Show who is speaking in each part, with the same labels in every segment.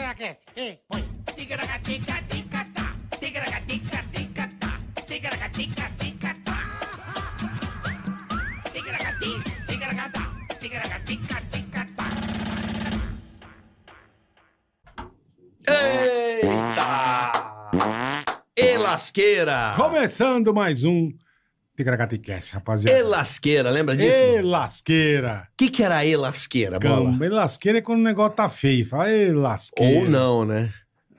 Speaker 1: Ticaracast, ei, põe. Ticaracatica-ticatá, ticaracatica-ticatá, ticaracatica-ticatá. Ticaracati, ticaracatá, ticaracatica-ticatá.
Speaker 2: Eita! Elasqueira!
Speaker 3: Ah. Começando mais um Ticaracatecast, rapaziada.
Speaker 2: Elasqueira, lembra disso?
Speaker 3: Ê,
Speaker 2: O
Speaker 3: lasqueira.
Speaker 2: que, que era elasqueira, bola?
Speaker 3: Cama. Ê, lasqueira é quando o negócio tá feio. Fala, ê, lasqueira.
Speaker 2: Ou não, né?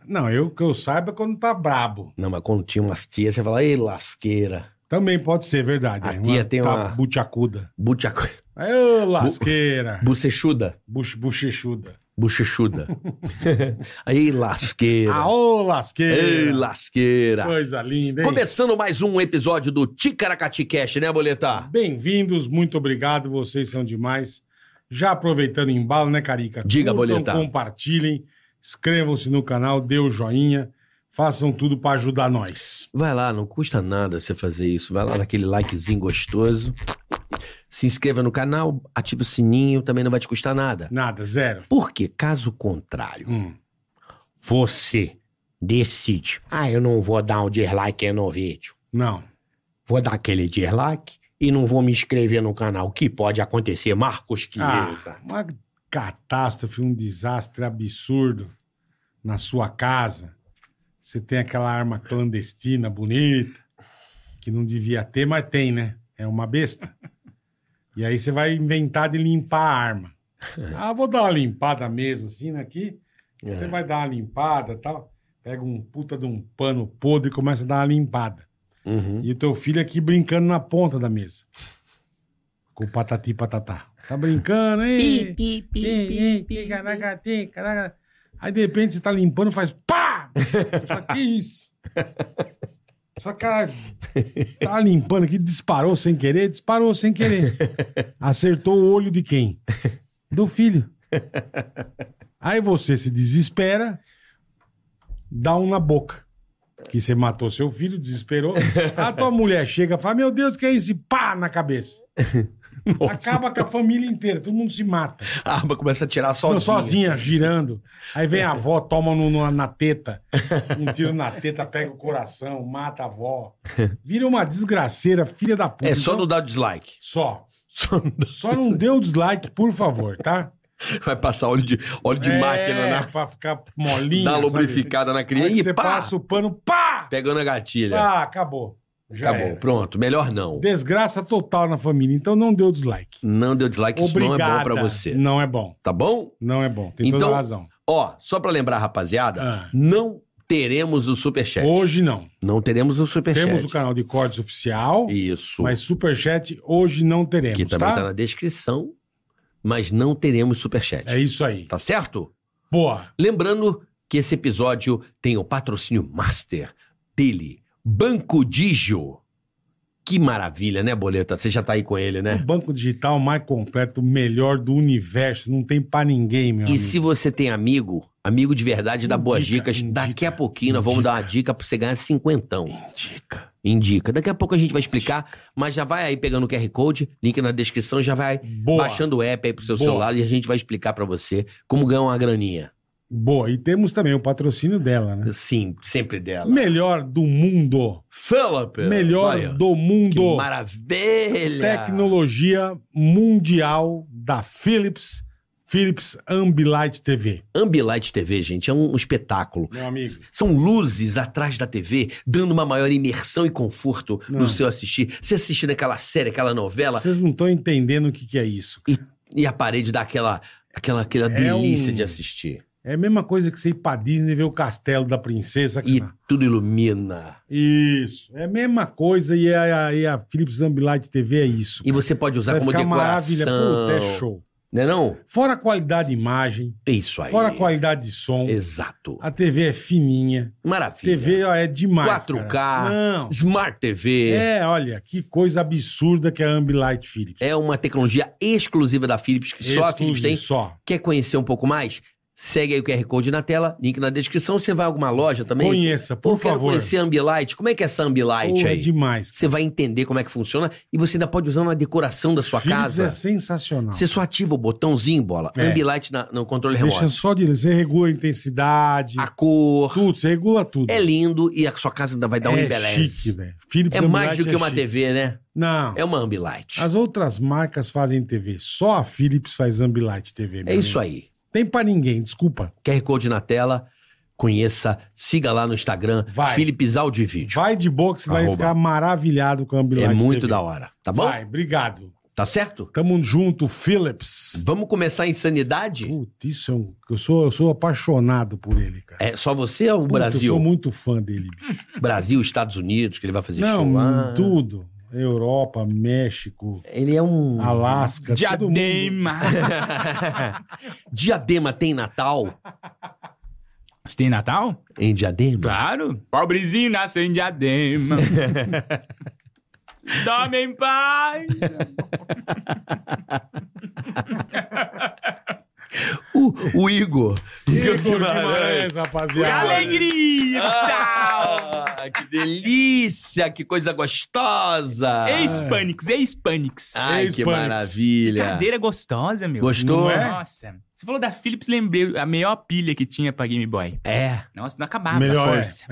Speaker 3: Não, eu que eu saiba é quando tá brabo.
Speaker 2: Não, mas quando tinha umas tias, você fala, elasqueira.
Speaker 3: Também pode ser, verdade.
Speaker 2: A
Speaker 3: É,
Speaker 2: tia tem
Speaker 3: tá
Speaker 2: uma-
Speaker 3: butiacuda.
Speaker 2: Butiacu...
Speaker 3: Ê, lasqueira.
Speaker 2: Bucechuda.
Speaker 3: Buch, bochechuda.
Speaker 2: Buchechuda. Aí, lasqueira.
Speaker 3: Aô, lasqueira.
Speaker 2: Ei, lasqueira.
Speaker 3: Coisa linda, hein?
Speaker 2: Começando mais um episódio do Ticaracati Cash, né, Boletar?
Speaker 3: Bem-vindos, muito obrigado, vocês são demais. Já aproveitando o embalo, né, Carica?
Speaker 2: Diga, Boleta.
Speaker 3: compartilhem, inscrevam-se no canal, dê o joinha, façam tudo pra ajudar nós.
Speaker 2: Vai lá, não custa nada você fazer isso. Vai lá naquele likezinho gostoso. Se inscreva no canal, ative o sininho, também não vai te custar nada.
Speaker 3: Nada, zero.
Speaker 2: Porque, caso contrário,
Speaker 3: Hum.
Speaker 2: você decide. Ah, eu não vou dar um dislike no vídeo.
Speaker 3: Não.
Speaker 2: Vou dar aquele dislike e não vou me inscrever no canal. O que pode acontecer, Marcos
Speaker 3: Ah,
Speaker 2: Quileza?
Speaker 3: uma catástrofe, um desastre absurdo na sua casa. Você tem aquela arma clandestina bonita, que não devia ter, mas tem, né? É uma besta. E aí você vai inventar de limpar a arma. Ah, vou dar uma limpada mesmo, assim, né, aqui.
Speaker 2: É.
Speaker 3: Você vai dar uma limpada e tal. Pega um puta de um pano podre e começa a dar uma limpada.
Speaker 2: Uhum.
Speaker 3: E o teu filho aqui brincando na ponta da mesa. Com o patati e patatá. Tá brincando, hein? Ih, ih, ih, caraca, ih, caraca. Aí de repente você tá limpando e faz pá! Você fala, que isso? Você fala, cara, tá limpando aqui, disparou sem querer, disparou sem querer. Acertou o olho de quem? Do filho. Aí você se desespera, dá um na boca. Que você matou seu filho, desesperou. A tua mulher chega e fala: Meu Deus, que é isso? E pá na cabeça.
Speaker 2: Nossa.
Speaker 3: Acaba com a família inteira, todo mundo se mata.
Speaker 2: A arma começa a tirar
Speaker 3: Sozinha.
Speaker 2: sozinha.
Speaker 3: sozinha, girando. Aí vem a avó, toma no- no- na teta. Um tiro na teta, pega o coração, mata a avó. Vira uma desgraceira, filha da puta.
Speaker 2: É só
Speaker 3: Então,
Speaker 2: não dar o dislike.
Speaker 3: Só.
Speaker 2: Só não dá-
Speaker 3: Só não dê o dislike, por favor, tá?
Speaker 2: Vai passar óleo de, óleo de
Speaker 3: É,
Speaker 2: máquina na,
Speaker 3: Pra ficar molinha.
Speaker 2: Dá
Speaker 3: sabe?
Speaker 2: lubrificada na
Speaker 3: Aí
Speaker 2: criança
Speaker 3: você
Speaker 2: e pá,
Speaker 3: passa o pano, pá!
Speaker 2: pegando a gatilha.
Speaker 3: Pá, acabou. Já
Speaker 2: Acabou,
Speaker 3: era.
Speaker 2: pronto. Melhor não.
Speaker 3: Desgraça total na família. Então não dê o dislike.
Speaker 2: Não deu dislike, isso não é bom pra você.
Speaker 3: Não é bom.
Speaker 2: Tá bom?
Speaker 3: Não é bom. Tem
Speaker 2: Então,
Speaker 3: toda a razão.
Speaker 2: Ó, só pra lembrar, rapaziada,
Speaker 3: Ah,
Speaker 2: não teremos o superchat.
Speaker 3: hoje não.
Speaker 2: Não teremos o superchat.
Speaker 3: Temos o canal de cortes oficial.
Speaker 2: Isso.
Speaker 3: Mas superchat hoje não teremos,
Speaker 2: que também
Speaker 3: tá?
Speaker 2: tá? na descrição. Mas não teremos superchat.
Speaker 3: É isso aí.
Speaker 2: Tá certo?
Speaker 3: Boa.
Speaker 2: Lembrando que esse episódio tem o patrocínio master dele, Banco Digio. Que maravilha, né, Boleta? Você já tá aí com ele, né?
Speaker 3: O banco digital mais completo, melhor do universo, não tem pra ninguém, meu
Speaker 2: E
Speaker 3: amigo.
Speaker 2: se você tem amigo, amigo de verdade, dá
Speaker 3: Indica,
Speaker 2: boas dicas.
Speaker 3: indica,
Speaker 2: Daqui a pouquinho nós vamos dar uma dica pra você ganhar cinquentão. Indica. Indica. Daqui a pouco a gente vai explicar, mas já vai aí pegando o QR Code, link na descrição, já vai
Speaker 3: Boa.
Speaker 2: baixando o app aí pro seu
Speaker 3: Boa.
Speaker 2: celular e a gente vai explicar pra você como ganhar uma graninha.
Speaker 3: Boa. E temos também o patrocínio dela, né?
Speaker 2: Sim, sempre dela.
Speaker 3: Melhor do mundo.
Speaker 2: Philip!
Speaker 3: melhor
Speaker 2: Olha,
Speaker 3: do
Speaker 2: Que
Speaker 3: mundo.
Speaker 2: maravilha!
Speaker 3: Tecnologia mundial da Philips. Philips Ambilight TV.
Speaker 2: Ambilight TV, gente, é um espetáculo.
Speaker 3: Meu amigo.
Speaker 2: São luzes atrás da TV, dando uma maior imersão e conforto no
Speaker 3: Não.
Speaker 2: seu assistir. Você assistindo aquela série, aquela novela,
Speaker 3: Vocês não estão entendendo o que, que é isso.
Speaker 2: e a parede dá aquela, aquela, aquela delícia de assistir.
Speaker 3: É a mesma coisa que você ir pra Disney ver o castelo da princesa. que
Speaker 2: E
Speaker 3: na-
Speaker 2: tudo ilumina.
Speaker 3: Isso. É a mesma coisa e a, e a Philips Ambilight TV é isso.
Speaker 2: E você pode usar
Speaker 3: Vai
Speaker 2: como
Speaker 3: ficar maravilha.
Speaker 2: decoração.
Speaker 3: Puta, é show.
Speaker 2: Né não?
Speaker 3: Fora a qualidade de imagem,
Speaker 2: É isso aí.
Speaker 3: fora a qualidade de som.
Speaker 2: Exato.
Speaker 3: A TV é fininha.
Speaker 2: Maravilha.
Speaker 3: TV ó, é demais.
Speaker 2: 4K.
Speaker 3: cara. Não.
Speaker 2: Smart TV. É.
Speaker 3: É, olha, que coisa absurda que é a Ambilight Philips.
Speaker 2: uma tecnologia exclusiva da Philips, que só a Philips
Speaker 3: Exclusivo,
Speaker 2: tem.
Speaker 3: Só.
Speaker 2: Quer conhecer um pouco mais? Segue aí o QR Code na tela, link na descrição. Você vai a alguma loja também?
Speaker 3: Conheça,
Speaker 2: Pô,
Speaker 3: por
Speaker 2: quero
Speaker 3: favor.
Speaker 2: conhecer a é Ambilight. Como é que é essa Ambilight
Speaker 3: Porra, é
Speaker 2: aí?
Speaker 3: demais.
Speaker 2: Você vai entender como é que funciona e você ainda pode usar na decoração da sua
Speaker 3: Philips
Speaker 2: casa.
Speaker 3: é sensacional.
Speaker 2: Você só ativa o botãozinho, bola.
Speaker 3: É.
Speaker 2: Ambilight na- no controle
Speaker 3: Deixa
Speaker 2: remoto.
Speaker 3: só de... Você regula a intensidade,
Speaker 2: A cor.
Speaker 3: tudo. Você regula tudo.
Speaker 2: É lindo e a sua casa ainda vai dar um
Speaker 3: é
Speaker 2: embeleze.
Speaker 3: chique, velho. Philips
Speaker 2: É mais do
Speaker 3: Ambilight
Speaker 2: que uma
Speaker 3: chique.
Speaker 2: TV, né?
Speaker 3: Não.
Speaker 2: É uma Ambilight.
Speaker 3: As outras marcas fazem TV. Só a Philips faz Ambilight TV.
Speaker 2: É isso aí.
Speaker 3: Tem pra ninguém, desculpa.
Speaker 2: QR Code na tela. Conheça, siga lá no Instagram,
Speaker 3: Vai.
Speaker 2: Philips Áudio e Vídeo.
Speaker 3: Vai de boa que você vai
Speaker 2: Arroba.
Speaker 3: ficar maravilhado com a
Speaker 2: É
Speaker 3: Ambilight
Speaker 2: muito
Speaker 3: TV.
Speaker 2: da hora, tá bom?
Speaker 3: Vai, obrigado.
Speaker 2: Tá certo?
Speaker 3: Tamo junto, Philips.
Speaker 2: Vamos começar a insanidade?
Speaker 3: Putz, isso é um... Eu sou, eu sou apaixonado por ele, cara.
Speaker 2: É só você ou o
Speaker 3: Puta,
Speaker 2: Brasil?
Speaker 3: Eu sou muito fã dele. bicho.
Speaker 2: Brasil, Estados Unidos, que ele vai fazer
Speaker 3: Não,
Speaker 2: show lá.
Speaker 3: tudo. Europa, México,
Speaker 2: Ele é um.
Speaker 3: Ah, Alasca, todo mundo.
Speaker 4: Diadema.
Speaker 2: Diadema tem Natal?
Speaker 4: Você tem Natal?
Speaker 2: Em Diadema?
Speaker 4: Claro. Pobrezinho nasceu em Diadema. Dorme em paz.
Speaker 2: O, o Igor.
Speaker 3: Igor Guimarães, rapaziada.
Speaker 4: Que alegria, pessoal.
Speaker 2: Ah, que delícia, que coisa gostosa.
Speaker 4: Ex-pânicos, ex-pânicos.
Speaker 2: Ai, que
Speaker 3: Ex-Pânicos.
Speaker 2: maravilha.
Speaker 4: Cadeira gostosa, meu.
Speaker 2: Gostou?
Speaker 3: Não é?
Speaker 4: Nossa. Você falou da Philips, lembrei a melhor pilha que tinha pra Game Boy.
Speaker 2: É.
Speaker 4: Nossa, não acabava a
Speaker 3: Melhor é,
Speaker 4: força.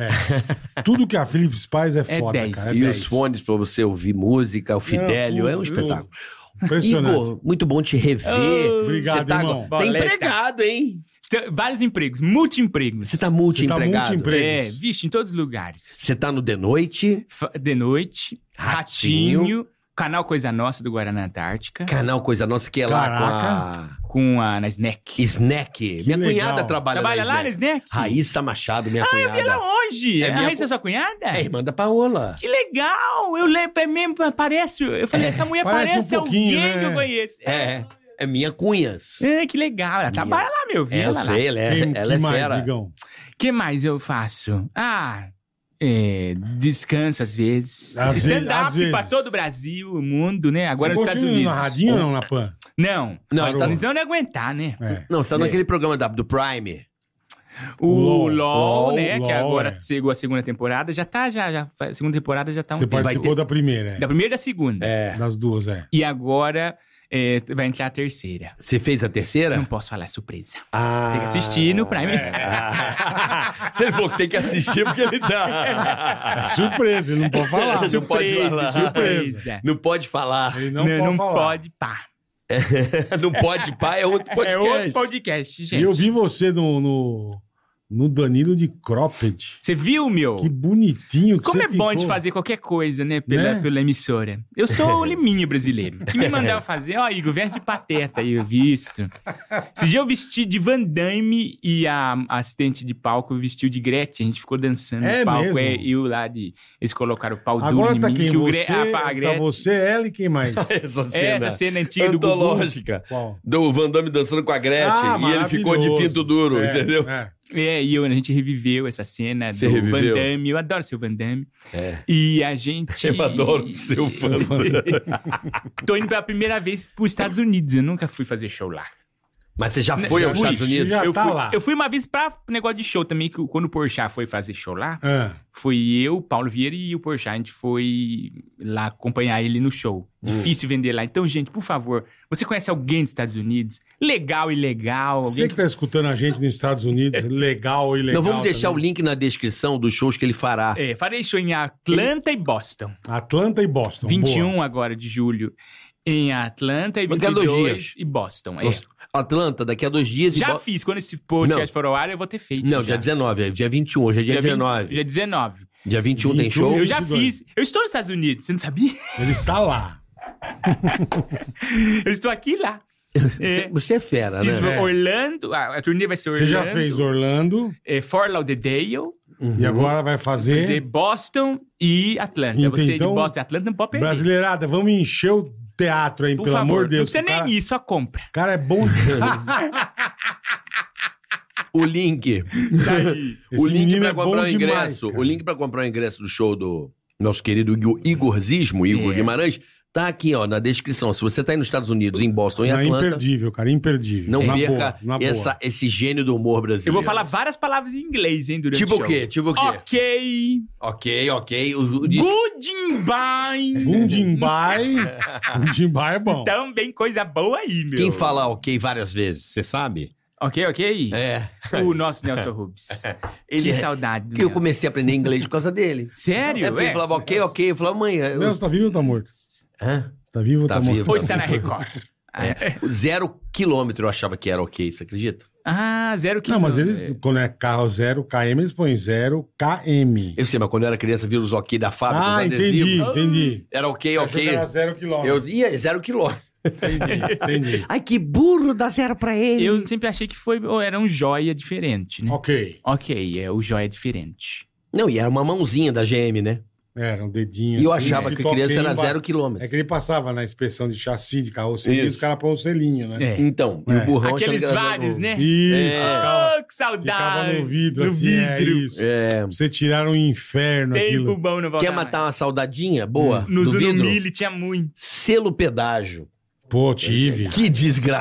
Speaker 3: é. Tudo que a Philips faz é
Speaker 4: É
Speaker 3: foda,
Speaker 4: dez.
Speaker 3: cara.
Speaker 2: E
Speaker 4: dez.
Speaker 2: os fones pra você ouvir música, o Fidelio,
Speaker 3: tudo,
Speaker 2: é um espetáculo.
Speaker 3: tudo. Impressionante.
Speaker 2: Igor, muito bom te rever.
Speaker 4: Oh,
Speaker 3: Obrigado,
Speaker 2: Você tá,
Speaker 3: irmão.
Speaker 2: tá
Speaker 4: Boleta.
Speaker 2: empregado, hein?
Speaker 4: t- Vários empregos, multi-empregos.
Speaker 2: Você tá multi-empregado.
Speaker 3: multi-empre-
Speaker 4: É, vixe, em todos os lugares.
Speaker 2: Você tá no de noite,
Speaker 4: Fa- De Noite,
Speaker 2: Ratinho.
Speaker 4: Ratinho, canal Coisa Nossa do Guaraná Antártica,
Speaker 2: canal Coisa Nossa, que é lá com a
Speaker 4: com a na Snack.
Speaker 2: Snack. minha
Speaker 3: legal.
Speaker 2: cunhada trabalha,
Speaker 4: Trabalha
Speaker 2: na
Speaker 4: lá na
Speaker 2: Snack.
Speaker 4: Snack?
Speaker 2: Raíssa Machado, minha
Speaker 4: E ela
Speaker 2: cunhada.
Speaker 4: hoje?
Speaker 2: É
Speaker 4: É a
Speaker 2: minha
Speaker 4: Raíssa
Speaker 2: cu-
Speaker 4: é sua cunhada?
Speaker 2: É irmã da Paola.
Speaker 4: Que legal! Eu lembro, é mesmo, parece. Eu falei, essa mulher
Speaker 3: Parece
Speaker 4: parece,
Speaker 3: um pouquinho,
Speaker 4: alguém
Speaker 3: né?
Speaker 4: que eu conheço.
Speaker 2: É, é minha Cunhas.
Speaker 4: Ah, que legal. Ela trabalha lá, meu. Vi
Speaker 2: É, eu
Speaker 4: ela lá.
Speaker 2: sei, ela é,
Speaker 3: Quem-
Speaker 2: ela é
Speaker 3: que mais,
Speaker 2: fera.
Speaker 3: Igão?
Speaker 4: que mais eu faço? Ah, é, descanso às vezes.
Speaker 3: Às vezes, às
Speaker 4: Stand-up
Speaker 3: vezes.
Speaker 4: pra todo o Brasil, o mundo, né? Agora
Speaker 3: Você
Speaker 4: nos Estados
Speaker 3: continua
Speaker 4: Unidos.
Speaker 3: na radinha ou não, na PAN?
Speaker 4: Não.
Speaker 2: Não, ele tá,
Speaker 4: Eles não iam aguentar, né?
Speaker 3: É.
Speaker 2: não, você tá
Speaker 4: É.
Speaker 2: naquele programa da- do Prime.
Speaker 4: O
Speaker 3: LOL,
Speaker 4: LOL,
Speaker 3: LOL,
Speaker 4: né?
Speaker 3: LOL,
Speaker 4: que agora
Speaker 3: é.
Speaker 4: chegou a segunda temporada. Já tá, já. já a segunda temporada já tá um
Speaker 3: Você
Speaker 4: tempo.
Speaker 3: participou da primeira, é.
Speaker 4: Da primeira e da segunda.
Speaker 2: É.
Speaker 3: Das duas, é.
Speaker 4: E agora é, vai entrar a terceira.
Speaker 2: Você fez a terceira?
Speaker 4: Não posso falar, é surpresa.
Speaker 2: Ah.
Speaker 4: Tem que assistir no Prime.
Speaker 2: Ah. Você falou que tem que assistir porque ele tá.
Speaker 3: É surpresa, ele não pode falar.
Speaker 2: Não pode falar.
Speaker 4: Surpresa.
Speaker 2: Não pode falar.
Speaker 3: Ele
Speaker 4: Não,
Speaker 3: não,
Speaker 4: não,
Speaker 3: pode falar.
Speaker 4: pode, pá.
Speaker 2: Não pode pá, é outro podcast.
Speaker 4: É outro podcast,
Speaker 3: E
Speaker 4: gente.
Speaker 3: eu vi você no, no, no Danilo de Cropped.
Speaker 4: Você viu, meu?
Speaker 3: Que bonitinho que
Speaker 4: Como
Speaker 3: você
Speaker 4: é bom
Speaker 3: ficou.
Speaker 4: de fazer qualquer coisa, né? Pela,
Speaker 3: Né? É.
Speaker 4: pela emissora. Eu sou o liminho brasileiro. Que me mandava fazer, ó, Igor, veste de pateta aí, eu visto. Esse dia eu vesti de Van Damme e a, a assistente de palco vestiu de Gretchen. A gente ficou dançando
Speaker 3: É
Speaker 4: no palco.
Speaker 3: mesmo?
Speaker 4: É, eu lá de. Eles colocaram o pau duro
Speaker 3: Agora
Speaker 4: em
Speaker 3: tá
Speaker 4: mim.
Speaker 3: quem?
Speaker 4: que o
Speaker 3: Você,
Speaker 4: Gre- a, a
Speaker 3: tá
Speaker 4: Gretchen.
Speaker 3: você, ela e quem mais?
Speaker 2: Essa
Speaker 4: É,
Speaker 2: cena
Speaker 4: essa cena antiga do Gugu.
Speaker 2: antológica.
Speaker 3: Qual?
Speaker 2: Do Van Damme dançando com a Gretchen
Speaker 3: Ah,
Speaker 2: e ele ficou de
Speaker 3: maravilhoso.
Speaker 2: pinto duro,
Speaker 3: É,
Speaker 2: entendeu?
Speaker 3: é.
Speaker 4: É, e eu, a gente reviveu essa cena
Speaker 2: Você
Speaker 4: do
Speaker 2: reviveu?
Speaker 4: Van Damme. Eu adoro seu Van Damme.
Speaker 2: É.
Speaker 4: E a gente.
Speaker 2: Eu adoro o seu Van
Speaker 4: Tô indo pela primeira vez pros Estados Unidos. Eu nunca fui fazer show lá.
Speaker 2: Mas você já foi aos
Speaker 3: Fui,
Speaker 2: Estados Unidos?
Speaker 3: Já
Speaker 4: eu,
Speaker 3: tá
Speaker 4: fui,
Speaker 3: lá.
Speaker 4: eu fui uma vez pra negócio de show também, que quando o Porchat foi fazer show lá,
Speaker 3: Ah,
Speaker 4: foi eu, Paulo Vieira e o Porchat, a gente foi lá acompanhar ele no show.
Speaker 2: Hum.
Speaker 4: Difícil vender lá. Então, gente, por favor, você conhece alguém dos Estados Unidos? Legal e legal,
Speaker 3: Você
Speaker 4: alguém
Speaker 3: que tá escutando a gente nos Estados Unidos, legal e legal.
Speaker 2: Nós É. vamos deixar
Speaker 3: também.
Speaker 2: o link na descrição dos shows que ele fará.
Speaker 4: É, farei show em Atlanta e Boston.
Speaker 3: Atlanta e Boston.
Speaker 4: 21
Speaker 3: Então, boa.
Speaker 4: agora de julho em Atlanta e
Speaker 2: Mas cada dois
Speaker 4: 22
Speaker 2: dias.
Speaker 4: e Boston.
Speaker 2: Então,
Speaker 4: é.
Speaker 2: Atlanta, daqui a dois dias. e
Speaker 4: Já
Speaker 2: bo-
Speaker 4: fiz. Quando esse
Speaker 2: Não.
Speaker 4: podcast for ao ar, eu vou ter feito.
Speaker 2: Não, dia 19, é dia 21, hoje é dia,
Speaker 4: Dia
Speaker 2: 19.
Speaker 4: 20, Dia 19.
Speaker 2: Dia 21, tem
Speaker 3: 21.
Speaker 2: show?
Speaker 4: Eu já
Speaker 3: 22.
Speaker 4: fiz. Eu estou nos Estados Unidos, você não sabia?
Speaker 3: Ele está lá.
Speaker 4: Eu estou aqui e lá.
Speaker 2: Você,
Speaker 4: É,
Speaker 2: você é fera,
Speaker 4: fiz
Speaker 2: né?
Speaker 3: É.
Speaker 4: Orlando, a, a turnê vai ser
Speaker 3: Você
Speaker 4: Orlando.
Speaker 3: já fez Orlando
Speaker 4: É, Fort Lauderdale,
Speaker 2: Uhum.
Speaker 3: e agora vai fazer.
Speaker 4: fazer Boston e Atlanta.
Speaker 3: É? Entendi,
Speaker 4: Você é
Speaker 3: então,
Speaker 4: de Boston e Atlanta não pode perder.
Speaker 3: Brasileirada, vamos encher o teatro aí,
Speaker 4: Por
Speaker 3: pelo
Speaker 4: favor,
Speaker 3: amor de
Speaker 4: não
Speaker 3: Deus. tá?
Speaker 4: precisa
Speaker 3: o
Speaker 4: nem
Speaker 3: cara,
Speaker 4: ir, só compra.
Speaker 3: cara é bom.
Speaker 2: O link. o
Speaker 3: Esse
Speaker 2: link
Speaker 3: menino
Speaker 2: pra
Speaker 3: é
Speaker 2: comprar
Speaker 3: bom
Speaker 2: o
Speaker 3: demais,
Speaker 2: ingresso.
Speaker 3: cara.
Speaker 2: o link pra comprar o ingresso do show do nosso querido Igor- Igorzismo, Igor
Speaker 4: É.
Speaker 2: Guimarães, Tá aqui, ó, na descrição. Se você tá aí nos Estados Unidos, em Boston, em
Speaker 3: Não, é
Speaker 2: Atlanta,
Speaker 3: imperdível, cara, imperdível.
Speaker 2: não
Speaker 3: na
Speaker 2: perca
Speaker 3: boa, na boa.
Speaker 2: essa, esse gênio do humor brasileiro.
Speaker 4: Eu vou falar várias palavras em inglês, hein, durante
Speaker 2: Tipo
Speaker 4: o
Speaker 2: o
Speaker 4: show.
Speaker 2: quê? Tipo o quê?
Speaker 4: Ok.
Speaker 2: Ok, ok. O, o,
Speaker 4: Goodbye.
Speaker 3: Gundimbai. Gundimbai é bom.
Speaker 2: Tá
Speaker 4: Também coisa boa aí, meu.
Speaker 2: quem fala ok várias vezes, você sabe?
Speaker 4: Ok, ok.
Speaker 2: É.
Speaker 4: O nosso Nelson Rubens.
Speaker 2: Ele, é-
Speaker 4: que saudade do
Speaker 2: que eu
Speaker 4: Nelson.
Speaker 2: comecei a aprender inglês por causa dele.
Speaker 4: Sério?
Speaker 2: É porque
Speaker 4: É.
Speaker 2: ele falava ok, ok. Eu falava, mãe, eu...
Speaker 3: Deus, tá vivo ou tá morto?
Speaker 2: Hã?
Speaker 3: Tá vivo ou
Speaker 2: Tá
Speaker 3: tá, morto?
Speaker 2: vivo.
Speaker 4: Ou está na Record?
Speaker 2: É, o zero quilômetro eu achava que era ok, você acredita?
Speaker 4: Ah, zero que.
Speaker 3: Não, mas eles, quando é carro zero KM, eles põem zero KM.
Speaker 2: Eu sei, mas quando eu era criança, vira os ok da fábrica, os
Speaker 3: Ah, entendi,
Speaker 2: adesivos.
Speaker 3: entendi.
Speaker 2: Era ok,
Speaker 3: Eu achei
Speaker 2: ok.
Speaker 3: que era zero quilômetro.
Speaker 2: Eu ia zero quilômetro.
Speaker 3: Entendi, entendi.
Speaker 2: Ai, que burro, dá zero pra ele.
Speaker 4: Eu sempre achei que foi. Ou era um joia diferente, né?
Speaker 3: ok.
Speaker 4: Ok, é, o joia é diferente.
Speaker 2: Não, e era uma mãozinha da GM, né?
Speaker 3: Era um dedinho
Speaker 2: E eu
Speaker 3: assim,
Speaker 2: achava que a
Speaker 3: escrito
Speaker 2: criança
Speaker 3: ok
Speaker 2: era
Speaker 3: embaixo.
Speaker 2: zero quilômetro.
Speaker 3: É que ele passava na inspeção de chassi, de carroceria, e
Speaker 2: Isso.
Speaker 3: os caras põem um selinho, né?
Speaker 4: É.
Speaker 2: Então, e o
Speaker 3: É.
Speaker 2: burrão achava
Speaker 4: Aqueles
Speaker 2: que era zero-
Speaker 4: vários, né?
Speaker 3: Isso,
Speaker 2: É.
Speaker 3: ficava,
Speaker 4: Oh, que
Speaker 3: ficava
Speaker 4: saudade.
Speaker 3: no vidro,
Speaker 4: No
Speaker 3: assim, é
Speaker 4: vidro.
Speaker 3: isso.
Speaker 2: É,
Speaker 3: Pra Você tirar um inferno
Speaker 4: Tempo
Speaker 3: aquilo.
Speaker 4: bom não volta
Speaker 2: quer matar uma saudadinha boa
Speaker 3: Hum.
Speaker 4: mais. Nos
Speaker 2: do vidro?
Speaker 4: Unumili tinha muito.
Speaker 2: Selo pedágio.
Speaker 3: Pô, tive.
Speaker 2: Que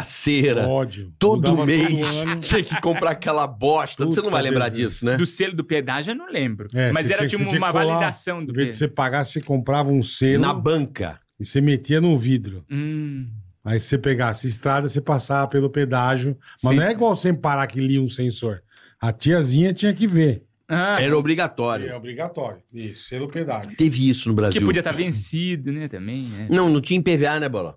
Speaker 2: desgraceira.
Speaker 3: ódio.
Speaker 2: Todo
Speaker 3: Mudava
Speaker 2: mês
Speaker 3: todo ano.
Speaker 2: tinha que comprar aquela bosta. Você não
Speaker 3: Puta
Speaker 2: vai lembrar
Speaker 3: Deus.
Speaker 2: disso, né?
Speaker 4: Do selo do pedágio eu não lembro.
Speaker 3: É,
Speaker 4: mas
Speaker 3: você
Speaker 4: era
Speaker 3: tinha-
Speaker 4: tipo
Speaker 3: você tinha que
Speaker 4: uma
Speaker 3: colar,
Speaker 4: validação do
Speaker 3: Em vez de
Speaker 4: pedágio.
Speaker 3: você pagar, você comprava um selo
Speaker 2: Na banca.
Speaker 3: e você metia no vidro.
Speaker 4: Hum,
Speaker 3: Aí se você pegasse estrada, você passava pelo pedágio. Mas
Speaker 4: Sim.
Speaker 3: não é igual sem parar que lia um sensor. A tiazinha tinha que ver.
Speaker 4: Ah,
Speaker 2: Era obrigatório.
Speaker 3: É obrigatório. Isso, selo pedágio.
Speaker 2: Teve isso no
Speaker 4: que
Speaker 2: Brasil.
Speaker 4: podia tá estar vencido, né, também. né?
Speaker 2: Não, não tinha IPVA, né, Bola?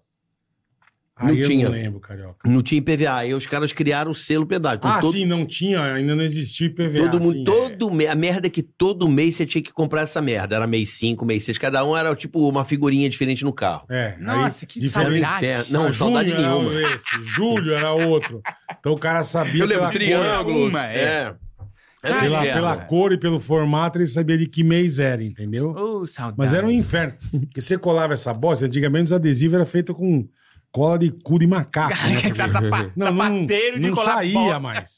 Speaker 3: Aí
Speaker 2: Não
Speaker 3: eu
Speaker 2: tinha.
Speaker 3: não lembro, Carioca.
Speaker 2: Não tinha IPVA. Aí os caras criaram o selo pedágio. Então,
Speaker 3: Ah,
Speaker 2: todo,
Speaker 3: sim, não tinha. Ainda não existia o IPVA.
Speaker 2: todo mundo,
Speaker 3: sim.
Speaker 2: todo mês. A merda é que todo mês você tinha que comprar essa merda. Era mês 5, mês 6. Cada um era tipo uma figurinha diferente no carro.
Speaker 3: É, aí-
Speaker 4: Nossa, que
Speaker 3: diferente-
Speaker 2: Era um
Speaker 4: saudade.
Speaker 2: inferno. Não, saudade
Speaker 3: junho
Speaker 2: nenhuma.
Speaker 3: Era um esse, julho era outro. Então o cara sabia
Speaker 2: Eu lembro
Speaker 3: pela, cor,
Speaker 2: triângulos.
Speaker 4: Uma, é.
Speaker 2: é. Era um
Speaker 4: Pela-
Speaker 3: pela,
Speaker 2: inferno.
Speaker 3: pela cor e pelo formato, ele sabia de que mês era, entendeu?
Speaker 4: Ô, saudade.
Speaker 3: Mas era um inferno. Porque você colava essa bosta, antigamente os adesivos era feito com cola de cu de macaco. né?
Speaker 4: Sapa-
Speaker 3: Não, não,
Speaker 4: Sapateiro de
Speaker 3: não
Speaker 4: colar
Speaker 3: saía
Speaker 4: pó.
Speaker 3: mais.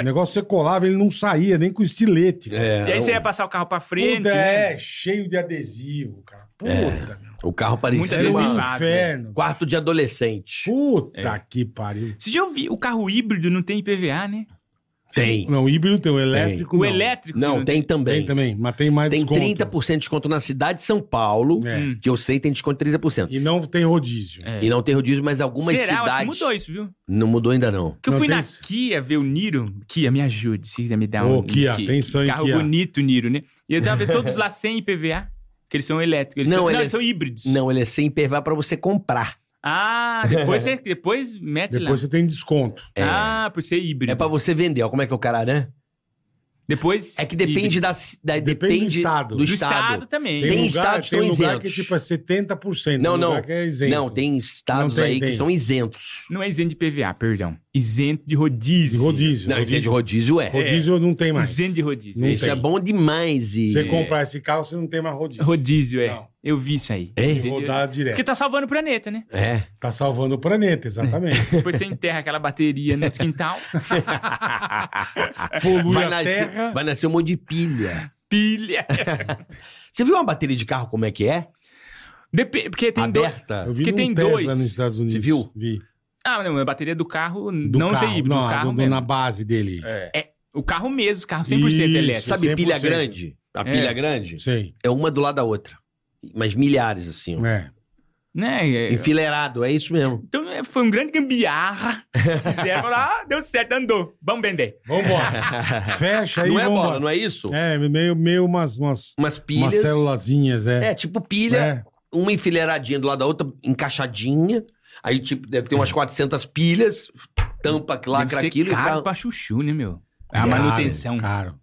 Speaker 3: O negócio você colava, ele não saía, nem com estilete. cara.
Speaker 2: É,
Speaker 4: E aí você ia
Speaker 2: o-
Speaker 4: passar o carro pra frente,
Speaker 3: Puta,
Speaker 4: né?
Speaker 3: é, cheio de adesivo, cara. Puta,
Speaker 4: É.
Speaker 3: meu. é
Speaker 2: o carro parecia
Speaker 4: Muito
Speaker 2: um
Speaker 4: adesivo.
Speaker 3: inferno.
Speaker 2: quarto de adolescente.
Speaker 3: Puta
Speaker 4: É.
Speaker 3: que pariu.
Speaker 4: Você já ouviu? O carro híbrido não tem IPVA, né?
Speaker 2: Tem.
Speaker 3: Não, híbrido tem o elétrico.
Speaker 4: O
Speaker 3: não.
Speaker 4: elétrico.
Speaker 2: Não, tem
Speaker 3: Tem
Speaker 2: também.
Speaker 3: também, mas tem mais
Speaker 2: Tem
Speaker 3: desconto.
Speaker 2: 30% de desconto na cidade de São Paulo,
Speaker 3: É.
Speaker 4: Hum.
Speaker 2: que eu sei tem desconto de 30%.
Speaker 3: E não tem rodízio.
Speaker 4: É.
Speaker 2: E não tem rodízio, mas algumas
Speaker 4: Será? Eu acho que
Speaker 2: cidades...
Speaker 4: mudou isso, viu?
Speaker 2: Não mudou ainda não.
Speaker 4: Porque eu
Speaker 3: Não,
Speaker 4: fui
Speaker 3: tem
Speaker 4: na
Speaker 3: isso.
Speaker 4: Kia ver o Niro. Kia, me ajude. Se quiser me dar
Speaker 3: Ô,
Speaker 4: um.
Speaker 3: Kia,
Speaker 4: que-
Speaker 3: tem sangue,
Speaker 4: Carro
Speaker 3: Kia.
Speaker 4: bonito, Niro, né? E eu tava vendo todos lá sem IPVA. Porque eles são elétricos. Eles
Speaker 2: Não,
Speaker 4: são,
Speaker 2: eles-
Speaker 4: eles são híbridos.
Speaker 2: Não, ele é sem IPVA pra você comprar.
Speaker 4: Ah, depois, você, depois mete
Speaker 3: Depois
Speaker 4: lá.
Speaker 3: você tem desconto.
Speaker 2: É.
Speaker 4: Ah, por ser híbrido.
Speaker 2: É pra você vender. Ó, como é que é o Cararã?
Speaker 4: Depois.
Speaker 2: É que depende
Speaker 4: híbrido.
Speaker 2: da, ci- da-
Speaker 3: Depende do
Speaker 2: depende
Speaker 3: estado.
Speaker 2: do
Speaker 4: do
Speaker 2: estado.
Speaker 4: estado também.
Speaker 2: Tem estados que
Speaker 3: tem
Speaker 2: estão
Speaker 3: lugar
Speaker 2: isentos.
Speaker 3: que tipo é 70%.
Speaker 2: Não,
Speaker 3: tem lugar
Speaker 2: não.
Speaker 3: Que é isento.
Speaker 2: Não, tem estados
Speaker 3: Não tem,
Speaker 2: aí que
Speaker 3: tem.
Speaker 2: são isentos.
Speaker 4: Não é isento de PVA, perdão. Isento de rodízio.
Speaker 3: De rodízio.
Speaker 2: Não, isento de
Speaker 3: rodízio.
Speaker 2: rodízio é.
Speaker 3: Rodízio não tem mais.
Speaker 4: Isento de rodízio.
Speaker 3: Não
Speaker 2: Isso
Speaker 3: tem.
Speaker 2: é bom demais. E...
Speaker 3: Você comprar esse carro, você não tem mais rodízio.
Speaker 4: Rodízio, é.
Speaker 3: Não.
Speaker 4: Eu vi isso aí.
Speaker 2: É?
Speaker 3: Tem que Rodar
Speaker 4: Porque
Speaker 3: direto.
Speaker 4: tá salvando o planeta, né?
Speaker 2: É.
Speaker 3: Tá salvando o planeta, exatamente.
Speaker 4: Depois você enterra aquela bateria no quintal,
Speaker 3: Polui
Speaker 2: vai,
Speaker 3: a terra.
Speaker 2: nascer, vai nascer um monte de pilha.
Speaker 4: pilha.
Speaker 2: Você viu uma bateria de carro como é que é?
Speaker 4: Depe- Porque tem dois.
Speaker 2: Aberta.
Speaker 3: Eu vi
Speaker 4: Porque
Speaker 3: num
Speaker 4: tem
Speaker 3: Tesla
Speaker 4: dois.
Speaker 3: nos Estados Unidos.
Speaker 2: viu?
Speaker 3: Vi.
Speaker 4: Ah, não, a bateria do carro,
Speaker 3: Do
Speaker 4: não
Speaker 3: carro.
Speaker 4: sei, híbrido,
Speaker 3: não,
Speaker 4: do carro
Speaker 3: do-
Speaker 4: mesmo.
Speaker 3: na base dele.
Speaker 4: É. O carro mesmo, o carro 100% elétrico.
Speaker 3: Isso,
Speaker 2: Sabe
Speaker 3: 100%.
Speaker 2: pilha grande? A
Speaker 4: É.
Speaker 2: pilha grande
Speaker 3: Sei.
Speaker 2: é uma do lado da outra. Mas milhares, assim. ó.
Speaker 3: É.
Speaker 4: Né? É,
Speaker 2: Enfileirado, é isso mesmo.
Speaker 4: Então é, foi um grande gambiarra. Fizeram lá, ah, deu certo, andou. Vamos vender.
Speaker 3: Vambora. Fecha aí,
Speaker 2: não é
Speaker 3: vambora.
Speaker 2: bola, não é isso?
Speaker 3: É, meio, meio umas, umas,
Speaker 2: Umas
Speaker 3: umas
Speaker 2: pilhas.
Speaker 3: celulazinhas, é.
Speaker 2: É, tipo pilha,
Speaker 3: É.
Speaker 2: uma enfileiradinha do lado da outra, encaixadinha. Aí, tipo, deve ter umas 400 pilhas, tampa,
Speaker 4: Deve
Speaker 2: lacra
Speaker 4: ser
Speaker 2: aquilo e o
Speaker 4: caro
Speaker 2: carro.
Speaker 4: pra chuchu, né, meu? A
Speaker 2: Caro,
Speaker 4: manutenção.
Speaker 3: Caro.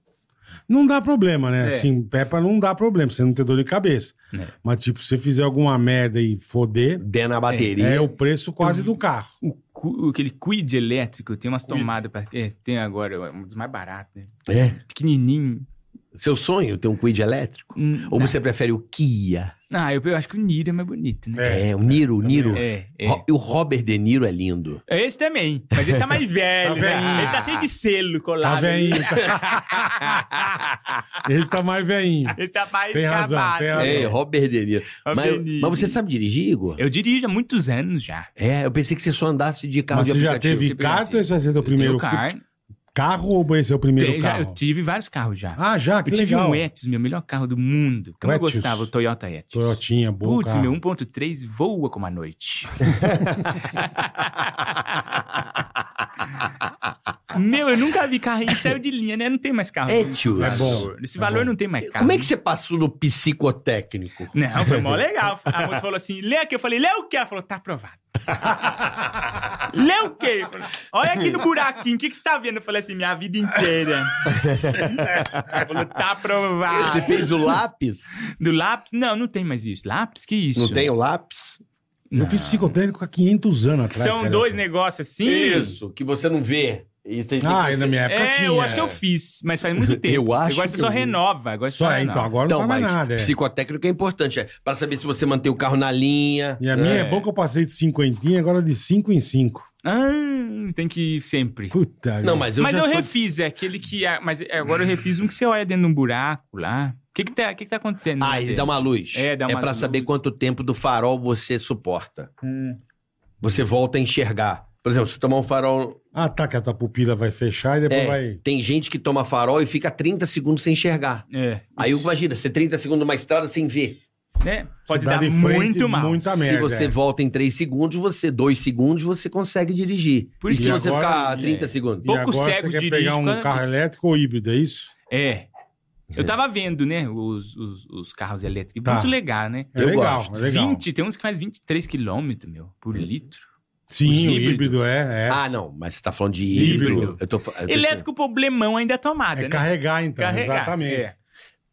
Speaker 3: Não dá problema, né?
Speaker 4: É.
Speaker 3: Assim, é pra não dar problema, você não ter dor de cabeça.
Speaker 4: É.
Speaker 3: Mas, tipo, se você fizer alguma merda e foder,
Speaker 2: Dê na bateria.
Speaker 3: é o preço
Speaker 4: um
Speaker 3: quase do carro.
Speaker 4: O, cu- aquele quid elétrico, tem umas tomadas pra. É, tem agora, é um dos mais baratos, né?
Speaker 2: É.
Speaker 4: Pequenininho.
Speaker 2: Seu sonho ter um quid elétrico?
Speaker 4: Hum,
Speaker 3: né?
Speaker 2: Ou você prefere o Kia?
Speaker 4: Ah, eu, eu acho que o Niro é mais bonito, né?
Speaker 2: É, o Niro, o Niro.
Speaker 4: É, é.
Speaker 2: Ro- E o Robert De Niro é lindo.
Speaker 4: Esse também, mas esse tá mais velho.
Speaker 3: Tá
Speaker 4: né?
Speaker 3: velhinho.
Speaker 4: Ele tá cheio de selo
Speaker 3: Tá
Speaker 4: colado. ali.
Speaker 3: velhinho. Esse tá mais velhinho.
Speaker 4: Ele tá mais
Speaker 3: Tem razão,
Speaker 4: acabado. É,
Speaker 3: tem razão.
Speaker 2: É, Robert De Niro.
Speaker 4: Robert
Speaker 2: mas,
Speaker 4: De Niro.
Speaker 2: mas você sabe dirigir, Igor?
Speaker 4: Eu dirijo há muitos anos já.
Speaker 2: É, eu pensei que você só andasse de carro
Speaker 3: Mas
Speaker 2: de
Speaker 3: você já
Speaker 2: aplicativo.
Speaker 3: teve
Speaker 4: tipo,
Speaker 3: carro ou esse vai ser teu
Speaker 4: Eu tenho
Speaker 3: primeiro
Speaker 4: carro.
Speaker 3: Carro ou esse é o primeiro
Speaker 4: Tem- já-
Speaker 3: carro?
Speaker 4: eu tive vários carros já.
Speaker 3: Ah, já, que
Speaker 4: eu tive
Speaker 3: legal.
Speaker 4: um Etios, meu melhor carro do mundo. Como eu
Speaker 3: Etios.
Speaker 4: gostava, o Toyota Etios.
Speaker 3: Toyotinha, bom
Speaker 4: Putz,
Speaker 3: carro.
Speaker 4: meu 1.3 voa como a noite. meu, eu nunca vi carrinho que saiu de linha, né? Não tem mais carro.
Speaker 2: Étios.
Speaker 3: É bom.
Speaker 4: Esse
Speaker 3: É
Speaker 4: valor
Speaker 3: bom.
Speaker 4: não tem mais carro.
Speaker 2: Como é que você passou no psicotécnico?
Speaker 3: Né.
Speaker 4: Não, foi mó legal. A moça falou assim, lê aqui. Eu falei, lê o quê? Ela falou, tá aprovado. lê o quê? Eu falei, Olha aqui no buraquinho, o que, que você tá vendo? Eu falei assim, minha vida inteira. Ela falou, tá aprovado.
Speaker 2: Você fez o lápis?
Speaker 4: Do lápis? Não, não tem mais isso. Lápis? Que isso?
Speaker 2: Não tem o lápis?
Speaker 3: Eu fiz psicotécnico há 500 anos atrás.
Speaker 4: um- São
Speaker 3: cara.
Speaker 4: dois negócios assim?
Speaker 2: Isso, que você não vê. E tem- tem
Speaker 3: Ah,
Speaker 2: que-
Speaker 3: ainda na minha época
Speaker 4: É,
Speaker 3: tinha.
Speaker 4: eu acho que eu fiz, mas faz muito tempo.
Speaker 2: Eu acho
Speaker 4: Agora você
Speaker 2: que
Speaker 4: só
Speaker 2: eu-
Speaker 4: renova. Agora você
Speaker 3: Só, é, então, agora
Speaker 2: Então,
Speaker 3: não faz
Speaker 2: mas
Speaker 3: mais nada. É.
Speaker 2: psicotécnico é importante. É, para saber se você mantém o carro na linha.
Speaker 3: E a minha é.
Speaker 4: É.
Speaker 3: bom que eu passei de cinquentinha, agora de cinco em cinco.
Speaker 4: Ah, tem que ir sempre.
Speaker 3: Puta.
Speaker 2: Não,
Speaker 3: vida.
Speaker 2: mas eu
Speaker 4: mas
Speaker 2: já
Speaker 4: eu
Speaker 2: sou...
Speaker 4: refiz, é aquele que. ah, Mas agora eu refiz um que você olha dentro de um buraco lá. O que que tá, que que tá acontecendo? lá
Speaker 2: Ah, ele
Speaker 4: dentro?
Speaker 2: dá uma luz.
Speaker 4: É, dá
Speaker 2: É
Speaker 4: umas
Speaker 2: pra saber
Speaker 4: luzes.
Speaker 2: quanto tempo do farol você suporta. Você volta a enxergar. Por exemplo, se você tomar um farol...
Speaker 3: Ah, tá, que a tua pupila vai fechar e depois
Speaker 2: É,
Speaker 3: vai.
Speaker 2: tem gente que toma farol e fica 30 segundos sem enxergar.
Speaker 4: É.
Speaker 2: Aí imagina, você 30 segundos numa estrada sem ver.
Speaker 4: né? Pode
Speaker 3: dá
Speaker 4: dar
Speaker 3: de frente,
Speaker 4: muito mal.
Speaker 3: muita
Speaker 2: se
Speaker 3: merda,
Speaker 2: você
Speaker 3: é.
Speaker 2: volta em 3 segundos, você 2 segundos, você consegue dirigir.
Speaker 4: Por
Speaker 2: e tá
Speaker 4: isso
Speaker 2: se
Speaker 3: que
Speaker 2: você
Speaker 3: agora-
Speaker 2: ficar
Speaker 4: é.
Speaker 2: 30 segundos?
Speaker 3: E
Speaker 4: Pouco
Speaker 3: agora
Speaker 4: cego
Speaker 3: você quer
Speaker 4: dirige
Speaker 3: pegar
Speaker 4: por
Speaker 3: um
Speaker 4: causa
Speaker 3: carro
Speaker 4: disso.
Speaker 3: elétrico ou híbrido, é isso?
Speaker 4: É. Eu tava vendo, né? Os, os, os carros elétricos.
Speaker 3: Tá.
Speaker 4: Muito legal, né?
Speaker 3: É
Speaker 2: Eu
Speaker 3: legal,
Speaker 2: gosto.
Speaker 3: é legal.
Speaker 4: 20, tem uns que faz 23 quilômetros, meu, por litro.
Speaker 3: Sim,
Speaker 4: Os
Speaker 3: o
Speaker 4: híbrido.
Speaker 3: híbrido é. é.
Speaker 2: Ah, não, mas você tá falando de híbrido.
Speaker 3: Híbrido.
Speaker 2: Eu tô, fa- eu tô
Speaker 4: Elétrico, o problemão ainda é a tomada,
Speaker 3: é
Speaker 4: né?
Speaker 3: carregar, então.
Speaker 4: Carregar,
Speaker 3: Exatamente.
Speaker 4: é.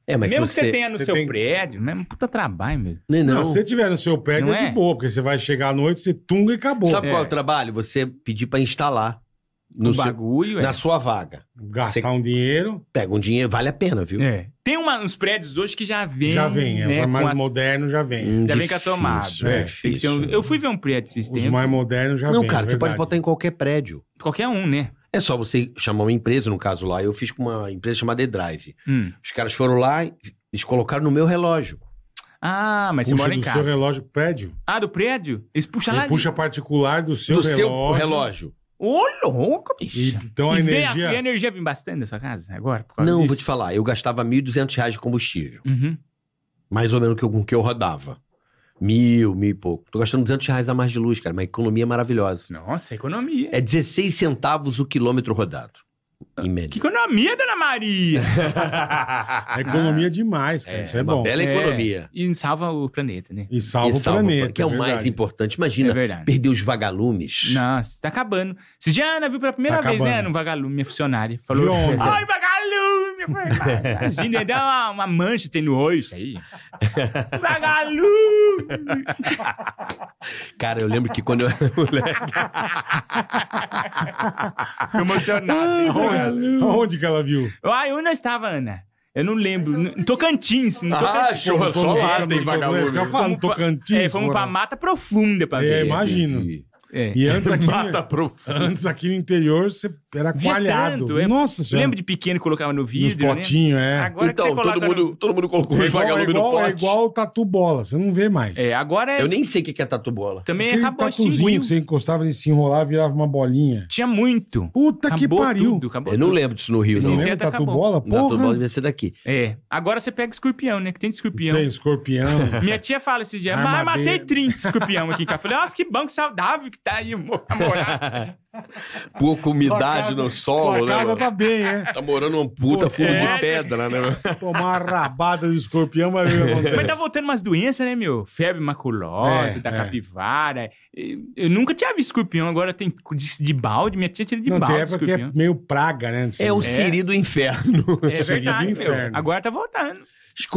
Speaker 2: É, mas
Speaker 4: mesmo
Speaker 2: se você...
Speaker 4: que você tenha no
Speaker 3: você
Speaker 4: seu
Speaker 3: tem-
Speaker 4: prédio, né? Um puta trabalho, meu.
Speaker 2: Não,
Speaker 3: Não,
Speaker 2: não.
Speaker 3: se você tiver no seu pé,
Speaker 4: Não
Speaker 3: é
Speaker 4: é?
Speaker 3: de boa, porque você vai chegar à noite, você tunga e acabou.
Speaker 2: Sabe qual é
Speaker 4: É.
Speaker 2: o trabalho? Você pedir pra instalar no
Speaker 4: o
Speaker 2: seu-
Speaker 4: Um bagulho é.
Speaker 2: na sua vaga.
Speaker 3: Gastar
Speaker 2: Você-
Speaker 3: um dinheiro,
Speaker 2: Pega um dinheiro, vale a pena, viu?
Speaker 4: é. é. Tem uma- uns prédios hoje que já vem.
Speaker 3: já vem. é Os
Speaker 4: né, com
Speaker 3: mais
Speaker 4: a-
Speaker 3: modernos já vem.
Speaker 2: Hum,
Speaker 4: Já vem com a
Speaker 2: difícil,
Speaker 4: tomada.
Speaker 3: é
Speaker 4: Tem que ser um-
Speaker 2: difícil.
Speaker 4: Eu fui ver um prédio esses
Speaker 3: Os
Speaker 4: tempos.
Speaker 3: mais modernos já vem.
Speaker 2: Não, cara,
Speaker 3: é
Speaker 2: você pode
Speaker 3: verdade.
Speaker 2: botar em qualquer prédio.
Speaker 4: Qualquer um, né?
Speaker 2: É só você chamar uma empresa, no caso lá, eu fiz com uma empresa chamada E-Drive.
Speaker 4: Hum.
Speaker 2: Os caras foram lá, e eles colocaram no meu relógio.
Speaker 4: Ah, mas
Speaker 3: Puxa
Speaker 4: você mora em
Speaker 3: do seu
Speaker 4: casa.
Speaker 3: relógio pro prédio.
Speaker 4: Ah, do prédio? Eles puxam lá.
Speaker 3: Ele puxa particular do seu
Speaker 2: do seu
Speaker 3: relógio.
Speaker 2: relógio.
Speaker 4: Ô, louco,
Speaker 3: E,
Speaker 4: bicho.
Speaker 3: então a
Speaker 4: e vem
Speaker 3: energia.
Speaker 4: a, e a energia vem bastante da sua casa agora? Por causa
Speaker 2: Não,
Speaker 4: disso?
Speaker 2: vou te falar, eu gastava R$ 1.200 reais de combustível.
Speaker 4: Uhum.
Speaker 2: Mais ou menos que eu- com o que eu rodava. Mil, mil e pouco. Tô gastando 200 reais a mais de luz, cara. Uma economia maravilhosa.
Speaker 4: Nossa, economia.
Speaker 2: É 16 centavos o quilômetro rodado. Em
Speaker 4: Ah, Que
Speaker 2: média.
Speaker 4: economia, dona Maria!
Speaker 3: É economia demais, cara. isso é,
Speaker 2: uma
Speaker 3: bom.
Speaker 2: bela
Speaker 4: É.
Speaker 2: economia.
Speaker 4: e salva o planeta, né?
Speaker 3: E salva
Speaker 2: E
Speaker 3: o
Speaker 2: salva o
Speaker 3: planeta.
Speaker 2: que é o mais
Speaker 3: verdade.
Speaker 2: importante.
Speaker 4: É
Speaker 2: Imagina,
Speaker 4: verdade.
Speaker 2: perder os vagalumes.
Speaker 4: Nossa, tá acabando. Se Diana viu pela primeira
Speaker 3: Tá
Speaker 4: vez, né?
Speaker 3: acabando.
Speaker 4: No vagalume, minha funcionária. Falou:
Speaker 3: Viu onde?
Speaker 4: Ai, vagalume! Eu falei, "Vai, Imagina, dá uma, uma mancha tem no olho isso aí. vagalume!
Speaker 2: Cara, eu lembro que quando eu era moleque.
Speaker 4: Tô emocionado.
Speaker 3: Aonde? Aonde que ela viu?
Speaker 4: Ai, onde nós estava, Ana? Eu não lembro. Em Tocantins. Em Tocantins.
Speaker 2: Ah, show,
Speaker 3: Quando
Speaker 2: só lá
Speaker 3: era
Speaker 2: tem
Speaker 3: no Tocantins,
Speaker 2: vagalume.
Speaker 3: que Eu falo,
Speaker 4: Fomos pra-
Speaker 3: um Tocantins.
Speaker 4: É, fomos pra
Speaker 3: moral.
Speaker 4: mata profunda pra
Speaker 3: É,
Speaker 4: ver.
Speaker 3: imagino.
Speaker 2: Entendi.
Speaker 4: É.
Speaker 3: E antes aqui,
Speaker 2: Mata profunda.
Speaker 3: antes aqui no interior, você era
Speaker 4: Via
Speaker 3: coalhado.
Speaker 4: tanto, é.
Speaker 3: Nossa senhora.
Speaker 4: Lembra de pequeno que colocava no
Speaker 3: Nos
Speaker 4: vidro, né?
Speaker 3: potinhos, é.
Speaker 4: Agora que você
Speaker 2: Então, todo
Speaker 4: coloca no-
Speaker 2: mundo, todo mundo colocou
Speaker 3: É
Speaker 2: os
Speaker 3: igual, é
Speaker 2: vagalumes no
Speaker 3: igual,
Speaker 2: pote.
Speaker 3: é igual o tatu bola, você não vê mais.
Speaker 4: É, agora é...
Speaker 2: Eu nem sei o que que é tatu bola.
Speaker 4: Também
Speaker 3: Aquele
Speaker 4: acabou
Speaker 3: tatuzinho
Speaker 4: extinguiu.
Speaker 3: que você encostava e se enrolava virava uma bolinha.
Speaker 4: Tinha muito.
Speaker 3: Puta
Speaker 4: acabou
Speaker 3: que pariu.
Speaker 4: tudo, acabou
Speaker 2: Eu não
Speaker 4: tudo.
Speaker 2: lembro disso no Rio,
Speaker 4: Esse
Speaker 2: não.
Speaker 3: Não
Speaker 4: inseto
Speaker 3: lembra tatu
Speaker 4: acabou.
Speaker 3: bola?
Speaker 2: Tatu bola
Speaker 3: Porra.
Speaker 2: devia ser daqui.
Speaker 4: É. Agora você pega escorpião, né? Que tem de escorpião.
Speaker 3: Tem escorpião.
Speaker 4: Minha tia fala esse dia, mas eu
Speaker 3: Armadeira.
Speaker 4: matei 30 escorpião aqui em casa. Eu Falei, nossa, que banco saudável que tá aí, amor.
Speaker 2: Pouca umidade
Speaker 3: casa-
Speaker 2: no
Speaker 3: Sua
Speaker 2: solo, né?
Speaker 3: casa
Speaker 2: mano?
Speaker 3: tá bem, é.
Speaker 2: Tá morando um puta fundo
Speaker 4: É.
Speaker 2: de pedra, né? mano?
Speaker 3: Tomar uma rabada do escorpião, vai ver o que acontece.
Speaker 4: Mas tá voltando umas doenças, né, meu? Febre maculosa,
Speaker 3: É,
Speaker 4: da
Speaker 3: é.
Speaker 4: capivara. E Eu nunca tinha visto escorpião, agora tem de, de balde. Minha tia tira de
Speaker 3: Não, tem
Speaker 4: balde
Speaker 3: época que é
Speaker 4: escorpião.
Speaker 3: meio praga, né?
Speaker 2: É o
Speaker 3: Assim,
Speaker 2: Siri do inferno.
Speaker 3: Seria
Speaker 4: É
Speaker 3: do
Speaker 4: verdade, meu.
Speaker 3: inferno.
Speaker 4: Agora tá voltando.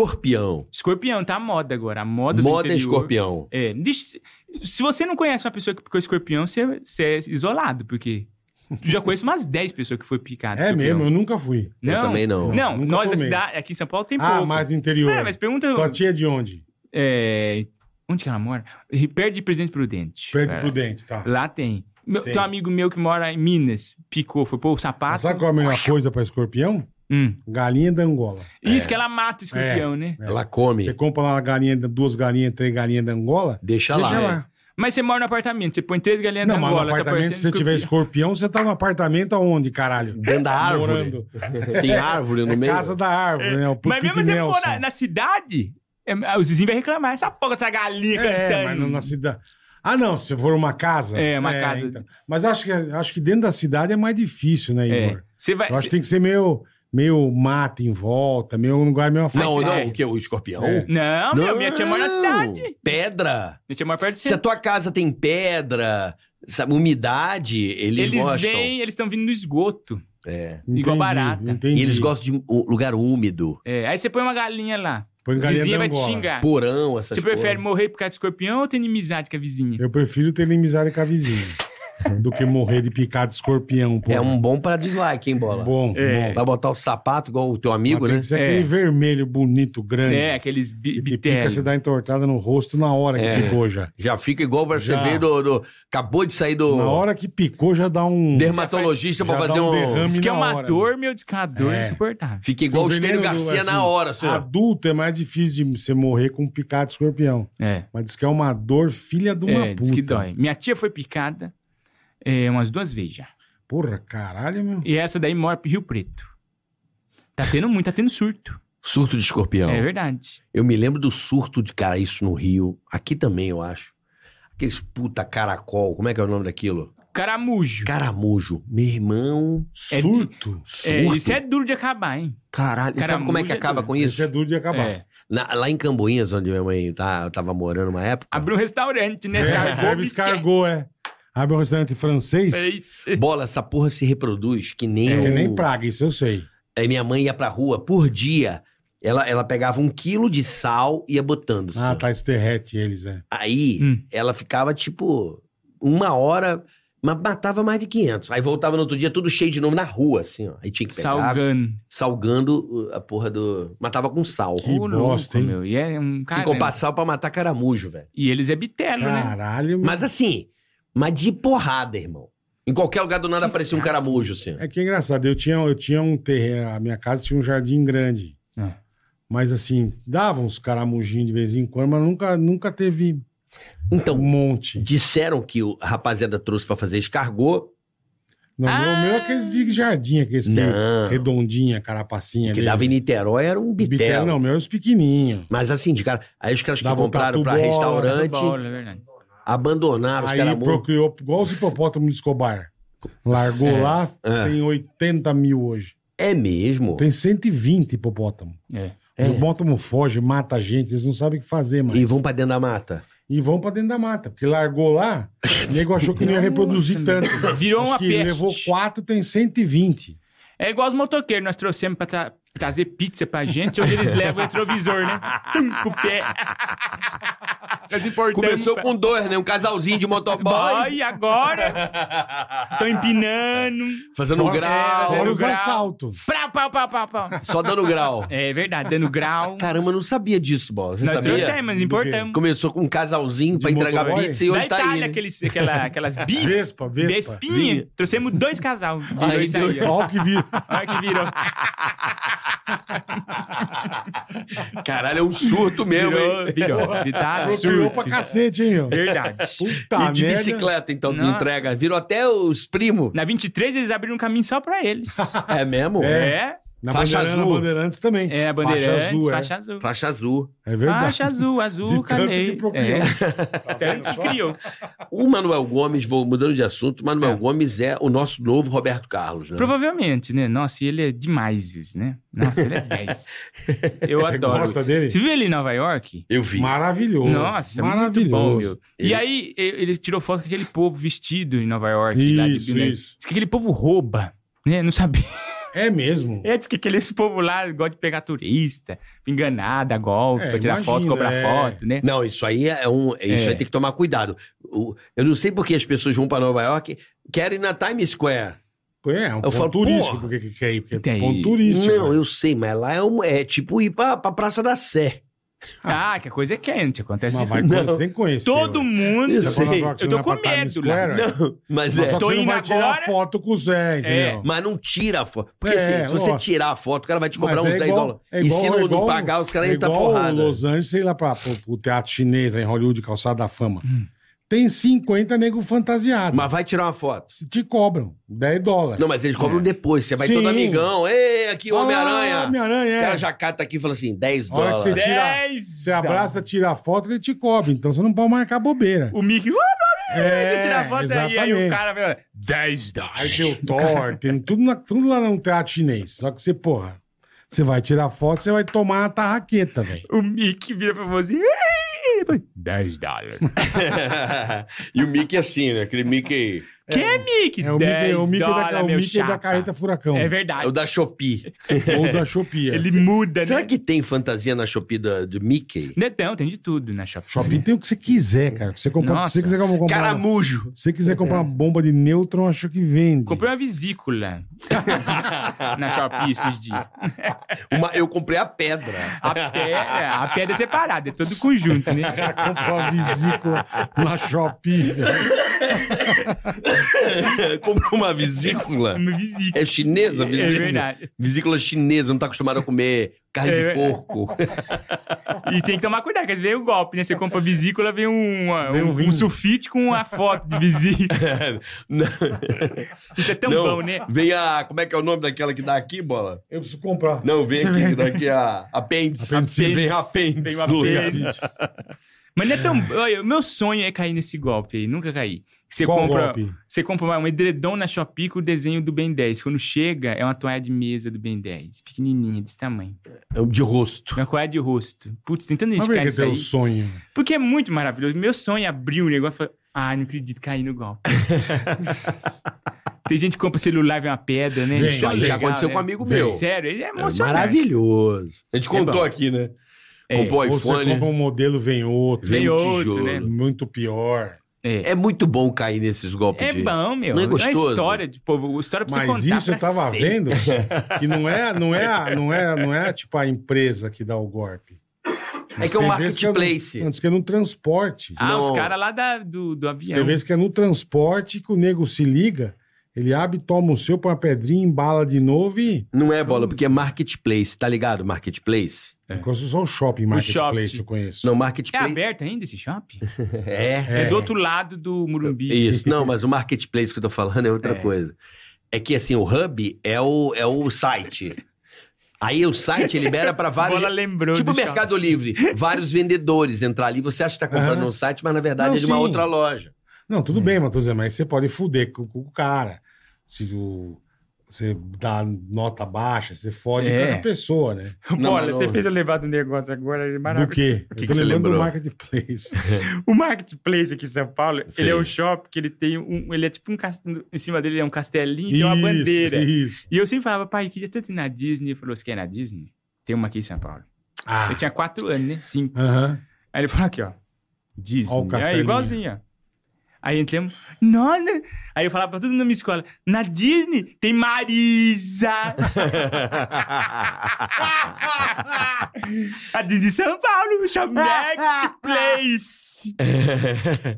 Speaker 2: Escorpião.
Speaker 4: Escorpião, tá a moda agora. A moda,
Speaker 2: Moda
Speaker 4: do interior.
Speaker 2: escorpião.
Speaker 4: É. deixa- Se você não conhece uma pessoa que picou escorpião, você, você é isolado, porque... eu Já conheço umas 10 pessoas que foi picadas.
Speaker 3: É
Speaker 4: escorpião.
Speaker 3: mesmo, eu nunca fui.
Speaker 2: Eu também não.
Speaker 4: Não,
Speaker 3: Nunca
Speaker 4: nós da
Speaker 3: tomei.
Speaker 4: cidade, aqui em São Paulo tem
Speaker 3: Ah,
Speaker 4: pouco.
Speaker 3: mais no interior.
Speaker 4: É, mas pergunta.
Speaker 3: Tua tia é de onde?
Speaker 4: é, onde que ela mora? Perto de Presidente Prudente.
Speaker 3: Perde
Speaker 4: É,
Speaker 3: pro dente, tá.
Speaker 4: Lá tem. Meu-
Speaker 3: Tem.
Speaker 4: tem um amigo meu que mora em Minas. Picou, foi pôr o sapato.
Speaker 3: Sabe qual é a melhor coisa pra escorpião?
Speaker 4: Hum.
Speaker 3: Galinha da Angola.
Speaker 4: Isso que ela mata o escorpião,
Speaker 3: É.
Speaker 4: né?
Speaker 2: Ela come,
Speaker 3: Você compra lá uma galinha, duas galinhas, três galinhas da Angola.
Speaker 2: deixa,
Speaker 3: deixa
Speaker 2: lá.
Speaker 3: lá.
Speaker 4: Mas você mora no apartamento, você põe três galinhas
Speaker 3: Não,
Speaker 4: na
Speaker 3: mas no
Speaker 4: bola, tá
Speaker 3: apartamento,
Speaker 4: parecendo
Speaker 3: se você tiver
Speaker 4: escorpião.
Speaker 3: escorpião, você tá no apartamento aonde, caralho?
Speaker 2: Dentro da árvore.
Speaker 3: Morando.
Speaker 2: Tem árvore no
Speaker 3: É
Speaker 2: meio.
Speaker 3: casa da árvore, né? O
Speaker 4: Mas
Speaker 3: Pukit
Speaker 4: mesmo você
Speaker 3: Nelson.
Speaker 4: morar na cidade, é, os vizinhos vão reclamar. Essa porra dessa galinha
Speaker 3: É, mas
Speaker 4: cantando.
Speaker 3: não na cidade. Ah, não, se for uma casa. então.
Speaker 4: É, uma casa.
Speaker 3: Mas acho que, acho que dentro da cidade é mais difícil, né,
Speaker 4: É,
Speaker 3: Igor?
Speaker 4: Você vai.
Speaker 3: Eu acho
Speaker 4: você-
Speaker 3: que tem que ser meio, meio mato em volta, meio um lugar meio
Speaker 2: Não,
Speaker 3: afastado.
Speaker 2: não, o que? O escorpião?
Speaker 3: É.
Speaker 4: Não, Ah, meu, minha tia mora na cidade.
Speaker 2: Pedra.
Speaker 4: Minha tia mora perto de
Speaker 2: Se a
Speaker 4: você.
Speaker 2: tua casa tem pedra, sabe, umidade, eles,
Speaker 4: Eles,
Speaker 2: gostam.
Speaker 4: vêm, eles estão vindo no esgoto.
Speaker 2: É.
Speaker 4: Igual barata.
Speaker 2: E
Speaker 3: Entendi.
Speaker 2: eles gostam de um lugar úmido,
Speaker 4: É, aí você põe uma galinha lá.
Speaker 3: Põe
Speaker 4: O
Speaker 3: galinha
Speaker 4: vizinho
Speaker 3: da
Speaker 4: vai te
Speaker 3: Angola.
Speaker 4: xingar.
Speaker 2: porão, essas
Speaker 4: Você
Speaker 2: coisas.
Speaker 4: Ah. prefere morrer por causa de escorpião ou ter inimizade com a vizinha?
Speaker 3: Eu prefiro ter inimizade com a vizinha do que morrer de picado de escorpião. Pô. Tá
Speaker 2: É um bom pra dislike, hein, bola?
Speaker 3: Bom,
Speaker 4: É.
Speaker 3: bom.
Speaker 2: Vai botar o sapato igual o teu
Speaker 3: Mas
Speaker 2: amigo,
Speaker 3: tem
Speaker 2: né?
Speaker 3: que ser aquele
Speaker 4: É.
Speaker 3: vermelho bonito, grande.
Speaker 4: É, aqueles bi
Speaker 3: que pica, você
Speaker 4: bitelhos.
Speaker 3: dá entortada no rosto na hora que
Speaker 2: É.
Speaker 3: picou já.
Speaker 2: Já fica igual pra você
Speaker 3: Já.
Speaker 2: ver do, do- Acabou de sair do
Speaker 3: Na hora que picou já dá um...
Speaker 2: dermatologista
Speaker 3: Já
Speaker 2: pra
Speaker 3: dá
Speaker 2: fazer
Speaker 3: um
Speaker 2: um.
Speaker 3: derrame.
Speaker 4: Diz que é
Speaker 3: na
Speaker 4: uma
Speaker 3: hora,
Speaker 4: dor, meu, descador
Speaker 3: É.
Speaker 4: insuportável.
Speaker 2: Fica igual o
Speaker 3: Porque
Speaker 2: Estênio
Speaker 3: veneno do-
Speaker 2: Garcia na
Speaker 3: assim,
Speaker 2: hora, senhor.
Speaker 3: Adulto é mais difícil de você morrer com um picado de escorpião.
Speaker 4: É.
Speaker 3: Mas diz que é uma dor filha de uma
Speaker 4: é,
Speaker 3: puta.
Speaker 4: diz que dói. Minha tia foi picada é, umas duas vezes já.
Speaker 3: Porra, caralho, meu.
Speaker 4: E essa daí mora pro Rio Preto. Tá tendo muito, tá tendo surto.
Speaker 2: Surto de escorpião.
Speaker 4: É verdade.
Speaker 2: Eu me lembro do surto de cara isso no Rio. Aqui também, eu acho. Aqueles puta caracol. Como é que é o nome daquilo?
Speaker 4: Caramujo.
Speaker 2: Caramujo. Meu irmão.
Speaker 4: É-
Speaker 3: Surto.
Speaker 2: Surto.
Speaker 4: É, isso é duro de acabar, hein?
Speaker 2: Caralho. E Sabe
Speaker 4: Caramujo
Speaker 2: como é que
Speaker 4: é
Speaker 2: acaba
Speaker 4: doido.
Speaker 2: com
Speaker 3: Isso
Speaker 2: isso?
Speaker 3: é duro de acabar.
Speaker 4: É.
Speaker 2: Na- lá em Camboinhas, onde minha mãe tá, tava morando uma época.
Speaker 4: Abriu um restaurante, né?
Speaker 3: É,
Speaker 4: Escargou,
Speaker 3: serve escargot, é. Abre um restaurante francês. É
Speaker 4: Fez.
Speaker 2: Bola, essa porra se reproduz que nem.
Speaker 4: É,
Speaker 3: que
Speaker 2: um-
Speaker 3: nem praga, isso eu sei.
Speaker 2: Aí minha mãe ia pra rua por dia. Ela, ela pegava um quilo de sal e ia botando.
Speaker 3: Ah,
Speaker 2: assim.
Speaker 3: tá, isso derrete eles, é.
Speaker 2: Aí
Speaker 4: Hum.
Speaker 2: ela ficava tipo uma hora, mas matava mais de 500. Aí voltava no outro dia tudo cheio de novo na rua, assim, ó. Aí tinha que pegar,
Speaker 4: Salgando.
Speaker 2: salgando uh, a porra do. Matava com sal.
Speaker 3: Que
Speaker 4: Ô, louco,
Speaker 3: bosta, hein?
Speaker 4: meu. E é um cara.
Speaker 2: Tinha que comprar sal pra matar caramujo, velho.
Speaker 4: E eles é bitelo, né?
Speaker 3: Caralho, meu.
Speaker 2: Mas assim, mas de porrada, irmão. Em qualquer lugar do nada
Speaker 4: Que
Speaker 2: aparecia um
Speaker 4: saco.
Speaker 2: caramujo, assim.
Speaker 3: É que é engraçado, eu tinha, eu tinha um terreno, a minha casa tinha um jardim grande.
Speaker 4: É.
Speaker 2: Ah.
Speaker 3: Mas assim, dava uns caramujinhos de vez em quando, mas nunca, nunca teve um
Speaker 2: Então,
Speaker 3: monte.
Speaker 2: disseram que o a rapaziada trouxe pra fazer escargot,
Speaker 3: Não,
Speaker 4: Ah!
Speaker 3: O meu é aqueles de jardim, aqueles que é
Speaker 2: Não.
Speaker 3: redondinha, carapacinha.
Speaker 2: que
Speaker 3: ali.
Speaker 2: dava em Niterói, era um
Speaker 3: Bitelo,
Speaker 2: bitelo.
Speaker 3: Não, o meu é os pequenininhos.
Speaker 2: Mas assim, de cara, aí os caras que
Speaker 3: Dava um
Speaker 2: compraram pra
Speaker 3: tatu-bola,
Speaker 2: restaurante,
Speaker 4: Bola, é verdade.
Speaker 2: abandonaram Ah, os
Speaker 3: Aí
Speaker 2: caramujos.
Speaker 3: procriou, igual os hipopótamos de Escobar. Largou
Speaker 4: Sério?
Speaker 3: lá,
Speaker 2: Ah.
Speaker 3: tem 80 mil hoje.
Speaker 2: É mesmo?
Speaker 3: Tem 120 hipopótamo.
Speaker 4: É.
Speaker 2: É.
Speaker 3: Os hipopótamos fogem, mata a gente, eles não sabem o que fazer mais.
Speaker 2: E vão pra dentro da mata.
Speaker 3: e vão pra dentro da mata. Porque largou lá, o nego achou que não ia
Speaker 4: Nossa,
Speaker 3: reproduzir
Speaker 4: meu.
Speaker 3: tanto.
Speaker 4: Virou
Speaker 3: Acho
Speaker 4: uma
Speaker 3: que
Speaker 4: peste.
Speaker 3: levou quatro, tem 120.
Speaker 4: É igual os motoqueiros, nós trouxemos pra tra- trazer pizza pra gente, hoje eles levam o retrovisor, né? Tum, com o pé. Nós importamos.
Speaker 2: Começou
Speaker 4: pra-
Speaker 2: com dois, né? Um casalzinho de motoboy.
Speaker 4: Boy, agora estão empinando.
Speaker 2: Fazendo um
Speaker 4: Fora-
Speaker 2: grau.
Speaker 4: Zero
Speaker 3: Fora os
Speaker 4: grau.
Speaker 3: assaltos.
Speaker 4: Pra, pau, pau, pau, pau.
Speaker 2: Só dando grau.
Speaker 4: É verdade, dando grau.
Speaker 2: Caramba, eu não sabia disso, Bola. Você
Speaker 4: Nós
Speaker 2: sabia?
Speaker 4: trouxemos, mas importamos.
Speaker 2: Começou com um casalzinho pra
Speaker 3: De
Speaker 2: entregar
Speaker 3: motoboy?
Speaker 2: pizza e
Speaker 4: Da
Speaker 2: hoje tá aí.
Speaker 4: Itália,
Speaker 2: né?
Speaker 4: aqueles, aquela, aquelas bis.
Speaker 3: Vespa, vespa.
Speaker 4: Vespinha. Trouxemos dois casal. Virou
Speaker 2: Aí
Speaker 4: isso aí, ó.
Speaker 3: Olha o que vi.
Speaker 4: Olha que virou.
Speaker 2: Caralho, é um surto mesmo, hein?
Speaker 4: Virou, virou. Tá
Speaker 3: Procriou
Speaker 4: surto.
Speaker 3: pra cacete, hein, meu?
Speaker 4: Verdade.
Speaker 3: Puta
Speaker 2: Ah, e de
Speaker 3: merda.
Speaker 2: bicicleta, então, tu
Speaker 4: Não.
Speaker 2: entrega. Virou até os primos.
Speaker 4: Na 23, eles abriram um caminho só pra eles.
Speaker 2: É mesmo?
Speaker 4: É,
Speaker 3: Na
Speaker 2: Faixa
Speaker 3: Bandeirantes,
Speaker 2: azul.
Speaker 3: na Bandeirantes também.
Speaker 4: é a Bandeirantes,
Speaker 3: Faixa azul,
Speaker 4: faixa azul. Faixa,
Speaker 2: Faixa azul.
Speaker 3: é. É verdade.
Speaker 4: azul, azul,
Speaker 3: De tanto que
Speaker 4: canei.
Speaker 3: procriou.
Speaker 4: é,
Speaker 3: Tá vendo
Speaker 4: tanto que
Speaker 3: só?
Speaker 4: criou.
Speaker 2: O Manuel Gomes, vou mudando de assunto, Manuel
Speaker 4: É.
Speaker 2: Gomes é o nosso novo Roberto Carlos, né?
Speaker 4: Provavelmente, né? Nossa, e ele é demais, né? Nossa, ele é 10. Eu
Speaker 3: Você
Speaker 4: adoro.
Speaker 3: gosta dele?
Speaker 4: Você viu ele em Nova York?
Speaker 2: Eu vi.
Speaker 3: Maravilhoso.
Speaker 4: Nossa, maravilhoso. E
Speaker 2: Ele-
Speaker 4: aí, e- ele tirou foto com aquele povo vestido em Nova York. lá de
Speaker 3: Isso,
Speaker 4: Guiné.
Speaker 3: isso.
Speaker 4: Diz que aquele povo rouba, né? Não sabia.
Speaker 3: É mesmo.
Speaker 4: É, diz que aqueles povo lá gosta de pegar turista, enganada, golpe,
Speaker 3: É,
Speaker 4: pra tirar
Speaker 3: imagina,
Speaker 4: foto, cobrar
Speaker 3: é.
Speaker 4: foto, né?
Speaker 2: Não, isso aí é um. Isso
Speaker 4: É.
Speaker 2: aí tem que tomar cuidado. O- eu não sei porque as pessoas vão pra Nova York, querem ir na Times Square.
Speaker 3: É, um
Speaker 2: Eu
Speaker 3: ponto
Speaker 2: falo,
Speaker 3: turístico.
Speaker 2: porra.
Speaker 3: Por que que que é aí? Porque é
Speaker 4: Tem-
Speaker 3: ponto turístico.
Speaker 2: não, eu sei, mas lá é, um- é tipo ir pra, pra Praça da Sé.
Speaker 4: Ah, que a coisa é quente, acontece
Speaker 3: Mas
Speaker 4: de
Speaker 3: vai
Speaker 4: tudo.
Speaker 2: Não.
Speaker 3: conhecer, tem que conhecer.
Speaker 4: Todo
Speaker 3: ué.
Speaker 4: mundo.
Speaker 2: Eu
Speaker 3: Já quando
Speaker 2: sei.
Speaker 3: nós vamos
Speaker 4: Eu tô
Speaker 3: na
Speaker 4: com
Speaker 3: Times
Speaker 4: medo,
Speaker 3: Square, ué.
Speaker 2: Não, mas
Speaker 3: Mas
Speaker 2: é.
Speaker 3: só que
Speaker 4: Tô
Speaker 3: você não
Speaker 4: indo
Speaker 3: vai tirar
Speaker 4: agora.
Speaker 3: foto com o Zé, entendeu?
Speaker 2: Mas não tira a foto. Porque
Speaker 3: É,
Speaker 2: assim, se você
Speaker 3: lógico.
Speaker 2: tirar a foto, o cara vai te cobrar
Speaker 3: Mas
Speaker 2: uns
Speaker 3: é
Speaker 2: 10
Speaker 3: igual-
Speaker 2: dólares.
Speaker 3: é
Speaker 2: e se
Speaker 3: igual-
Speaker 2: não,
Speaker 3: é
Speaker 2: não
Speaker 3: igual-
Speaker 2: pagar, os caras
Speaker 3: é
Speaker 2: iam dar
Speaker 3: igual
Speaker 2: tá porrada.
Speaker 3: Los Angeles, sei lá, pra, pro, pro teatro chinês lá em Hollywood, calçada da fama. Tem 50 nego fantasiado.
Speaker 2: Mas vai tirar uma foto.
Speaker 3: Se te cobram 10 dólares.
Speaker 2: Não, mas eles cobram
Speaker 4: É.
Speaker 2: depois. Você vai
Speaker 3: Sim.
Speaker 2: todo amigão. Ei, aqui o
Speaker 3: Ah,
Speaker 2: Homem-Aranha.
Speaker 3: Homem-Aranha,
Speaker 2: o
Speaker 3: é.
Speaker 2: cara já cata aqui e fala assim, 10
Speaker 3: A hora que
Speaker 2: dólares.
Speaker 3: você tira-
Speaker 4: Dez
Speaker 3: Você abraça, tira a foto, ele te cobra. Então você não pode marcar bobeira.
Speaker 4: O Mickey. "Ah,
Speaker 3: É,
Speaker 4: Você tira a foto aí, aí o
Speaker 3: exatamente.
Speaker 4: cara vai. 10
Speaker 3: Aí
Speaker 4: dólares.
Speaker 3: tem o Thor, tem tudo, na- tudo lá no teatro chinês. Só que você, porra, você vai tirar foto, você vai tomar uma tarraqueta, velho.
Speaker 4: O Mickey vira pra você. assim, 10 dólares.
Speaker 2: e o Mickey assim, né? Aquele Mickey...
Speaker 4: Que é Mickey?
Speaker 3: É o Mickey,
Speaker 4: 10
Speaker 3: o Mickey,
Speaker 4: dólares,
Speaker 3: da, o
Speaker 4: meu
Speaker 3: Mickey da
Speaker 4: chapa.
Speaker 3: carreta furacão.
Speaker 4: É
Speaker 2: É
Speaker 4: verdade.
Speaker 2: o da Shopee.
Speaker 3: Ou da Shopee. é.
Speaker 4: Ele muda,
Speaker 2: Será
Speaker 4: né?
Speaker 2: que tem fantasia na Shopee da- do Mickey?
Speaker 4: Netão, tem de tudo na Shopee.
Speaker 3: Shopee tem o que você quiser, cara. Se você, comprar,
Speaker 4: Nossa. É.
Speaker 3: se você quiser comprar, uma,
Speaker 2: Caramujo!
Speaker 3: se você quiser comprar uma bomba de nêutron, acho que vende.
Speaker 4: Comprei uma vesícula na Shopee esses dias.
Speaker 2: Uma- eu comprei a pedra.
Speaker 4: A, pe- a pedra é separada, é todo conjunto, né?
Speaker 3: Comprou uma vesícula na Shopee, velho.
Speaker 2: comprei uma vesícula.
Speaker 4: Uma vesícula.
Speaker 2: É chinesa a
Speaker 4: É
Speaker 2: vesícula?
Speaker 4: verdade.
Speaker 2: vesícula chinesa, não tá acostumado a comer carne
Speaker 4: É
Speaker 2: de porco.
Speaker 4: E tem que tomar cuidado, porque às vezes vem o golpe, né? Você compra vesícula, vem um, uh,
Speaker 3: Vem um
Speaker 4: um,
Speaker 3: rim.
Speaker 4: um sulfite com a foto de vesícula.
Speaker 2: Não,
Speaker 4: Isso é tão
Speaker 2: não.
Speaker 4: bom, né?
Speaker 2: Vem a. Como é que é o nome daquela que dá aqui, bola?
Speaker 3: Eu preciso comprar.
Speaker 2: Não, vem
Speaker 4: Você
Speaker 2: aqui,
Speaker 4: vem-
Speaker 2: daqui a. Apêndice.
Speaker 3: Apêndice.
Speaker 2: Vem a apêndice.
Speaker 4: Vem o
Speaker 2: do lugar.
Speaker 4: apêndice. Mas não é tão. Olha, o meu sonho é cair nesse golpe aí, nunca caí. Você
Speaker 3: Qual
Speaker 4: compra.
Speaker 3: golpe?
Speaker 4: Você compra um edredom na Shopee com o desenho do Ben 10. Quando chega, é uma toalha de mesa do Ben 10. Pequenininha, desse tamanho.
Speaker 2: É um De rosto.
Speaker 4: Uma toalha de rosto. Putz, tem tanta gente
Speaker 3: Mas
Speaker 4: que
Speaker 3: por
Speaker 4: cai
Speaker 3: que
Speaker 4: nisso
Speaker 3: teu
Speaker 4: aí.
Speaker 3: sonho?
Speaker 4: Porque é muito maravilhoso. Meu sonho é abrir um negócio e falar... Ai, não acredito, caí no golpe. tem gente que compra celular e vê uma pedra, né?
Speaker 3: Vem,
Speaker 4: Isso
Speaker 2: Isso
Speaker 4: é
Speaker 2: aí já
Speaker 4: legal,
Speaker 2: aconteceu
Speaker 4: né?
Speaker 2: com um amigo
Speaker 3: Vem,
Speaker 2: meu.
Speaker 4: Sério, ele é
Speaker 2: É
Speaker 4: emocionante.
Speaker 2: maravilhoso. A gente
Speaker 4: É
Speaker 2: contou
Speaker 4: bom.
Speaker 2: aqui, né?
Speaker 4: É.
Speaker 2: Comprou
Speaker 3: Ou você
Speaker 2: iPhone.
Speaker 3: compra um modelo, vem outro.
Speaker 2: Vem
Speaker 4: Vem
Speaker 2: um
Speaker 4: outro,
Speaker 2: tijolo.
Speaker 4: né?
Speaker 3: Muito pior.
Speaker 4: É.
Speaker 2: É muito bom cair nesses golpes
Speaker 4: É
Speaker 2: de.
Speaker 4: bom, meu.
Speaker 2: Não é gostoso?
Speaker 4: Uma história, de povo, história é pra você
Speaker 3: Mas
Speaker 4: contar
Speaker 3: isso eu
Speaker 4: pra
Speaker 3: tava
Speaker 4: sempre.
Speaker 3: vendo que não é, não é, a- não é, não é tipo a empresa que dá o golpe.
Speaker 2: É que é um
Speaker 3: Tem vezes que é no-
Speaker 2: marketplace.
Speaker 3: Antes que é no transporte.
Speaker 4: Ah,
Speaker 2: Não.
Speaker 4: os caras lá da- do, do avião.
Speaker 3: Tem vezes que é no transporte que o nego se liga, ele abre, toma o seu, põe uma pedrinha, embala de novo e.
Speaker 2: Não é bola, porque é marketplace, tá ligado? Marketplace?
Speaker 4: É.
Speaker 3: Eu conheço só o um shopping marketplace,
Speaker 4: shopping.
Speaker 3: eu conheço.
Speaker 2: Não,
Speaker 4: É
Speaker 2: marketplace.
Speaker 4: aberto ainda esse shopping?
Speaker 2: É.
Speaker 4: É, do outro lado do Murumbi.
Speaker 2: Isso. Não, mas o marketplace que eu tô falando é outra
Speaker 4: É.
Speaker 2: coisa. É que assim, o hub é o, é o site. Aí o site libera pra vários.
Speaker 4: Bola lembrou
Speaker 2: Tipo
Speaker 4: do
Speaker 2: Mercado Livre, vários vendedores entrar ali. Você acha que tá comprando
Speaker 3: Aham.
Speaker 2: no site, mas na verdade
Speaker 3: Não,
Speaker 2: é de uma
Speaker 3: sim.
Speaker 2: outra loja.
Speaker 3: Não,
Speaker 2: Hum.
Speaker 3: tudo bem, Matheus, mas você pode fuder com, com o cara. Se o- você dá nota baixa, você fode
Speaker 4: É.
Speaker 3: com a pessoa, né?
Speaker 4: shopping.
Speaker 2: Não,
Speaker 4: Bola,
Speaker 2: mas
Speaker 4: você
Speaker 2: não.
Speaker 4: fez eu levar do negócio agora, é
Speaker 3: Do
Speaker 4: maravilhoso.
Speaker 3: quê? Eu
Speaker 2: que
Speaker 3: tô
Speaker 2: você
Speaker 3: lembrando do
Speaker 2: lembrou?
Speaker 3: marketplace.
Speaker 4: O Marketplace aqui em São Paulo,
Speaker 2: Sim.
Speaker 4: ele é um shopping que ele tem um... Ele é tipo um... cas- Em cima dele é um castelinho e tem uma
Speaker 3: Isso,
Speaker 4: bandeira.
Speaker 3: Isso.
Speaker 4: E eu sempre falava, pai, eu queria tanto ir na Disney. Ele falou, você quer ir na Disney? Tem uma aqui em São Paulo.
Speaker 3: Ah.
Speaker 4: Eu tinha quatro anos, né? Cinco.
Speaker 3: Aham.
Speaker 4: Aí ele falou aqui, ó. Disney.
Speaker 3: Ó o
Speaker 4: Aí,
Speaker 3: castelinho.
Speaker 4: igualzinho, ó. Aí entramos. Nossa! Aí eu falava pra todo mundo na minha escola: na Disney tem Marisa! a Disney É São Paulo, chama Marketplace!
Speaker 3: É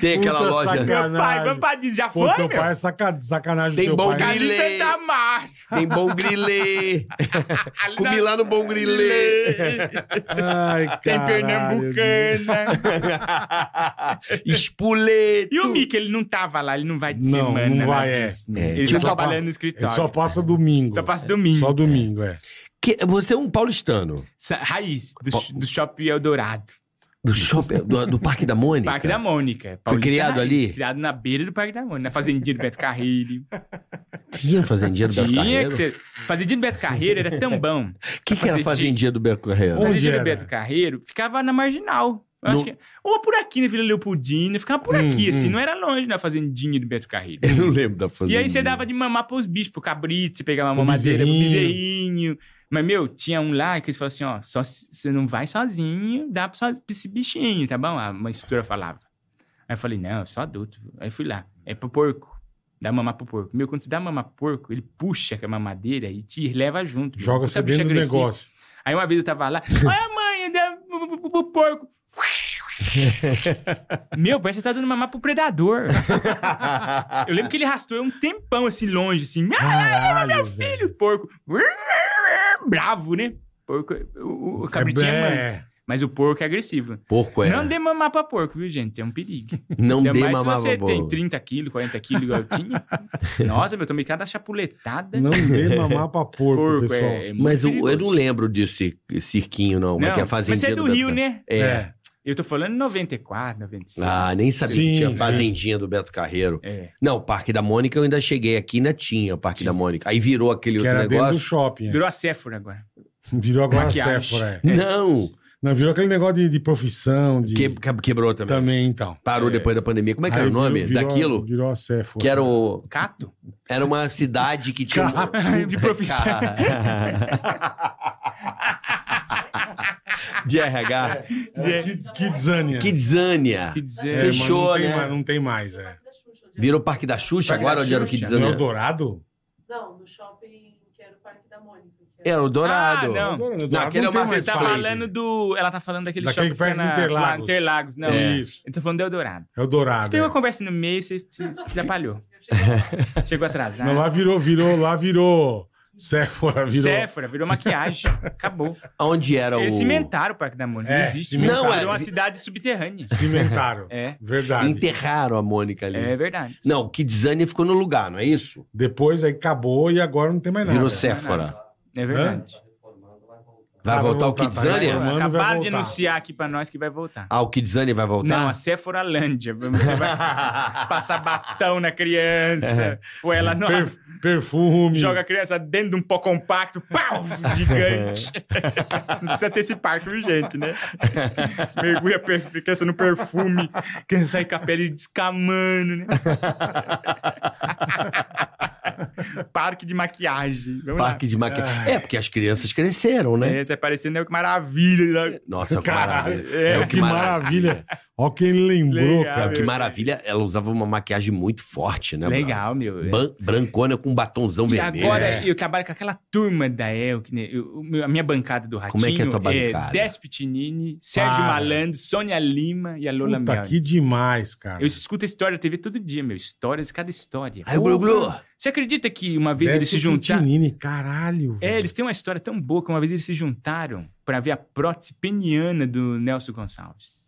Speaker 2: Tem aquela
Speaker 3: Puta
Speaker 2: loja.
Speaker 3: sacanagem.
Speaker 4: Meu pai, vamos pra Disney. Já
Speaker 3: Pô,
Speaker 4: foi,
Speaker 3: teu
Speaker 4: meu?
Speaker 3: pai é saca- sacanagem
Speaker 2: Tem
Speaker 3: do teu
Speaker 2: bom
Speaker 3: pai.
Speaker 2: cara.
Speaker 4: Ali em
Speaker 2: Grilê.
Speaker 4: Santa Marta.
Speaker 2: Tem bom grilê.
Speaker 4: ali
Speaker 2: Comi
Speaker 4: na-
Speaker 2: lá no bom grilê.
Speaker 3: Ai, caralho.
Speaker 4: Tem Pernambucana.
Speaker 2: Espuleto.
Speaker 4: E o Mickey, ele não tava lá, ele não vai de
Speaker 3: Não, não
Speaker 4: semana na
Speaker 3: vai, é.
Speaker 4: Disney.
Speaker 2: É,
Speaker 4: Ele
Speaker 2: ele
Speaker 4: tá
Speaker 2: só
Speaker 4: trabalhando
Speaker 3: pa-
Speaker 4: no
Speaker 3: Ele
Speaker 4: escritório.
Speaker 3: só passa domingo.
Speaker 4: Tá. Só passa domingo.
Speaker 3: Só domingo, é.
Speaker 2: Que- você é um paulistano.
Speaker 4: Sa- Raiz, do, do Shopping Eldorado.
Speaker 2: Do shopping, do, do Parque da Mônica.
Speaker 4: Parque da Mônica.
Speaker 2: criado ali?
Speaker 4: Criado na beira do Parque da Mônica, né? na fazendinha do Beto Carreiro.
Speaker 2: Tinha fazendia do Beto
Speaker 4: Tinha
Speaker 2: Carreiro?
Speaker 4: que ser... Fazendinha do Beto Carreiro era tão bom.
Speaker 2: O que, que era
Speaker 4: Fazendia.
Speaker 2: fazendia do Beto Carreiro?
Speaker 3: Onde
Speaker 4: Fazendinha
Speaker 3: era?
Speaker 4: do Beto Carreiro ficava na Marginal. Eu acho
Speaker 2: No-
Speaker 4: que... Ou por aqui, na Vila Leopoldina. Ficava por
Speaker 3: Hum,
Speaker 4: aqui, assim.
Speaker 3: hum. É,
Speaker 4: Não era longe da fazendinha do Beto Carreiro.
Speaker 2: Eu não lembro da
Speaker 4: E
Speaker 2: fazendia.
Speaker 4: aí você dava de mamar pros bichos, pro cabrito, você pegava uma
Speaker 3: Pro
Speaker 4: mamadeira pro
Speaker 3: bezerrinho.
Speaker 4: bezerrinho. Mas, meu, tinha um lá que eles falavam assim, ó, só se- você não vai sozinho, dá pra, só- pra esse bichinho, tá bom? A instrutora falava. Aí eu falei, não, eu sou adulto. Aí eu fui lá, é pro porco, dá mamar pro porco. Meu, quando você dá mamar pro porco, ele puxa com a mamadeira e te leva junto. meu.
Speaker 3: Joga
Speaker 4: Puta
Speaker 3: você
Speaker 4: bicho
Speaker 3: dentro do
Speaker 4: agressivo.
Speaker 3: negócio.
Speaker 4: Aí uma vez eu tava lá, olha mãe, pro porco. Meu, parece que você tá dando mamar pro predador. Eu lembro que ele arrastou eu um tempão assim longe, assim.
Speaker 3: Caralho,
Speaker 4: Meu filho, porco. Bravo, né? Porco, o, o cabritinho é
Speaker 3: É.
Speaker 4: manso. Mas o porco é agressivo.
Speaker 2: Porco é.
Speaker 4: Não dê mamar pra porco, viu, gente? É um perigo.
Speaker 2: Não
Speaker 4: Ainda
Speaker 2: dê
Speaker 4: mais
Speaker 2: mamar
Speaker 4: se você
Speaker 2: pra
Speaker 4: tem
Speaker 2: porco.
Speaker 4: 30 quilos, 40 quilos igual eu tinha. Nossa, meu, eu tomei cada chapuletada.
Speaker 3: Não dê mamar pra porco,
Speaker 4: porco,
Speaker 3: pessoal.
Speaker 4: é, é muito
Speaker 2: Mas eu, eu
Speaker 4: perigoso.
Speaker 2: não lembro desse cirquinho, não. Como é que é a
Speaker 4: mas você é
Speaker 2: fazendinha
Speaker 4: do
Speaker 2: Beto
Speaker 4: Rio,
Speaker 2: Carreiro?
Speaker 4: né?
Speaker 2: É.
Speaker 4: Eu tô falando 94, 96.
Speaker 2: Ah, nem sabia
Speaker 3: Sim,
Speaker 2: que tinha
Speaker 3: sim.
Speaker 2: fazendinha do Beto Carreiro.
Speaker 4: É.
Speaker 2: Não, o Parque da Mônica eu ainda cheguei aqui e ainda tinha o Parque da Mônica. Aí virou aquele
Speaker 3: Que
Speaker 2: outro
Speaker 3: era dentro do
Speaker 2: negócio.
Speaker 3: shopping. é.
Speaker 4: Virou a Séfora agora.
Speaker 3: Virou agora
Speaker 4: Maquiagem.
Speaker 3: Sephora. É.
Speaker 2: Não!
Speaker 3: Não, virou aquele negócio de, de profissão, de...
Speaker 2: Que, que- quebrou também.
Speaker 3: Também, então.
Speaker 2: Parou
Speaker 4: É.
Speaker 2: depois da pandemia. Como é que era
Speaker 3: Aí
Speaker 2: o nome
Speaker 3: virou-
Speaker 2: daquilo?
Speaker 3: Virou a Sephora.
Speaker 2: Que era, o-
Speaker 4: Cato?
Speaker 2: era uma cidade que tinha. um-
Speaker 4: De profissão.
Speaker 2: De RH.
Speaker 3: Era É, Kids- Kidzania.
Speaker 2: Kidzania.
Speaker 4: É. Que
Speaker 3: É,
Speaker 4: dizer.
Speaker 3: mas
Speaker 2: Fechou,
Speaker 3: não tem
Speaker 2: né?
Speaker 3: mais-
Speaker 4: um-
Speaker 3: não tem mais, é.
Speaker 2: Virou Parque da Xuxa
Speaker 4: Parque
Speaker 2: agora
Speaker 4: da
Speaker 2: onde era o
Speaker 4: Xuxa.
Speaker 3: No
Speaker 2: Kidzania?
Speaker 3: Eldorado?
Speaker 5: Não, no shopping que era o Parque da Mônica. que
Speaker 2: Era É, o Dourado.
Speaker 4: Ah, não.
Speaker 3: Eldorado
Speaker 2: Não, aquele
Speaker 3: tem
Speaker 2: é o
Speaker 3: mais
Speaker 4: Você tá
Speaker 2: Place.
Speaker 4: falando do. Ela tá falando daquele
Speaker 3: Daquele
Speaker 4: shopping
Speaker 3: que perto
Speaker 4: fica
Speaker 3: de Interlagos.
Speaker 4: Interlagos, não.
Speaker 2: É.
Speaker 3: Isso.
Speaker 4: Eu tô falando do Eldorado. Você
Speaker 3: Eldorado.
Speaker 4: pegou
Speaker 3: é.
Speaker 4: a conversa no meio e você se, se atrapalhou.
Speaker 5: Eu cheguei lá,
Speaker 4: Chegou atrasado.
Speaker 3: Não, lá virou, virou, lá virou Sephora, virou.
Speaker 4: Séfora, virou maquiagem. Acabou.
Speaker 2: Onde era
Speaker 4: Eles
Speaker 2: o.
Speaker 4: cimentaram o Parque da Mônica.
Speaker 3: É,
Speaker 4: não existe.
Speaker 3: cimentaram.
Speaker 2: Não, é-
Speaker 4: Virou uma cidade subterrânea.
Speaker 3: Cimentaram.
Speaker 4: É.
Speaker 3: Verdade.
Speaker 2: Enterraram a Mônica ali.
Speaker 4: É verdade.
Speaker 2: Não, o Kidzania ficou no lugar, não é isso?
Speaker 3: Depois aí acabou e agora não tem mais nada.
Speaker 2: Virou
Speaker 4: Não é
Speaker 2: Séfora.
Speaker 4: nada. É verdade.
Speaker 2: Vai
Speaker 3: Ah,
Speaker 2: voltar o
Speaker 3: voltar, tá
Speaker 2: Kidzania?
Speaker 3: reformando. Mano, vai
Speaker 4: Acabaram de
Speaker 3: voltar.
Speaker 4: anunciar aqui pra nós que vai voltar.
Speaker 2: Ah, o Kidzania vai
Speaker 4: Não, assim, a
Speaker 2: voltar?
Speaker 4: Séfora Lândia. Você vai passar batão na criança. Pô, ela não.
Speaker 3: Per- perfume.
Speaker 4: Joga a criança dentro de um pó compacto, pau, gigante. Não precisa ter esse parque urgente, né? Mergulha a perf- criança no perfume, criança sai com a pele descamando, né? parque de maquiagem. Vamos
Speaker 2: Parque de
Speaker 3: Ah.
Speaker 2: maquiagem. É, porque as crianças cresceram,
Speaker 4: lá.
Speaker 2: né?
Speaker 4: né? É, sai parecendo né, que maravilha.
Speaker 2: Nossa, que
Speaker 3: Caralho.
Speaker 2: maravilha.
Speaker 4: É,
Speaker 2: o
Speaker 3: que maravilha. Ó, quem lembrou,
Speaker 4: Legal,
Speaker 2: Cara,
Speaker 3: cara.
Speaker 2: que maravilha. Ela usava uma maquiagem muito forte, né?
Speaker 4: Legal, meu.
Speaker 2: Bran- Ban- Brancona com batonzão
Speaker 4: E
Speaker 2: vermelho.
Speaker 4: agora
Speaker 3: É.
Speaker 4: eu trabalho com aquela turma da El, que, né, eu- o meu- a minha bancada do Ratinho
Speaker 2: Como é que é a tua bancada?
Speaker 4: Despitinini, Sérgio
Speaker 3: Para.
Speaker 4: Malandro, Sônia Lima e a Lola
Speaker 3: Puta,
Speaker 4: Mel.
Speaker 3: que demais, cara.
Speaker 4: Eu escuto a história da TV todo dia, meu. Histórias, cada história.
Speaker 2: Aí, Glu Glu.
Speaker 4: Você acredita que uma vez eles se
Speaker 3: Décio
Speaker 4: juntaram?
Speaker 3: Pitinini, caralho.
Speaker 4: É,
Speaker 3: velho.
Speaker 4: eles têm uma história tão boa que uma vez eles se juntaram pra ver a prótese peniana do Nelson Gonçalves.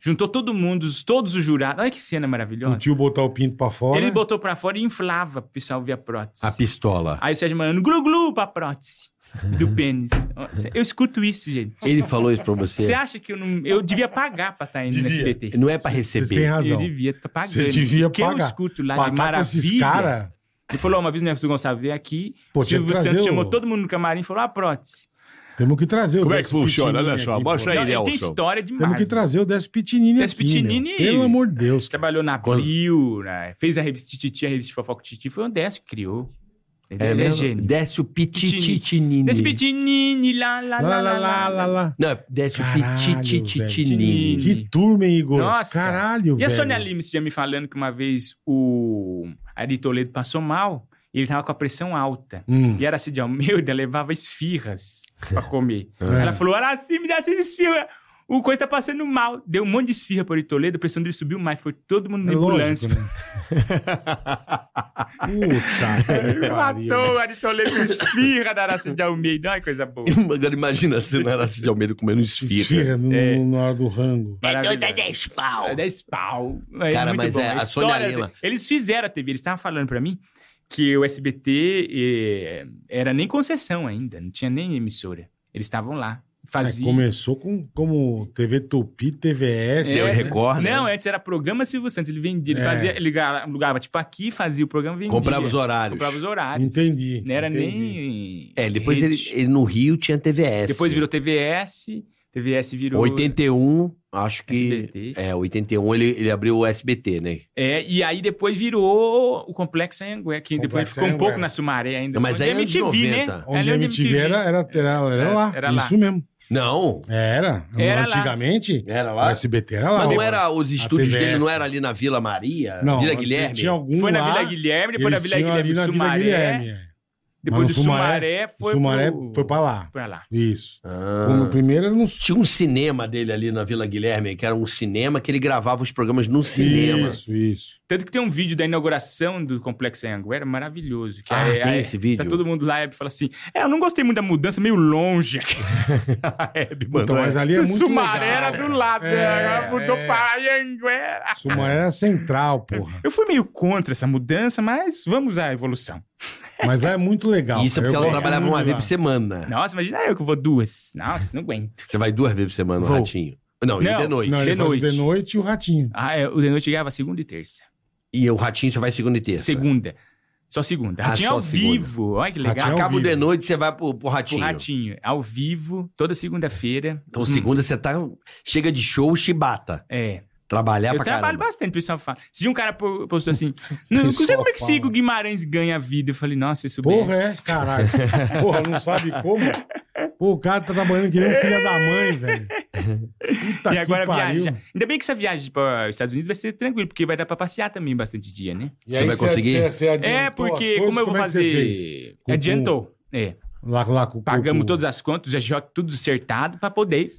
Speaker 4: Juntou todo mundo, os- todos os jurados. Olha que cena
Speaker 3: O
Speaker 4: maravilhosa.
Speaker 3: tio botar o pinto pra fora.
Speaker 4: Ele botou pra fora e inflava pro pessoal ver a prótese.
Speaker 2: né? A pistola.
Speaker 4: Aí o Sérgio Malandro, glu-glu pra prótese do pênis. Eu escuto isso, gente.
Speaker 2: Ele falou isso pra
Speaker 4: Você
Speaker 2: você.
Speaker 4: acha que eu não... Eu devia pagar pra estar indo no
Speaker 3: Devia.
Speaker 4: SBT.
Speaker 2: Não é pra
Speaker 3: Vocês têm
Speaker 2: receber.
Speaker 4: Eu
Speaker 3: razão.
Speaker 4: devia estar pagando.
Speaker 3: Você devia
Speaker 4: O que eu
Speaker 3: pagar.
Speaker 4: escuto lá
Speaker 3: Pra
Speaker 4: de
Speaker 3: tá com esses
Speaker 4: maravilha...
Speaker 3: caras...
Speaker 4: Ele falou, ó, uma vez o Nelson Gonçalves veio aqui,
Speaker 3: Pô,
Speaker 4: o
Speaker 3: tinha que
Speaker 4: Silvio
Speaker 3: trazer
Speaker 4: Santos
Speaker 3: o-
Speaker 4: chamou todo mundo no camarim e falou, ah, prótese.
Speaker 3: Temos que trazer o
Speaker 2: Como é
Speaker 3: Décio
Speaker 2: que funciona?
Speaker 3: Pitinini
Speaker 2: Olha só,
Speaker 3: aqui,
Speaker 2: mostra
Speaker 3: pô.
Speaker 2: aí.
Speaker 4: Não, ele tem
Speaker 2: Nelson.
Speaker 4: história demais.
Speaker 3: Temos que trazer o Décio Pitinini
Speaker 4: Décio
Speaker 3: aqui, meu.
Speaker 4: Pitinini-
Speaker 3: Pelo amor de Deus. cara.
Speaker 4: Trabalhou na
Speaker 2: Quando-
Speaker 4: Abril, né? fez a revista Tititi, a revista Fofoca Tititi, foi o Décio que criou. Ele
Speaker 2: É
Speaker 4: ele é,
Speaker 2: mesmo?
Speaker 4: gênio.
Speaker 2: Desce o
Speaker 4: Décio
Speaker 2: pitititinini.
Speaker 4: Pitinini, lá, lá,
Speaker 3: Lá, lá, lá, lá, lá.
Speaker 2: Não, é- desce o
Speaker 3: Caralho,
Speaker 2: pitititinini.
Speaker 4: velho.
Speaker 3: Que turma, hein, Igor?
Speaker 4: Nossa.
Speaker 3: Caralho,
Speaker 4: E a
Speaker 3: velho.
Speaker 4: Sônia Lima esse dia me falando que uma vez o Ari Toledo passou mal e ele tava com a pressão alta.
Speaker 3: Hum.
Speaker 4: E assim, a Aracide Almeida levava esfirras pra comer.
Speaker 3: É.
Speaker 4: Ela falou, Aracide, me dá essas esfirras. O coisa tá passando mal. Deu um monte de esfirra pro Ari Toledo, a pressão dele subiu mais. Foi todo mundo na
Speaker 3: É
Speaker 4: ambulância.
Speaker 3: lógico, né? Puta que pariu.
Speaker 4: Matou o Ari Toledo com esfirra da Aracide Almeida. Olha que coisa boa.
Speaker 2: Agora imagina se não era de Almeida comendo um esfirra.
Speaker 3: Esfirra no,
Speaker 4: É.
Speaker 3: no- na hora do rango.
Speaker 4: Maravilhoso.
Speaker 2: doida, dez pau.
Speaker 4: É 10 pau. É
Speaker 2: Cara,
Speaker 4: muito
Speaker 2: mas
Speaker 4: bom.
Speaker 2: é, a Sônia
Speaker 4: história
Speaker 2: Lima-
Speaker 4: de- Eles fizeram a TV, eles estavam falando pra mim que o SBT eh, era nem concessão ainda, não tinha nem emissora. Eles estavam lá,
Speaker 3: É,
Speaker 4: faziam...
Speaker 3: começou com, como TV Tupi, TVS.
Speaker 2: Deu
Speaker 4: É.
Speaker 2: recorde, né?
Speaker 4: Não, antes era programa Silvio Santos, ele vendia, ele
Speaker 3: É.
Speaker 4: fazia, ele ga- alugava tipo aqui, fazia o programa, vendia.
Speaker 2: Comprava os horários.
Speaker 4: Comprava os horários.
Speaker 3: Entendi.
Speaker 4: Não era
Speaker 3: entendi.
Speaker 4: nem...
Speaker 2: É, depois
Speaker 4: rede.
Speaker 2: ele, ele no Rio tinha TVS.
Speaker 4: Depois virou TVS, TVS virou...
Speaker 2: 81, acho que.
Speaker 4: SBT.
Speaker 2: É, 81 ele, ele abriu o SBT, né?
Speaker 4: É, e aí depois virou o Complexo Anhanguera, que depois
Speaker 3: Complexo
Speaker 4: ficou um
Speaker 3: Anhanguera.
Speaker 4: pouco na Sumaré ainda.
Speaker 2: Mas
Speaker 4: Onde
Speaker 2: aí
Speaker 4: a
Speaker 2: é anos 90.
Speaker 3: Onde
Speaker 4: Ela
Speaker 3: a
Speaker 4: é
Speaker 3: MTV era, era, era, era
Speaker 4: Era-
Speaker 3: lá.
Speaker 4: era lá.
Speaker 3: Isso mesmo.
Speaker 2: Não.
Speaker 3: Era.
Speaker 4: Era lá.
Speaker 3: Antigamente,
Speaker 2: Era
Speaker 3: o SBT era lá.
Speaker 2: Mas não
Speaker 3: ó.
Speaker 2: era os estúdios
Speaker 3: TVS.
Speaker 2: dele, não era ali na Vila Maria?
Speaker 3: Não,
Speaker 2: Vila Guilherme?
Speaker 3: Tinha um- algum
Speaker 4: Foi na
Speaker 3: lá,
Speaker 4: Vila Guilherme, depois na
Speaker 3: eles
Speaker 4: Vila
Speaker 3: tinham ali
Speaker 4: Guilherme
Speaker 3: na Vila
Speaker 4: Sumaré.
Speaker 3: Guilherme. é.
Speaker 4: Depois
Speaker 3: Mas
Speaker 4: do
Speaker 3: no
Speaker 4: Sumaré, foi
Speaker 3: Sumaré
Speaker 4: pro...
Speaker 3: foi pra lá.
Speaker 4: pra lá.
Speaker 3: Isso.
Speaker 2: Ah.
Speaker 3: Como primeiro era no
Speaker 2: Tinha um cinema dele ali na Vila Guilherme, que era um cinema que ele gravava os programas no cinema.
Speaker 3: Isso, isso.
Speaker 4: Tanto que tem um vídeo da inauguração do Complexo Anhanguera maravilhoso. Que
Speaker 2: Ah,
Speaker 4: é,
Speaker 2: tem
Speaker 4: é-
Speaker 2: esse vídeo?
Speaker 4: Tá todo mundo lá e fala assim, é, eu não gostei muito da mudança, meio longe. a Hebe mandou
Speaker 3: Então, mas
Speaker 4: essa.
Speaker 3: ali é muito
Speaker 4: Sumaré
Speaker 3: legal.
Speaker 4: era do lado,
Speaker 3: É,
Speaker 4: agora mudou
Speaker 3: é.
Speaker 4: para Anhanguera.
Speaker 3: Sumaré era central, porra.
Speaker 4: Eu fui meio contra essa mudança, mas vamos à evolução.
Speaker 3: Mas lá é muito legal.
Speaker 2: Isso é
Speaker 3: cara.
Speaker 2: porque
Speaker 3: Eu
Speaker 2: ela
Speaker 3: gosto
Speaker 2: trabalhava
Speaker 3: muito
Speaker 2: uma
Speaker 3: de
Speaker 2: vez
Speaker 3: lá.
Speaker 2: por semana.
Speaker 4: Nossa, imagina eu que vou duas. Nossa, não aguento.
Speaker 2: Você vai duas vezes por semana no
Speaker 3: Vou.
Speaker 2: Ratinho. Não, e
Speaker 4: Não,
Speaker 2: de noite.
Speaker 3: Não, ele
Speaker 4: De
Speaker 3: faz o
Speaker 4: noite.
Speaker 3: de noite e o ratinho.
Speaker 4: Ah, é, o The Noite ganhava segunda e terça.
Speaker 2: E o Ratinho você vai segunda e terça.
Speaker 4: Segunda. Só segunda.
Speaker 2: Ah,
Speaker 4: Ratinho
Speaker 2: só
Speaker 4: ao
Speaker 2: segunda.
Speaker 4: vivo. Olha que legal.
Speaker 3: Ratinho é um ao
Speaker 2: Acaba o
Speaker 3: vivo.
Speaker 2: de noite, você vai pro, pro
Speaker 4: Ratinho.
Speaker 2: Ratinho.
Speaker 4: é Ratinho. Ao vivo, toda segunda-feira.
Speaker 2: Então,
Speaker 4: Hum,
Speaker 2: segunda você tá. Chega de show, chibata.
Speaker 4: É.
Speaker 2: Trabalhar
Speaker 4: eu
Speaker 2: pra
Speaker 4: trabalho
Speaker 2: caramba.
Speaker 4: bastante, o pessoal fala. Se de um cara po- postou assim, não, não sei
Speaker 3: Pessoal
Speaker 4: como é que
Speaker 3: fala.
Speaker 4: Sigo Guimarães ganha a vida. Eu falei, nossa, isso
Speaker 3: Porra, é, caralho. Porra, não sabe como? Pô, o cara tá trabalhando que nem um filho da mãe, velho. Puta
Speaker 4: E agora
Speaker 3: que Tá pariu.
Speaker 4: viaja. Ainda bem que essa viagem para os Estados Unidos vai ser tranquilo, porque vai dar pra passear também bastante dia, né?
Speaker 3: E
Speaker 2: Você
Speaker 3: aí
Speaker 2: vai conseguir?
Speaker 3: Você, você adiantou
Speaker 4: É,
Speaker 3: Então, as
Speaker 4: porque
Speaker 3: coisas,
Speaker 4: como eu vou
Speaker 3: é que você fez?
Speaker 4: fazer.
Speaker 3: Com-
Speaker 4: Adiantou. É.
Speaker 3: Lá, lá com
Speaker 4: Pagamos
Speaker 3: com-
Speaker 4: todas as contas, já joga tudo acertado pra poder.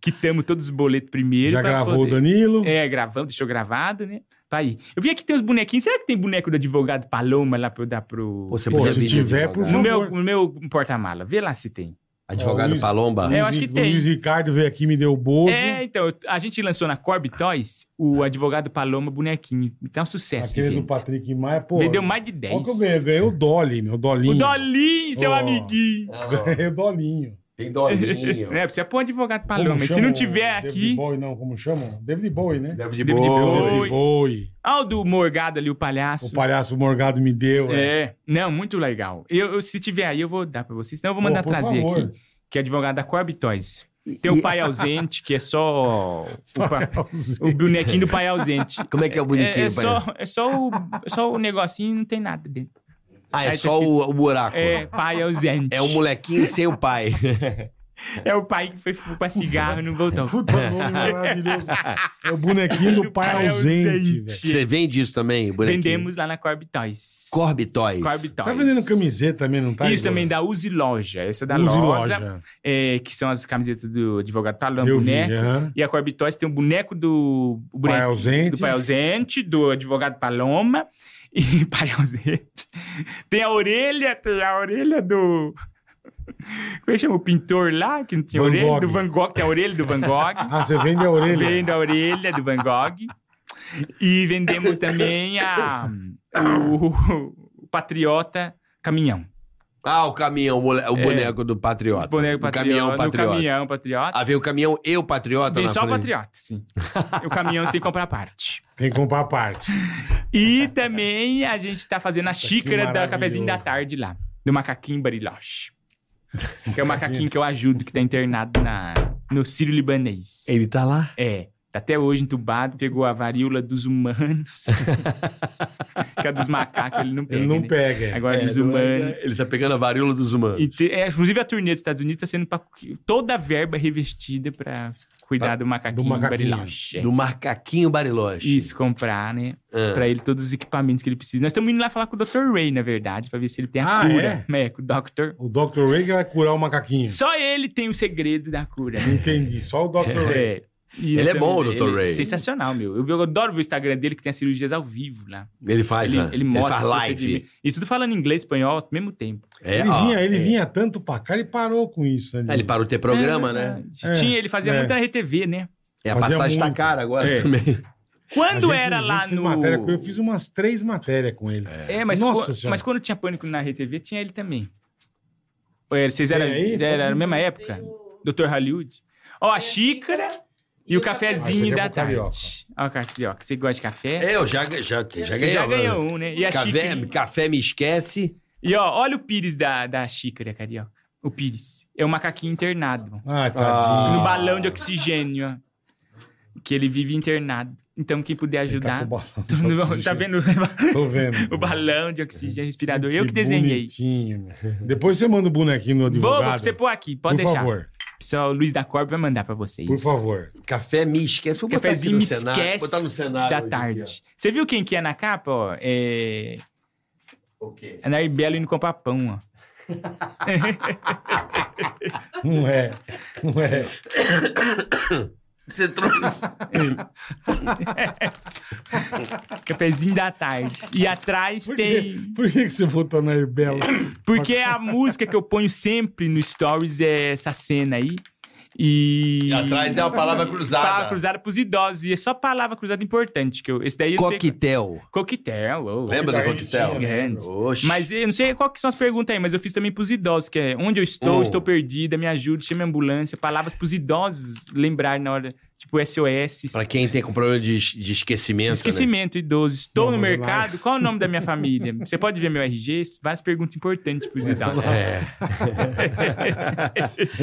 Speaker 4: Quitamos todos os boletos primeiro.
Speaker 3: Já
Speaker 4: pra
Speaker 3: gravou né? o
Speaker 4: poder.
Speaker 3: Danilo?
Speaker 4: É, gravando, deixou gravado, né? Pra ir. Eu vi aqui tem uns bonequinhos. Será que tem boneco do advogado Paloma lá pra eu dar pro.
Speaker 2: Pô, você
Speaker 3: Pô,
Speaker 2: podia
Speaker 3: se
Speaker 2: vir de
Speaker 3: tiver,
Speaker 2: advogado.
Speaker 3: por
Speaker 4: no,
Speaker 3: favor.
Speaker 4: meu, no meu porta-mala. Vê lá se tem.
Speaker 2: Advogado
Speaker 3: Ó, Luiz-
Speaker 2: Palomba.
Speaker 4: É, eu acho
Speaker 3: Luiz-
Speaker 4: que tem.
Speaker 3: Luiz Ricardo veio aqui e me deu o bozo.
Speaker 4: É, então, eu- a gente lançou na Corby Toys o advogado Paloma bonequinho. Tá um sucesso.
Speaker 3: aquele
Speaker 4: que
Speaker 3: do
Speaker 4: vende.
Speaker 3: Patrick Maia, pô.
Speaker 4: Vendeu mais de
Speaker 3: Olha
Speaker 4: 10.
Speaker 3: que eu ganhei, eu ganhei o Dolly, meu Dolinho.
Speaker 4: o Dolinho, seu
Speaker 3: Ó.
Speaker 4: amiguinho.
Speaker 3: Ganhei o Dolinho.
Speaker 2: É. Tem dolinho.
Speaker 4: É, precisa pôr um advogado
Speaker 3: Como
Speaker 4: Paloma. E se
Speaker 3: chama
Speaker 4: não
Speaker 3: o
Speaker 4: tiver
Speaker 3: David
Speaker 4: aqui.
Speaker 3: Bowie, não, como chama? David Bowie, né?
Speaker 2: Deve de
Speaker 4: Deve de
Speaker 2: boa.
Speaker 4: boa.
Speaker 3: David
Speaker 4: Bowie.
Speaker 3: Bowie.
Speaker 4: Ah, o do Morgado ali, o palhaço.
Speaker 3: O palhaço morgado me deu. é.
Speaker 4: É, não, muito legal. Eu, eu- se tiver aí, eu vou dar pra vocês. Senão eu vou mandar
Speaker 3: Pô, por
Speaker 4: trazer
Speaker 3: favor.
Speaker 4: aqui, que é advogado da Corby Toys. Tem um o pai ausente, que é só o, pa-
Speaker 3: É
Speaker 4: o bonequinho do pai ausente.
Speaker 2: Como é que é o bonitinho?
Speaker 4: É, é
Speaker 2: pai?
Speaker 4: só, é, só o, é só o negocinho não tem nada dentro.
Speaker 2: Ah,
Speaker 4: Aí
Speaker 2: é
Speaker 4: tá
Speaker 2: só o, o buraco.
Speaker 4: É pai ausente.
Speaker 2: É o molequinho sem o pai.
Speaker 4: É o pai que foi pra cigarro e não voltou.
Speaker 3: Puta nome maravilhoso. É o bonequinho do pai
Speaker 4: É
Speaker 3: ausente, velho.
Speaker 2: Você vende isso também, bonequinho?
Speaker 4: Vendemos lá na Corby Toys.
Speaker 2: Corby Toys.
Speaker 4: Corby Toys.
Speaker 3: Tá vendendo camiseta também, não tá?
Speaker 4: Então, Isso também da Use Loja. Essa é da
Speaker 3: da Use
Speaker 4: loja,
Speaker 3: loja.
Speaker 4: é, que são as camisetas do advogado né? Paloma,
Speaker 3: Eu vi,
Speaker 4: boneco.
Speaker 3: aham.
Speaker 4: E a Corby Toys tem o boneco do. O
Speaker 3: Pai
Speaker 4: boneco
Speaker 3: ausente.
Speaker 4: do pai ausente, do advogado Paloma e pai ausente. Tem a orelha, tem a orelha do. Como é que chama o pintor lá? Que não tinha
Speaker 3: Van
Speaker 4: orelha?
Speaker 3: Gogh.
Speaker 4: Do Van Gogh, tem a orelha do Van Gogh.
Speaker 3: Ah, você vende a orelha.
Speaker 4: Vendo a orelha do Van Gogh. E vendemos também a, o, o Patriota Caminhão.
Speaker 2: Ah, o caminhão, o mole- o boneco do Patriota.
Speaker 4: O É. boneco
Speaker 2: O
Speaker 4: Patriota.
Speaker 2: caminhão Patriota.
Speaker 4: O caminhão Patriota.
Speaker 2: Ah, vem o caminhão e o Patriota?
Speaker 4: Tem
Speaker 2: na
Speaker 4: só o
Speaker 2: frente?
Speaker 4: Patriota, sim. o caminhão você tem que comprar à parte.
Speaker 3: Tem que comprar a parte.
Speaker 4: E também a gente tá fazendo a xícara da
Speaker 3: maravilhoso.
Speaker 4: cafezinho da tarde lá, do macaquinho Bariloche. Que é o macaquinho que eu ajudo, que tá internado na, no Sírio Libanês.
Speaker 2: Ele tá lá.
Speaker 4: É, tá até hoje entubado, pegou a varíola dos humanos. que a dos macacos ele não pega.
Speaker 3: Ele não
Speaker 4: né?
Speaker 3: pega.
Speaker 4: Agora
Speaker 2: É,
Speaker 4: dos
Speaker 2: não é-
Speaker 4: humanos.
Speaker 2: Ele tá pegando a varíola dos humanos.
Speaker 4: E te- é, inclusive a turnê dos Estados Unidos tá sendo pra, toda a verba é revestida pra cuidar do macaquinho,
Speaker 3: macaquinho.
Speaker 4: Bariloche. É.
Speaker 2: Do macaquinho Bariloche.
Speaker 4: Isso, comprar, né?
Speaker 2: Ah.
Speaker 4: Pra ele todos os equipamentos que ele precisa. Nós estamos indo lá falar com o Dr. Ray, na verdade, pra ver se ele tem a
Speaker 3: Ah,
Speaker 4: cura. É? com o Dr.
Speaker 3: O Dr. Ray que vai curar o macaquinho.
Speaker 4: Só ele tem o segredo da cura.
Speaker 3: Entendi. Só o Dr. Ray.
Speaker 4: É. E
Speaker 2: Ele
Speaker 4: nós
Speaker 2: é bom,
Speaker 4: estamos-
Speaker 2: Dr.
Speaker 4: ele é
Speaker 2: Ray.
Speaker 4: Sensacional, meu. Eu, vi- eu adoro ver o Instagram dele, que tem as cirurgias ao vivo lá.
Speaker 2: Ele faz,
Speaker 4: Ele,
Speaker 2: né?
Speaker 4: ele mostra.
Speaker 2: faz
Speaker 4: os
Speaker 2: live.
Speaker 4: procedimentos. E tudo falando inglês, espanhol ao mesmo tempo.
Speaker 2: É,
Speaker 3: ele
Speaker 2: ó.
Speaker 3: vinha, ele
Speaker 4: é.
Speaker 3: vinha tanto pra cá, ele parou com isso. né?
Speaker 2: Ah, Ele parou de ter programa,
Speaker 4: É,
Speaker 2: né?
Speaker 3: É,
Speaker 4: Tinha, ele fazia
Speaker 3: é.
Speaker 4: muito na RTV, né?
Speaker 2: É, a
Speaker 3: Fazia
Speaker 2: passagem tá
Speaker 3: muito.
Speaker 2: cara agora
Speaker 4: É.
Speaker 2: também.
Speaker 3: A
Speaker 4: Quando
Speaker 3: gente- a
Speaker 4: era
Speaker 3: gente
Speaker 4: lá
Speaker 3: fez
Speaker 4: no.
Speaker 3: matéria com ele, Eu fiz umas três matérias com ele.
Speaker 4: É, mas,
Speaker 3: Nossa
Speaker 4: quan-
Speaker 3: Senhora.
Speaker 4: mas quando tinha pânico na RTV, tinha ele também. Ou era- Vocês eram,
Speaker 3: Tem aí?
Speaker 4: era a mesma época?
Speaker 5: Tem o-
Speaker 4: Dr. Hollywood. Ó, a
Speaker 5: tem
Speaker 4: xícara e o cafezinho
Speaker 3: Ah, isso aqui é
Speaker 4: da
Speaker 3: pro carioca.
Speaker 4: tarde. Ó, o carioca. Você gosta de café?
Speaker 2: É, eu já, já, já
Speaker 4: Você
Speaker 2: ganhei.
Speaker 4: já
Speaker 2: agora.
Speaker 4: ganhou um, né? E a
Speaker 2: Café,
Speaker 4: xícara.
Speaker 2: café me esquece.
Speaker 4: E ó, olha o pires da, da xícara, carioca. O pires. É um macaquinho internado.
Speaker 3: Ah, tadinho.
Speaker 4: No
Speaker 2: Ah.
Speaker 4: balão de oxigênio, ó. Que ele vive internado. Então, quem puder
Speaker 3: Ele tá
Speaker 4: ajudar.
Speaker 3: com o balão de
Speaker 4: Todo mundo-
Speaker 3: oxigênio.
Speaker 4: tá vendo
Speaker 3: Tô vendo.
Speaker 4: o balão de oxigênio respirador? Eu que desenhei.
Speaker 3: bonitinho, meu. Depois você manda o bonequinho no
Speaker 4: Vou, vou
Speaker 3: advogado.
Speaker 4: pra você pôr aqui, pode
Speaker 3: Por
Speaker 4: deixar.
Speaker 3: favor,
Speaker 4: Pessoal, o Luiz da Corp vai mandar pra vocês.
Speaker 3: por favor.
Speaker 2: Café me esquece. Vou botar aqui
Speaker 4: Cafezinho
Speaker 2: no
Speaker 4: me
Speaker 2: cenário.
Speaker 4: um esquece
Speaker 2: Botar no cenário. hoje
Speaker 4: da
Speaker 2: em dia.
Speaker 4: tarde. Você viu quem que é na capa? ó? É...
Speaker 6: O quê?
Speaker 4: É na Ibelo indo comprar pão, ó.
Speaker 3: Não é. Não é.
Speaker 2: Você trouxe.
Speaker 4: Cafezinho da tarde. E atrás
Speaker 3: Por quê?
Speaker 4: tem.
Speaker 3: Por que, que você botou na Herbela?
Speaker 4: Porque a música que eu ponho sempre no Stories é essa cena aí. E.
Speaker 6: E atrás é uma palavra cruzada.
Speaker 4: Palavra cruzada pros idosos. E é só palavra cruzada importante. Que eu, esse daí eu não sei-
Speaker 2: Coquetel.
Speaker 4: Coquetel. ô.
Speaker 6: Lembra do coquetel?
Speaker 4: Grandes.
Speaker 2: Oxi.
Speaker 4: Mas eu não sei qual que são as perguntas aí, mas eu fiz também pros idosos, que é onde eu estou,
Speaker 2: Hum.
Speaker 4: estou perdida, me ajude, chame a ambulância, palavras pros idosos lembrarem na hora, tipo SOS,
Speaker 2: Pra quem tem com problema de, de esquecimento. Né?
Speaker 4: esquecimento, idoso, estou
Speaker 3: Não,
Speaker 4: no
Speaker 3: mas eu
Speaker 4: mercado, qual é o nome da minha família? Você pode ver meu RG, várias perguntas importantes pros idosos.
Speaker 2: É.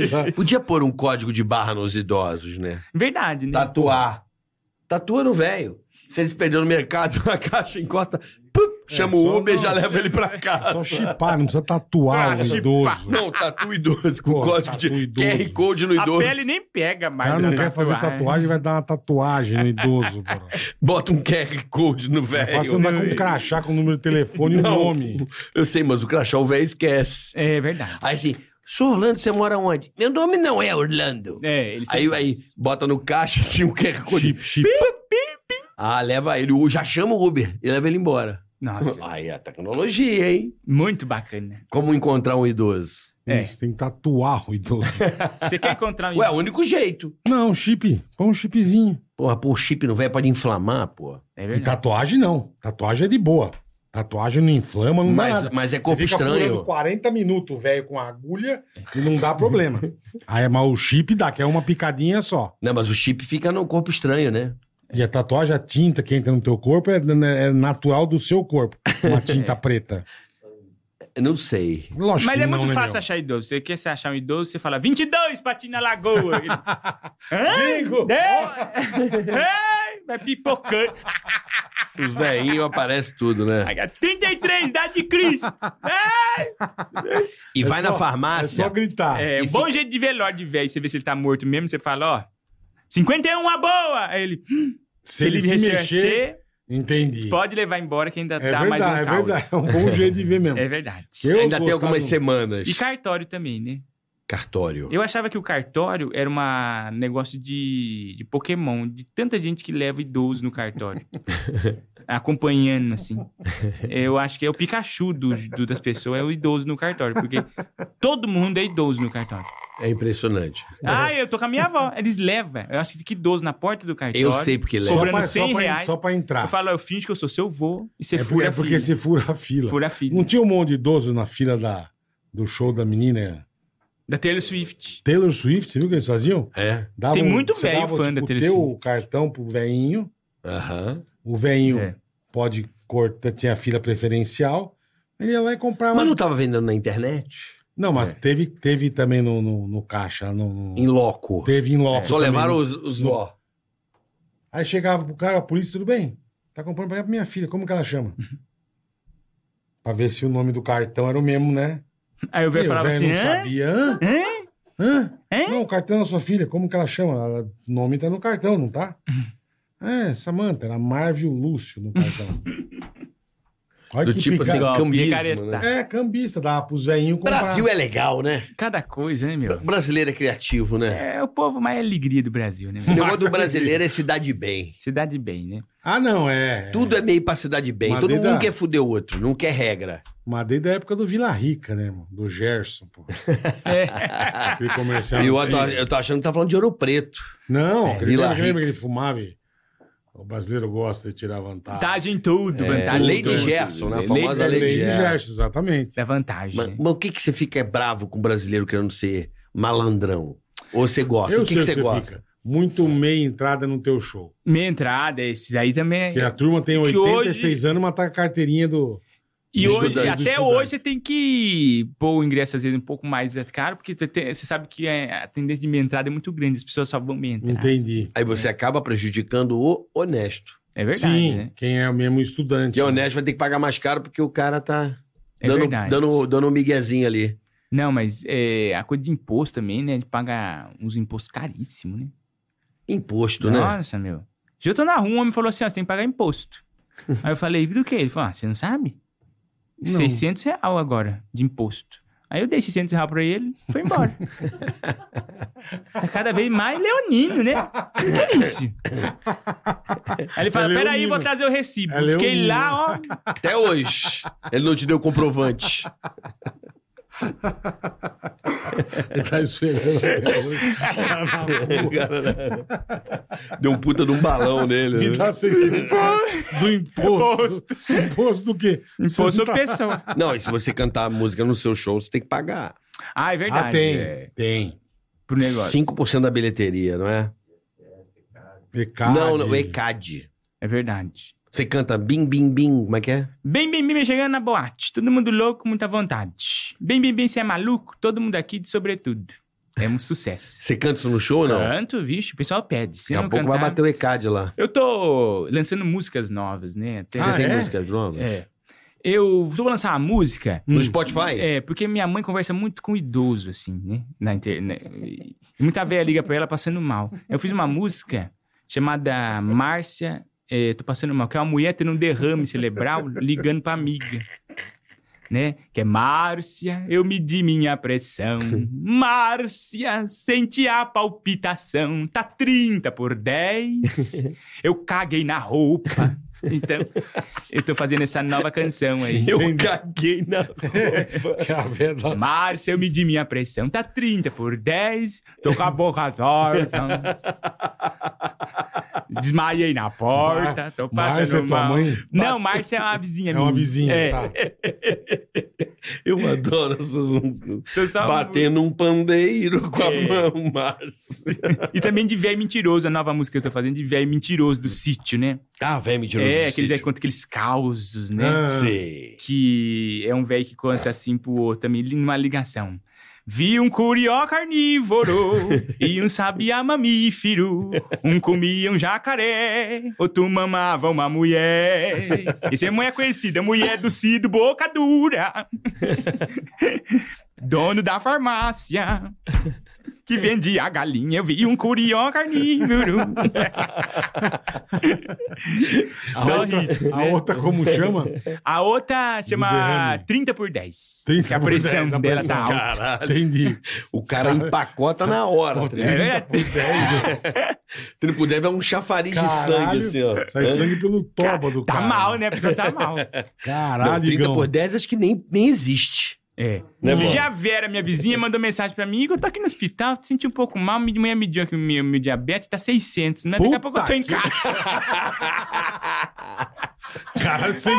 Speaker 3: Essa-
Speaker 2: Podia pôr um código de barra nos idosos, né?
Speaker 4: Verdade, né?
Speaker 2: Tatuar. Tatua no velho. Se eles perderam no mercado, a caixa encosta, pup, chama
Speaker 3: É, só
Speaker 2: o Uber e
Speaker 3: não-
Speaker 2: já leva ele pra casa.
Speaker 3: Só chipar, não precisa tatuar
Speaker 4: Ah,
Speaker 3: o
Speaker 4: chipar.
Speaker 3: idoso.
Speaker 2: Não, tatua idoso, com
Speaker 3: Pô,
Speaker 2: código de
Speaker 3: tatua idoso.
Speaker 2: QR Code no
Speaker 4: A
Speaker 2: idoso.
Speaker 4: pele nem pega
Speaker 3: O
Speaker 4: mais.
Speaker 3: cara não
Speaker 4: na
Speaker 3: quer fazer tatuagem, vai dar uma tatuagem no idoso, bro.
Speaker 2: Bota um QR Code no velho.
Speaker 3: Faça É andar com um crachá com o número de telefone e o
Speaker 2: É, Não.
Speaker 3: nome.
Speaker 2: Eu sei, mas o crachá o velho esquece.
Speaker 4: É verdade.
Speaker 2: Aí assim, sou Orlando, você mora onde? Meu nome não é Orlando.
Speaker 4: É, ele
Speaker 2: Aí, aí, bota no caixa assim um QR Code.
Speaker 3: Chip, chip.
Speaker 2: Ah, leva ele. O- Já chama o Uber e leva ele embora.
Speaker 4: Nossa,
Speaker 2: Aí a tecnologia, hein?
Speaker 4: muito bacana.
Speaker 2: Como encontrar um idoso?
Speaker 4: É.
Speaker 3: Isso, tem que tatuar o idoso.
Speaker 4: Você quer encontrar um
Speaker 2: Ué, o único jeito.
Speaker 3: Não, chip. Põe um chipzinho.
Speaker 2: Porra, pôr o chip no velho pode inflamar, pô.
Speaker 4: É
Speaker 3: E
Speaker 4: verdade.
Speaker 3: tatuagem não. Tatuagem é de boa. Tatuagem não inflama, não dá
Speaker 2: Mas,
Speaker 3: nada.
Speaker 2: mas é
Speaker 3: Você
Speaker 2: corpo
Speaker 3: fica furando
Speaker 2: estranho.
Speaker 3: 40 minutos, velho, com a agulha e não dá problema. Aí, mas o chip dá, que é uma picadinha só.
Speaker 2: Não, mas o chip fica no corpo estranho, né?
Speaker 3: E a tatuagem, a tinta que entra no teu corpo é, é natural do seu corpo. Uma tinta preta.
Speaker 2: Eu não sei.
Speaker 3: Lógico
Speaker 4: É. Mas
Speaker 3: que
Speaker 4: é
Speaker 3: não,
Speaker 4: muito
Speaker 3: né,
Speaker 4: fácil
Speaker 3: meu?
Speaker 4: achar idoso. Você quer se achar um idoso, você fala 22 patina lagoa. Ele, Hã?
Speaker 3: Amigo!
Speaker 4: É? É? Vai pipocando.
Speaker 2: Os velhinhos aparece tudo, né?
Speaker 4: Aí, 33, idade de Cristo.
Speaker 2: E
Speaker 3: É
Speaker 2: vai
Speaker 3: só-
Speaker 2: na
Speaker 3: É
Speaker 2: farmácia.
Speaker 3: só gritar.
Speaker 4: É,
Speaker 2: E
Speaker 4: bom jeito de velório de velho. Você vê se ele tá morto mesmo, você fala, ó. 51 a boa! Aí ele, se,
Speaker 3: se
Speaker 4: ele
Speaker 3: ele se
Speaker 4: mexer,
Speaker 3: mexer, entendi.
Speaker 4: pode levar embora que ainda
Speaker 3: É
Speaker 4: tá mais um
Speaker 3: verdade, é
Speaker 4: caule.
Speaker 3: verdade. É um bom jeito de ver mesmo.
Speaker 4: É verdade.
Speaker 3: Eu
Speaker 2: Ainda tem
Speaker 3: gostava
Speaker 2: algumas
Speaker 3: do-
Speaker 2: semanas.
Speaker 4: E cartório também, né?
Speaker 2: Cartório.
Speaker 4: Eu achava que o cartório era um negócio de, de Pokémon, de tanta gente que leva idoso no cartório. acompanhando, assim. Eu acho que é o Pikachu do- do- das pessoas, é o idoso no cartório, porque todo mundo é idoso no cartório.
Speaker 2: É impressionante.
Speaker 4: Ah, eu tô com a minha avó. Eles levam. Eu acho que fica idoso na porta do cartório.
Speaker 2: Eu sei porque
Speaker 3: Só
Speaker 2: leva.
Speaker 4: Sobrando
Speaker 3: pra,
Speaker 4: 100
Speaker 3: só, pra,
Speaker 4: reais.
Speaker 3: só pra entrar.
Speaker 4: Eu falo, eu finge que eu sou seu vô e você
Speaker 3: é, porque,
Speaker 4: fura
Speaker 3: é
Speaker 4: a
Speaker 3: porque
Speaker 4: filha.
Speaker 3: se fura a fila.
Speaker 4: Fura a filha.
Speaker 3: Não tinha um monte de idoso na fila da, do show da menina
Speaker 4: Da Taylor Swift.
Speaker 3: Taylor Swift, você viu o que eles faziam?
Speaker 2: É.
Speaker 3: Dava
Speaker 4: Tem
Speaker 3: um-
Speaker 4: muito
Speaker 3: você
Speaker 4: velho
Speaker 3: dava,
Speaker 4: fã da
Speaker 3: tipo,
Speaker 4: Taylor
Speaker 3: teu cartão pro velhinho,
Speaker 2: Aham.
Speaker 3: o velhinho
Speaker 4: É.
Speaker 3: pode cortar, tinha a fila preferencial, ele ia lá e comprava.
Speaker 2: Mas não tava vendendo na internet?
Speaker 3: Não, mas
Speaker 2: É.
Speaker 3: teve, teve também no, no, no caixa, no, no-
Speaker 2: Em loco.
Speaker 3: teve em loco.
Speaker 2: Só
Speaker 3: também. né?
Speaker 2: levaram os, os vó.
Speaker 3: Aí chegava pro cara, a polícia, tudo bem? Tá comprando pra pra minha filha, como que ela chama?
Speaker 4: Uhum.
Speaker 3: pra ver se o nome do cartão era o mesmo, né?
Speaker 4: Aí o velho
Speaker 3: Meu,
Speaker 4: falava
Speaker 3: velho
Speaker 4: assim,
Speaker 3: não
Speaker 4: hã?
Speaker 3: sabia. Hã? Hã?
Speaker 4: Hã?
Speaker 3: Não, o cartão é da sua filha, como que ela chama? Ela- O nome tá no cartão, não tá?
Speaker 4: Uhum.
Speaker 3: é, Samanta, era Marvel Lúcio no cartão. Olha
Speaker 2: Do
Speaker 3: que
Speaker 2: tipo assim,
Speaker 3: pica-
Speaker 4: Igual,
Speaker 2: cambismo,
Speaker 4: picareta.
Speaker 2: né?
Speaker 3: É, cambista, dava pro Zéinho comprar.
Speaker 2: Brasil é legal, né?
Speaker 4: Cada coisa, né,
Speaker 2: O
Speaker 4: meu?
Speaker 2: brasileiro é criativo, né?
Speaker 4: É o povo mais alegria do Brasil, né,
Speaker 2: O
Speaker 4: meu?
Speaker 2: negócio do brasileiro é se dar de bem.
Speaker 4: Cidade bem, né?
Speaker 3: Ah, não, é.
Speaker 2: Tudo é meio pra se dar de bem.
Speaker 3: Mas
Speaker 2: Todo
Speaker 3: daí
Speaker 2: mundo
Speaker 3: dá.
Speaker 2: quer fuder o outro, não quer regra.
Speaker 3: Mas desde a época do Vila Rica, né, mano? Do Gerson, pô.
Speaker 4: É.
Speaker 3: Aquele comercial.
Speaker 2: E eu,
Speaker 3: antigo.
Speaker 2: tô, eu tô achando que tá falando de ouro preto.
Speaker 3: Não, aquele
Speaker 2: Vila
Speaker 3: cara que lembra que ele fumava? e- O brasileiro gosta de tirar vantagem.
Speaker 4: Vantagem em tudo, vantagem em
Speaker 2: Lady
Speaker 4: tudo.
Speaker 2: É. Gerson, né? A
Speaker 4: Lady-
Speaker 2: famosa
Speaker 3: É
Speaker 2: Tá, Lady
Speaker 3: lei de
Speaker 2: Gerson.
Speaker 3: Gerson, exatamente.
Speaker 4: Da vantagem.
Speaker 2: Mas,
Speaker 4: né?
Speaker 2: mas o que que você fica é bravo com o brasileiro querendo ser malandrão? Ou você gosta?
Speaker 3: eu
Speaker 2: o que,
Speaker 3: sei
Speaker 2: que
Speaker 3: o
Speaker 2: você
Speaker 3: que
Speaker 2: gosta?
Speaker 3: fica. Muito meia entrada no teu show.
Speaker 4: Minha entrada, esses aí também.
Speaker 3: Porque
Speaker 4: é-
Speaker 3: a turma tem
Speaker 4: Que
Speaker 3: 86 anos, mas tá com a carteirinha do.
Speaker 4: E
Speaker 2: de
Speaker 4: hoje,
Speaker 2: estudante,
Speaker 3: de
Speaker 4: até
Speaker 3: estudante.
Speaker 4: hoje, você tem que pôr o ingresso, às vezes, um pouco mais caro, porque você, tem- você sabe que é- a tendência de minha entrada é muito grande, as pessoas só vão me entrar.
Speaker 3: Entendi.
Speaker 2: Aí você acaba prejudicando o honesto.
Speaker 4: É verdade,
Speaker 3: É. Sim,
Speaker 4: né?
Speaker 3: quem é mesmo estudante.
Speaker 2: Que o honesto vai ter que pagar mais caro porque o cara tá
Speaker 4: É
Speaker 2: dando,
Speaker 4: verdade.
Speaker 2: dando, dando um miguezinho ali.
Speaker 4: Não, mas é, a coisa de imposto também, né? De pagar uns impostos caríssimos, né?
Speaker 2: Imposto,
Speaker 3: é?
Speaker 2: né?
Speaker 4: Nossa, meu. Já eu tô na rua, um homem falou assim, ó, você tem que pagar imposto. Aí eu falei, do quê? Ele falou, ah, você não sabe?
Speaker 3: Não.
Speaker 4: 600 real agora de imposto. Aí eu dei 600 real pra ele, foi embora. tá cada vez mais leonino, né? O que é isso? Aí ele
Speaker 3: É
Speaker 4: fala, peraí,
Speaker 3: leonino.
Speaker 4: vou trazer o recibo.
Speaker 3: É
Speaker 4: Fiquei
Speaker 3: leonino.
Speaker 4: lá, ó,
Speaker 2: Até hoje. Ele não te deu comprovante.
Speaker 3: Ele tá esperando. até hoje. Tá na rua.
Speaker 2: né? Deu um puta de um balão nele.
Speaker 3: Me
Speaker 2: né?
Speaker 3: dá 600 reais do imposto. imposto do quê? Você
Speaker 4: imposto
Speaker 3: não
Speaker 4: sobre
Speaker 3: tá-
Speaker 4: pessoa.
Speaker 2: Não, e se você cantar a música no seu show, você tem que pagar.
Speaker 4: Ah, é verdade.
Speaker 3: Ah, tem.
Speaker 2: É.
Speaker 3: Tem.
Speaker 4: Pro negócio.
Speaker 2: 5% da bilheteria, não é?
Speaker 3: Pecado.
Speaker 2: Não, é não, o ECAD.
Speaker 4: É verdade.
Speaker 2: Você canta bim, bim, bim, como é que é?
Speaker 4: Bem, bem, bem, chegando na boate. Todo mundo louco, muita vontade. Bem, bem, bem, você é maluco? Todo mundo aqui de sobretudo. É um sucesso.
Speaker 2: Você canta isso no show ou não?
Speaker 4: Canto, vixe, o pessoal pede. Se
Speaker 2: Daqui
Speaker 4: não
Speaker 2: a pouco
Speaker 4: cantar... Ah,
Speaker 2: vai bater o ECAD lá.
Speaker 4: Eu tô lançando músicas novas, né? Até-
Speaker 2: você
Speaker 3: Ah,
Speaker 2: tem
Speaker 3: é?
Speaker 2: música nova?
Speaker 4: É. Eu vou lançar uma música.
Speaker 2: No Spotify?
Speaker 4: É, porque minha mãe conversa muito com idoso, assim, né? Na internet. E muita velha liga pra ela passando mal. Eu fiz uma música chamada Márcia, é, Tô Passando Mal, que é uma mulher tendo um derrame cerebral ligando pra amiga. Né? Que é Márcia, eu medi minha pressão. Márcia, sente a palpitação. Tá 30 por 10. Eu caguei na roupa. Então, eu tô fazendo essa nova canção aí.
Speaker 2: Eu caguei na roupa.
Speaker 3: Que é a verdade.
Speaker 4: Márcia, eu medi minha pressão, tá 30 por 10, tô com a boca torta. Desmaiei na porta, tô passando
Speaker 3: Márcia é tua
Speaker 4: mal.
Speaker 3: mãe?
Speaker 4: Não, Márcia é uma vizinha
Speaker 3: É
Speaker 4: minha.
Speaker 3: uma vizinha,
Speaker 4: É,
Speaker 3: tá.
Speaker 2: Eu adoro essas músicas.
Speaker 4: sou só um-
Speaker 2: Batendo um pandeiro com a
Speaker 4: É.
Speaker 2: mão, Márcia.
Speaker 4: E também de velho mentiroso, a nova música que eu tô fazendo, de velho mentiroso do sítio, né?
Speaker 2: Ah, velho, me tirou
Speaker 4: é,
Speaker 2: do
Speaker 4: aqueles aí que
Speaker 2: sítio.
Speaker 4: contam aqueles causos, né?
Speaker 3: Ah.
Speaker 2: Sei.
Speaker 4: que é um velho que conta assim pro outro, também li- numa ligação. Vi um curió carnívoro e um sabiá mamífero. Um comia um jacaré, outro mamava uma mulher. Esse é mulher conhecida, mulher do Cido Boca Dura. Dono da farmácia que vendia galinha. Eu vi um curió carnívoro.
Speaker 3: A
Speaker 4: Só
Speaker 3: outra-
Speaker 4: hits,
Speaker 3: a
Speaker 4: né?
Speaker 3: outra como chama?
Speaker 4: A outra chama
Speaker 3: derrame.
Speaker 4: 30 por 10.
Speaker 3: 30
Speaker 4: que é a
Speaker 3: por
Speaker 4: pressão
Speaker 3: 10, da
Speaker 4: dela
Speaker 3: pressão.
Speaker 4: tá alta.
Speaker 2: Caralho.
Speaker 3: Entendi.
Speaker 2: O cara empacota na hora. tá ligado?
Speaker 4: É,
Speaker 3: Tá por 10, né?
Speaker 2: Se não puder, é um chafariz de sangue,
Speaker 3: Caralho.
Speaker 2: assim, ó.
Speaker 3: Sai sangue pelo toba do
Speaker 4: tá
Speaker 3: cara.
Speaker 4: mal, né? A pessoa tá mal.
Speaker 2: Não,
Speaker 3: Caralho,
Speaker 2: 30
Speaker 3: Igão.
Speaker 2: por 10 acho que nem, nem existe.
Speaker 4: É.
Speaker 2: Né,
Speaker 4: Se
Speaker 2: mano?
Speaker 4: já a Vera, minha vizinha, mandou mensagem pra mim, Igor, eu tô aqui no hospital, te senti um pouco mal, minha mulher mediu aqui o meu, meu diabetes, tá 600, né? Daqui a
Speaker 2: Puta
Speaker 4: pouco eu tô em casa.
Speaker 3: Caralho, seis-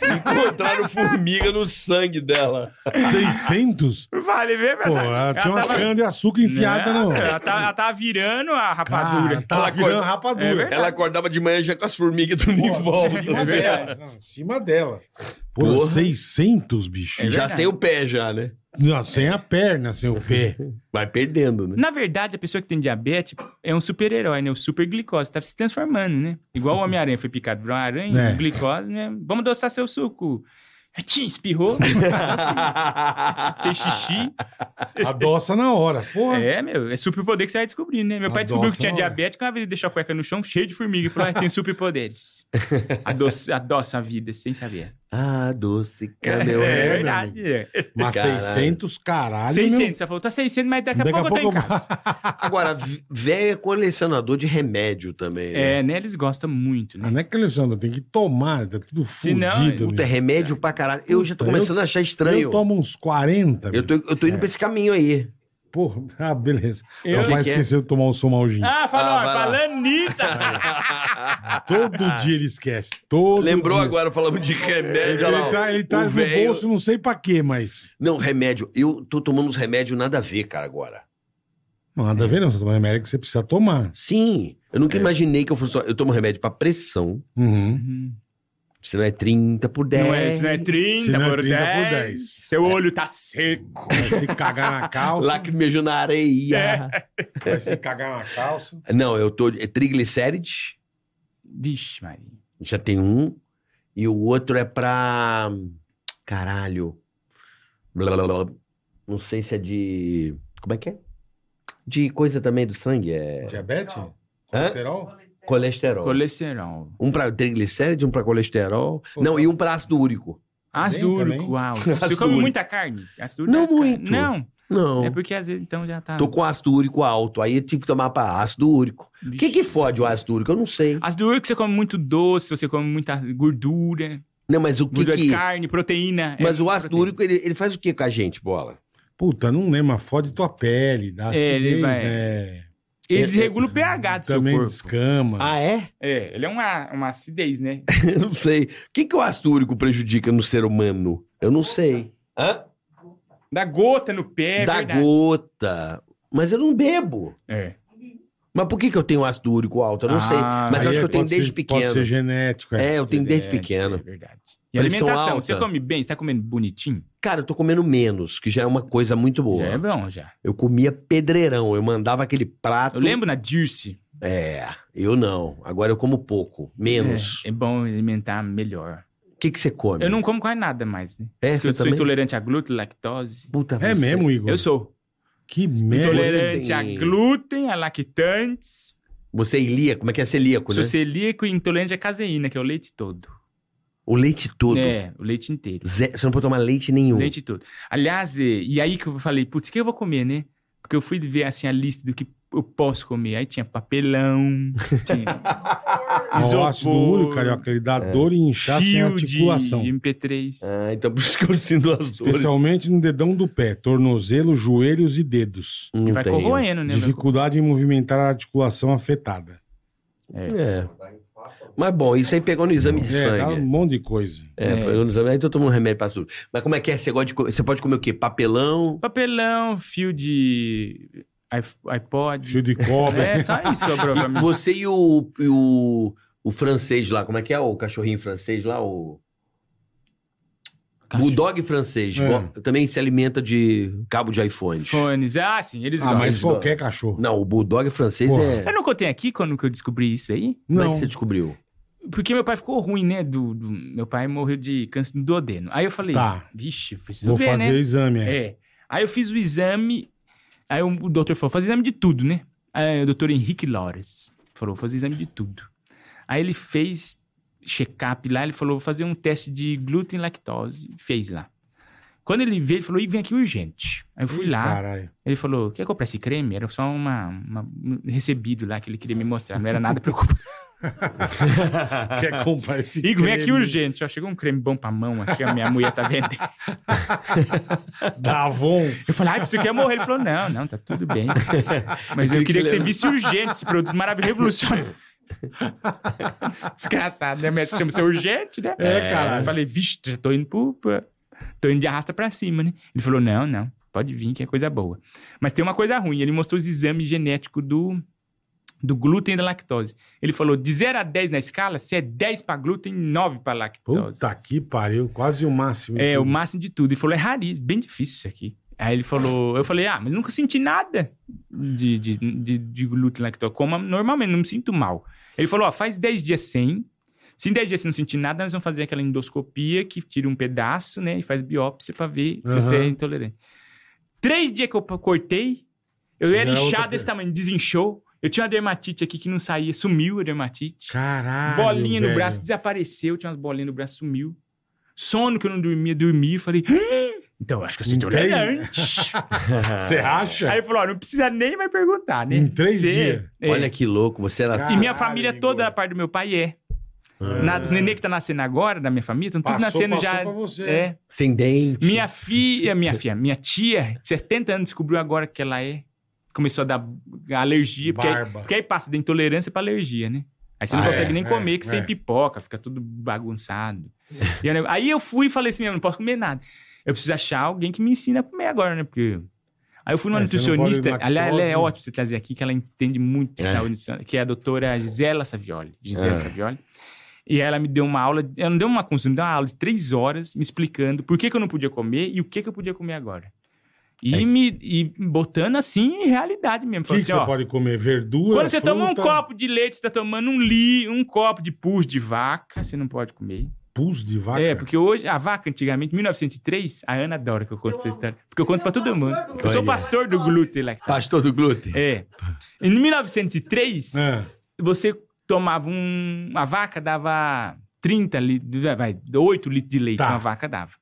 Speaker 2: Encontraram formiga no sangue dela.
Speaker 3: 600?
Speaker 4: Vale ver,
Speaker 3: Pô, ela tinha uma cana de açúcar enfiada
Speaker 4: tá Não,
Speaker 3: no...
Speaker 4: Ela, tá, ela tava virando a rapadura.
Speaker 3: Cara, tá
Speaker 2: Ela
Speaker 3: virando
Speaker 2: acorda-
Speaker 4: É
Speaker 3: rapadura.
Speaker 4: verdade.
Speaker 2: Ela acordava de manhã já com as formigas tudo em volta.
Speaker 4: É verdade.
Speaker 3: Não, em cima dela. Pô,
Speaker 2: Porra.
Speaker 3: 600, bicho.
Speaker 4: É
Speaker 2: já
Speaker 4: verdade.
Speaker 2: sem o pé, já, né?
Speaker 3: Não, sem a perna, sem o pé.
Speaker 2: Vai perdendo, né?
Speaker 4: Na verdade, a pessoa que tem diabetes é um super-herói, né? O super glicose. Tá se transformando, né? Igual o Homem-Aranha foi picado por uma aranha,
Speaker 3: É.
Speaker 4: glicose, né? Vamos adoçar seu suco. Tchim, espirrou, Assim. fez xixi.
Speaker 3: Adoça na hora. Porra.
Speaker 4: É, meu, é superpoder que você vai descobrir, né?
Speaker 2: Ah,
Speaker 4: Meu pai
Speaker 3: Adoça
Speaker 4: descobriu que tinha
Speaker 3: na hora.
Speaker 4: diabetes, que uma vez ele deixou a cueca no chão cheio de formiga e falou: ah, tem superpoderes. Adoça, adoça a vida, sem saber.
Speaker 2: Ah, doce
Speaker 4: É,
Speaker 2: meu
Speaker 3: é,
Speaker 2: é.
Speaker 4: verdade. é.
Speaker 3: Mas
Speaker 2: Caralho.
Speaker 3: 600, caralho,
Speaker 4: 600,
Speaker 3: meu.
Speaker 4: você falou, tá 600, mas daqui a
Speaker 3: Daqui
Speaker 4: pouco eu tô em casa.
Speaker 2: Agora, v- velho é colecionador de remédio também. né?
Speaker 4: É, né? Eles gostam muito,
Speaker 3: Ah,
Speaker 4: né?
Speaker 3: não é que Alessandro, tem que tomar, tá tudo
Speaker 4: Se não,
Speaker 3: fudido.
Speaker 2: Puta, é
Speaker 3: meu.
Speaker 2: remédio pra caralho. Eu já tô
Speaker 3: Puta,
Speaker 2: começando a achar
Speaker 3: Eu
Speaker 2: estranho.
Speaker 3: tomo uns 40.
Speaker 2: Eu tô, eu tô indo pra esse caminho aí.
Speaker 3: Porra, ah, beleza.
Speaker 4: Eu-
Speaker 3: Eu Rapaz,
Speaker 2: Que que é?
Speaker 3: esqueceu de tomar um somalginho.
Speaker 4: Ah, falou,
Speaker 2: Ah, vai lá.
Speaker 4: falando nisso.
Speaker 3: Todo dia ele esquece. Todo
Speaker 2: Ah. Lembrou
Speaker 3: dia.
Speaker 2: agora, falamos de
Speaker 3: Ele,
Speaker 2: remédio. olha lá,
Speaker 3: ele, tá, ele
Speaker 2: o
Speaker 3: traz no
Speaker 2: velho-
Speaker 3: bolso, não sei pra quê, mas.
Speaker 2: Não, remédio. Eu tô tomando uns remédios nada a ver, cara, agora.
Speaker 3: Não, nada a ver, não. Você toma remédio que você precisa tomar.
Speaker 2: Sim. Eu
Speaker 4: É.
Speaker 2: nunca imaginei que eu fosse. Eu tomo remédio pra pressão.
Speaker 3: Uhum.
Speaker 2: Se não é 30 por 10.
Speaker 4: Não é, se não é 30,
Speaker 3: Se não é
Speaker 4: por,
Speaker 3: 30 por
Speaker 4: 10,
Speaker 3: 10.
Speaker 4: Seu olho tá seco.
Speaker 3: Vai se cagar na calça.
Speaker 2: Lacrimejou na areia.
Speaker 3: Vai se cagar na calça.
Speaker 2: Não, eu tô. É triglicérides.
Speaker 4: Vixe, Maria.
Speaker 2: Já tem um. E o outro é pra. Caralho. Blá, blá, blá, blá. Não sei se é de. Como é que é? De coisa também do sangue. É.
Speaker 3: Diabetes?
Speaker 5: Hã?
Speaker 3: Colesterol?
Speaker 5: "É,
Speaker 2: Colesterol.
Speaker 4: Colesterol.
Speaker 2: Um pra triglicérides, um pra colesterol.
Speaker 3: Pô,
Speaker 2: Não,
Speaker 3: tá.
Speaker 2: e um pra ácido úrico.
Speaker 3: Bem
Speaker 4: Asdurco,
Speaker 3: também.
Speaker 4: uau. Você
Speaker 2: Asdurco.
Speaker 4: come muita carne? Asdurco
Speaker 2: Não
Speaker 4: é carne.
Speaker 2: muito.
Speaker 4: Não,
Speaker 2: Não.
Speaker 4: é porque às vezes então já tá...
Speaker 2: Tô com ácido úrico alto. Aí eu tive que tomar pra ácido úrico. O que que fode o ácido úrico? Eu não sei.
Speaker 4: Asdurco você come muito doce, você come muita gordura,
Speaker 2: Não, mas o que
Speaker 4: gordura
Speaker 2: que...
Speaker 4: de carne, proteína. é
Speaker 2: Mas o
Speaker 4: muita
Speaker 2: ácido
Speaker 4: proteína.
Speaker 2: úrico, ele, ele faz o que com a gente, bola?
Speaker 3: Puta, não lembro, mas fode tua pele, dá acidez,
Speaker 4: É, ele vai-
Speaker 3: né?
Speaker 4: Ele
Speaker 2: é-
Speaker 4: desregula o pH do seu
Speaker 3: Também
Speaker 4: corpo.
Speaker 3: descama.
Speaker 2: Ah, é?
Speaker 4: É, ele é uma, uma acidez, né?
Speaker 2: Eu não sei. O que que o ácido úrico prejudica no ser humano? Eu não sei. Hã?
Speaker 4: Dá gota no pé, é
Speaker 2: da
Speaker 4: verdade.
Speaker 2: gota. Mas eu não bebo.
Speaker 4: É.
Speaker 2: Mas por que, que eu tenho ácido úrico alto? Eu não
Speaker 4: Ah,
Speaker 2: sei. Mas
Speaker 3: Aí
Speaker 2: acho que eu
Speaker 3: pode
Speaker 2: tenho desde
Speaker 3: ser- Pode ser
Speaker 2: pequeno.
Speaker 3: genético, é.
Speaker 2: É, eu tenho desde pequeno.
Speaker 4: É verdade. E
Speaker 2: Pressão
Speaker 4: alimentação,
Speaker 2: alta.
Speaker 4: você come bem? Você tá comendo bonitinho?
Speaker 2: Cara, eu tô comendo menos, que já é uma coisa muito boa.
Speaker 4: Já é bom, já.
Speaker 2: Eu comia pedreirão, eu mandava aquele prato.
Speaker 4: Eu lembro na Dirce.
Speaker 2: É, eu não. Agora eu como pouco, menos.
Speaker 4: É, é bom alimentar melhor.
Speaker 2: O que, que você come?
Speaker 4: É. Eu não como quase nada mais, né?
Speaker 2: É,
Speaker 4: Porque
Speaker 2: você
Speaker 4: eu sou
Speaker 2: também?
Speaker 4: intolerante a glúten, lactose.
Speaker 2: Puta,
Speaker 3: É
Speaker 2: você-
Speaker 3: mesmo, Igor?
Speaker 4: Eu sou
Speaker 3: Que merda.
Speaker 2: Intolerante.
Speaker 4: intolerante a
Speaker 2: tem-
Speaker 4: glúten, a lactantes.
Speaker 2: Você é ilíaco? Como é que é celíaco, né?
Speaker 4: Sou celíaco e intolerante à caseína, que então é o leite todo.
Speaker 2: O leite todo.
Speaker 4: É, o leite inteiro.
Speaker 2: Zé- Você não pode tomar leite nenhum.
Speaker 4: Leite todo. Aliás, e, e aí que eu falei, putz, o que eu vou comer, né? Porque eu fui ver assim a lista do que eu posso comer. Aí tinha papelão, tinha
Speaker 3: O ácido úrico,
Speaker 4: isopor,
Speaker 3: carioca, ele dá
Speaker 2: É.
Speaker 3: dor e inchaço em
Speaker 4: fio
Speaker 3: articulação. É,
Speaker 4: de MP3.
Speaker 2: Ah, então por isso que eu sinto as dores.
Speaker 3: Especialmente no dedão do pé, tornozelo, joelhos e dedos.
Speaker 2: Não
Speaker 4: e vai
Speaker 2: tenho.
Speaker 4: corroendo, né?
Speaker 3: Dificuldade em movimentar a articulação afetada.
Speaker 2: É. Mas bom, isso aí pegou no exame de
Speaker 3: É, dá um
Speaker 2: sangue.
Speaker 3: monte de coisa.
Speaker 2: É,
Speaker 4: É.
Speaker 2: pegou no exame. Aí tô tomando remédio pra tudo. Mas como é que é? Você, gosta de co- você pode comer o quê? Papelão?
Speaker 4: Papelão, fio de i- iPod.
Speaker 3: Fio de cobra.
Speaker 4: É, só isso,
Speaker 2: E
Speaker 4: provavelmente.
Speaker 2: você e o, e o, o francês lá, como é que é o cachorrinho francês lá? O
Speaker 4: Cachorro.
Speaker 2: bulldog francês.
Speaker 3: É.
Speaker 2: go- Também se alimenta de cabo de iPhone.
Speaker 4: Fones. Ah, sim, eles
Speaker 3: Ah,
Speaker 4: gostam.
Speaker 3: mas
Speaker 2: Eles gostam.
Speaker 3: qualquer cachorro.
Speaker 2: Não, o bulldog francês
Speaker 3: Porra.
Speaker 2: é...
Speaker 4: Eu não contei aqui quando que eu descobri isso aí?
Speaker 2: Como é
Speaker 3: Não,
Speaker 2: que você descobriu?
Speaker 4: Porque meu pai ficou ruim, né? Do, do- meu pai morreu de câncer do duodeno. Aí eu falei,
Speaker 3: Tá.
Speaker 4: vixe, eu preciso
Speaker 3: vou
Speaker 4: ver,
Speaker 3: fazer
Speaker 4: né?
Speaker 3: o exame. É.
Speaker 4: É. Aí eu fiz o exame. Aí o o doutor falou: fazer exame de tudo, né? Aí o doutor Henrique Lores falou: fazer exame de tudo. Aí ele fez check-up lá, ele falou: vou fazer um teste de glúten e lactose. Fez lá. Quando ele veio, ele falou: Ih, vem aqui urgente. Aí eu fui lá.
Speaker 3: Caralho.
Speaker 4: Ele falou: quer comprar esse creme? Era só uma, uma- um recebido lá que ele queria me mostrar. Não era nada preocupante.
Speaker 3: Quer comprar esse
Speaker 4: Igor, vem aqui
Speaker 3: creme?
Speaker 4: urgente. Ó, chegou um creme bom pra mão aqui, a minha mulher tá vendendo.
Speaker 3: Da Avon.
Speaker 4: Eu falei, ai, você quer morrer? Ele falou, não, não, tá tudo bem. Mas eu queria que você visse urgente esse produto maravilhoso, revolucionário. Desgraçado, né? Mas chama-se urgente, né?
Speaker 3: É, caralho.
Speaker 4: Eu falei, vixe, já tô indo pro... pra- Tô indo de arrasta pra cima, né? Ele falou, não, não, pode vir que é coisa boa. Mas tem uma coisa ruim, ele mostrou os exames genéticos do... Do glúten e da lactose. Ele falou de 0 a 10 na escala, se é 10 pra glúten, 9 pra lactose.
Speaker 3: Puta que pariu. Quase o máximo.
Speaker 4: Então, É, o máximo de tudo. Ele falou, é raríssimo, bem difícil isso aqui. Aí ele falou, eu falei, ah, mas nunca senti nada de, de, de, de glúten lactose. Como normalmente, não me sinto mal. Ele falou, ó, faz 10 dias sem. Se em 10 dias você não sentir nada, nós vamos fazer aquela endoscopia que tira um pedaço, né? E faz biópsia pra ver se
Speaker 3: Aham.
Speaker 4: você é intolerante. Três dias que eu cortei, eu
Speaker 3: Já
Speaker 4: era
Speaker 3: é outra
Speaker 4: inchado
Speaker 3: coisa.
Speaker 4: desse tamanho, desinchou. Eu tinha uma dermatite aqui que não saía, sumiu a dermatite.
Speaker 3: Caralho.
Speaker 4: Bolinha no
Speaker 3: velho.
Speaker 4: braço desapareceu, tinha umas bolinhas no braço, sumiu. Sono que eu não dormia, dormi. Falei, "Ah, então acho que eu sou
Speaker 3: Não tem?
Speaker 4: intolerante.
Speaker 3: Você acha?
Speaker 4: Aí ele falou: ó, não precisa nem mais perguntar, né?
Speaker 3: Em três
Speaker 4: Você-
Speaker 3: dias?
Speaker 4: É.
Speaker 2: Olha que louco, você era...
Speaker 3: Cara,
Speaker 4: E minha
Speaker 3: Caralho,
Speaker 4: família
Speaker 3: Igor.
Speaker 4: toda, a parte do meu pai é.
Speaker 2: Ah.
Speaker 4: Na, os nenê que tá nascendo agora, da minha família, estão tudo
Speaker 3: Passou,
Speaker 4: nascendo
Speaker 3: passou
Speaker 4: já.
Speaker 3: pra você.
Speaker 4: É.
Speaker 2: Sem dente.
Speaker 4: Minha filha, minha filha, minha tia, de 70 anos, descobriu agora que ela é. Começou a dar alergia, porque aí,
Speaker 3: Barba.
Speaker 4: porque aí passa da intolerância pra alergia, né? Aí você não
Speaker 2: Ah,
Speaker 4: consegue
Speaker 3: é,
Speaker 4: nem
Speaker 3: é,
Speaker 4: comer, que sem
Speaker 3: é.
Speaker 4: pipoca, fica tudo bagunçado. E o nego- aí eu fui e falei assim, eu não posso comer nada. Eu preciso achar alguém que me ensine a comer agora, né? Porque... Aí eu fui numa
Speaker 3: É, você não pode
Speaker 4: nutricionista,
Speaker 3: lactose.
Speaker 4: aliás, ela é ótima pra você trazer aqui, que ela entende muito de
Speaker 2: É.
Speaker 4: saúde nutricional, que é a doutora Gisela Savioli. Gisela
Speaker 2: É.
Speaker 4: Savioli. E ela me deu uma aula, ela não deu uma consulta, me deu uma aula de três horas me explicando por que, que eu não podia comer e o que, que eu podia comer agora. E
Speaker 2: É.
Speaker 4: me e botando assim em realidade mesmo.
Speaker 3: O que,
Speaker 4: Falou
Speaker 3: que
Speaker 4: assim,
Speaker 3: você
Speaker 4: ó,
Speaker 3: pode comer? Verdura,
Speaker 4: quando você toma um
Speaker 3: fruta,
Speaker 4: copo de leite, você tá tomando um li, um copo de pus de vaca, você não pode comer.
Speaker 3: Pus de vaca.
Speaker 4: É, porque hoje, a vaca antigamente, 1903, a Ana adora que eu conto
Speaker 5: Eu
Speaker 4: essa
Speaker 5: amo.
Speaker 4: história. Porque eu conto pra todo mundo. Eu sou
Speaker 2: Olha.
Speaker 4: pastor do glúten lactose.
Speaker 2: Pastor do glúten.
Speaker 4: É. Em 1903,
Speaker 3: É.
Speaker 4: você tomava um... A vaca dava 30 litros, vai, 8 litros de leite
Speaker 3: Tá.
Speaker 4: uma vaca dava.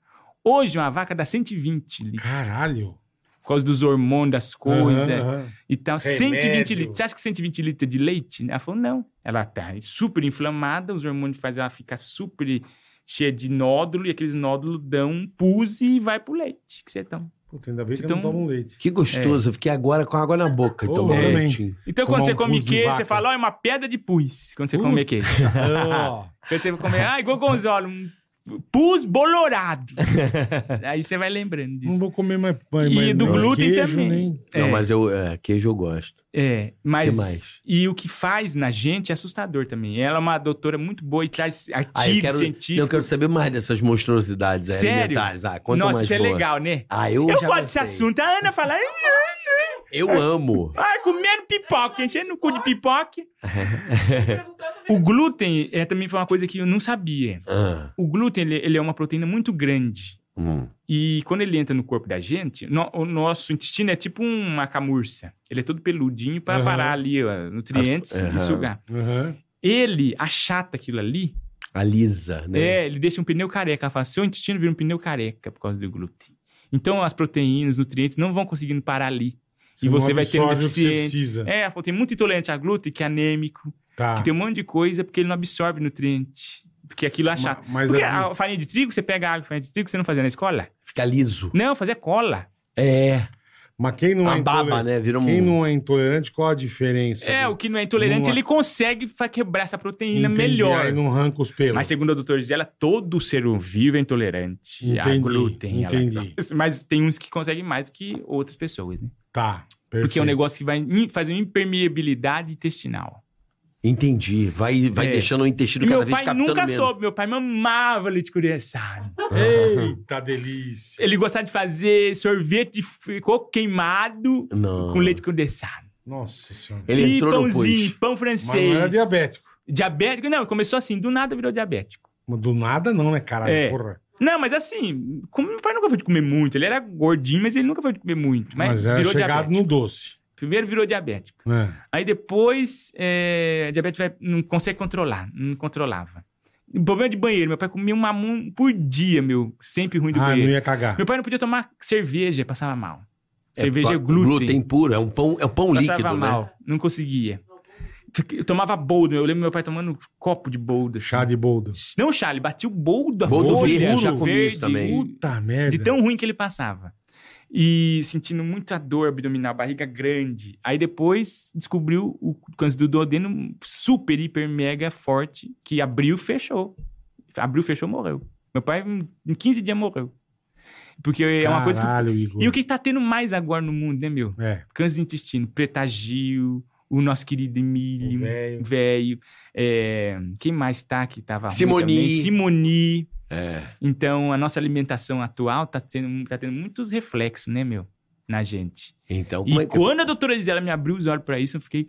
Speaker 4: Hoje uma vaca dá 120 litros.
Speaker 3: Caralho.
Speaker 4: Por causa dos hormônios, das coisas é.
Speaker 3: Aham, aham.
Speaker 4: e tal.
Speaker 3: Remédio.
Speaker 4: 120 litros. Você acha que 120 litros é de leite? Ela falou, não. Ela tá super inflamada, os hormônios fazem ela ficar super cheia de nódulo, e aqueles nódulos dão um pus e vai pro leite. Que você toma.
Speaker 3: Puta, ainda bem que eu
Speaker 4: Então-
Speaker 3: não tomo leite.
Speaker 2: Que gostoso. Eu fiquei agora com água na boca.
Speaker 3: Ô,
Speaker 2: Então,
Speaker 3: eu
Speaker 2: é.
Speaker 3: também.
Speaker 2: leite.
Speaker 4: Então,
Speaker 3: Tomar
Speaker 4: quando você
Speaker 3: um
Speaker 4: come
Speaker 3: pus de
Speaker 4: queijo,
Speaker 3: vaca.
Speaker 4: você fala, ó, é uma pedra de pus. Quando você
Speaker 3: Puta.
Speaker 4: come queijo.
Speaker 3: Ó,
Speaker 4: Quando você come, ai, igual Gonzalo, um pus bolorado. Aí você vai lembrando
Speaker 3: não
Speaker 2: Um
Speaker 4: disso.
Speaker 3: vou comer mais pão.
Speaker 4: E
Speaker 3: mais-
Speaker 4: do
Speaker 3: mais
Speaker 4: glúten
Speaker 3: queijo,
Speaker 4: também.
Speaker 3: nem-
Speaker 2: Não,
Speaker 4: É.
Speaker 2: mas eu, é, queijo eu gosto.
Speaker 4: É, mas.
Speaker 2: Que mais?
Speaker 4: E o que faz na gente é assustador também. Ela é uma doutora muito boa e traz
Speaker 2: Ah, eu
Speaker 4: artigos
Speaker 2: quero,
Speaker 4: científicos.
Speaker 2: eu quero saber mais dessas monstruosidades aí,
Speaker 4: Sério?
Speaker 2: alimentares. Ah, quanto
Speaker 4: Nossa,
Speaker 2: mais
Speaker 4: isso é
Speaker 2: boa.
Speaker 4: legal, né?
Speaker 2: Ah, eu,
Speaker 4: Eu
Speaker 2: já
Speaker 4: gosto desse
Speaker 2: gostei.
Speaker 4: assunto. A Ana fala,
Speaker 2: Eu amo.
Speaker 4: ah, comendo pipoca, enchendo o cu de pipoca.
Speaker 5: Perguntou também.
Speaker 4: O glúten é, também foi uma coisa que eu não sabia.
Speaker 2: Ah,
Speaker 4: O glúten, ele, ele é uma proteína muito grande.
Speaker 2: hum.
Speaker 4: E quando ele entra no corpo da gente, no- o nosso intestino é tipo uma camurça. Ele é todo peludinho para
Speaker 3: Aham.
Speaker 4: parar ali ó, nutrientes
Speaker 2: As-
Speaker 4: e
Speaker 2: aham.
Speaker 4: sugar.
Speaker 3: Aham.
Speaker 4: Ele achata aquilo ali
Speaker 2: A Lisa, né?
Speaker 4: É, ele deixa um pneu careca. Ela fala, seu intestino vira um pneu careca por causa do glúten. Então, as proteínas, os nutrientes não vão conseguindo parar ali. E
Speaker 3: não
Speaker 4: você vai ter um
Speaker 3: absorve o que você
Speaker 4: deficiente.
Speaker 3: precisa.
Speaker 4: É, ela falou, tem muito intolerante a glúten, que é anêmico,
Speaker 3: Tá.
Speaker 4: que tem um monte de coisa, porque ele não absorve nutriente. Porque aquilo é chato.
Speaker 3: Ma- Mas
Speaker 4: porque
Speaker 3: a-
Speaker 4: a farinha de trigo, você pega a água, de farinha de trigo, você não fazia na escola?
Speaker 2: Fica liso.
Speaker 4: Não, fazia cola.
Speaker 2: É.
Speaker 3: mas quem não
Speaker 2: A
Speaker 3: é
Speaker 2: baba,
Speaker 3: intolerante-
Speaker 2: né? Vira um...
Speaker 3: Quem não é intolerante, qual a diferença?
Speaker 4: É,
Speaker 3: Do-
Speaker 4: o que não é intolerante,
Speaker 3: Não é.
Speaker 4: ele consegue fa- quebrar essa proteína
Speaker 3: Entendi,
Speaker 4: melhor.
Speaker 3: Aí não arranca os pelos.
Speaker 4: Mas segundo a doutora Gisela, todo ser vivo é intolerante a
Speaker 3: Entendi,
Speaker 4: glúten. a
Speaker 3: entendi.
Speaker 4: lactose. Mas tem uns que conseguem mais que outras pessoas, né?
Speaker 3: Tá, perfeito.
Speaker 4: Porque é um negócio que vai in- fazer uma impermeabilidade intestinal.
Speaker 2: Entendi. Vai, vai
Speaker 4: É.
Speaker 2: deixando o
Speaker 4: E
Speaker 2: intestino cada
Speaker 4: meu
Speaker 2: vez
Speaker 4: pai
Speaker 2: captando
Speaker 4: nunca
Speaker 2: menos.
Speaker 4: soube. Meu pai mamava leite condensado.
Speaker 3: Eita delícia.
Speaker 4: Ele gostava de fazer sorvete de f- coco queimado
Speaker 2: Não.
Speaker 4: com leite condensado.
Speaker 3: Nossa senhora.
Speaker 2: Ah. Ele
Speaker 4: e
Speaker 2: entrou no
Speaker 4: pãozinho,
Speaker 2: pus.
Speaker 4: pão
Speaker 3: Mas
Speaker 4: francês.
Speaker 3: não era diabético.
Speaker 4: Diabético? Não, começou assim, do nada virou diabético.
Speaker 3: Mas Do nada não, né, caralho?
Speaker 4: É.
Speaker 3: Porra.
Speaker 4: Não, mas assim, como meu pai nunca foi de comer muito. Ele era gordinho, mas ele nunca foi de comer muito. Mas,
Speaker 3: Mas, era
Speaker 4: virou
Speaker 3: chegado
Speaker 4: diabético.
Speaker 3: no doce.
Speaker 4: Primeiro virou diabético.
Speaker 3: né?
Speaker 4: Aí depois, é, a diabetes vai- não consegue controlar, não controlava. E Problema de banheiro. Meu pai comia um mamão por dia, meu. Sempre ruim do
Speaker 3: Ah, não
Speaker 4: banheiro.
Speaker 3: ia cagar.
Speaker 4: Meu pai não podia tomar cerveja, passava mal.
Speaker 2: É,
Speaker 4: cerveja é
Speaker 2: pa-
Speaker 4: glúten.
Speaker 2: puro. É um pão, é um pão
Speaker 4: passava
Speaker 2: líquido, né?
Speaker 4: mal, não conseguia. Eu tomava boldo. Eu lembro meu pai tomando um copo de boldo. assim.
Speaker 3: Chá de boldo.
Speaker 4: Não chá, ele batia o boldo. a
Speaker 2: Boldo
Speaker 4: folha,
Speaker 2: verde, eu já
Speaker 4: o
Speaker 2: comi isso também.
Speaker 4: o-
Speaker 3: Puta merda.
Speaker 4: de tão ruim que ele passava. E sentindo muita dor abdominal, barriga grande. Aí depois descobriu o câncer do duodeno super, hiper, mega forte, que abriu, fechou. Abriu, fechou, morreu. Meu pai, em 15 dias, morreu. Porque é uma coisa que...
Speaker 3: Caralho, Igor.
Speaker 4: E o que tá tendo mais agora no mundo, né, meu?
Speaker 3: É.
Speaker 4: Câncer de intestino, pretagil, o nosso querido
Speaker 3: o
Speaker 4: Emílio,
Speaker 3: velho.
Speaker 4: velho. é, Quem mais tá que tava ruim
Speaker 2: Simoni.
Speaker 4: também? Simoni.
Speaker 2: É.
Speaker 4: Então, a nossa alimentação atual está tendo, tá tendo muitos reflexos, né, meu? Na gente.
Speaker 2: Então,
Speaker 4: E
Speaker 2: como é que...
Speaker 4: quando a doutora Gisela me abriu os olhos pra isso, eu fiquei.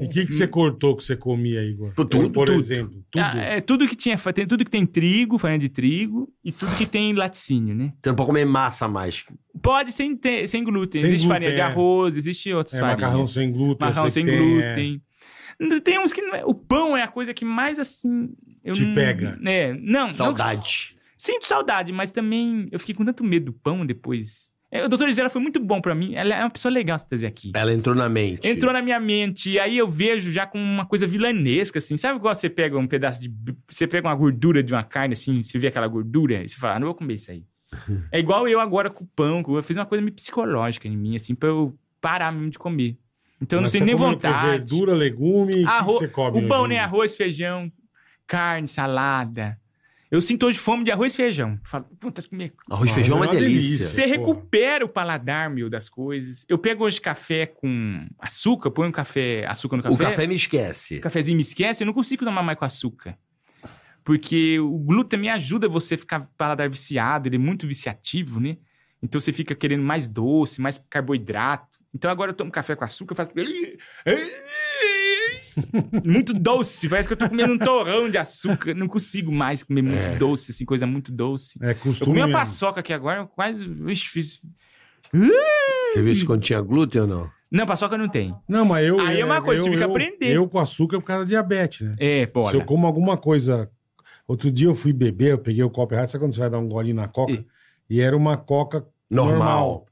Speaker 3: E o que, que você cortou que você comia, Igor?
Speaker 2: Por tudo,
Speaker 3: Por
Speaker 2: tudo.
Speaker 3: exemplo, tudo.
Speaker 4: Ah, é, tudo que tinha, fa- tem- tudo que tem trigo, farinha de trigo, e tudo que tem laticínio, né?
Speaker 2: Você não pode comer massa mais.
Speaker 4: Pode sem, te- sem glúten.
Speaker 3: Sem
Speaker 4: existe
Speaker 3: glúten,
Speaker 4: farinha de
Speaker 3: é.
Speaker 4: arroz, existe outras
Speaker 3: É,
Speaker 4: farinhas.
Speaker 3: macarrão sem glúten. eu
Speaker 4: Macarrão
Speaker 3: sei
Speaker 4: sem
Speaker 3: que tem, é.
Speaker 4: glúten. Tem uns que não é- O pão é a coisa que mais assim. Eu
Speaker 3: Te
Speaker 4: não-
Speaker 3: pega.
Speaker 4: É, não. não
Speaker 2: Saudade.
Speaker 4: Sinto saudade, mas também eu fiquei com tanto medo do pão depois. É, o doutor Gisela foi muito bom pra mim. Ela é uma pessoa legal você trazer aqui.
Speaker 2: Ela entrou na mente.
Speaker 4: Entrou na minha mente, e aí eu vejo já com uma coisa vilanesca, assim. Sabe igual você pega um pedaço de. Você pega uma gordura de uma carne, assim, você vê aquela gordura, e você fala, ah, não vou comer isso aí. é igual eu agora com o pão, com- eu fiz uma coisa meio psicológica em mim, assim, pra eu parar mesmo de comer. Então eu não
Speaker 3: Mas
Speaker 4: sei
Speaker 3: tá
Speaker 4: nem
Speaker 3: comendo o quê?
Speaker 4: vontade.
Speaker 3: Verdura, legume, o que que
Speaker 4: Arro-
Speaker 3: você come?
Speaker 4: O pão,
Speaker 3: hoje,
Speaker 4: né?
Speaker 3: Igor?
Speaker 4: Arroz, feijão, carne, salada. Eu sinto hoje fome de arroz e feijão. Eu falo, puta, comer
Speaker 2: Arroz e feijão é uma
Speaker 3: Arroz é uma
Speaker 2: delícia.
Speaker 3: delícia.
Speaker 4: você
Speaker 3: Porra.
Speaker 4: recupera o paladar, meu, das coisas. Eu pego hoje café com açúcar, põe um café, açúcar no café.
Speaker 2: O café me esquece.
Speaker 4: o cafezinho me esquece, eu não consigo tomar mais com açúcar. Porque o glúten me ajuda você ficar paladar viciado, ele é muito viciativo, né? Então você fica querendo mais doce, mais carboidrato. Então agora eu tomo café com açúcar, eu faço. Muito doce, parece que eu tô comendo um torrão de açúcar. Não consigo mais comer muito doce, assim, coisa muito doce.
Speaker 3: É
Speaker 4: Eu
Speaker 3: costume.
Speaker 4: comi uma
Speaker 3: mesmo.
Speaker 4: paçoca aqui agora, eu quase. Ixi, fiz...
Speaker 2: Você viu isso quando tinha glúten ou não?
Speaker 4: Não, paçoca não tem.
Speaker 3: Não, mas eu.
Speaker 4: Aí é uma coisa,
Speaker 3: eu,
Speaker 4: tive que
Speaker 3: eu-
Speaker 4: aprender.
Speaker 3: Eu com açúcar é por causa da diabetes, né?
Speaker 4: É, pô.
Speaker 3: Se eu como alguma coisa. Outro dia eu fui beber, eu peguei o copo errado, sabe quando você vai dar um golinho na coca?
Speaker 4: Ih.
Speaker 3: E era uma coca.
Speaker 2: Normal.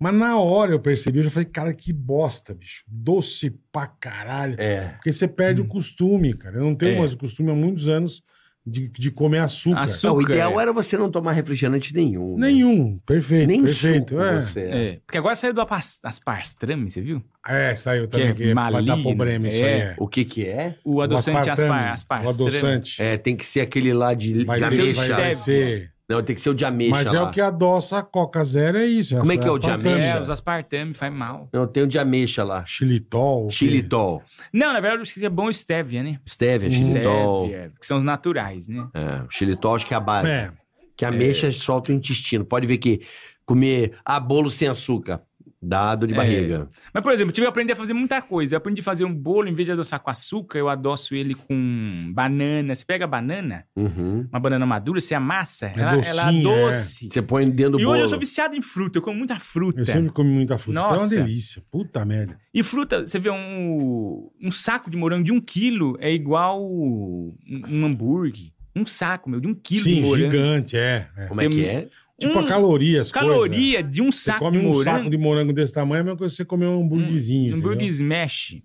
Speaker 3: Mas na hora eu percebi, eu já falei, cara, que bosta, bicho. Doce pra caralho.
Speaker 2: É.
Speaker 3: Porque você perde o costume, cara. Eu não tenho
Speaker 4: Hum. É.
Speaker 3: mais o costume há muitos anos de, de comer açúcar.
Speaker 4: Açúcar.
Speaker 2: Não, o ideal
Speaker 4: é.
Speaker 2: era você não tomar refrigerante nenhum. né?
Speaker 3: Nenhum. Perfeito.
Speaker 2: Nem
Speaker 3: perfeito.
Speaker 2: suco
Speaker 3: é.
Speaker 2: você.
Speaker 4: É, porque agora saiu do apas- as pastrame, você viu?
Speaker 3: É, saiu
Speaker 4: Que
Speaker 3: também.
Speaker 4: é
Speaker 3: Que vai dar
Speaker 4: maligno,
Speaker 3: problema isso
Speaker 4: é.
Speaker 3: aí. É.
Speaker 2: O que que é?
Speaker 4: O adoçante
Speaker 3: aspartame,
Speaker 4: aspar-
Speaker 3: O
Speaker 4: asparstrame.
Speaker 3: adoçante.
Speaker 2: É, tem que ser aquele lá de,
Speaker 3: Vai,
Speaker 2: de
Speaker 3: vai,
Speaker 4: ser-
Speaker 2: ameixa.
Speaker 3: vai
Speaker 4: deve-
Speaker 3: ser.
Speaker 2: Não, tem que ser o de ameixa
Speaker 3: Mas é
Speaker 2: lá.
Speaker 3: o que adoça a Coca Zero, é isso.
Speaker 2: Como é
Speaker 3: essa-
Speaker 2: que é o
Speaker 3: as
Speaker 2: de
Speaker 3: pantanas.
Speaker 2: ameixa?
Speaker 4: É, os aspartame faz mal.
Speaker 2: Não, tem o de ameixa lá.
Speaker 3: Xilitol. o quê?
Speaker 2: Xilitol.
Speaker 4: Não, na verdade, eu esqueci, é bom o stevia, né?
Speaker 2: Stevia, xilitol.
Speaker 4: Stevia, é, que são os naturais, né?
Speaker 2: É, o xilitol acho que é a base.
Speaker 3: É.
Speaker 2: Que a ameixa solta o intestino. Pode ver que comer ah, bolo sem açúcar dá dor de
Speaker 4: É.
Speaker 2: barriga.
Speaker 4: Mas, por exemplo, eu tive que aprender a fazer muita coisa. Eu aprendi a fazer um bolo, em vez de adoçar com açúcar, eu adoço ele com banana. Você pega a banana,
Speaker 2: Uhum.
Speaker 4: uma banana madura, você amassa,
Speaker 3: É
Speaker 4: ela, ela
Speaker 3: docinho, é.
Speaker 4: adoce.
Speaker 2: Você põe dentro do
Speaker 4: E
Speaker 2: bolo.
Speaker 4: hoje eu sou viciado em fruta, eu como muita fruta.
Speaker 3: Eu sempre comi muita fruta. Então é uma
Speaker 4: Nossa.
Speaker 3: delícia. Puta merda.
Speaker 4: E fruta, você vê um, um saco de morango de um quilo é igual um, um hambúrguer. Um saco, meu, de um quilo de
Speaker 3: Sim,
Speaker 4: morango.
Speaker 3: gigante, é. é.
Speaker 2: Como é que é?
Speaker 3: Tipo
Speaker 4: Um-
Speaker 3: a caloria, as coisas. né?
Speaker 4: Caloria de um
Speaker 3: Você
Speaker 4: saco
Speaker 3: come
Speaker 4: de
Speaker 3: um
Speaker 4: morango.
Speaker 3: saco de morango desse tamanho, é a mesma coisa que você comer um hambúrguerzinho.
Speaker 4: um hambúrguer
Speaker 3: entendeu?
Speaker 4: smash.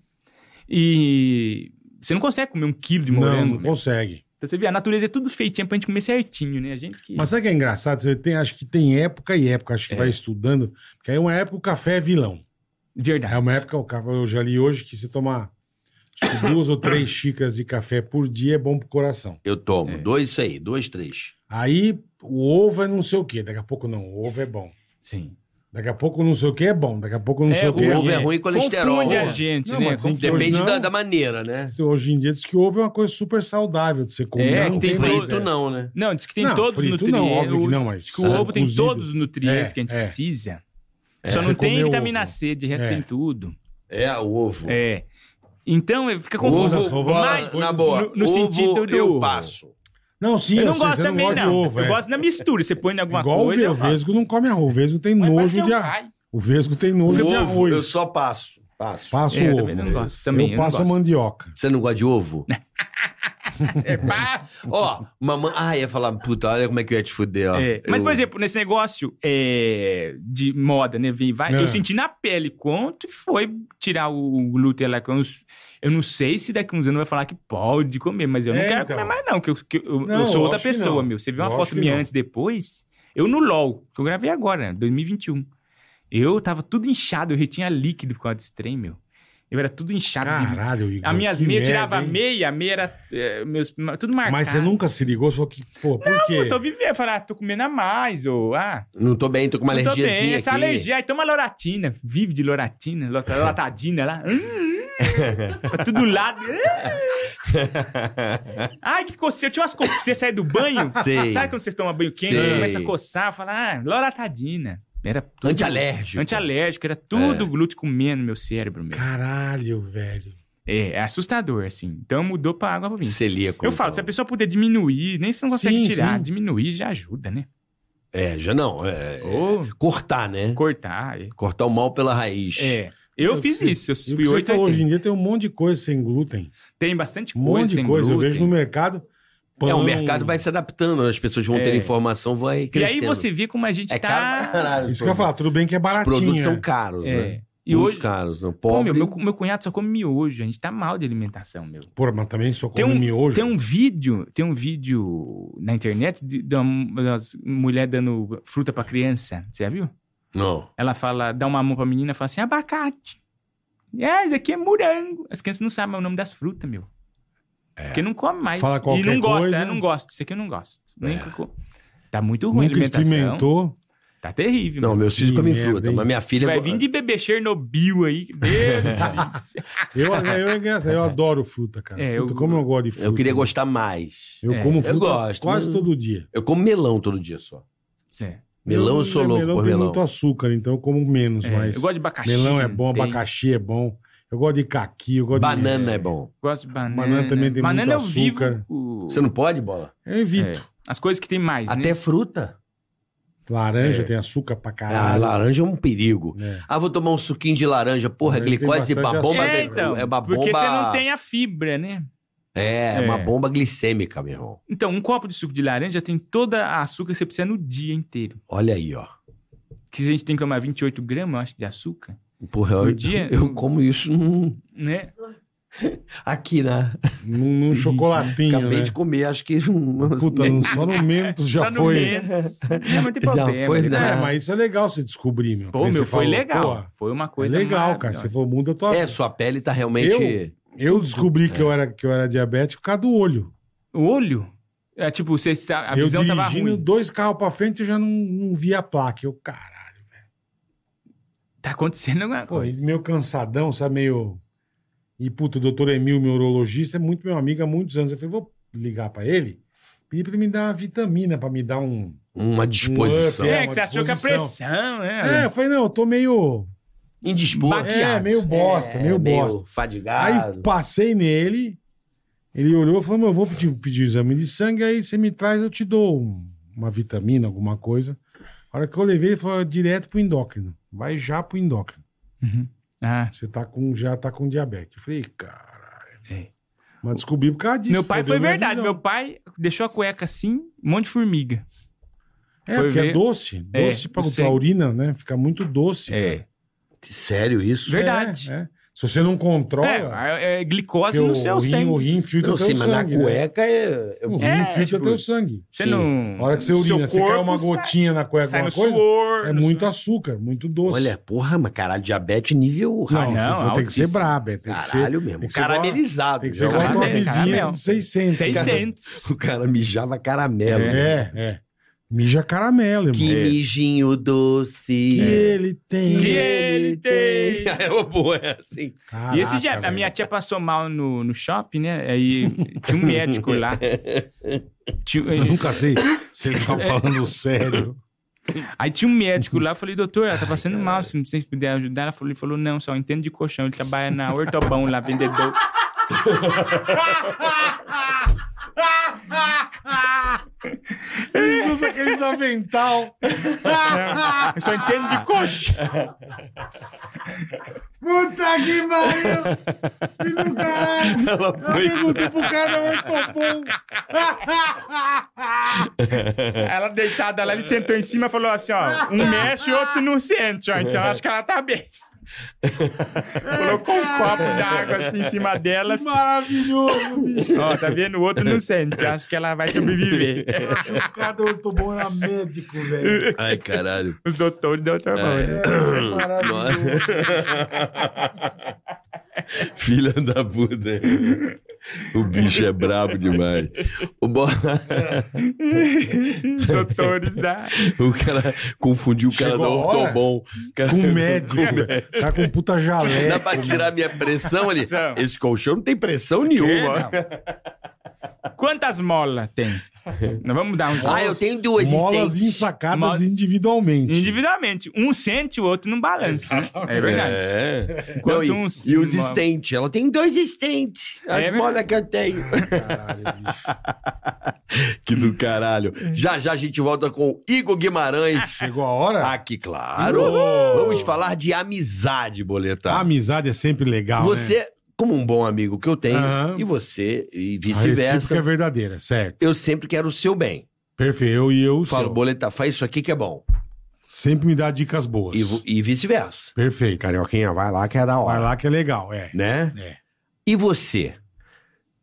Speaker 4: E você não consegue comer um quilo de
Speaker 3: Não,
Speaker 4: morango.
Speaker 3: não
Speaker 4: né?
Speaker 3: consegue.
Speaker 4: Então você vê, a natureza é tudo feitinha pra gente comer certinho, né? A gente que.
Speaker 3: Mas sabe o que é engraçado? Você tem, acho que tem época e época, acho que
Speaker 4: É.
Speaker 3: vai estudando. Porque aí uma época o café é vilão.
Speaker 4: Verdade.
Speaker 3: É uma época, o café, eu já li hoje que se tomar acho que duas ou três xícaras de café por dia é bom pro coração.
Speaker 2: Eu tomo.
Speaker 4: É.
Speaker 2: Dois, isso aí. Dois, três.
Speaker 3: Aí o ovo é não sei o quê, daqui a pouco não, o ovo é bom.
Speaker 4: Sim.
Speaker 3: Daqui a pouco não sei o que é bom, daqui a pouco não
Speaker 4: É,
Speaker 3: sei o
Speaker 4: o
Speaker 3: que
Speaker 2: O ovo é
Speaker 3: ruim.
Speaker 2: ruim e colesterol.
Speaker 4: Confunde a gente,
Speaker 3: Não,
Speaker 4: né?
Speaker 3: mas
Speaker 4: Confunde.
Speaker 3: tem que-
Speaker 2: Depende
Speaker 3: Hoje
Speaker 2: da,
Speaker 3: não.
Speaker 2: da maneira, né?
Speaker 3: Hoje em dia diz que ovo é uma coisa super saudável de você comer.
Speaker 4: É,
Speaker 3: não
Speaker 4: que tem
Speaker 3: mais
Speaker 4: frito,
Speaker 2: Frito
Speaker 3: essa.
Speaker 2: não, né?
Speaker 4: Não, diz que tem
Speaker 3: Não,
Speaker 4: todos os
Speaker 3: frito
Speaker 4: nutrientes.
Speaker 3: não, óbvio que não, mas
Speaker 4: Diz que o ovo tem
Speaker 3: cozido.
Speaker 4: todos os nutrientes
Speaker 3: É,
Speaker 4: que a gente
Speaker 3: é.
Speaker 4: precisa.
Speaker 2: É.
Speaker 4: Só
Speaker 3: Você
Speaker 4: não tem
Speaker 3: comeu
Speaker 4: vitamina
Speaker 3: ovo.
Speaker 4: C, de resto
Speaker 3: É.
Speaker 4: tem tudo.
Speaker 2: É, o ovo.
Speaker 4: É. Então, é, fica
Speaker 2: Ovo,
Speaker 4: confuso.
Speaker 3: ovo, ovo,
Speaker 4: mas,
Speaker 3: ovo,
Speaker 2: na boa,
Speaker 4: no- no
Speaker 2: ovo
Speaker 4: sentido do-
Speaker 2: eu passo.
Speaker 3: Não, sim,
Speaker 4: eu não
Speaker 3: sei, você
Speaker 4: gosto também,
Speaker 3: gosta de
Speaker 4: não.
Speaker 3: ovo,
Speaker 4: eu
Speaker 3: é.
Speaker 4: gosto da mistura. Você põe em alguma
Speaker 3: Igual
Speaker 4: coisa.
Speaker 3: o
Speaker 4: eu faço.
Speaker 3: Vesgo não come arroz. O Vesgo tem
Speaker 4: Mas
Speaker 5: é
Speaker 3: nojo
Speaker 4: um
Speaker 5: um
Speaker 4: parece
Speaker 3: de
Speaker 4: que
Speaker 3: arroz.
Speaker 5: né?
Speaker 4: cai.
Speaker 3: O Vesgo tem nojo
Speaker 2: O
Speaker 3: de
Speaker 2: ovo, eu
Speaker 3: arroz.
Speaker 2: só passo. Passo.
Speaker 3: Passo
Speaker 4: É, eu
Speaker 3: ovo.
Speaker 4: também não gosto,
Speaker 3: Eu
Speaker 4: também, eu não
Speaker 3: passo a
Speaker 4: gosto.
Speaker 3: mandioca.
Speaker 2: Você não gosta de ovo?
Speaker 4: É, pá.
Speaker 2: Ó, mamãe. Ah, ia falar, puta, olha como é que eu ia te fuder,
Speaker 3: Ah,
Speaker 2: ó.
Speaker 4: É, Mas,
Speaker 2: Eu-
Speaker 4: por exemplo, nesse negócio é, de moda, né? Vem, e vai.
Speaker 3: É.
Speaker 4: Eu senti na pele quanto e foi tirar o glúten lá. que eu não- Eu não sei se daqui a uns anos vai falar que pode comer, mas eu não
Speaker 3: É,
Speaker 4: quero
Speaker 3: então.
Speaker 4: comer mais, não. Que eu, que eu- eu
Speaker 3: Não,
Speaker 4: sou
Speaker 3: lógico
Speaker 4: outra
Speaker 3: que
Speaker 4: pessoa,
Speaker 3: não.
Speaker 4: meu. Você viu uma
Speaker 3: Lógico
Speaker 4: foto
Speaker 3: que
Speaker 4: minha
Speaker 3: não.
Speaker 4: antes e depois? Eu no LOL, que eu gravei agora, né, 2021. Eu tava tudo inchado, eu retinha líquido por causa desse trem, meu. Eu era tudo inchado de
Speaker 3: Caralho, Igor.
Speaker 4: As minhas
Speaker 3: que
Speaker 4: meias, eu
Speaker 3: merda,
Speaker 4: tirava a
Speaker 3: hein?
Speaker 4: meia, a meia era eh, meus, tudo marcado.
Speaker 3: Mas você nunca se ligou, você falou que, pô, por quê?
Speaker 4: Eu tô vivendo, eu falava, ah, tô comendo a mais, ou ah,
Speaker 2: Não tô bem, tô com uma
Speaker 4: não tô
Speaker 2: alergiazinha
Speaker 4: bem, essa
Speaker 2: aqui.
Speaker 4: alergia, aí toma loratina, vive de loratina, lota- lotadina lá, hum, hum, pra todo lado. hum. Ai, que coceira, eu tinha umas coceiras, saí do banho,
Speaker 2: Sei.
Speaker 4: sabe quando você toma banho quente,
Speaker 2: Sei.
Speaker 4: começa a coçar, fala, ah, loratadina. Era tudo-
Speaker 2: Antialérgico. É.
Speaker 4: Antialérgico, era tudo glúten comendo meu cérebro, meu.
Speaker 3: Caralho, velho.
Speaker 4: É, é assustador, assim. Então mudou pra água pra vinho.
Speaker 2: Celíaco.
Speaker 4: Eu falo, se a
Speaker 2: então.
Speaker 4: pessoa puder diminuir, nem se não consegue
Speaker 3: Sim,
Speaker 4: tirar,
Speaker 3: sim.
Speaker 4: diminuir já ajuda, né?
Speaker 2: É, já não. é- é-
Speaker 4: Ou
Speaker 2: Cortar, né?
Speaker 4: cortar. é.
Speaker 2: Cortar o mal pela raiz.
Speaker 4: É. Eu
Speaker 3: É o
Speaker 4: fiz
Speaker 3: que E
Speaker 4: isso, eu
Speaker 3: o que
Speaker 4: fui
Speaker 3: você
Speaker 4: oito
Speaker 3: falou, hoje em dia tem um monte de coisa sem glúten.
Speaker 4: Tem bastante
Speaker 3: Um
Speaker 4: coisa.
Speaker 3: monte de
Speaker 4: sem
Speaker 3: coisa. Eu
Speaker 4: glúten.
Speaker 3: vejo no mercado.
Speaker 2: É,
Speaker 3: pão, É
Speaker 2: o mercado vai se adaptando, as pessoas vão
Speaker 4: É.
Speaker 2: ter informação, vai
Speaker 4: E
Speaker 2: crescendo.
Speaker 4: aí você vê como a gente
Speaker 2: É caro pra
Speaker 4: tá.
Speaker 2: caralho.
Speaker 3: Isso que eu ia falar, tudo bem que é
Speaker 2: Os
Speaker 3: baratinho.
Speaker 2: produtos
Speaker 3: né?
Speaker 2: são caros, né?
Speaker 4: É. E
Speaker 2: Muito
Speaker 4: hoje.
Speaker 2: caros, não. Pobre.
Speaker 4: Pô, meu, meu, meu cunhado só come miojo, a gente tá mal de alimentação, meu.
Speaker 3: Pô, mas também só
Speaker 4: Tem
Speaker 3: come
Speaker 4: um-
Speaker 3: miojo.
Speaker 4: Tem um vídeo, tem um vídeo na internet de, de uma das mulher dando fruta pra criança. Você já viu?
Speaker 2: Não.
Speaker 4: Ela fala, dá uma mão pra menina e fala assim, abacate. É, isso aqui é morango. As crianças não sabem o nome das frutas, meu. Porque não come mais.
Speaker 3: É. Fala
Speaker 4: e
Speaker 3: qualquer
Speaker 4: não gosta,
Speaker 3: coisa.
Speaker 4: né? não gosto. Isso aqui eu não gosto. Nem
Speaker 2: É.
Speaker 4: cocô. Tá muito ruim
Speaker 3: Nunca
Speaker 4: a alimentação.
Speaker 3: experimentou.
Speaker 4: Tá terrível.
Speaker 2: Não,
Speaker 4: meu.
Speaker 2: meus filhos
Speaker 3: Que
Speaker 2: comem
Speaker 3: merda,
Speaker 2: fruta,
Speaker 3: hein?
Speaker 2: mas minha filha...
Speaker 4: Vai vir de bebê Chernobyl aí. Meu Deus.
Speaker 3: Eu, eu, é engraçado, eu adoro fruta, cara.
Speaker 4: É, eu-
Speaker 3: Puta, como eu gosto de fruta.
Speaker 2: Eu queria gostar mais.
Speaker 3: Eu
Speaker 4: É,
Speaker 3: como
Speaker 2: eu
Speaker 3: fruta
Speaker 2: gosto,
Speaker 3: quase
Speaker 2: mas-
Speaker 3: todo dia.
Speaker 2: Eu como melão todo dia só. é,
Speaker 4: Sim.
Speaker 2: Melão eu, sou louco
Speaker 3: melão
Speaker 2: por
Speaker 3: tem
Speaker 2: melão.
Speaker 3: muito açúcar, então eu como menos,
Speaker 4: É,
Speaker 3: mas
Speaker 4: eu gosto de abacaxi.
Speaker 3: melão é
Speaker 4: que
Speaker 3: bom,
Speaker 4: tem.
Speaker 3: abacaxi é bom. Eu gosto de caqui, eu gosto de...
Speaker 2: Banana é bom.
Speaker 4: Gosto de banana.
Speaker 3: Banana também tem
Speaker 4: Banana
Speaker 3: muito
Speaker 4: eu vivo
Speaker 3: açúcar.
Speaker 4: o-
Speaker 2: Você não pode, Bola?
Speaker 3: Eu evito.
Speaker 4: É, as coisas que tem mais, né?
Speaker 2: Até fruta.
Speaker 3: Laranja tem açúcar pra
Speaker 2: Ah,
Speaker 3: caralho.
Speaker 2: laranja é um perigo.
Speaker 3: É.
Speaker 2: Ah, vou tomar um suquinho de laranja. Porra,
Speaker 3: Laranja tem
Speaker 2: glicose
Speaker 3: bastante
Speaker 2: ba- bomba,
Speaker 3: açúcar.
Speaker 4: é,
Speaker 2: é,
Speaker 4: então,
Speaker 2: é uma bomba.
Speaker 4: porque você não tem a fibra, né?
Speaker 2: É, é uma
Speaker 4: É.
Speaker 2: bomba glicêmica, meu irmão.
Speaker 4: Então, um copo de suco de laranja tem toda a açúcar que você precisa no dia inteiro.
Speaker 2: Olha aí, ó.
Speaker 4: Que a gente tem que tomar 28 gramas, eu acho, de açúcar,
Speaker 2: Porra, eu,
Speaker 4: No dia-
Speaker 2: eu como isso num-
Speaker 4: né?
Speaker 2: aqui, né?
Speaker 3: Num, num chocolatinho,
Speaker 2: Acabei
Speaker 3: né?
Speaker 2: de comer, acho que. um-
Speaker 3: Puta, não- só no Mentos já
Speaker 4: Só no
Speaker 3: foi.
Speaker 4: Mentos. Não, mas não tem
Speaker 2: Já
Speaker 4: problema.
Speaker 2: foi,
Speaker 4: depois-
Speaker 2: né?
Speaker 3: É, mas isso é legal você descobrir, meu.
Speaker 4: Pô,
Speaker 3: Aí
Speaker 4: meu,
Speaker 3: você
Speaker 4: foi
Speaker 3: falou,
Speaker 4: legal.
Speaker 3: pô,
Speaker 4: Foi uma
Speaker 3: É
Speaker 4: coisa
Speaker 3: legal, cara. Você
Speaker 4: maravilhosa.
Speaker 3: falou, muda a tua
Speaker 2: É, sua pele tá realmente.
Speaker 3: Eu descobri que, eu era, que eu era diabético por causa do olho.
Speaker 4: O olho? É, tipo, você está, a
Speaker 3: eu
Speaker 4: visão tava
Speaker 3: dirigindo
Speaker 4: ruim.
Speaker 3: dois carros pra frente eu já não, não via a placa. Eu, caralho.
Speaker 4: Tá acontecendo alguma
Speaker 3: Pô, e
Speaker 4: coisa.
Speaker 3: meu cansadão, sabe, meio... E, puta, o doutor Emil, meu urologista, é muito meu amigo há muitos anos. Eu falei, vou ligar pra ele, pedir pra ele me dar uma vitamina, pra me dar um...
Speaker 2: Uma disposição.
Speaker 3: Um up,
Speaker 4: É, que você achou que a
Speaker 3: disposição.
Speaker 4: pressão,
Speaker 3: É,
Speaker 4: né?
Speaker 3: eu falei, não, eu tô meio...
Speaker 2: Indisposto.
Speaker 3: É, meio bosta, meio bosta. Aí
Speaker 2: fadigado.
Speaker 3: passei nele, ele olhou e falou: meu, eu vou pedir, pedir o exame de sangue, aí você me traz, eu te dou um- uma vitamina, alguma coisa. A hora que eu levei, ele falou: direto pro endócrino. Vai já pro endócrino.
Speaker 4: Uhum. Ah,
Speaker 3: Você tá com, já tá com diabetes. Eu falei, caralho.
Speaker 4: É.
Speaker 3: Mas descobri por causa disso.
Speaker 4: meu pai
Speaker 3: fodeu
Speaker 4: foi
Speaker 3: minha
Speaker 4: verdade.
Speaker 3: visão.
Speaker 4: Meu pai deixou a cueca assim, um monte de formiga.
Speaker 3: É,
Speaker 4: foi
Speaker 3: porque
Speaker 4: ver-
Speaker 3: é doce.
Speaker 4: É,
Speaker 3: Doce pra
Speaker 4: eu
Speaker 3: pra
Speaker 4: sei.
Speaker 3: urina, né? Fica muito doce. cara.
Speaker 4: É.
Speaker 2: Sério isso?
Speaker 4: Ver- verdade.
Speaker 3: É, é. Se você não controla, é,
Speaker 4: É, é, glicose
Speaker 3: o,
Speaker 4: no
Speaker 3: rim,
Speaker 4: seu
Speaker 3: o
Speaker 4: sangue.
Speaker 3: rim
Speaker 2: Eu
Speaker 3: filtra
Speaker 2: não
Speaker 3: teu
Speaker 2: sei, mas na
Speaker 3: sangue, né?
Speaker 2: cueca é. eu-
Speaker 3: O rim
Speaker 4: É,
Speaker 3: filtra
Speaker 4: tipo,
Speaker 3: teu sangue.
Speaker 4: Você
Speaker 2: Sim.
Speaker 4: não.
Speaker 3: A hora que você urina, você
Speaker 4: Seu
Speaker 3: cai
Speaker 4: corpo
Speaker 3: uma
Speaker 4: sai-
Speaker 3: gotinha na cueca,
Speaker 4: sai
Speaker 3: alguma
Speaker 4: no
Speaker 3: coisa,
Speaker 4: suor.
Speaker 3: é
Speaker 4: no
Speaker 3: muito
Speaker 4: suor.
Speaker 3: açúcar, muito doce.
Speaker 2: Olha, porra, mas caralho, diabetes nível
Speaker 3: não,
Speaker 2: high.
Speaker 4: não,
Speaker 3: se for, tem que ser
Speaker 4: altíssimo.
Speaker 3: brabo, é, tem que ser,
Speaker 2: Caralho mesmo.
Speaker 3: tem que ser
Speaker 2: Caramelizado.
Speaker 3: tem que ser
Speaker 2: né?
Speaker 3: com uma
Speaker 4: Caralho,
Speaker 3: torrezinha
Speaker 4: caramelo.
Speaker 3: de 600. cara.
Speaker 4: 600.
Speaker 2: O cara mijava caramelo.
Speaker 4: É.
Speaker 3: É, é. Mija caramelo, irmão.
Speaker 2: Que mijinho doce.
Speaker 3: Que ele tem. um
Speaker 4: Que ele tem.
Speaker 2: É uma boa, é assim.
Speaker 4: E
Speaker 3: Caraca,
Speaker 4: esse dia, a
Speaker 3: velho.
Speaker 4: minha tia passou mal no, no shopping, né? Aí tinha um médico lá. Tinha-
Speaker 3: Eu nunca sei se ele tá falando sério.
Speaker 4: aí tinha um médico lá, eu falei, doutor, ela tá passando mal, se não sei se puder ajudar. Ela falou, ele falou, não, só entendo de colchão, ele trabalha na Hortobão lá, vendedor.
Speaker 3: Eles usam aqueles avental.
Speaker 4: Eu só entendo de colchão.
Speaker 3: Puta que pariu! Filho do caralho!
Speaker 2: Ela
Speaker 3: Eu perguntei pro cara, mas tô bom.
Speaker 4: Ela deitada lá, ele sentou em cima e falou assim, ó, um mexe e outro não sente, ó, então acho que ela tá bem. Colocou um copo d'água assim em cima dela.
Speaker 3: Maravilhoso, bicho.
Speaker 4: Ó, tá vendo? O outro não sente, acho que ela vai sobreviver.
Speaker 3: O cara do muito bom era médico, velho.
Speaker 2: Ai, caralho.
Speaker 4: Os doutores da
Speaker 2: É.
Speaker 4: Hortobão. né?
Speaker 3: É maravilhoso.
Speaker 2: Filha da puta. O bicho é brabo demais. O, bo...
Speaker 4: Os doutores da...
Speaker 2: o cara confundiu o cara
Speaker 3: Chegou
Speaker 2: da
Speaker 3: a hora?
Speaker 2: Ortobon. Cara...
Speaker 3: Com médico, velho. Tá com puta
Speaker 2: Dá
Speaker 3: jalé.
Speaker 2: pra tirar minha pressão ali?
Speaker 4: Pressão.
Speaker 2: Esse colchão não tem pressão nenhuma.
Speaker 4: Quantas molas tem? Nós vamos dar um jeito.
Speaker 2: Ah, eu tenho duas
Speaker 3: Molas
Speaker 2: existentes.
Speaker 3: ensacadas
Speaker 4: Mola-
Speaker 3: individualmente.
Speaker 4: Individualmente. Um sente, o outro não balança. né? É verdade.
Speaker 2: É.
Speaker 4: Quanto
Speaker 3: um
Speaker 2: Não, e,
Speaker 4: uns-
Speaker 2: e os
Speaker 4: uma-
Speaker 2: estentes. Ela tem dois estentes. As
Speaker 4: É verdade.
Speaker 2: molas que eu tenho.
Speaker 3: Caralho, bicho.
Speaker 2: Que
Speaker 3: Hum.
Speaker 2: do caralho.
Speaker 3: É.
Speaker 2: Já já a gente volta com Igor Guimarães.
Speaker 3: Chegou a hora?
Speaker 2: Aqui, claro.
Speaker 3: É. Uhul.
Speaker 2: Vamos falar de amizade,
Speaker 3: A
Speaker 2: boletar.
Speaker 3: amizade é sempre legal, né?
Speaker 2: tá. você, como um bom amigo que eu tenho,
Speaker 3: Aham.
Speaker 2: e você, e
Speaker 3: A recíproca
Speaker 2: vice-versa,
Speaker 3: é verdadeira, certo.
Speaker 2: eu sempre quero o seu bem.
Speaker 3: Perfeito. Eu e eu, o
Speaker 2: Falo,
Speaker 3: seu.
Speaker 2: boletar, faz isso aqui que é bom.
Speaker 3: sempre me dá dicas boas.
Speaker 2: E, vo- e vice-versa.
Speaker 3: Perfeito.
Speaker 2: Carioquinha, vai lá que é da
Speaker 3: Vai lá que é legal, é.
Speaker 2: Né?
Speaker 3: É.
Speaker 2: E você?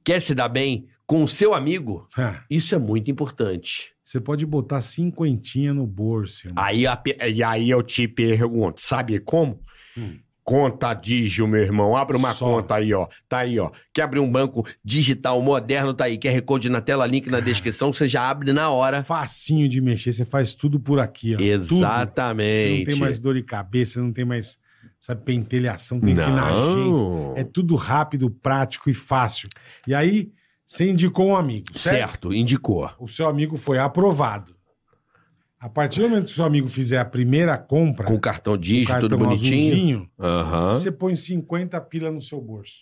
Speaker 2: Quer se dar bem com o seu amigo?
Speaker 3: Ah,
Speaker 2: Isso é muito importante.
Speaker 3: Você pode botar cinquentinha no bolso, irmão.
Speaker 2: Aí, a pe- e aí eu te pergunto, sabe como?
Speaker 3: Hum.
Speaker 2: Conta Digio, meu irmão. Abre uma
Speaker 3: Só.
Speaker 2: conta aí, ó. Tá aí, ó. Quer abrir um banco digital moderno, tá aí. QR Code na tela, link na descrição. Você já abre na hora.
Speaker 3: Facinho de mexer, você faz tudo por aqui, ó. Tudo. Você não
Speaker 2: Exatamente.
Speaker 3: tem mais dor de cabeça, não tem mais, sabe, pentelhação, tem que ir na agência.
Speaker 2: Não.
Speaker 3: É tudo rápido, prático e fácil. E aí, você indicou um amigo, certo?
Speaker 2: Certo, indicou.
Speaker 3: O seu amigo foi aprovado. A partir do momento que o seu amigo fizer a primeira compra,
Speaker 2: Com cartão
Speaker 3: o
Speaker 2: dígito, tudo
Speaker 3: cartão
Speaker 2: bonitinho.
Speaker 3: azulzinho,
Speaker 2: Aham.
Speaker 3: você põe 50 pila no seu bolso.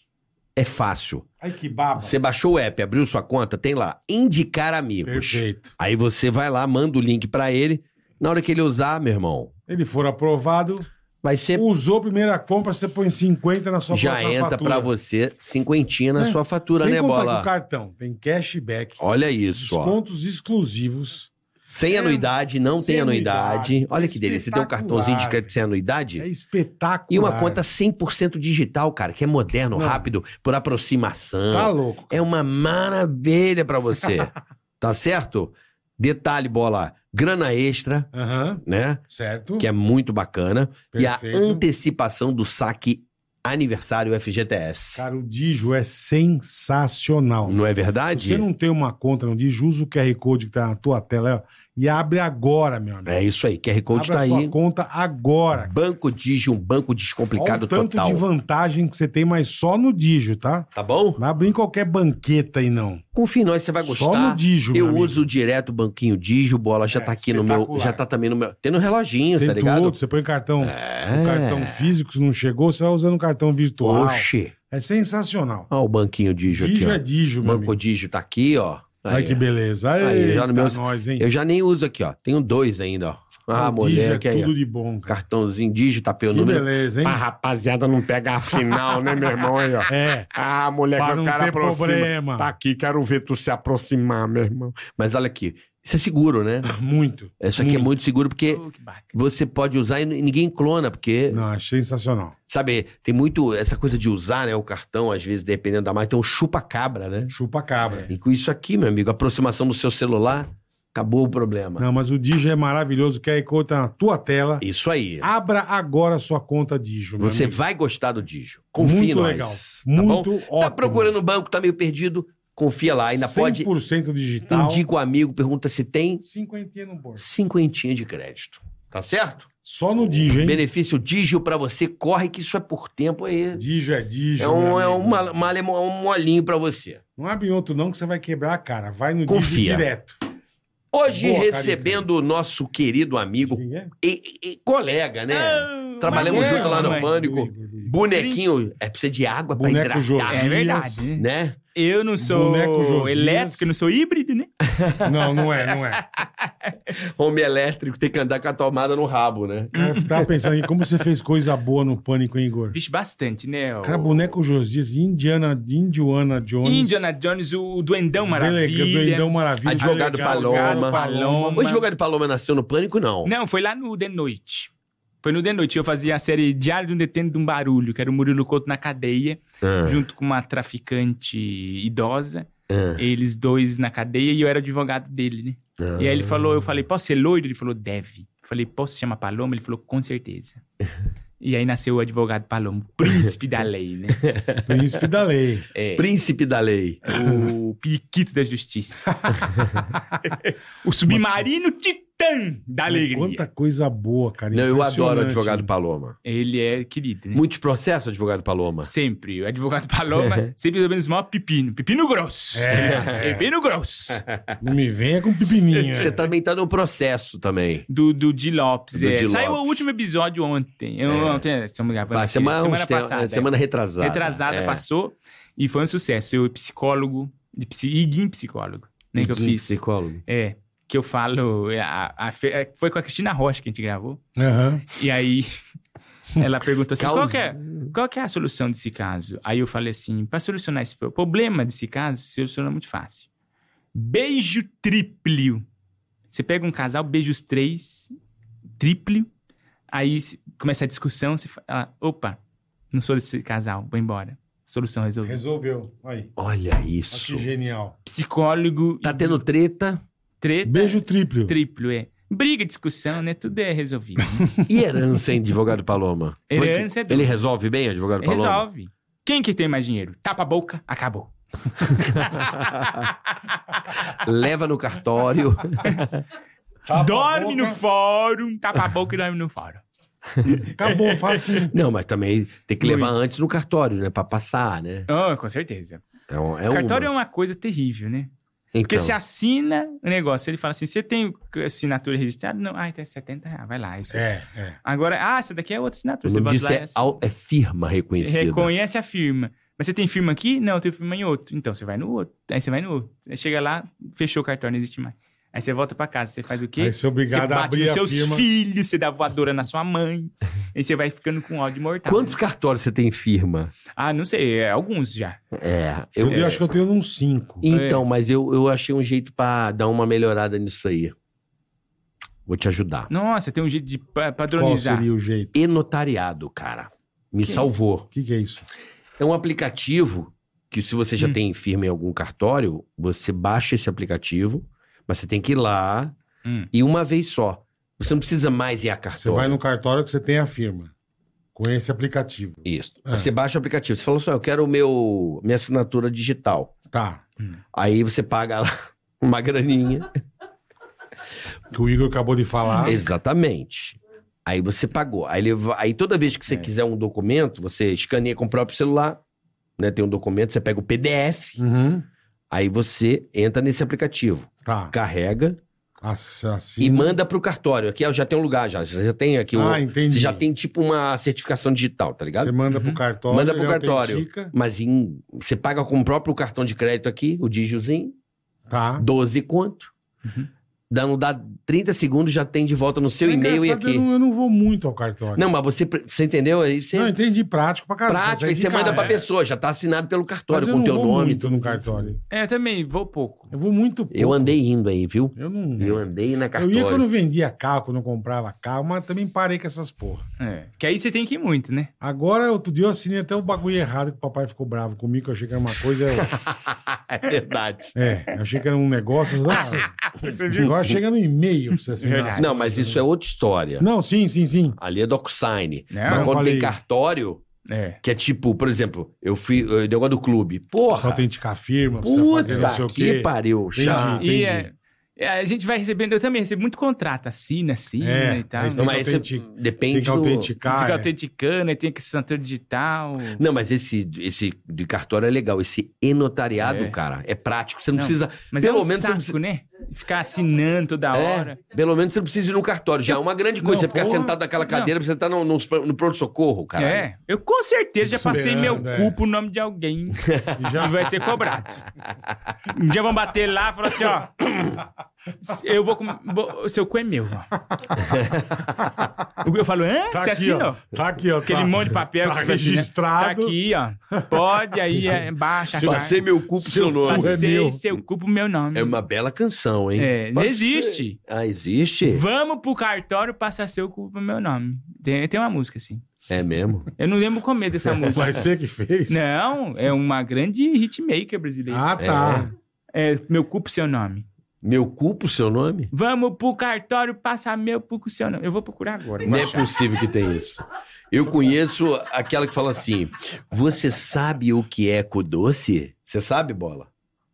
Speaker 2: É fácil.
Speaker 3: Ai, que baba.
Speaker 2: Você baixou o app, abriu sua conta, tem lá, indicar amigos.
Speaker 3: Perfeito.
Speaker 2: Aí você vai lá, manda o link pra ele Na hora que ele usar, meu irmão,
Speaker 3: Ele for aprovado,
Speaker 2: vai ser.
Speaker 3: usou a primeira compra, você põe 50 na sua
Speaker 2: já
Speaker 3: próxima
Speaker 2: entra
Speaker 3: fatura.
Speaker 2: pra você cinquentinha na
Speaker 3: É.
Speaker 2: sua fatura,
Speaker 3: Sem
Speaker 2: né,
Speaker 3: contar que
Speaker 2: bola?
Speaker 3: o cartão tem cashback,
Speaker 2: Olha isso, ó.
Speaker 3: descontos exclusivos.
Speaker 2: Sem
Speaker 3: É,
Speaker 2: anuidade, não
Speaker 3: sem
Speaker 2: tem anuidade.
Speaker 3: anuidade. É
Speaker 2: Olha que delícia. Você tem um cartãozinho de
Speaker 3: Espetacular.
Speaker 2: crédito sem anuidade?
Speaker 3: É espetacular.
Speaker 2: E uma conta 100% digital, cara, que é moderno,
Speaker 3: Não.
Speaker 2: rápido, por aproximação.
Speaker 3: Tá louco.
Speaker 2: É uma maravilha pra você. tá certo? Detalhe, bola. Grana extra,
Speaker 3: Aham,
Speaker 2: né?
Speaker 3: certo.
Speaker 2: Que é muito bacana. E
Speaker 3: Perfeito.
Speaker 2: a antecipação do saque aniversário FGTS.
Speaker 3: Cara, o Dijo é sensacional.
Speaker 2: não é
Speaker 3: Se você
Speaker 2: verdade?
Speaker 3: não tem uma conta no Dijo, usa o QR Code que tá na tua tela aí, ó, e abre agora, meu amigo.
Speaker 2: É isso aí. QR Code
Speaker 3: abre
Speaker 2: tá
Speaker 3: a sua
Speaker 2: aí.
Speaker 3: conta agora.
Speaker 2: Banco Digi, um banco descomplicado
Speaker 3: Olha o tanto
Speaker 2: total.
Speaker 3: de vantagem que você tem, mas só no Dijo, tá?
Speaker 2: Tá bom?
Speaker 3: Não abre em qualquer banqueta aí, não.
Speaker 2: Confia em nós, você vai
Speaker 3: Só no
Speaker 2: gostar.
Speaker 3: Dijo, meu
Speaker 2: Eu
Speaker 3: amigo.
Speaker 2: uso direto o banquinho Digio, bola já
Speaker 3: É,
Speaker 2: tá aqui no meu,
Speaker 3: espetacular.
Speaker 2: já tá também no meu, tem no reloginho,
Speaker 3: Tem
Speaker 2: tá ligado?
Speaker 3: tudo, você põe cartão,
Speaker 2: É.
Speaker 3: o cartão físico, se não chegou, você vai usando o cartão virtual.
Speaker 2: Oxi.
Speaker 3: É sensacional.
Speaker 2: Ó o banquinho Digio aqui,
Speaker 3: Dijo
Speaker 2: ó.
Speaker 3: é Dijo,
Speaker 2: o
Speaker 3: meu
Speaker 2: banco
Speaker 3: amigo.
Speaker 2: Digio tá aqui, ó.
Speaker 3: Olha
Speaker 2: Aí,
Speaker 3: que
Speaker 2: ó.
Speaker 3: beleza.
Speaker 2: Aí, já
Speaker 3: Eita,
Speaker 2: no meu-
Speaker 3: nós, hein?
Speaker 2: Eu já nem uso aqui, ó. Tenho dois ainda, ó. Ah,
Speaker 3: O Dijo
Speaker 2: moleque
Speaker 3: é
Speaker 2: aí. ó.
Speaker 3: tudo de bom, cara.
Speaker 2: Cartãozinho Digio, tá pelo
Speaker 3: Que
Speaker 2: número.
Speaker 3: beleza, hein?
Speaker 2: Pra rapaziada não pegar a final, né, meu irmão? Aí, ó.
Speaker 3: É,
Speaker 2: Ah, moleque,
Speaker 3: pra não
Speaker 2: o cara
Speaker 3: ter
Speaker 2: aproxima.
Speaker 3: problema.
Speaker 2: Tá aqui, quero ver tu se aproximar, meu irmão. Mas olha aqui, isso é seguro, né?
Speaker 3: Muito.
Speaker 2: Isso aqui é
Speaker 3: Muito.
Speaker 2: muito seguro porque
Speaker 4: Oh, que bacana.
Speaker 2: você pode usar e ninguém clona, porque
Speaker 3: Não, é sensacional.
Speaker 2: Sabe, tem muito essa coisa de usar né, o cartão, às vezes, dependendo da marca, tem um chupa-cabra, né?
Speaker 3: Chupa cabra.
Speaker 2: E com isso aqui, meu amigo, aproximação do seu celular, acabou o problema.
Speaker 3: Não, mas o Dijo é maravilhoso. QR Code tá na tua tela.
Speaker 2: Isso aí.
Speaker 3: Abra agora a sua conta Dijo, Ah, meu
Speaker 2: Você
Speaker 3: amigo.
Speaker 2: vai gostar do Digio. Confia em
Speaker 3: Muito
Speaker 2: nós.
Speaker 3: legal.
Speaker 2: Tá bom?
Speaker 3: Muito ótimo.
Speaker 2: Tá procurando um banco, tá meio perdido? Confia lá. Ainda pode.
Speaker 3: 100% digital.
Speaker 2: Indica o amigo, pergunta se tem
Speaker 3: Cinquentinha no bolso.
Speaker 2: cinquentinha de crédito. Tá certo?
Speaker 3: Só no Dijo, hein?
Speaker 2: Benefício Digio pra você. Corre que isso é por tempo aí.
Speaker 3: Dijo é Dijo.
Speaker 2: É um,
Speaker 3: meu
Speaker 2: é um,
Speaker 3: amigo.
Speaker 2: mal- malemo- é um molinho pra você.
Speaker 3: Não abre em outro não que você vai quebrar a cara. Vai no
Speaker 2: Confia.
Speaker 3: Dijo direto.
Speaker 2: Hoje
Speaker 3: Boa,
Speaker 2: recebendo o nosso querido amigo
Speaker 3: Quem é?
Speaker 2: e, e- e colega, né?
Speaker 4: Ah,
Speaker 2: Trabalhamos
Speaker 4: maneiro,
Speaker 2: junto lá no
Speaker 4: mamãe.
Speaker 2: Pânico. Bonequinho, é precisa de água pra
Speaker 3: Boneco
Speaker 2: hidratar,
Speaker 3: Josias.
Speaker 4: É verdade.
Speaker 2: né?
Speaker 4: Eu não sou
Speaker 3: Boneco Josias.
Speaker 4: elétrico, eu não sou híbrido, né?
Speaker 3: Não, não é, não é.
Speaker 2: Homem elétrico tem que andar com a tomada no rabo, né?
Speaker 3: Cara, eu tava pensando aqui, como você fez coisa boa no Pânico, hein, Igor?
Speaker 4: Vixe, bastante, né? O...
Speaker 3: Cara, boneco Josias, Indiana, Indiana Jones.
Speaker 4: Indiana Jones, o, né? o Duendão Maravilha.
Speaker 3: Delega- Doidão Maravilha.
Speaker 2: Advogado Paloma.
Speaker 4: Paloma.
Speaker 2: O advogado Paloma nasceu no Pânico, não.
Speaker 3: Né?
Speaker 4: Não, foi lá no The Noite. Foi no The Noite. Eu fazia a série Diário de um Detento de um Barulho, que era o Murilo Couto na cadeia,
Speaker 2: Ah,
Speaker 4: junto com uma traficante idosa.
Speaker 2: ah,
Speaker 4: Eles dois na cadeia e eu era o advogado dele, né?
Speaker 2: ah.
Speaker 4: E aí ele falou, eu falei, posso ser loiro? Ele falou, deve. Eu falei, posso chamar Paloma? Ele falou, com certeza. E aí nasceu o advogado Paloma, o príncipe da lei, né?
Speaker 3: Príncipe da lei.
Speaker 4: É,
Speaker 2: Príncipe da lei.
Speaker 4: o Piquito da Justiça. o submarino titã da alegria.
Speaker 3: Quanta coisa boa, cara.
Speaker 2: Não, eu adoro o
Speaker 3: É Impressionante.
Speaker 2: advogado Paloma.
Speaker 4: Ele é querido, né?
Speaker 2: Muitos processos, advogado Paloma.
Speaker 4: Sempre. O advogado
Speaker 2: É.
Speaker 4: Paloma sempre pelo menos o maior pepino. Pepino grosso.
Speaker 3: É.
Speaker 4: Pepino grosso.
Speaker 3: Não me venha com pepininha.
Speaker 2: Você também tá no processo também.
Speaker 4: Do, do Di Lopes.
Speaker 2: Do
Speaker 4: é.
Speaker 2: Di
Speaker 4: Saiu
Speaker 2: Lopes.
Speaker 4: o último episódio ontem. Eu,
Speaker 2: É.
Speaker 4: Ontem, estamos gravando.
Speaker 2: Vai,
Speaker 4: aqui,
Speaker 2: semana,
Speaker 4: semana
Speaker 2: uns tem- é,
Speaker 4: passada.
Speaker 2: semana retrasada.
Speaker 4: Retrasada,
Speaker 2: É.
Speaker 4: passou. E foi um sucesso. Eu, psicólogo, de psi- e guim psicólogo, né? que eu
Speaker 2: Quem
Speaker 4: fiz.
Speaker 2: Psicólogo.
Speaker 4: É. Que eu falo. é, a- a Fe- é, foi com a Cristina Rocha que a gente gravou.
Speaker 3: Aham.
Speaker 4: E aí. Ela perguntou assim: qual
Speaker 2: Causa-
Speaker 4: que, é, qual que é a solução desse caso? Aí eu falei assim: para solucionar esse pro- problema desse caso, se soluciona muito fácil. Beijo tríplio. Você pega um casal, beija os três, tríplio, aí se- começa a discussão, você fala: opa, não sou desse casal, vou embora. Solução resolvida.
Speaker 3: Resolveu. Aí.
Speaker 2: Olha
Speaker 3: Olha
Speaker 2: isso.
Speaker 3: que genial.
Speaker 4: Psicólogo,
Speaker 2: Tá tendo treta
Speaker 4: treta,
Speaker 3: Beijo triplo.
Speaker 4: tríplio, é. Briga, discussão, né? Tudo é resolvido. né?
Speaker 2: e herança, hein, advogado Paloma? Como que-
Speaker 4: Herança é do-
Speaker 2: Ele resolve bem, advogado Paloma?
Speaker 4: Resolve. Quem que tem mais dinheiro? Tapa a boca, acabou.
Speaker 2: Leva no cartório.
Speaker 3: Tapa a boca.
Speaker 4: dorme no fórum, tapa a boca e dorme no fórum.
Speaker 3: Acabou, fácil.
Speaker 2: Não, mas também tem que levar antes no cartório, né? Pra passar, né?
Speaker 4: Ah, com certeza.
Speaker 2: É um, é
Speaker 4: cartório é
Speaker 2: uma.
Speaker 4: uma coisa terrível, né? Porque
Speaker 2: Então,
Speaker 4: você assina o negócio, ele fala assim, você tem assinatura registrada? Não, ah, então é 70 reais, vai lá. Aí você-
Speaker 3: É, é.
Speaker 4: Agora, ah, essa daqui é outra assinatura.
Speaker 2: o
Speaker 4: Você
Speaker 2: nome
Speaker 4: bota
Speaker 2: disso
Speaker 4: lá e
Speaker 2: é,
Speaker 4: assina.
Speaker 2: au- é firma reconhecida.
Speaker 4: reconhece a firma. Mas você tem firma aqui? Não, eu tenho firma em outro. Então você vai no outro. Aí você vai no outro. Aí chega lá, fechou o cartório, não existe mais. Aí você volta pra casa, você faz o quê?
Speaker 3: Aí você é obrigado
Speaker 4: você
Speaker 3: a
Speaker 4: bate
Speaker 3: abrir
Speaker 4: nos
Speaker 3: a
Speaker 4: seus
Speaker 3: firma.
Speaker 4: filhos, você dá voadora na sua mãe. aí você vai ficando com ódio mortal.
Speaker 2: Quantos cartórios você tem firma?
Speaker 4: Ah, não sei, é, alguns já.
Speaker 2: É,
Speaker 3: Eu,
Speaker 2: eu.
Speaker 3: acho que eu tenho uns cinco.
Speaker 2: Então, mas eu, eu achei um jeito pra dar uma melhorada nisso aí. Vou te ajudar.
Speaker 4: Nossa, tem um jeito de pa-
Speaker 3: Qual
Speaker 4: padronizar.
Speaker 3: seria o jeito?
Speaker 2: E notariado, cara. Me
Speaker 4: Que?
Speaker 2: salvou.
Speaker 3: O que, que é isso?
Speaker 2: É um aplicativo que, se você já
Speaker 4: Hum.
Speaker 2: tem firma em algum cartório, você baixa esse aplicativo, mas você tem que ir lá
Speaker 4: Hum.
Speaker 2: e uma vez só. Você não precisa mais ir a cartório.
Speaker 3: Você vai no cartório que você tem a firma. Com esse aplicativo.
Speaker 2: Isso.
Speaker 3: É.
Speaker 2: Você baixa o aplicativo. Você fala assim: "Ó, eu quero o meu, minha assinatura digital.
Speaker 3: Tá.
Speaker 2: Aí você paga lá uma graninha.
Speaker 3: Que o Igor acabou de falar.
Speaker 2: Exatamente. Aí você pagou. Aí, ele va- aí toda vez que você
Speaker 4: É.
Speaker 2: quiser um documento, você escaneia com o próprio celular, né? Tem um documento, você pega o PDF,
Speaker 3: Uhum.
Speaker 2: aí você entra nesse aplicativo,
Speaker 3: Tá.
Speaker 2: carrega,
Speaker 3: Ass-
Speaker 2: e
Speaker 3: Assim.
Speaker 2: manda pro cartório. Aqui ó, já tem um lugar, já. Você já tem aqui. o-
Speaker 3: Ah, entendi.
Speaker 2: você já tem tipo uma certificação digital, tá ligado?
Speaker 3: Você manda pro
Speaker 4: Uhum.
Speaker 3: cartório.
Speaker 2: Manda pro
Speaker 3: ele
Speaker 2: cartório.
Speaker 3: autentica.
Speaker 2: Mas em- você paga com o próprio cartão de crédito aqui, o Digiozinho,
Speaker 3: Tá.
Speaker 2: 12 quanto.
Speaker 4: Uhum.
Speaker 2: Dá, não dá 30 segundos, já tem de volta no seu
Speaker 3: É
Speaker 2: e-mail e
Speaker 3: engraçado, Eu
Speaker 2: aqui. Não...
Speaker 3: não, eu não vou muito ao cartório.
Speaker 2: mas você, pre- você entendeu? Aí você
Speaker 3: Não, eu entendi prático pra caralho.
Speaker 2: prática
Speaker 3: Sai
Speaker 2: e
Speaker 3: de
Speaker 2: você manda
Speaker 3: casa.
Speaker 2: pra
Speaker 3: É.
Speaker 2: pessoa, já tá assinado pelo cartório
Speaker 3: Mas eu
Speaker 2: com
Speaker 3: não
Speaker 2: teu
Speaker 3: vou
Speaker 2: nome.
Speaker 3: muito no cartório.
Speaker 4: É, eu também, vou pouco.
Speaker 3: Eu vou muito pouco.
Speaker 2: Eu andei indo aí, viu?
Speaker 3: Eu não...
Speaker 2: Eu andei na
Speaker 3: Eu
Speaker 2: cartório.
Speaker 3: ia quando eu vendia carro, quando eu comprava carro, mas também parei com essas porra.
Speaker 4: É. Que aí você tem que ir muito, né?
Speaker 3: Agora, outro dia eu assinei até o bagulho errado que o papai ficou bravo comigo, que eu achei que era uma coisa. eu-
Speaker 2: é verdade.
Speaker 3: é, eu achei que era um negócio. eu- Agora chega no e-mail pra você assinar.
Speaker 4: Verdade.
Speaker 2: Não, mas isso é outra história.
Speaker 3: Não, sim, sim, sim.
Speaker 2: Ali é DocuSign.
Speaker 4: Não,
Speaker 2: mas
Speaker 4: eu
Speaker 2: quando
Speaker 3: falei-
Speaker 2: tem cartório,
Speaker 4: É.
Speaker 2: Que é tipo, por exemplo, eu fui. Eu, negócio do clube.
Speaker 3: Precisa
Speaker 2: Porra!
Speaker 3: autenticar a firma, precisa fazer não sei
Speaker 2: Puta
Speaker 3: o
Speaker 2: que
Speaker 3: quê.
Speaker 2: pariu, chato.
Speaker 3: Entendi.
Speaker 4: E é, é, a gente vai recebendo, eu também recebo muito contrato, assina, assina
Speaker 3: É,
Speaker 4: e tal.
Speaker 3: mas
Speaker 4: né?
Speaker 2: Não, mas esse
Speaker 3: autentica- Tem
Speaker 2: depende
Speaker 3: que
Speaker 2: do...
Speaker 3: autenticar.
Speaker 4: Fica
Speaker 3: é.
Speaker 4: autenticando, aí tem que assinatura digital.
Speaker 2: Não, mas esse, esse de cartório é legal. Esse enotariado,
Speaker 4: É.
Speaker 2: cara, é prático. Você não,
Speaker 4: Não.
Speaker 2: precisa.
Speaker 4: Mas
Speaker 2: Pelo
Speaker 4: é um
Speaker 2: menos
Speaker 4: saco,
Speaker 2: você
Speaker 4: né? Ficar assinando toda hora.
Speaker 2: É, pelo menos você não precisa ir no cartório. Já é uma grande coisa. você
Speaker 4: Não,
Speaker 2: ficar
Speaker 4: porra.
Speaker 2: sentado naquela
Speaker 4: Não.
Speaker 2: cadeira, você tá no, no, no pronto-socorro, cara.
Speaker 4: É, eu com certeza já passei meu
Speaker 3: Esperando, é.
Speaker 4: cu pro nome de
Speaker 3: E
Speaker 4: alguém e
Speaker 3: já-
Speaker 4: vai ser cobrado. Um dia vão bater lá e falar assim, ó. Eu vou, com... vou- Seu cu é meu, ó. Eu falo, hã?
Speaker 3: Tá
Speaker 4: Você
Speaker 3: aqui,
Speaker 4: assinou?
Speaker 3: ó. Tá aqui, ó.
Speaker 4: Aquele
Speaker 3: tá-
Speaker 4: monte de papel
Speaker 3: tá
Speaker 4: que você assina. Tá
Speaker 3: registrado.
Speaker 4: aqui, ó. Pode, aí é, baixa. a carta.
Speaker 2: Passei meu cu pro seu nome.
Speaker 3: cu é
Speaker 4: Passei
Speaker 3: meu.
Speaker 4: seu cu pro meu nome.
Speaker 2: É uma bela canção, hein?
Speaker 4: É, não
Speaker 2: Passei-
Speaker 4: existe.
Speaker 2: Ah, existe?
Speaker 4: Vamos pro cartório passar seu cu pro meu nome. Tem, tem uma música assim.
Speaker 2: É mesmo.
Speaker 4: Eu não lembro o começo dessa música.
Speaker 3: Vai ser que fez?
Speaker 4: Não, é uma grande hitmaker brasileira.
Speaker 3: Ah, tá.
Speaker 4: É, meu cu pro seu nome.
Speaker 2: Meu cu pro seu nome?
Speaker 4: Vamos pro cartório passar meu cu pro seu nome. Eu vou procurar agora.
Speaker 2: Não é possível que tenha isso. Eu conheço aquela que fala assim: Você sabe o que é cu doce? Você sabe, bola?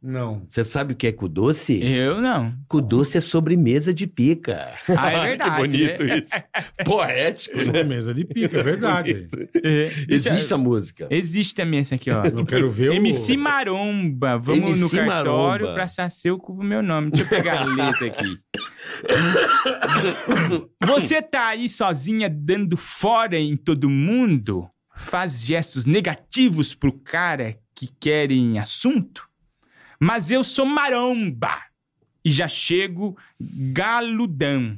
Speaker 3: Não.
Speaker 2: Você sabe o que é cu doce?
Speaker 4: Eu não.
Speaker 2: Cu doce é sobremesa de pica.
Speaker 4: Ah, é verdade.
Speaker 2: que bonito
Speaker 4: né?
Speaker 2: isso. Poético, né?
Speaker 3: Mesa de pica, é verdade.
Speaker 4: É.
Speaker 2: Existe a música.
Speaker 4: Existe também essa aqui, ó.
Speaker 3: Eu quero ver o...
Speaker 4: MC Maromba, vamos no
Speaker 2: MC
Speaker 4: cartório
Speaker 2: Maromba.
Speaker 4: pra sacer o cubo meu nome. Deixa eu pegar a letra aqui. Você tá aí sozinha dando fora em todo mundo? Faz gestos negativos pro cara que querem assunto? Mas eu sou maromba e já chego galudão.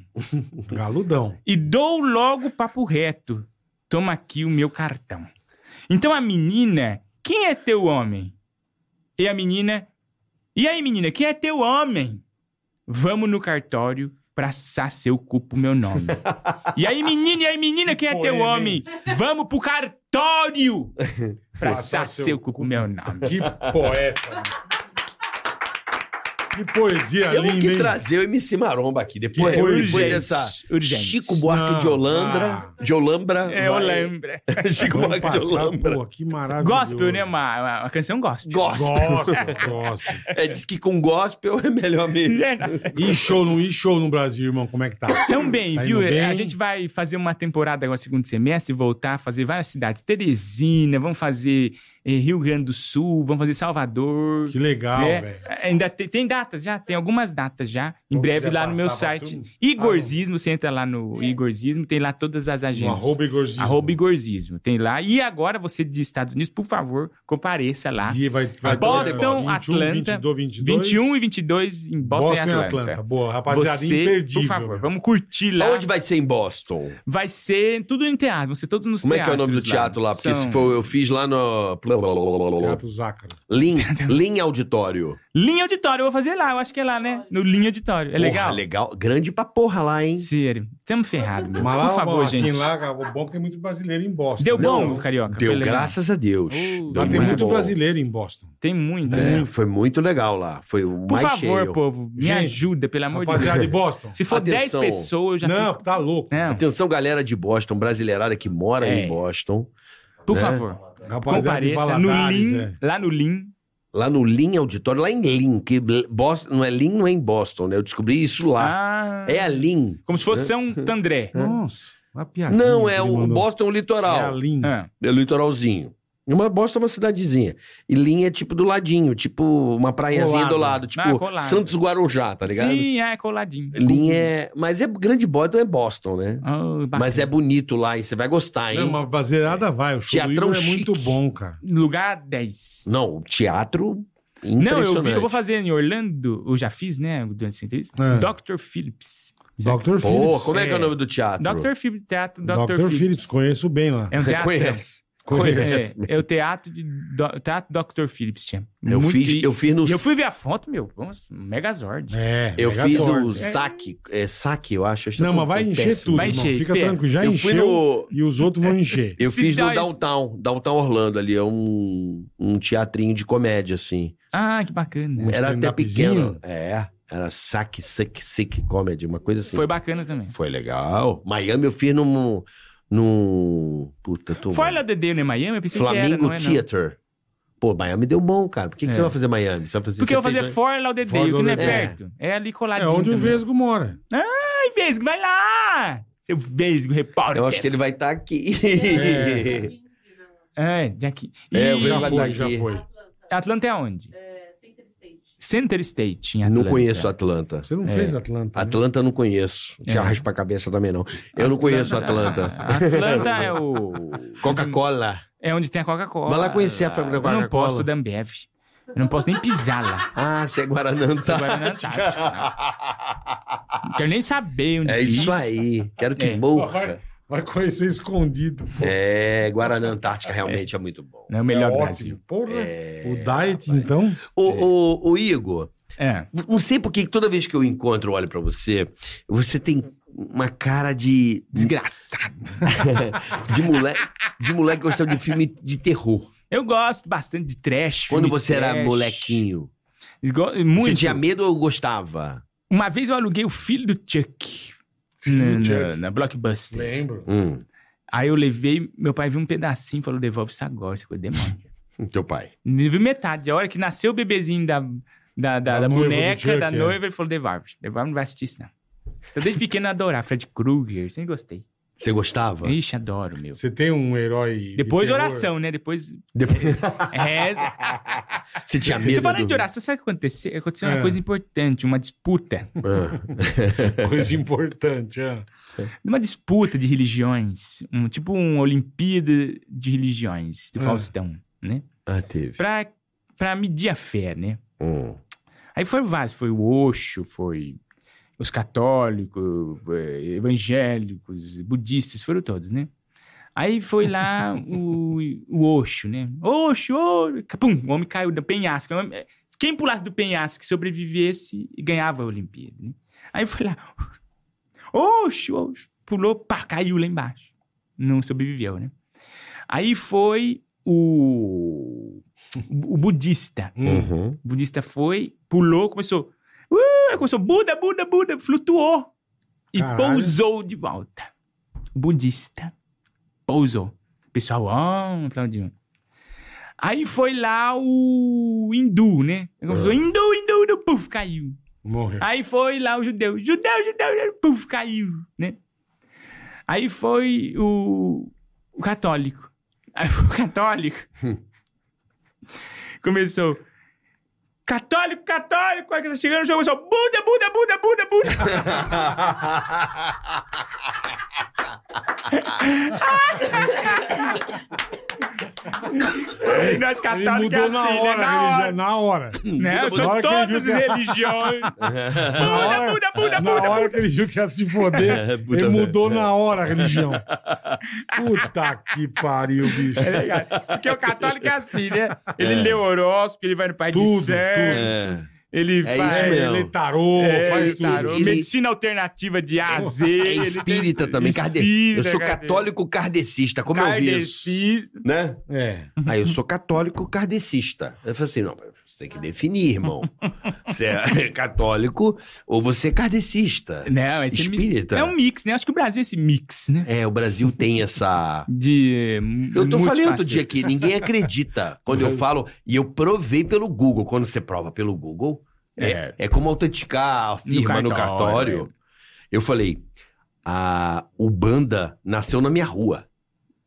Speaker 3: Galudão.
Speaker 4: E dou logo papo reto. Toma aqui o meu cartão. Então a menina, quem é teu homem? E a menina, e aí menina, quem é teu homem? Vamos no cartório pra assar seu cu pro meu nome. e aí menina, e aí menina, quem é teu
Speaker 3: Poema,
Speaker 4: homem? Vamos pro cartório pra
Speaker 3: Assar
Speaker 4: assar
Speaker 3: seu
Speaker 4: seu cu pro meu nome.
Speaker 3: Que poeta. mano. Que poesia
Speaker 2: Temos
Speaker 3: É linda,
Speaker 2: que
Speaker 3: hein?
Speaker 2: trazer o MC Maromba aqui. Depois,
Speaker 3: Que
Speaker 2: depois
Speaker 4: urgente,
Speaker 2: dessa
Speaker 4: urgente.
Speaker 2: Chico Buarque de
Speaker 3: Não,
Speaker 2: Holambra. De Holambra.
Speaker 4: É, eu
Speaker 2: vai-
Speaker 4: lembro.
Speaker 2: Chico
Speaker 3: Vamos
Speaker 2: Buarque de
Speaker 3: passar,
Speaker 2: Holambra.
Speaker 3: pô, que maravilhoso.
Speaker 4: Gospel, né? Uma, uma- uma canção gospel.
Speaker 2: Gospel.
Speaker 3: Gospel, gospel.
Speaker 2: É, diz que com gospel é melhor mesmo.
Speaker 3: E show, no, e show no Brasil, irmão, como é que tá?
Speaker 4: Tão bem,
Speaker 3: Tá
Speaker 4: viu?
Speaker 3: indo bem?
Speaker 4: A gente vai fazer uma temporada agora, segundo semestre, voltar a fazer várias cidades. Teresina, vamos fazer eh, Rio Grande do Sul, vamos fazer Salvador.
Speaker 3: Que legal,
Speaker 4: É.
Speaker 3: velho.
Speaker 4: Ainda tem, tem datas já, tem algumas datas já. Em
Speaker 3: Ou
Speaker 4: breve
Speaker 3: quiser
Speaker 4: lá no meu
Speaker 3: passar pra
Speaker 4: site.
Speaker 3: tudo.
Speaker 4: Igorzismo, você entra lá no
Speaker 5: É.
Speaker 4: Igorzismo, tem lá todas as
Speaker 3: No
Speaker 4: agências.
Speaker 3: Um arroba igorzismo.
Speaker 4: Ah, Arroba Igorzismo, tem lá. E agora, você de Estados Unidos, por favor, compareça lá.
Speaker 3: Um Dia vai, vai
Speaker 4: Boston,
Speaker 3: ter, ó,
Speaker 4: Atlanta,
Speaker 3: 22, 22,
Speaker 4: 21 e 22 em Boston, e Atlanta.
Speaker 3: Boa, rapaziada,
Speaker 4: você,
Speaker 3: imperdível.
Speaker 4: por favor,
Speaker 3: meu.
Speaker 4: vamos curtir lá.
Speaker 2: Aonde vai ser em Boston?
Speaker 4: Vai ser tudo em teatro, vão ser todos nos
Speaker 2: Como é que é o
Speaker 4: teatros
Speaker 2: nome do teatro lá? Porque
Speaker 4: São
Speaker 2: se for, eu fiz lá no.
Speaker 3: Gato Zácaro.
Speaker 2: Lin, Lin Auditório.
Speaker 4: Linha Auditório, eu vou fazer lá, eu acho que é lá, né? No Linha Auditório. É
Speaker 2: Porra,
Speaker 4: legal?
Speaker 2: legal. Grande pra porra lá, hein?
Speaker 4: Sério, estamos ferrados, meu.
Speaker 3: Mas lá,
Speaker 4: por favor,
Speaker 3: assim,
Speaker 4: gente.
Speaker 3: lá, o bom é que tem muito brasileiro em Boston.
Speaker 4: Deu
Speaker 3: né?
Speaker 4: bom,
Speaker 3: Lá
Speaker 4: Carioca? Foi
Speaker 2: Deu
Speaker 4: legal.
Speaker 2: graças a Deus.
Speaker 4: Uh,
Speaker 2: Deu
Speaker 4: lá
Speaker 3: tem
Speaker 4: Muito
Speaker 3: muito
Speaker 2: bom.
Speaker 3: brasileiro em Boston.
Speaker 4: Tem muito.
Speaker 2: É, foi muito legal lá. Foi o
Speaker 4: Por
Speaker 2: mais
Speaker 4: favor,
Speaker 2: cheio.
Speaker 4: povo, me
Speaker 3: Gente,
Speaker 4: ajuda, pelo amor de
Speaker 3: Rapaziada de
Speaker 4: Deus.
Speaker 3: Boston.
Speaker 4: Se for 10
Speaker 2: Atenção.
Speaker 4: pessoas, eu já né?
Speaker 3: Não,
Speaker 4: fico...
Speaker 3: tá louco.
Speaker 4: Não,
Speaker 2: Atenção, galera de Boston, brasileirada que mora
Speaker 4: É.
Speaker 2: em Boston.
Speaker 4: por
Speaker 2: né?
Speaker 4: favor,
Speaker 3: Rapaziada de
Speaker 4: compareça no
Speaker 3: Valadares,
Speaker 4: Lean,
Speaker 3: é.
Speaker 4: lá no Lean.
Speaker 2: Lá no Lin Auditório, lá em Lin, que Boston, não é Lin, não é em Boston, né? Eu descobri isso lá.
Speaker 4: Ah,
Speaker 2: É a Lin.
Speaker 4: Como se fosse São Tandré.
Speaker 3: Nossa, uma
Speaker 4: Tá
Speaker 3: piadinha.
Speaker 2: Não,
Speaker 3: que
Speaker 2: é
Speaker 3: ele
Speaker 2: o
Speaker 3: mandou.
Speaker 2: Boston é o
Speaker 3: É a
Speaker 2: litoral.
Speaker 3: Lean.
Speaker 4: Ah,
Speaker 2: É o litoralzinho. E Uma Boston é uma cidadezinha. E Lin é tipo do ladinho, tipo uma praiazinha
Speaker 3: Colado.
Speaker 2: do lado, tipo
Speaker 4: Ah, colado.
Speaker 2: Santos Guarujá, tá ligado?
Speaker 4: Sim, é coladinho.
Speaker 2: Lin é. Mas é grande Boston, é Boston, né?
Speaker 4: Ah, bacana.
Speaker 2: Mas é bonito lá e você vai gostar, hein?
Speaker 3: Não, uma baseirada vai. O show do
Speaker 2: Teatrão
Speaker 3: Igor é muito
Speaker 2: chique.
Speaker 3: bom, cara.
Speaker 4: Lugar 10.
Speaker 2: Não, o teatro
Speaker 4: Não,
Speaker 2: impressionante.
Speaker 4: eu, vi, eu vou fazer em Orlando, eu já fiz, né, durante essa entrevista.
Speaker 3: É.
Speaker 4: Dr. Phillips.
Speaker 3: Dr.
Speaker 2: Pô,
Speaker 3: Phillips.
Speaker 2: como é que é o
Speaker 4: É.
Speaker 2: nome do teatro?
Speaker 4: Dr. Phillips, teatro Dr.
Speaker 3: Dr.
Speaker 4: Phillips.
Speaker 3: Phillips, conheço bem lá.
Speaker 4: É um teatro.
Speaker 2: Conhece.
Speaker 3: Conheço.
Speaker 4: É, é o teatro, de, do, teatro Dr. Phillips, tinha.
Speaker 2: Eu
Speaker 4: Muito-
Speaker 2: fiz,
Speaker 4: e-
Speaker 2: eu fiz no.
Speaker 4: e eu fui ver a foto, meu, vamos, Megazord.
Speaker 3: É,
Speaker 2: eu
Speaker 3: mega
Speaker 2: fiz
Speaker 3: sorte.
Speaker 2: o
Speaker 3: É.
Speaker 2: saque, é saque, eu acho. acho que
Speaker 3: Não,
Speaker 2: eu tô-
Speaker 3: mas vai
Speaker 2: tô
Speaker 3: encher
Speaker 2: péssimo.
Speaker 3: tudo,
Speaker 4: Vai
Speaker 3: irmão.
Speaker 4: encher,
Speaker 3: Fica
Speaker 4: espera.
Speaker 3: tranquilo, já
Speaker 2: eu fui
Speaker 3: encheu
Speaker 2: no, É,
Speaker 3: e os outros vão encher.
Speaker 2: eu
Speaker 4: Se
Speaker 2: fiz no
Speaker 4: dá esse-
Speaker 2: downtown, downtown Orlando ali, é um, um teatrinho de comédia assim.
Speaker 4: Ah, que bacana.
Speaker 3: Um
Speaker 2: era até
Speaker 3: stand-upzinho?
Speaker 2: pequeno. É, era saque, sick, sick comedy, uma coisa assim.
Speaker 4: Foi bacana também.
Speaker 2: Foi legal. Miami eu fiz num num puta, tô
Speaker 4: Foi lá DD, né, Miami? Eu pensei que era,
Speaker 2: Flamingo
Speaker 4: não é, não.
Speaker 2: Theater. Pô, Miami deu bom, cara. Por que, que
Speaker 4: É.
Speaker 2: você vai fazer Miami? Você vai fazer
Speaker 4: Porque eu vou fazer
Speaker 2: você fez-
Speaker 4: For Lauderdale,
Speaker 3: Fort
Speaker 4: que não é
Speaker 2: Lauderdale.
Speaker 4: perto. É ali
Speaker 3: É
Speaker 4: coladinho.
Speaker 3: onde o
Speaker 4: também.
Speaker 3: Vesgo mora.
Speaker 4: Ai, Vesgo, vai lá! Seu Vesgo, repórter.
Speaker 2: Eu acho que ele vai estar aqui.
Speaker 3: É.
Speaker 4: É, já que...
Speaker 2: É, o
Speaker 4: Ih,
Speaker 2: Vesgo
Speaker 3: Já
Speaker 2: vai
Speaker 3: foi,
Speaker 2: tá
Speaker 3: já
Speaker 2: aqui.
Speaker 3: foi.
Speaker 5: Atlanta,
Speaker 4: Atlanta é onde?
Speaker 5: é, Center
Speaker 4: Center
Speaker 5: State.
Speaker 4: State, em
Speaker 2: Não
Speaker 4: Atlanta.
Speaker 2: conheço Atlanta.
Speaker 3: Você não
Speaker 4: É.
Speaker 3: fez Atlanta. né?
Speaker 2: Atlanta eu não conheço. Já
Speaker 4: É.
Speaker 2: raspa a cabeça também não. Eu não conheço Atlanta.
Speaker 4: Atlanta é o...
Speaker 2: Coca-Cola.
Speaker 4: É onde tem a Coca-Cola.
Speaker 2: Vai lá conhecer a fábrica da
Speaker 4: Eu
Speaker 2: Coca-Cola.
Speaker 4: não posso da Ambev. Eu não posso nem pisar lá.
Speaker 2: Ah, você é Guaraná
Speaker 4: Guaraná tá.
Speaker 2: Antártica.
Speaker 4: Não quero nem saber onde
Speaker 2: É
Speaker 4: fica.
Speaker 2: isso aí. Quero que
Speaker 4: É.
Speaker 2: morra.
Speaker 3: Vai conhecer escondido.
Speaker 2: É, Guaraná Antártica realmente é muito bom.
Speaker 4: Não é o melhor
Speaker 3: É ótimo.
Speaker 4: Brasil.
Speaker 3: Porra.
Speaker 2: É,
Speaker 3: O Diet, então.
Speaker 2: Ô, ô, ô, Igor,
Speaker 4: É.
Speaker 2: não sei por que toda vez que eu encontro, eu olho pra você, você tem uma cara de
Speaker 4: Desgraçado.
Speaker 2: de moleque, de moleque gostando de filme de terror.
Speaker 4: Eu gosto bastante de trash.
Speaker 2: Quando
Speaker 4: filme
Speaker 2: você era
Speaker 4: trash.
Speaker 2: molequinho,
Speaker 4: Igual-
Speaker 2: você
Speaker 4: Muito.
Speaker 2: tinha medo ou gostava?
Speaker 4: Uma vez eu aluguei o filho do Chuck.
Speaker 3: Filho
Speaker 4: na,
Speaker 3: do
Speaker 4: na,
Speaker 3: Chuck.
Speaker 4: na Blockbuster.
Speaker 3: Lembro.
Speaker 2: Hum,
Speaker 4: Aí eu levei, meu pai viu um pedacinho e falou: devolve isso agora, isso é coisa de demônio.
Speaker 2: teu pai.
Speaker 4: Ele viu metade. A hora que nasceu o bebezinho da, da, da,
Speaker 3: Da
Speaker 4: da
Speaker 3: noiva do
Speaker 4: boneca,
Speaker 3: Chuck,
Speaker 4: da
Speaker 3: é.
Speaker 4: noiva, ele falou: devolve. Devolve, não vai assistir isso, não. Então, desde pequeno eu adorava. Fred Krueger, sempre gostei.
Speaker 2: Você gostava?
Speaker 4: Ixi, adoro, meu.
Speaker 3: Você tem um herói. de
Speaker 4: Depois
Speaker 3: terror?
Speaker 4: oração, né? Depois
Speaker 2: Depois-
Speaker 4: reza.
Speaker 2: Você tinha medo?
Speaker 4: Você falando
Speaker 2: do-
Speaker 4: de oração, sabe o que aconteceu? Aconteceu uma
Speaker 3: É.
Speaker 4: coisa importante, uma disputa.
Speaker 2: Ah,
Speaker 3: Coisa importante. é.
Speaker 4: Uma disputa de religiões. Um, tipo uma Olimpíada de religiões do
Speaker 3: É.
Speaker 4: Faustão, né?
Speaker 2: ah, teve.
Speaker 4: Pra, pra medir a fé, né?
Speaker 2: Hum.
Speaker 4: Aí foram vários. Foi o Osho, foi os católicos, eh, evangélicos, budistas, foram todos, né? Aí foi lá o, o Osho, né? Osho, Osho! Pum, o homem caiu do penhasco. O homem- é, Quem pulasse do penhasco e sobrevivesse ganhava a Olimpíada, né? Aí foi lá. Osho, Osho! Pulou, pá, caiu lá embaixo. Não sobreviveu, né? Aí foi o, o budista.
Speaker 3: Hum.
Speaker 2: Uhum.
Speaker 4: O budista foi, pulou, começou. Uh, aí começou Buda, Buda, Buda, flutuou. E
Speaker 3: Caralho.
Speaker 4: pousou de volta. O budista pousou. Pessoal, ó, Claudinho. Aí foi lá o hindu, né? Aí Começou,
Speaker 2: Ah.
Speaker 4: hindu, hindu, hindu, puf, caiu.
Speaker 3: Morreu.
Speaker 4: Aí foi lá o judeu, judeu, judeu, judeu, puf, caiu, né? Aí foi o, o católico. Aí foi o católico. Começou. Católico, católico, aí que tá chegando no jogo, começou. Bunda, bunda, bunda, bunda, bunda. E nós
Speaker 3: Ele
Speaker 4: católicos é
Speaker 3: mudou
Speaker 4: assim,
Speaker 3: na
Speaker 4: né?
Speaker 3: hora,
Speaker 4: Na hora.
Speaker 3: religião, na hora.
Speaker 4: Né?
Speaker 3: Na
Speaker 4: Eu
Speaker 3: hora
Speaker 4: sou
Speaker 3: que ele
Speaker 4: todas
Speaker 3: viu que-
Speaker 4: religiões. Bunda,
Speaker 2: É.
Speaker 4: bunda, bunda,
Speaker 3: Na
Speaker 4: bunda.
Speaker 3: hora que ele viu que ia se foder, ele
Speaker 2: Puta,
Speaker 3: mudou na hora a religião. Puta que pariu, bicho.
Speaker 4: É legal. Porque o católico é assim, né? Ele lê o horóscopo, ele vai no pai
Speaker 3: Tudo,
Speaker 4: de santo,
Speaker 2: É.
Speaker 4: ele
Speaker 2: É
Speaker 4: faz...
Speaker 2: isso
Speaker 3: É,
Speaker 2: mesmo.
Speaker 3: ele tarô,
Speaker 4: É,
Speaker 3: faz
Speaker 4: ele tarô,
Speaker 2: Ele-
Speaker 4: Medicina alternativa de A a Z.
Speaker 2: É
Speaker 4: ele
Speaker 2: espírita
Speaker 4: tem-
Speaker 2: também. Carde... Eu
Speaker 4: espírita, é
Speaker 2: sou
Speaker 4: carde-
Speaker 2: católico kardecista. Como eu vi isso?
Speaker 4: Kardeci-
Speaker 2: Né?
Speaker 3: tudo. É.
Speaker 4: Uhum.
Speaker 2: Aí eu sou católico kardecista. Eu falei assim: não, você tem que definir, irmão. Você é católico ou você é kardecista.
Speaker 4: Não, esse
Speaker 2: Espírita.
Speaker 4: mi- É um mix, né? Acho que o Brasil é esse mix, né?
Speaker 2: É, o Brasil tem essa.
Speaker 4: De.
Speaker 2: Eu tô
Speaker 4: multifacetas.
Speaker 2: falando outro dia aqui, ninguém acredita quando eu falo, e eu provei pelo Google. Quando você prova pelo Google, é, é como autenticar a firma
Speaker 4: No
Speaker 2: no cartório.
Speaker 4: cartório.
Speaker 2: Eu falei, a Ubanda nasceu na minha rua.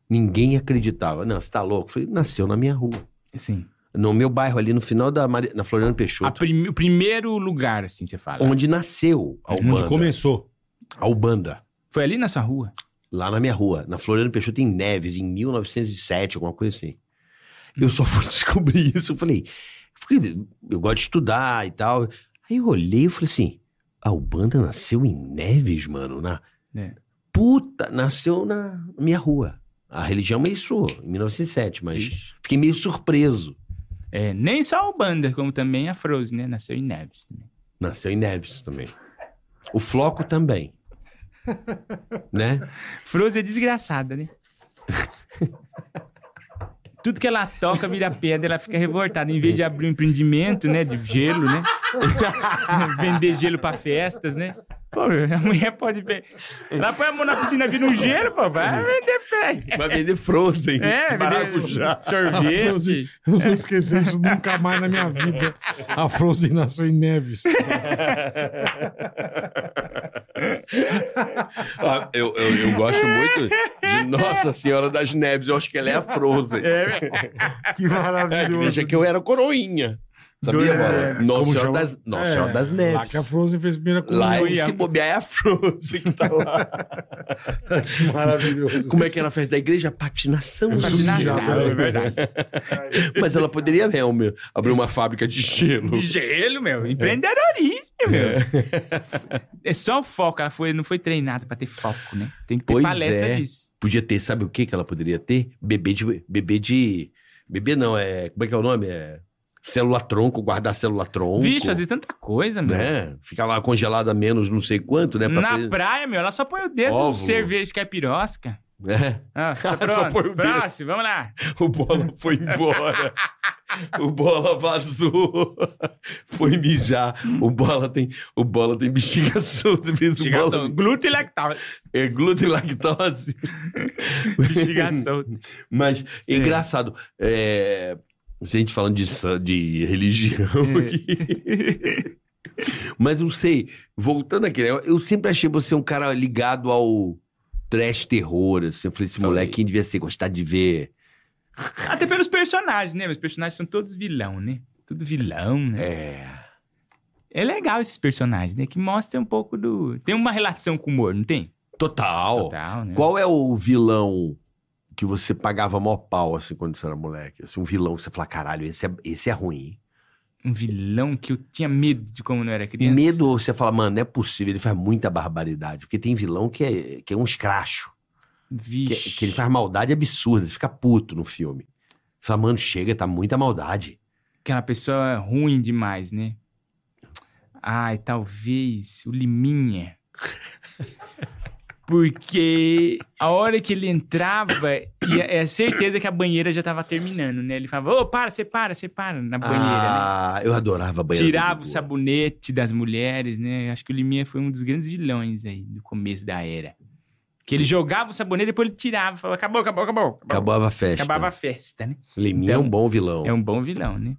Speaker 2: Ninguém acreditava. Não, você tá louco? Eu falei, nasceu na minha rua.
Speaker 4: Assim,
Speaker 2: No meu bairro ali, no final da Mari- na Floriano
Speaker 4: a
Speaker 2: Peixoto.
Speaker 4: prim- o primeiro lugar, assim, você fala.
Speaker 2: Onde nasceu a Ubanda.
Speaker 3: Onde começou.
Speaker 2: A Ubanda.
Speaker 4: Foi ali na sua rua?
Speaker 2: Lá na minha rua, na Floriano Peixoto, em Neves, em 1907, alguma coisa assim. Eu
Speaker 4: Hum.
Speaker 2: só fui descobrir isso. Eu falei, porque eu gosto de estudar e tal. Aí eu olhei e falei assim: a Ubanda nasceu em Neves, mano. Na...
Speaker 4: É.
Speaker 2: Puta, nasceu na minha rua. A religião é isso, em 1907, mas fiquei meio surpreso.
Speaker 4: É, nem só o Banda, como também a Frozen, né? Nasceu em Neves também.
Speaker 2: Nasceu em Neves também. O Floco também. né?
Speaker 4: Frozen é desgraçada, né? Tudo que ela toca vira pedra, ela fica revoltada. Em vez de abrir um empreendimento, né? De gelo, né? Vender gelo pra festas, né? Pô, a mulher pode... pe- Ela põe a mão na piscina, vira um gelo, pô. Vai vender fé.
Speaker 2: Vai vender Frozen.
Speaker 4: É, vender sorvete.
Speaker 3: Eu não vou esquecer isso nunca mais na minha vida. A Frozen nasceu em Neves.
Speaker 2: Ah, eu, eu, eu gosto muito de Nossa Senhora das Neves. Eu acho que ela é a Frozen. É,
Speaker 3: Que
Speaker 2: a
Speaker 3: maravilhoso.
Speaker 2: É, igreja que eu era coroinha. Sabia,
Speaker 4: É,
Speaker 2: mano?
Speaker 3: como
Speaker 2: Nossa Senhora
Speaker 3: chama?
Speaker 2: das, Nossa
Speaker 3: É,
Speaker 2: Senhora das
Speaker 3: Lá
Speaker 2: Neves.
Speaker 3: que a Frozen fez primeira
Speaker 2: Lá,
Speaker 3: comunhão.
Speaker 2: se bobear, é a Frozen que tá lá.
Speaker 3: Que maravilhoso.
Speaker 2: Como é que era a festa da igreja? Patinação.
Speaker 3: Eu sou
Speaker 2: patinação.
Speaker 3: sujeira,
Speaker 4: é verdade.
Speaker 2: Mas ela poderia mesmo meu, abrir uma fábrica de gelo.
Speaker 4: De gelo, meu.
Speaker 2: É.
Speaker 4: Empreendedorismo, meu. É só o foco. Ela foi, não foi treinada pra ter foco, né? Tem que ter
Speaker 2: Pois
Speaker 4: palestra
Speaker 2: é.
Speaker 4: disso.
Speaker 2: Podia ter, sabe o que que ela poderia ter? Bebê de... Bebê de... Bebê não, é... Como é que é o nome? É... Célula tronco, guardar célula tronco.
Speaker 4: Vixe, fazer tanta coisa, meu.
Speaker 2: né? Fica lá congelada menos não sei quanto, né? Pra
Speaker 4: Na
Speaker 2: pre-
Speaker 4: praia, meu, ela só põe o dedo no
Speaker 2: Óvulo.
Speaker 4: cerveja de caipirosca.
Speaker 2: É.
Speaker 4: Ah,
Speaker 2: Só
Speaker 4: tá pronto.
Speaker 2: põe o dedo.
Speaker 4: Próximo, vamos lá.
Speaker 2: O Bola foi embora. o Bola vazou. foi mijar. O Bola tem, o bola tem bexiga solta. fez o
Speaker 4: Bexigação.
Speaker 2: Bola,
Speaker 4: Glúten e lactal.
Speaker 2: é glúten e lactose.
Speaker 4: Bexigação.
Speaker 2: Mas, engraçado, é, se a gente falando de, san- de religião
Speaker 4: É.
Speaker 2: aqui. Mas não sei, voltando aqui, né, eu sempre achei você um cara ligado ao trash terror. Assim. Eu falei, esse
Speaker 4: Falei.
Speaker 2: moleque devia ser gostar de ver.
Speaker 4: Até pelos personagens, né? Os personagens são todos vilão, né? Tudo vilão, né?
Speaker 2: É.
Speaker 4: É, legal esses personagens, né? Que mostra um pouco do... Tem uma relação com o humor, não tem?
Speaker 2: Total.
Speaker 4: Total, né?
Speaker 2: Qual é o vilão que você pagava mó pau, assim, quando você era moleque? Assim, um vilão que você fala, caralho, esse é, esse é ruim.
Speaker 4: Um vilão que eu tinha medo de como eu era criança.
Speaker 2: Medo, ou você fala, mano, não é possível, ele faz muita barbaridade. Porque tem vilão que é, que é um escracho. Que,
Speaker 4: Vixe.
Speaker 2: que ele faz maldade absurda, você fica puto no filme. Você fala, mano, chega, tá muita maldade.
Speaker 4: Aquela pessoa é ruim demais, né? Ai, talvez o Liminha. Porque a hora que ele entrava, e é é certeza que a banheira já tava terminando, né? Ele falava, ô, para, você para, você para, na banheira, né?
Speaker 2: ah, eu adorava a banheira. do
Speaker 4: Tirava o
Speaker 2: Gugu.
Speaker 4: sabonete das mulheres, né? Acho que o Liminha foi um dos grandes vilões aí do começo da era. Que ele jogava o sabonete, depois ele tirava, falava, acabou, acabou, acabou. acabou.
Speaker 2: Acabava a festa.
Speaker 4: Acabava a festa, né?
Speaker 2: Liminha é um bom vilão.
Speaker 4: É um bom vilão, né?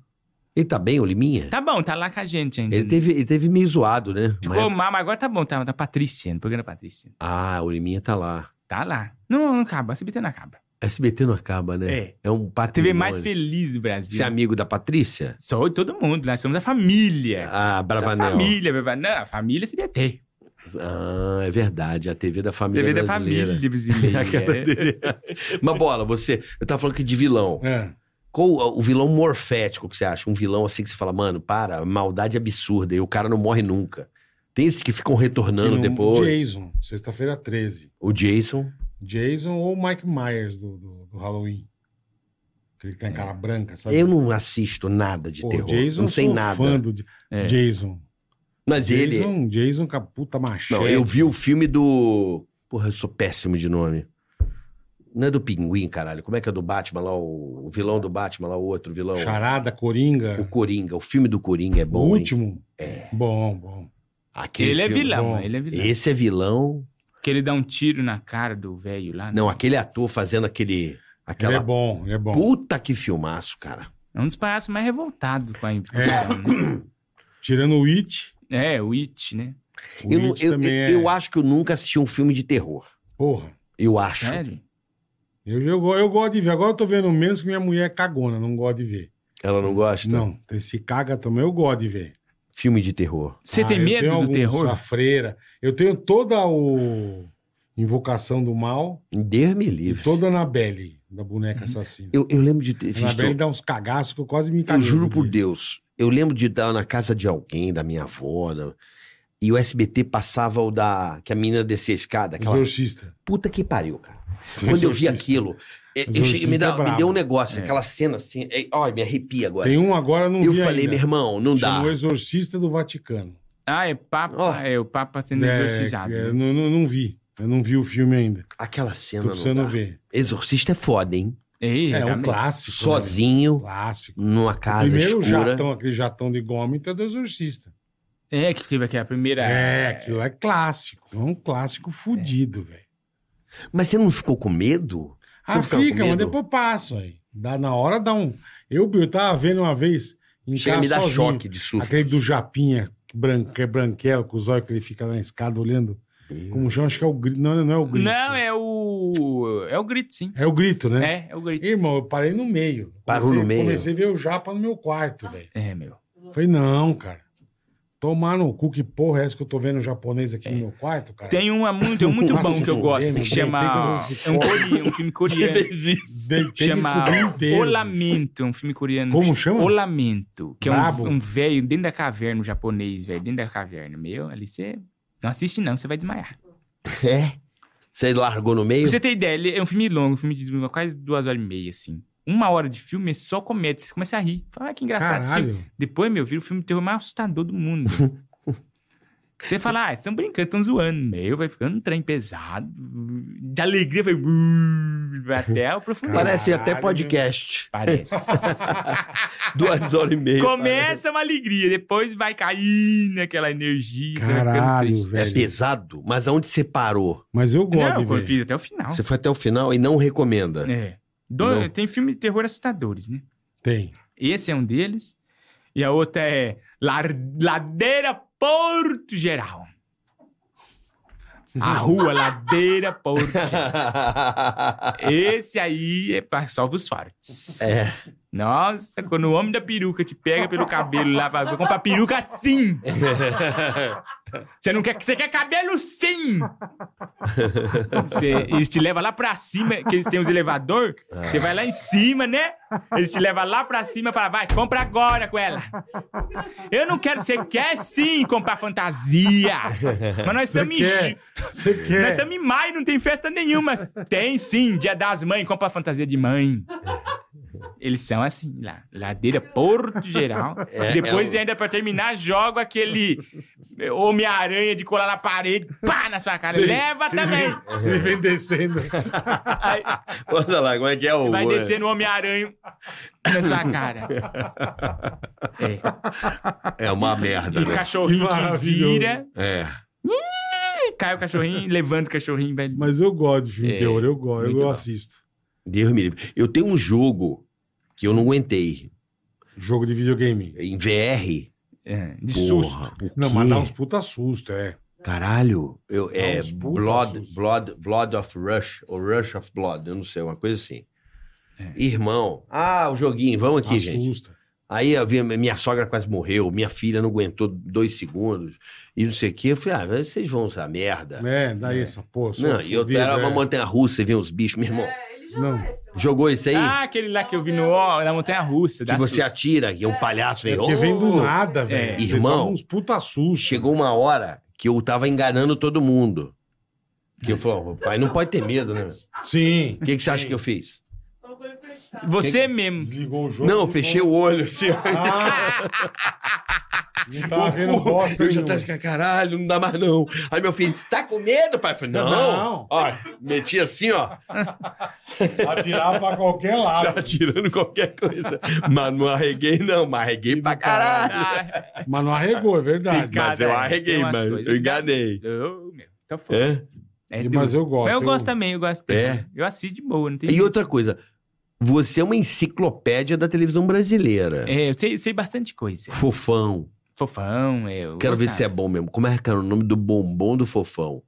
Speaker 2: Ele tá bem, o Liminha?
Speaker 4: Tá bom, tá lá com a gente ainda.
Speaker 2: Ele,
Speaker 4: né?
Speaker 2: teve, ele teve meio zoado, né? Uma
Speaker 3: é
Speaker 4: Ficou
Speaker 2: época-
Speaker 4: mal, mas agora tá bom, tá na Patrícia, no programa da Patrícia.
Speaker 2: Ah, o Liminha tá lá.
Speaker 4: Tá lá. Não, não acaba, esse BT não acaba.
Speaker 2: SBT não acaba, né?
Speaker 4: É.
Speaker 2: um
Speaker 4: A TV
Speaker 2: patrimônio.
Speaker 4: mais feliz do Brasil.
Speaker 2: Você é amigo da Patrícia?
Speaker 4: Sou eu e todo mundo, nós somos a família.
Speaker 2: Ah,
Speaker 4: a
Speaker 2: Bravanel.
Speaker 4: É. família, Bravanel. Não, a família é SBT.
Speaker 2: Ah, é verdade. A TV da família
Speaker 4: TV é da
Speaker 2: brasileira.
Speaker 4: família É. brasileira.
Speaker 2: A cara dele. Mas bola, você. Eu tava falando aqui de vilão.
Speaker 3: É.
Speaker 2: Qual o o vilão morfético que você acha? Um vilão assim que você fala, mano, para, maldade absurda. E o cara não morre nunca. Tem esses que ficam retornando
Speaker 3: Tem um
Speaker 2: depois.
Speaker 3: Jason, sexta-feira 13.
Speaker 2: O Jason.
Speaker 3: Jason ou o Mike Myers do, do, do Halloween. Aquele que tem a cara branca, sabe?
Speaker 2: É. Eu não assisto nada de
Speaker 3: Pô,
Speaker 2: terror.
Speaker 3: Jason,
Speaker 2: não sei
Speaker 3: sou um
Speaker 2: nada.
Speaker 3: fã do J-
Speaker 4: É.
Speaker 3: Jason.
Speaker 2: Mas ele.
Speaker 3: Jason, Jason com a puta machete.
Speaker 2: Não, eu vi o filme do. Porra, eu sou péssimo de nome. Não é do Pinguim, caralho. Como é que é do Batman lá? O, o vilão do Batman lá, o outro vilão.
Speaker 3: Charada, Coringa.
Speaker 2: O Coringa. O filme do Coringa é
Speaker 3: O
Speaker 2: bom. hein? É.
Speaker 3: último. Bom, bom.
Speaker 2: Aquele
Speaker 4: Ele é
Speaker 2: filme-
Speaker 4: vilão,
Speaker 3: Bom,
Speaker 4: ele é vilão.
Speaker 2: Esse é vilão.
Speaker 4: Que ele dá um tiro na cara do velho lá. né?
Speaker 2: Não, aquele ator fazendo aquele. Aquela
Speaker 3: Ele é bom, ele é bom.
Speaker 2: puta que filmaço, cara.
Speaker 4: É um dos palhaços mais revoltados com a
Speaker 3: É.
Speaker 4: impressão.
Speaker 3: Tirando o It.
Speaker 4: Né? É, o It, né?
Speaker 3: O
Speaker 2: Eu, não-
Speaker 3: It
Speaker 2: eu,
Speaker 3: também
Speaker 2: eu-
Speaker 3: é...
Speaker 2: eu acho que eu nunca assisti um filme de terror.
Speaker 3: Porra.
Speaker 2: Eu acho.
Speaker 4: Sério?
Speaker 3: Eu, eu, go- eu gosto de ver. Agora eu tô vendo menos que minha mulher é cagona, não gosto de ver.
Speaker 2: Ela não gosta?
Speaker 3: Não, se caga também, eu gosto de ver.
Speaker 2: Filme de terror.
Speaker 4: Você
Speaker 3: Ah,
Speaker 4: tem
Speaker 3: eu
Speaker 4: medo
Speaker 3: tenho
Speaker 4: do
Speaker 3: alguns,
Speaker 4: terror?
Speaker 3: A freira. Eu tenho toda o Invocação do Mal
Speaker 2: Deus me
Speaker 3: e
Speaker 2: livre.
Speaker 3: toda a Anabelle, da boneca assassina.
Speaker 2: Uhum. Eu, eu lembro de ter
Speaker 3: A
Speaker 2: visto.
Speaker 3: Anabelle dá uns cagaços que eu quase me
Speaker 2: Eu
Speaker 3: caguei.
Speaker 2: juro por Deus. Eu lembro de dar na casa de alguém, da minha avó, da- e o SBT passava o da. que a menina descia a escada, aquela.
Speaker 3: Exorcista.
Speaker 2: Puta que pariu, cara. Quando eu vi
Speaker 3: Exorcista.
Speaker 2: aquilo, é, eu
Speaker 3: Exorcista
Speaker 2: cheguei- me, dá-
Speaker 3: é
Speaker 2: me
Speaker 3: brabo.
Speaker 2: deu um negócio,
Speaker 4: É.
Speaker 2: aquela cena assim. é, olha, me arrepia agora.
Speaker 3: Tem um agora, eu não
Speaker 2: eu
Speaker 3: vi
Speaker 2: falei,
Speaker 3: ainda. um
Speaker 2: meu irmão, não dá.
Speaker 3: Chama O Exorcista do Vaticano.
Speaker 4: Ah, é Papa.
Speaker 2: Ó.
Speaker 4: É o Papa sendo
Speaker 3: Oh. É,
Speaker 4: exorcizado.
Speaker 3: é,
Speaker 4: né?
Speaker 3: não, não, não vi. Eu não vi o filme ainda.
Speaker 2: Aquela
Speaker 3: Tô
Speaker 2: cena não
Speaker 3: precisando
Speaker 2: dá.
Speaker 3: ver.
Speaker 2: Exorcista é foda, hein?
Speaker 4: Ei,
Speaker 3: É, um
Speaker 4: realmente.
Speaker 3: clássico. né?
Speaker 2: Sozinho,
Speaker 3: Clássico.
Speaker 2: numa
Speaker 3: O
Speaker 2: casa
Speaker 3: primeiro então.
Speaker 2: escura.
Speaker 3: jatão, aquele jatão de Gômita é do Exorcista.
Speaker 4: É, que teve aqui a primeira.
Speaker 3: É, aquilo é clássico. É um clássico fudido, velho.
Speaker 2: Mas você não ficou com medo? Você
Speaker 3: Ah,
Speaker 2: não ficava com
Speaker 3: fica, mas
Speaker 2: medo?
Speaker 3: depois passa aí. Dá, na hora dá um. Eu, eu tava vendo uma vez em
Speaker 2: Chega a
Speaker 3: casa
Speaker 2: me dar
Speaker 3: sozinho,
Speaker 2: choque de susto.
Speaker 3: Aquele do Japinha, branque, que é branquelo, com os olhos que ele fica na escada olhando. Como chama, acho que é o grito. Não, não é o grito.
Speaker 4: Não, é o. É o grito, sim.
Speaker 3: É o grito, né?
Speaker 4: É, é o grito.
Speaker 3: Irmão, eu parei no meio.
Speaker 2: Parou
Speaker 3: Comecei-
Speaker 2: no meio.
Speaker 3: Comecei a ver o Japa no meu quarto, velho.
Speaker 4: É, meu.
Speaker 3: Falei, não, cara. Tomar no cu, que porra é essa que eu tô vendo japonês aqui
Speaker 4: É.
Speaker 3: no meu quarto, cara?
Speaker 4: Tem um é muito, é um muito
Speaker 2: Nossa,
Speaker 4: bom que eu
Speaker 2: fudeu,
Speaker 4: gosto,
Speaker 3: meu.
Speaker 4: que chama.
Speaker 3: Tem assim que-
Speaker 4: É um, cori- um filme coreano.
Speaker 3: Deitei de
Speaker 4: chama
Speaker 3: cobrir inteiro.
Speaker 4: O Lamento, é um filme coreano.
Speaker 3: Como chama?
Speaker 4: O Lamento, que
Speaker 3: Brabo.
Speaker 4: é um- um velho dentro da caverna, um japonês, velho, dentro da caverna. Meu, ali você não assiste não, você vai desmaiar.
Speaker 2: É? Você largou no meio?
Speaker 4: Pra você ter ideia, ele é um filme longo, um filme de du- quase duas horas e meia, assim. Uma hora de filme é só comédia, você começa a rir. Fala, ah, que engraçado esse filme.
Speaker 3: Caralho.
Speaker 4: Depois, meu, vira o filme de terror mais assustador do mundo. Você fala, ah, estão brincando, estão zoando. Meu, vai ficando um trem pesado. De alegria, vai, vai até a profundidade.
Speaker 2: Parece até
Speaker 3: Caralho,
Speaker 2: podcast.
Speaker 4: Parece.
Speaker 2: Duas horas e meia.
Speaker 4: Começa uma alegria, depois vai caindo aquela energia. você vai ficando
Speaker 3: Caralho,
Speaker 4: triste.
Speaker 2: É
Speaker 3: velho. pesado.
Speaker 2: pesado, mas aonde você parou?
Speaker 3: Mas eu
Speaker 4: Não,
Speaker 3: gosto
Speaker 4: eu
Speaker 3: de ver.
Speaker 4: fiz até o final.
Speaker 2: Você foi até o final e não recomenda.
Speaker 4: É. Do-
Speaker 2: Não.
Speaker 4: Tem filme de terror assustadores, né?
Speaker 3: Tem.
Speaker 4: Esse é um deles. E a outra é Lar- Ladeira Porto Geral. A rua Ladeira Porto Geral. Esse aí é pra só os fortes.
Speaker 2: É.
Speaker 4: Nossa, quando o homem da peruca te pega pelo cabelo lá, vai comprar peruca sim. Você não quer, você quer cabelo sim. Você- eles te levam lá pra cima, que eles têm os elevador,
Speaker 3: Ah.
Speaker 4: você vai lá em cima, né? Eles te levam lá pra cima e falam, vai, compra agora com ela. Eu não quero, você quer sim comprar fantasia. Mas nós
Speaker 3: Você
Speaker 4: estamos em
Speaker 3: quer?
Speaker 4: ju-
Speaker 3: Você
Speaker 4: nós
Speaker 3: quer?
Speaker 4: estamos em maio, não tem festa nenhuma. Tem sim, dia das mães, compra a fantasia de mãe. Eles são assim, lá, ladeira Porto Geral.
Speaker 2: É,
Speaker 4: Depois,
Speaker 2: é o-
Speaker 4: ainda pra terminar, jogo aquele Homem-Aranha de colar na parede, pá, na sua cara.
Speaker 3: Sim.
Speaker 4: Leva também.
Speaker 3: Ele vem descendo.
Speaker 4: Aí
Speaker 2: Olha lá, como é que é o.
Speaker 4: vai descendo o Homem-Aranha na sua cara. É.
Speaker 2: É uma merda,
Speaker 4: E o
Speaker 2: né?
Speaker 4: cachorrinho
Speaker 3: Que
Speaker 4: que
Speaker 3: maravilhoso.
Speaker 4: vira,
Speaker 2: É.
Speaker 4: cai o cachorrinho, levanta o cachorrinho, vai.
Speaker 3: Mas eu gosto de filme de
Speaker 4: É,
Speaker 3: terror, eu gosto, eu
Speaker 4: muito bom.
Speaker 3: assisto.
Speaker 2: Deus me livre. Eu tenho um jogo que eu não aguentei.
Speaker 3: Jogo de videogame.
Speaker 2: Em VR.
Speaker 4: É, de
Speaker 2: Porra,
Speaker 4: susto.
Speaker 2: o
Speaker 3: Não,
Speaker 2: quê?
Speaker 3: mas dá uns puta susto, é.
Speaker 2: Caralho, eu, é
Speaker 3: uns puta
Speaker 2: blood,
Speaker 3: susto.
Speaker 2: blood, blood of Rush, ou Rush of Blood, eu não sei, uma coisa assim. Irmão, ah, o joguinho, vamos aqui, gente.
Speaker 3: Assusta.
Speaker 2: Aí eu vi, minha sogra quase morreu, minha filha não aguentou dois segundos, e não sei o quê. Eu falei, ah, vocês vão usar merda.
Speaker 3: É, daí essa porra. sou
Speaker 2: não, e eu
Speaker 3: fudido,
Speaker 2: era uma
Speaker 3: é.
Speaker 2: montanha russa e vinha uns bichos, meu irmão.
Speaker 5: É, ele já
Speaker 3: Não.
Speaker 5: vai, sei lá.
Speaker 2: Jogou isso aí?
Speaker 4: Ah, aquele lá que eu vi no
Speaker 5: é
Speaker 4: ó, na Montanha Russa.
Speaker 2: que você atira, que é um palhaço,
Speaker 3: É
Speaker 2: velho.
Speaker 3: porque vem do nada, velho. Você
Speaker 2: é, Irmão,
Speaker 3: toma uns puta susto.
Speaker 2: Chegou uma hora que eu tava enganando todo mundo. Que eu falei, "Ó, pai, não pode ter medo, né?
Speaker 3: Sim.
Speaker 2: O que, que você acha que eu fiz?
Speaker 5: Então, quando ele fechar.
Speaker 4: Você mesmo.
Speaker 3: Desligou o jogo.
Speaker 2: Não, eu fechei o olho assim. ó.
Speaker 3: Ah, não
Speaker 2: tá
Speaker 3: tava Tá vendo bosta
Speaker 2: eu já
Speaker 3: nenhuma.
Speaker 2: tava assim, caralho, não dá mais não. Aí meu filho, tá com medo, pai? Eu falei, não.
Speaker 3: Não.
Speaker 2: Ó, meti assim, ó,
Speaker 3: Atirar pra qualquer
Speaker 2: já
Speaker 3: lado.
Speaker 2: atirando qualquer coisa. Mas não arreguei, não, mas arreguei pra caralho.
Speaker 4: Ah,
Speaker 3: Mas não arregou, é verdade.
Speaker 4: Fica-
Speaker 2: Mas eu
Speaker 4: Caralho,
Speaker 2: arreguei,
Speaker 4: tem umas
Speaker 2: mas
Speaker 4: coisas.
Speaker 2: eu enganei.
Speaker 4: eu, meu, tá foda.
Speaker 2: É?
Speaker 4: É
Speaker 3: Mas
Speaker 4: duro.
Speaker 3: eu gosto.
Speaker 4: Mas eu gosto também, eu gosto
Speaker 2: É.
Speaker 4: também. Eu assisto de boa, não tem
Speaker 2: E
Speaker 4: jeito.
Speaker 2: outra coisa, você é uma enciclopédia da televisão brasileira.
Speaker 4: É, eu sei, sei bastante coisa.
Speaker 2: Fofão.
Speaker 4: Fofão, é. eu
Speaker 2: Quero ver
Speaker 4: gostava.
Speaker 2: se é bom mesmo. Como é que era o nome do bombom do fofão?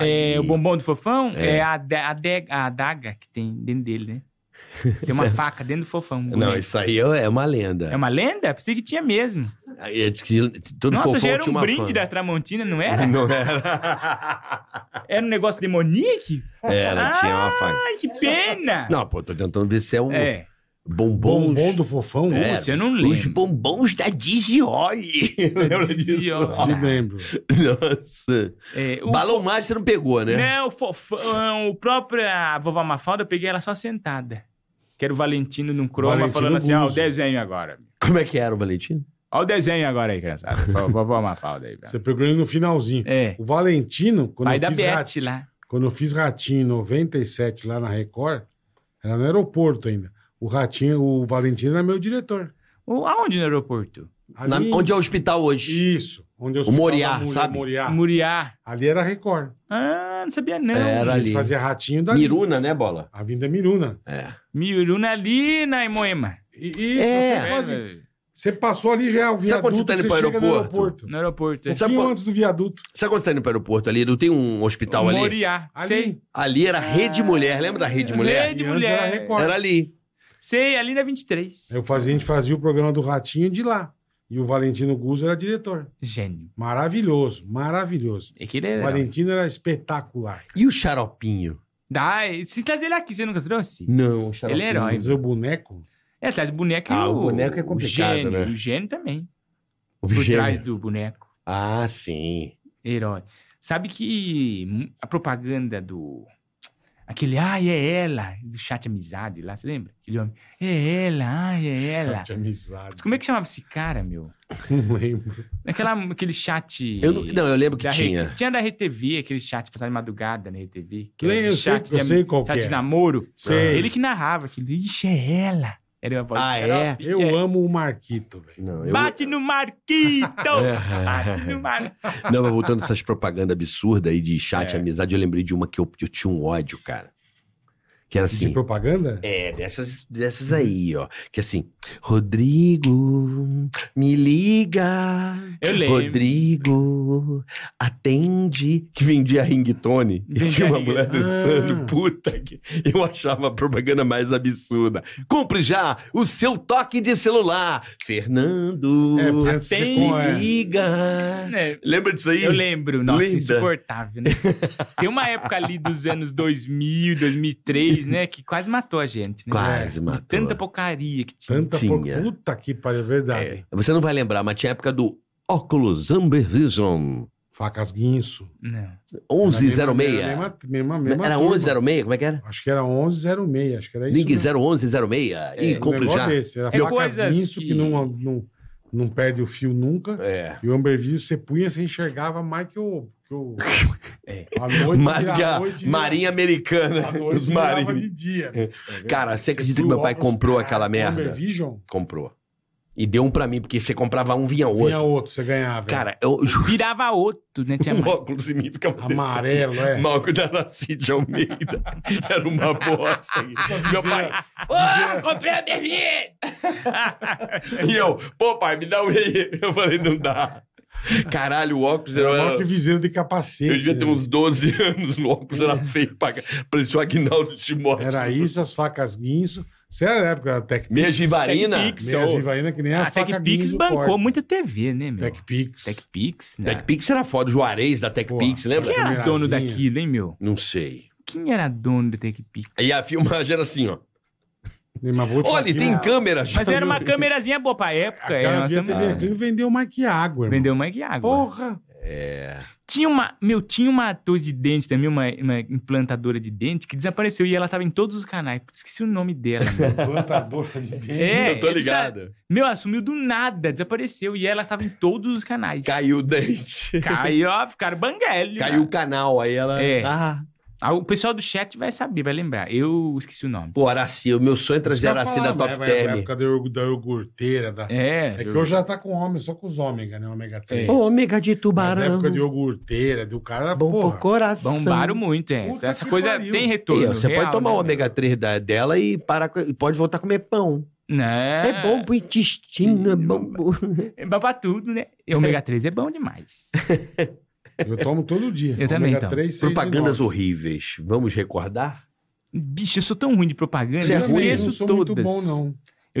Speaker 4: É,
Speaker 2: Aí.
Speaker 4: o bombom do fofão
Speaker 2: É.
Speaker 4: é, a, da- a, de- a adaga que tem dentro dele, né? Tem uma faca dentro do fofão. um
Speaker 2: Não,
Speaker 4: boneco.
Speaker 2: isso aí é é uma
Speaker 4: É
Speaker 2: lenda.
Speaker 4: uma lenda? Pensei que tinha mesmo.
Speaker 2: Aí, é de que Todo
Speaker 4: Nossa,
Speaker 2: fofão
Speaker 4: já era
Speaker 2: tinha
Speaker 4: um
Speaker 2: uma
Speaker 4: brinde
Speaker 2: fã.
Speaker 4: da Tramontina, não era?
Speaker 2: Não era.
Speaker 4: Era um negócio demoníaco?
Speaker 2: Era, tinha uma faca.
Speaker 4: Ai, que pena!
Speaker 2: Não, pô, tô tentando ver se é o
Speaker 4: Ah! É.
Speaker 2: bombons.
Speaker 3: Bombom um do fofão? né?
Speaker 2: É,
Speaker 4: Putz, eu não
Speaker 2: Os
Speaker 4: lembro.
Speaker 2: bombons da Digioli. Lembra disso?
Speaker 3: Se lembro.
Speaker 2: Nossa.
Speaker 4: É, o
Speaker 2: Balão mágico você não pegou, né?
Speaker 4: Não, o fofão, o próprio a vovó Mafalda, eu peguei ela só sentada. Que era o Valentino num croma
Speaker 3: Valentino
Speaker 4: falando assim, ó, o
Speaker 3: Buzo.
Speaker 4: desenho agora.
Speaker 2: Como é que era o Valentino?
Speaker 4: Ó o desenho agora aí, criançada. Vó- vovó Mafalda aí. velho.
Speaker 3: Você pegou ele no finalzinho.
Speaker 4: É,
Speaker 3: O Valentino, quando
Speaker 4: pai
Speaker 3: eu
Speaker 4: da
Speaker 3: fiz
Speaker 4: Beth
Speaker 3: ratinho,
Speaker 4: lá.
Speaker 3: quando eu fiz ratinho em 97 lá na Record, era no aeroporto ainda. O ratinho, o Valentino era meu diretor.
Speaker 4: O- Aonde no aeroporto?
Speaker 2: Na-
Speaker 3: Ali-
Speaker 2: Onde é o hospital hoje?
Speaker 3: Isso. Onde eu
Speaker 2: O Moriá,
Speaker 3: escutava a mulher
Speaker 2: sabe?
Speaker 3: Moriá.
Speaker 4: Muriá.
Speaker 3: Ali era Record.
Speaker 4: Ah, não sabia não.
Speaker 2: Era
Speaker 3: a gente
Speaker 2: ali.
Speaker 3: fazia ratinho dali.
Speaker 2: Miruna, né, Bola?
Speaker 3: A vinda né? Miruna.
Speaker 4: Miruna ali na Moema.
Speaker 3: E, isso,
Speaker 2: É.
Speaker 3: você,
Speaker 4: É,
Speaker 3: quase-
Speaker 4: velho,
Speaker 3: você passou ali já é o viaduto.
Speaker 2: Sabe quando você tá indo
Speaker 3: você
Speaker 2: pro
Speaker 3: chega no
Speaker 2: aeroporto?
Speaker 4: no aeroporto.
Speaker 3: Um
Speaker 4: é.
Speaker 2: Sabe
Speaker 3: pouquinho
Speaker 2: quando-
Speaker 3: antes do viaduto.
Speaker 2: Sabe quando você tá indo pro aeroporto ali? Não tem um hospital
Speaker 4: O
Speaker 2: ali?
Speaker 4: Moriá.
Speaker 3: Ali.
Speaker 4: Sei.
Speaker 2: Ali era
Speaker 3: Ah.
Speaker 2: Rede Mulher. Lembra da Rede Mulher?
Speaker 4: Rede
Speaker 3: E antes era
Speaker 4: Mulher.
Speaker 3: Record.
Speaker 2: Era ali.
Speaker 4: Sei, ali na 23.
Speaker 3: Eu fazia, a gente fazia o programa do Ratinho de lá. E o Valentino Guzzo era diretor.
Speaker 4: Gênio.
Speaker 3: Maravilhoso, maravilhoso.
Speaker 4: É que ele
Speaker 3: O
Speaker 4: era...
Speaker 3: Valentino era espetacular.
Speaker 2: E o Xaropinho?
Speaker 4: Dá, se trazer ele aqui, você nunca trouxe?
Speaker 2: Não, o Xaropinho.
Speaker 4: Ele é herói.
Speaker 3: Mas o boneco,
Speaker 4: É, atrás do boneco e
Speaker 2: Ah,
Speaker 4: o,
Speaker 2: o boneco é complicado,
Speaker 4: o gênio,
Speaker 2: né?
Speaker 4: O gênio também.
Speaker 2: O
Speaker 4: Por
Speaker 2: gênio.
Speaker 4: trás do boneco.
Speaker 2: Ah, sim.
Speaker 4: Herói. Sabe que hum, a propaganda do. Aquele, ai, é ela, do chat amizade lá, você lembra? Aquele homem, é ela, ai, é ela.
Speaker 3: de amizade.
Speaker 4: Como é que chamava esse cara, meu?
Speaker 3: Não lembro.
Speaker 4: Aquela, aquele chat.
Speaker 2: Eu não, não, eu lembro que
Speaker 4: da Re-
Speaker 2: tinha.
Speaker 4: Tinha da ReTV, aquele chat passado de madrugada na ReTV. Que
Speaker 3: Lembro,
Speaker 4: era
Speaker 3: eu
Speaker 4: de
Speaker 3: sei,
Speaker 4: chat
Speaker 3: eu
Speaker 4: de,
Speaker 3: sei qual que
Speaker 4: chat de
Speaker 3: é.
Speaker 4: namoro.
Speaker 3: Sei.
Speaker 4: Ele que narrava aquilo, ixi, é ela. Era a voz
Speaker 2: Ah,
Speaker 4: do
Speaker 2: é?
Speaker 4: xarope,
Speaker 3: Eu amo o Marquito, velho.
Speaker 2: Não, eu...
Speaker 4: Bate no Marquito!
Speaker 2: É.
Speaker 4: Bate no Marquito.
Speaker 2: não, mas voltando essas propagandas absurdas aí de chat,
Speaker 4: É.
Speaker 2: amizade, eu lembrei de uma que eu, eu tinha um ódio, cara. Que era
Speaker 3: De
Speaker 2: assim.
Speaker 3: propaganda?
Speaker 2: É, dessas, dessas aí, ó. Que assim, Rodrigo, me liga.
Speaker 4: Eu lembro.
Speaker 2: Rodrigo, atende. Que vendia ringtone. E
Speaker 4: Vendia
Speaker 2: tinha uma
Speaker 4: ringtone.
Speaker 2: mulher dançando,
Speaker 3: Ah.
Speaker 2: puta que. Eu achava a propaganda mais absurda. Compre já o seu toque de celular. Fernando,
Speaker 3: É, porque antes de
Speaker 4: tem-
Speaker 3: com- é.
Speaker 2: me liga.
Speaker 4: É,
Speaker 2: Lembra disso aí?
Speaker 4: Eu lembro, nossa,
Speaker 2: Linda.
Speaker 4: insuportável, né? Tem uma época ali dos anos 2000, 2003, né? Que quase matou a gente, né?
Speaker 2: Quase
Speaker 4: De
Speaker 2: matou.
Speaker 4: Tanta porcaria que tinha.
Speaker 3: Tanta por...
Speaker 2: Tinha.
Speaker 3: Puta que pariu, é verdade.
Speaker 2: Você não vai lembrar, mas tinha a época do óculos Amber Vision.
Speaker 3: Facas Guinso.
Speaker 4: Não.
Speaker 3: Era a
Speaker 2: 1106.
Speaker 3: mesma- Era, a mesma, mesma, mesma
Speaker 2: Era
Speaker 3: turma.
Speaker 2: 1106? Como é que era?
Speaker 3: Acho que era 1106, acho que era isso.
Speaker 2: Ligue
Speaker 3: mesmo.
Speaker 2: 01106 e
Speaker 4: É,
Speaker 3: Um
Speaker 2: compre
Speaker 3: negócio
Speaker 2: já.
Speaker 3: desse, Era
Speaker 4: É
Speaker 3: Facas
Speaker 4: coisas
Speaker 3: Guinso que,
Speaker 4: que
Speaker 3: não, não, não perde o fio nunca.
Speaker 2: É.
Speaker 3: E o Amber View, você punha, você enxergava mais que o. Que o...
Speaker 4: É.
Speaker 3: A noite
Speaker 2: Mais do que
Speaker 3: vira-
Speaker 2: a
Speaker 3: a noite né? vira-
Speaker 2: Marinha
Speaker 3: a
Speaker 2: Americana.
Speaker 3: noite
Speaker 2: Os
Speaker 3: virava
Speaker 2: marinhos.
Speaker 3: de dia. Tá
Speaker 2: Cara, você acredita que meu pai comprou aquela merda?
Speaker 3: Amber Vision?
Speaker 2: Comprou. E deu um pra mim, porque você comprava um, vinha outro.
Speaker 3: Tinha outro, é. você ganhava.
Speaker 2: Cara, eu juro
Speaker 4: Virava outro, né? Tinha
Speaker 2: um
Speaker 4: mais.
Speaker 2: óculos em mim ficava
Speaker 3: Amarelo, é.
Speaker 2: Malco da Nacide Almeida. Era uma bosta. Meu pai. "Ah, comprei a bebida! e eu, pô, pai, me dá um aí. Eu falei, não dá.
Speaker 6: Caralho, o óculos
Speaker 3: Era
Speaker 6: era.
Speaker 3: maior que né? viseiro de capacete.
Speaker 6: Eu devia ter uns 12 anos, o óculos era feio pra cá. Parecia o Aguinaldo Timóteo.
Speaker 3: Era isso, as facas guinso. Isso era a época da Tech
Speaker 6: Meia givarina.
Speaker 4: Tech Pix.
Speaker 3: Meia Givaína, que nem a,
Speaker 4: A
Speaker 3: faca
Speaker 4: TechPix
Speaker 3: guinso do
Speaker 4: bancou
Speaker 3: corte.
Speaker 4: muita TV, né, meu?
Speaker 3: TechPix.
Speaker 2: É.
Speaker 4: TechPix, né?
Speaker 6: TechPix era foda, o Juarez da
Speaker 3: Pô,
Speaker 6: TechPix, lembra?
Speaker 4: Quem era dono
Speaker 3: Camerazinha.
Speaker 4: daquilo, hein, meu?
Speaker 6: Não sei.
Speaker 4: Quem era dono da TechPix?
Speaker 6: E a filmagem era assim, ó.
Speaker 3: Mas vou te falar
Speaker 6: Olha,
Speaker 3: que
Speaker 6: tem
Speaker 3: a-
Speaker 6: câmera já.
Speaker 4: Mas era uma câmerazinha boa pra época. Era
Speaker 3: Aquela
Speaker 4: uma
Speaker 3: dia
Speaker 4: câmera...
Speaker 3: TV Clima vendeu mais que água, irmão.
Speaker 4: Vendeu mais que água.
Speaker 3: Porra!
Speaker 4: Tinha uma... Meu, tinha uma ator de dente também, uma, uma implantadora de dente, que desapareceu e ela tava em todos os canais. Esqueci o nome dela, meu.
Speaker 3: Plantadora de dente.
Speaker 4: É,
Speaker 6: Eu tô ligado.
Speaker 4: Meu, ela sumiu do nada, desapareceu e ela tava em todos os canais.
Speaker 6: Caiu o dente.
Speaker 4: Caiu, ó, ficaram banguelho.
Speaker 2: Caiu o canal, aí ela.
Speaker 4: É.
Speaker 2: Ah,
Speaker 4: Ah, O pessoal do chat vai saber, vai lembrar. Eu esqueci o nome.
Speaker 2: pô, Araci, o meu sonho é trazer Araci da Top
Speaker 3: Na
Speaker 2: Term.
Speaker 3: né? época da iog- da iogurteira. Da... É,
Speaker 4: É.
Speaker 3: que hoje já tá com homem, só com os ômega, né? Ômega 3.
Speaker 4: É.
Speaker 2: Ô, ômega de
Speaker 3: Mas
Speaker 2: tubarão.
Speaker 3: época de iogurteira, do cara,
Speaker 2: Bom
Speaker 3: porra.
Speaker 2: pro coração.
Speaker 4: Bombaram muito, é.
Speaker 3: Puta
Speaker 4: Essa
Speaker 3: que
Speaker 4: coisa
Speaker 3: pariu.
Speaker 4: tem
Speaker 2: E, ó,
Speaker 4: retorno.
Speaker 2: você
Speaker 4: real,
Speaker 2: pode tomar
Speaker 4: né,
Speaker 2: o ômega 3 da- dela e, parar, com- e pode voltar a comer pão.
Speaker 4: meu?
Speaker 2: É,
Speaker 4: Né?
Speaker 2: bom pro intestino, é
Speaker 4: Sim,
Speaker 2: bom pro...
Speaker 4: É bom pra tudo, né? E ômega 3 é bom demais.
Speaker 3: Eu tomo todo dia.
Speaker 4: Eu também tomo.
Speaker 3: 3, 6 e
Speaker 2: Propagandas
Speaker 3: 9.
Speaker 2: horríveis. Vamos recordar?
Speaker 4: Bicho, eu sou tão ruim de propaganda.
Speaker 2: Você é
Speaker 4: eu
Speaker 2: ruim?
Speaker 4: esqueço
Speaker 3: não sou
Speaker 4: todas.
Speaker 3: muito bom, não.
Speaker 4: Eu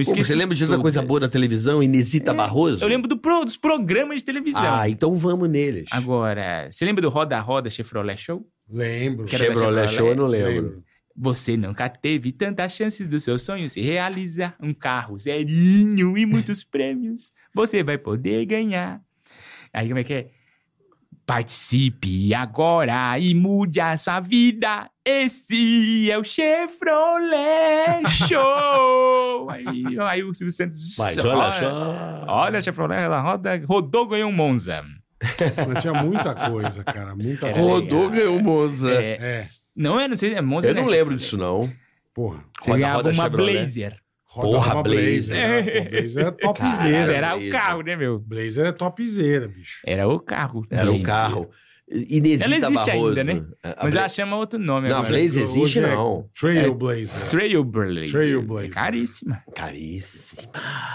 Speaker 2: Pô,
Speaker 4: esqueço
Speaker 2: você lembra de tanta coisa
Speaker 4: todas.
Speaker 2: boa da televisão? Inesita
Speaker 4: É,
Speaker 2: Barroso?
Speaker 4: Eu lembro do pro- dos programas de televisão.
Speaker 2: Ah, então vamos neles.
Speaker 4: Agora, você lembra do Roda a Roda Chevrolet Show?
Speaker 3: Lembro.
Speaker 4: Quero-
Speaker 2: Chevrolet
Speaker 4: Chevrolet,
Speaker 2: Show eu não lembro.
Speaker 3: Lembro.
Speaker 4: Você nunca teve tantas chances do seu sonho se realizar. Um carro zerinho e muitos prêmios. Você vai poder ganhar. Aí como é que é? Participe agora e mude a sua vida. Esse é o Chevrolet Show. aí, aí o Silvio Santos...
Speaker 2: Mas olha só.
Speaker 4: Olha, Chevrolet, ela roda, rodou, ganhou um Monza.
Speaker 3: Mas tinha muita coisa, cara.
Speaker 2: É,
Speaker 3: Muita coisa.
Speaker 6: Rodou, ganhou o Monza.
Speaker 4: É,
Speaker 3: É,
Speaker 4: não é, não sei, é Monza.
Speaker 2: Eu não
Speaker 4: né,
Speaker 2: lembro
Speaker 4: Chevrolet.
Speaker 2: disso, não.
Speaker 3: porra.
Speaker 4: Você
Speaker 2: Roda,
Speaker 4: ganhava
Speaker 2: roda,
Speaker 4: uma
Speaker 2: Chevrolet.
Speaker 4: Blazer.
Speaker 3: Roda
Speaker 2: Porra,
Speaker 3: uma
Speaker 2: Blazer.
Speaker 3: né? Pô, Blazer é
Speaker 2: Caralho.
Speaker 3: topzera.
Speaker 4: Era o
Speaker 2: Blazer.
Speaker 4: carro, né, meu?
Speaker 3: Blazer é topzera, bicho.
Speaker 4: Era o carro.
Speaker 2: Era um
Speaker 4: Blazer.
Speaker 2: carro. Inesita
Speaker 4: Ela existe
Speaker 2: Barroso.
Speaker 4: ainda, né?
Speaker 2: A- a
Speaker 4: Mas né?
Speaker 2: Bla-
Speaker 4: ela chama outro nome
Speaker 2: Não, a
Speaker 4: agora.
Speaker 2: Blaze existe,
Speaker 3: Hoje é-
Speaker 2: não.
Speaker 3: Trail Blazer.
Speaker 4: Trail Blazer.
Speaker 3: Trail Blazer.
Speaker 4: É caríssima.
Speaker 2: Caríssimo.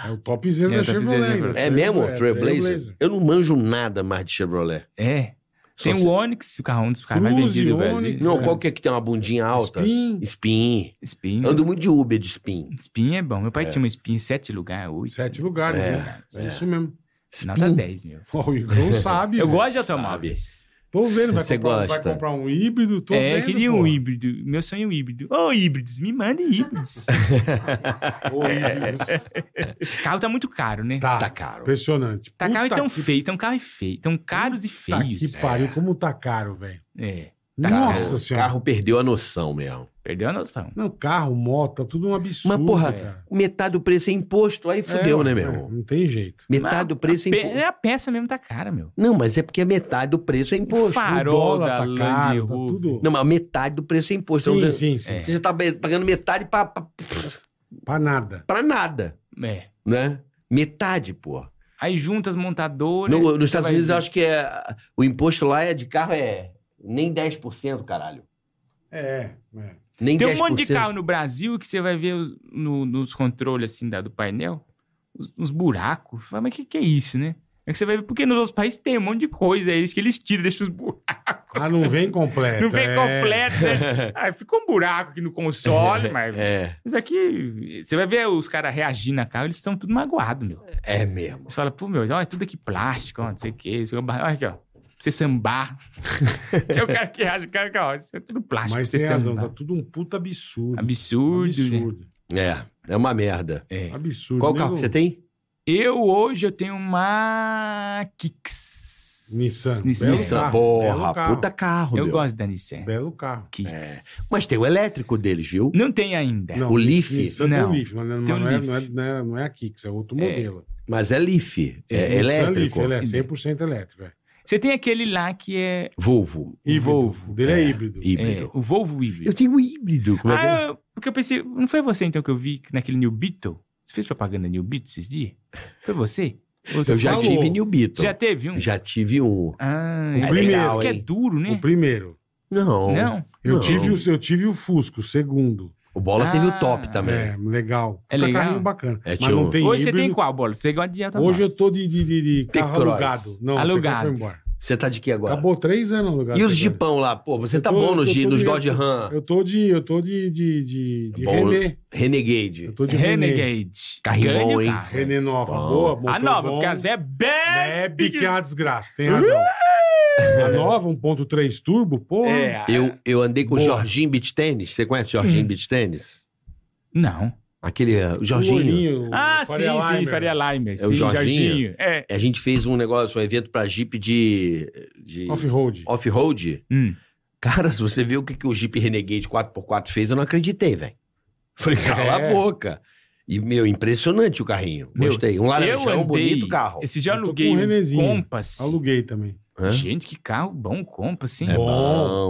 Speaker 3: É o topzera
Speaker 4: É,
Speaker 3: da
Speaker 4: o topzera da
Speaker 3: Chevrolet.
Speaker 4: Chevrolet.
Speaker 3: né?
Speaker 2: É mesmo?
Speaker 3: Trail-
Speaker 2: Trailblazer? Eu não manjo nada mais de Chevrolet.
Speaker 4: É.
Speaker 2: Só
Speaker 4: Tem
Speaker 2: se-
Speaker 4: o Onix, o carro um dos carros mais
Speaker 3: Cruze,
Speaker 4: vendidos do Brasil.
Speaker 3: Onix.
Speaker 2: Não,
Speaker 3: é.
Speaker 2: qual que é que tem uma bundinha alta?
Speaker 3: Spin.
Speaker 2: Spin.
Speaker 4: Spin.
Speaker 2: Ando muito de Uber de Spin.
Speaker 4: Spin é bom. Meu pai tinha uma Spin em sete lugares, oito.
Speaker 3: Sete lugares,
Speaker 2: É.
Speaker 3: né? É isso mesmo.
Speaker 4: Nota 10, meu.
Speaker 3: Ó, O Igor não sabe.
Speaker 4: Eu
Speaker 3: velho.
Speaker 4: gosto de automóveis.
Speaker 3: Tô vendo, vai
Speaker 2: Você
Speaker 3: comprar,
Speaker 2: gosta.
Speaker 3: vai comprar um híbrido. Tô
Speaker 4: é,
Speaker 3: vendo,
Speaker 4: queria um
Speaker 3: pô.
Speaker 4: híbrido. Meu sonho é um híbrido. Ô, híbridos, me mandem híbridos.
Speaker 3: Ô, híbridos.
Speaker 4: O carro tá muito caro, né? Tá,
Speaker 3: Tá,
Speaker 2: É. Tá caro.
Speaker 3: impressionante.
Speaker 4: caro e
Speaker 3: Puta
Speaker 4: tão
Speaker 3: que-
Speaker 4: feio. Tão caro e feio. Tão caros e
Speaker 3: Tá que
Speaker 2: É.
Speaker 4: feios.
Speaker 3: pariu, como tá caro, velho.
Speaker 4: É. Tá caro.
Speaker 3: Nossa
Speaker 2: Carro-
Speaker 3: senhora.
Speaker 2: carro perdeu a noção mesmo.
Speaker 4: Perdeu a noção.
Speaker 3: Não, carro, moto, tá tudo um absurdo.
Speaker 2: Mas, porra,
Speaker 3: cara.
Speaker 2: Metade do preço é imposto, aí fudeu,
Speaker 3: É,
Speaker 2: né,
Speaker 3: é,
Speaker 2: meu irmão?
Speaker 3: Não tem jeito.
Speaker 2: Metade do preço é
Speaker 4: Pe-
Speaker 2: imposto.
Speaker 4: a peça mesmo tá cara, meu.
Speaker 2: Não, mas é porque a metade do preço é
Speaker 4: O
Speaker 2: imposto.
Speaker 4: farol
Speaker 3: dólar
Speaker 4: da
Speaker 3: tá
Speaker 4: Land
Speaker 3: caro, tá
Speaker 4: Rover.
Speaker 3: tudo.
Speaker 2: Não, mas a metade do preço é imposto.
Speaker 3: sim,
Speaker 2: Então, você,
Speaker 3: sim, sim.
Speaker 4: É.
Speaker 2: você já tá be- pagando metade pra, pra,
Speaker 3: Pra nada.
Speaker 2: pra nada,
Speaker 4: É.
Speaker 2: né? Metade, pô.
Speaker 4: Aí junta as montadoras.
Speaker 2: No-
Speaker 4: você
Speaker 2: nos Estados
Speaker 4: vai
Speaker 2: Unidos,
Speaker 4: ver.
Speaker 2: eu acho que é, o imposto lá é de carro é nem 10%, caralho.
Speaker 3: É, é.
Speaker 2: Nem
Speaker 4: Tem
Speaker 2: 10%.
Speaker 4: um monte de carro no Brasil que você vai ver os- no- nos controles assim da- do painel, os, uns buracos. Fala, mas o que, que é isso, né? É que você vai ver, porque nos outros países tem um monte de coisa, é isso que eles tiram, deixam os buracos.
Speaker 3: Ah, não vem completo.
Speaker 4: Não vem
Speaker 3: é.
Speaker 4: completo, né? Ah, ficou um buraco aqui no console, mas.
Speaker 2: É,
Speaker 4: Mas aqui, você vai ver os caras reagindo na cara, eles estão tudo magoados, meu.
Speaker 2: é mesmo.
Speaker 4: Você fala, pô, meu, olha, tudo aqui plástico, ó, não sei o quê. isso aqui é um bar- Olha aqui, ó. Pra você sambar. você é o cara que reage, o cara que, ó, isso é tudo plástico.
Speaker 3: Mas
Speaker 4: pra
Speaker 3: tem
Speaker 4: você
Speaker 3: razão, tá
Speaker 4: sambar.
Speaker 3: tudo um puta absurdo.
Speaker 4: Absurdo. né?
Speaker 3: Absurdo.
Speaker 2: É, é uma merda.
Speaker 4: É.
Speaker 3: Absurdo.
Speaker 2: Qual
Speaker 3: Nego-
Speaker 2: carro que você tem?
Speaker 4: Eu hoje eu tenho uma Kicks.
Speaker 3: Nissan. Belo
Speaker 4: Nissan.
Speaker 3: carro, belo
Speaker 2: Porra,
Speaker 3: carro.
Speaker 2: puta carro,
Speaker 4: Eu
Speaker 2: meu. É.
Speaker 4: gosto da Nissan.
Speaker 3: Belo carro.
Speaker 4: Kicks.
Speaker 2: Mas tem o elétrico deles, viu?
Speaker 4: Não tem ainda.
Speaker 3: Não,
Speaker 2: O Leaf?
Speaker 3: Nissan tem
Speaker 4: É. Não.
Speaker 3: o Leaf, mas não,
Speaker 4: Tem o
Speaker 3: não é,
Speaker 4: Leaf.
Speaker 3: não, é, não, é, não é a Kicks, é outro
Speaker 4: É.
Speaker 3: modelo.
Speaker 2: Mas é Leaf, é,
Speaker 4: É,
Speaker 3: Nissan
Speaker 2: elétrico.
Speaker 3: Leaf, ele é 100% elétrico. É.
Speaker 4: Você tem aquele lá que é,
Speaker 2: Volvo,
Speaker 3: Híbrido.
Speaker 4: Volvo.
Speaker 3: O dele é,
Speaker 2: É,
Speaker 3: híbrido.
Speaker 4: é
Speaker 2: híbrido.
Speaker 4: o Volvo híbrido.
Speaker 2: Eu tenho um híbrido. Como é que é?
Speaker 4: Ah, eu- porque eu pensei, não foi você então que eu vi naquele New Beetle? Você fez propaganda New Beetle esses dias? Foi você? Ou
Speaker 2: Eu
Speaker 4: tu
Speaker 2: já
Speaker 4: falou?
Speaker 2: tive New Beetle.
Speaker 4: Você já teve um?
Speaker 2: Já tive um.
Speaker 4: Ah,
Speaker 2: O
Speaker 4: é
Speaker 3: primeiro,
Speaker 4: legal, isso que é
Speaker 2: hein?
Speaker 4: duro, né?
Speaker 3: O primeiro.
Speaker 2: Não.
Speaker 4: Não.
Speaker 3: Eu
Speaker 2: Não.
Speaker 3: tive, o, eu tive o Fusco, o segundo.
Speaker 2: O Bola teve o
Speaker 4: Ah,
Speaker 2: top também.
Speaker 3: É, legal.
Speaker 4: É
Speaker 3: Puta
Speaker 4: legal?
Speaker 3: carrinho bacana.
Speaker 2: É,
Speaker 3: Mas
Speaker 2: tinha
Speaker 3: não
Speaker 2: um-
Speaker 3: tem
Speaker 4: Hoje você tem
Speaker 3: híbrido.
Speaker 4: qual, Bola? Você gosta de dieta
Speaker 3: Hoje
Speaker 4: básica.
Speaker 3: eu tô de, de, de, de carro
Speaker 2: T-Cross.
Speaker 3: alugado. Não,
Speaker 4: Alugado.
Speaker 3: T-Cross Foi embora.
Speaker 2: Você tá de que agora?
Speaker 3: Acabou três anos alugado.
Speaker 2: E os
Speaker 3: T-Cross.
Speaker 2: jipão lá? Pô, você
Speaker 3: Eu
Speaker 2: tá
Speaker 3: tô-
Speaker 2: bom
Speaker 3: eu
Speaker 2: nos,
Speaker 3: tô
Speaker 2: Jeep- nos
Speaker 3: de-
Speaker 2: Dodge Ram.
Speaker 3: Eu tô de. Eu tô de. de, de, de
Speaker 2: Bom,
Speaker 3: René. Eu
Speaker 2: Renegade.
Speaker 3: tô de René.
Speaker 4: Renegade.
Speaker 2: Carrinho
Speaker 4: Ganha
Speaker 2: bom,
Speaker 4: o
Speaker 2: hein?
Speaker 4: carro.
Speaker 3: René nova,
Speaker 2: Bom.
Speaker 3: boa, motor
Speaker 4: A nova,
Speaker 3: bom.
Speaker 4: porque as é velhas
Speaker 3: Bebe
Speaker 4: bebe.
Speaker 3: que é uma desgraça, tem razão. A nova, 1.3 turbo, porra.
Speaker 4: É.
Speaker 2: Eu, eu andei com o
Speaker 3: Boa.
Speaker 2: Jorginho Beach Tennis. Você conhece o Jorginho Beach Tennis?
Speaker 4: Não.
Speaker 2: Aquele, uh, o
Speaker 3: O
Speaker 2: Jorginho.
Speaker 3: Um olhinho, o
Speaker 4: Ah,
Speaker 3: Faria
Speaker 4: sim, sim,
Speaker 3: Limer.
Speaker 4: Faria Limer.
Speaker 2: É o
Speaker 4: sim,
Speaker 2: Jorginho?
Speaker 4: É.
Speaker 2: A gente fez um negócio, um evento pra Jeep de... de
Speaker 4: É
Speaker 3: Off-road.
Speaker 2: off-road.
Speaker 4: Hum.
Speaker 2: Cara, se você viu o que, que o Jeep Renegade 4x4 fez, eu não acreditei, velho. Falei, cala
Speaker 3: É.
Speaker 2: a boca. E, meu, impressionante o carrinho.
Speaker 4: Meu,
Speaker 2: Gostei. Um
Speaker 4: Eu
Speaker 2: laranjão,
Speaker 4: andei.
Speaker 2: bonito carro.
Speaker 4: Esse dia eu
Speaker 3: Eu tô
Speaker 4: aluguei
Speaker 3: com um
Speaker 4: um
Speaker 3: Renezinho.
Speaker 4: Compass.
Speaker 3: Aluguei também.
Speaker 2: Hã?
Speaker 4: Gente, que carro bom, um Compass, hein?
Speaker 2: É
Speaker 3: bom,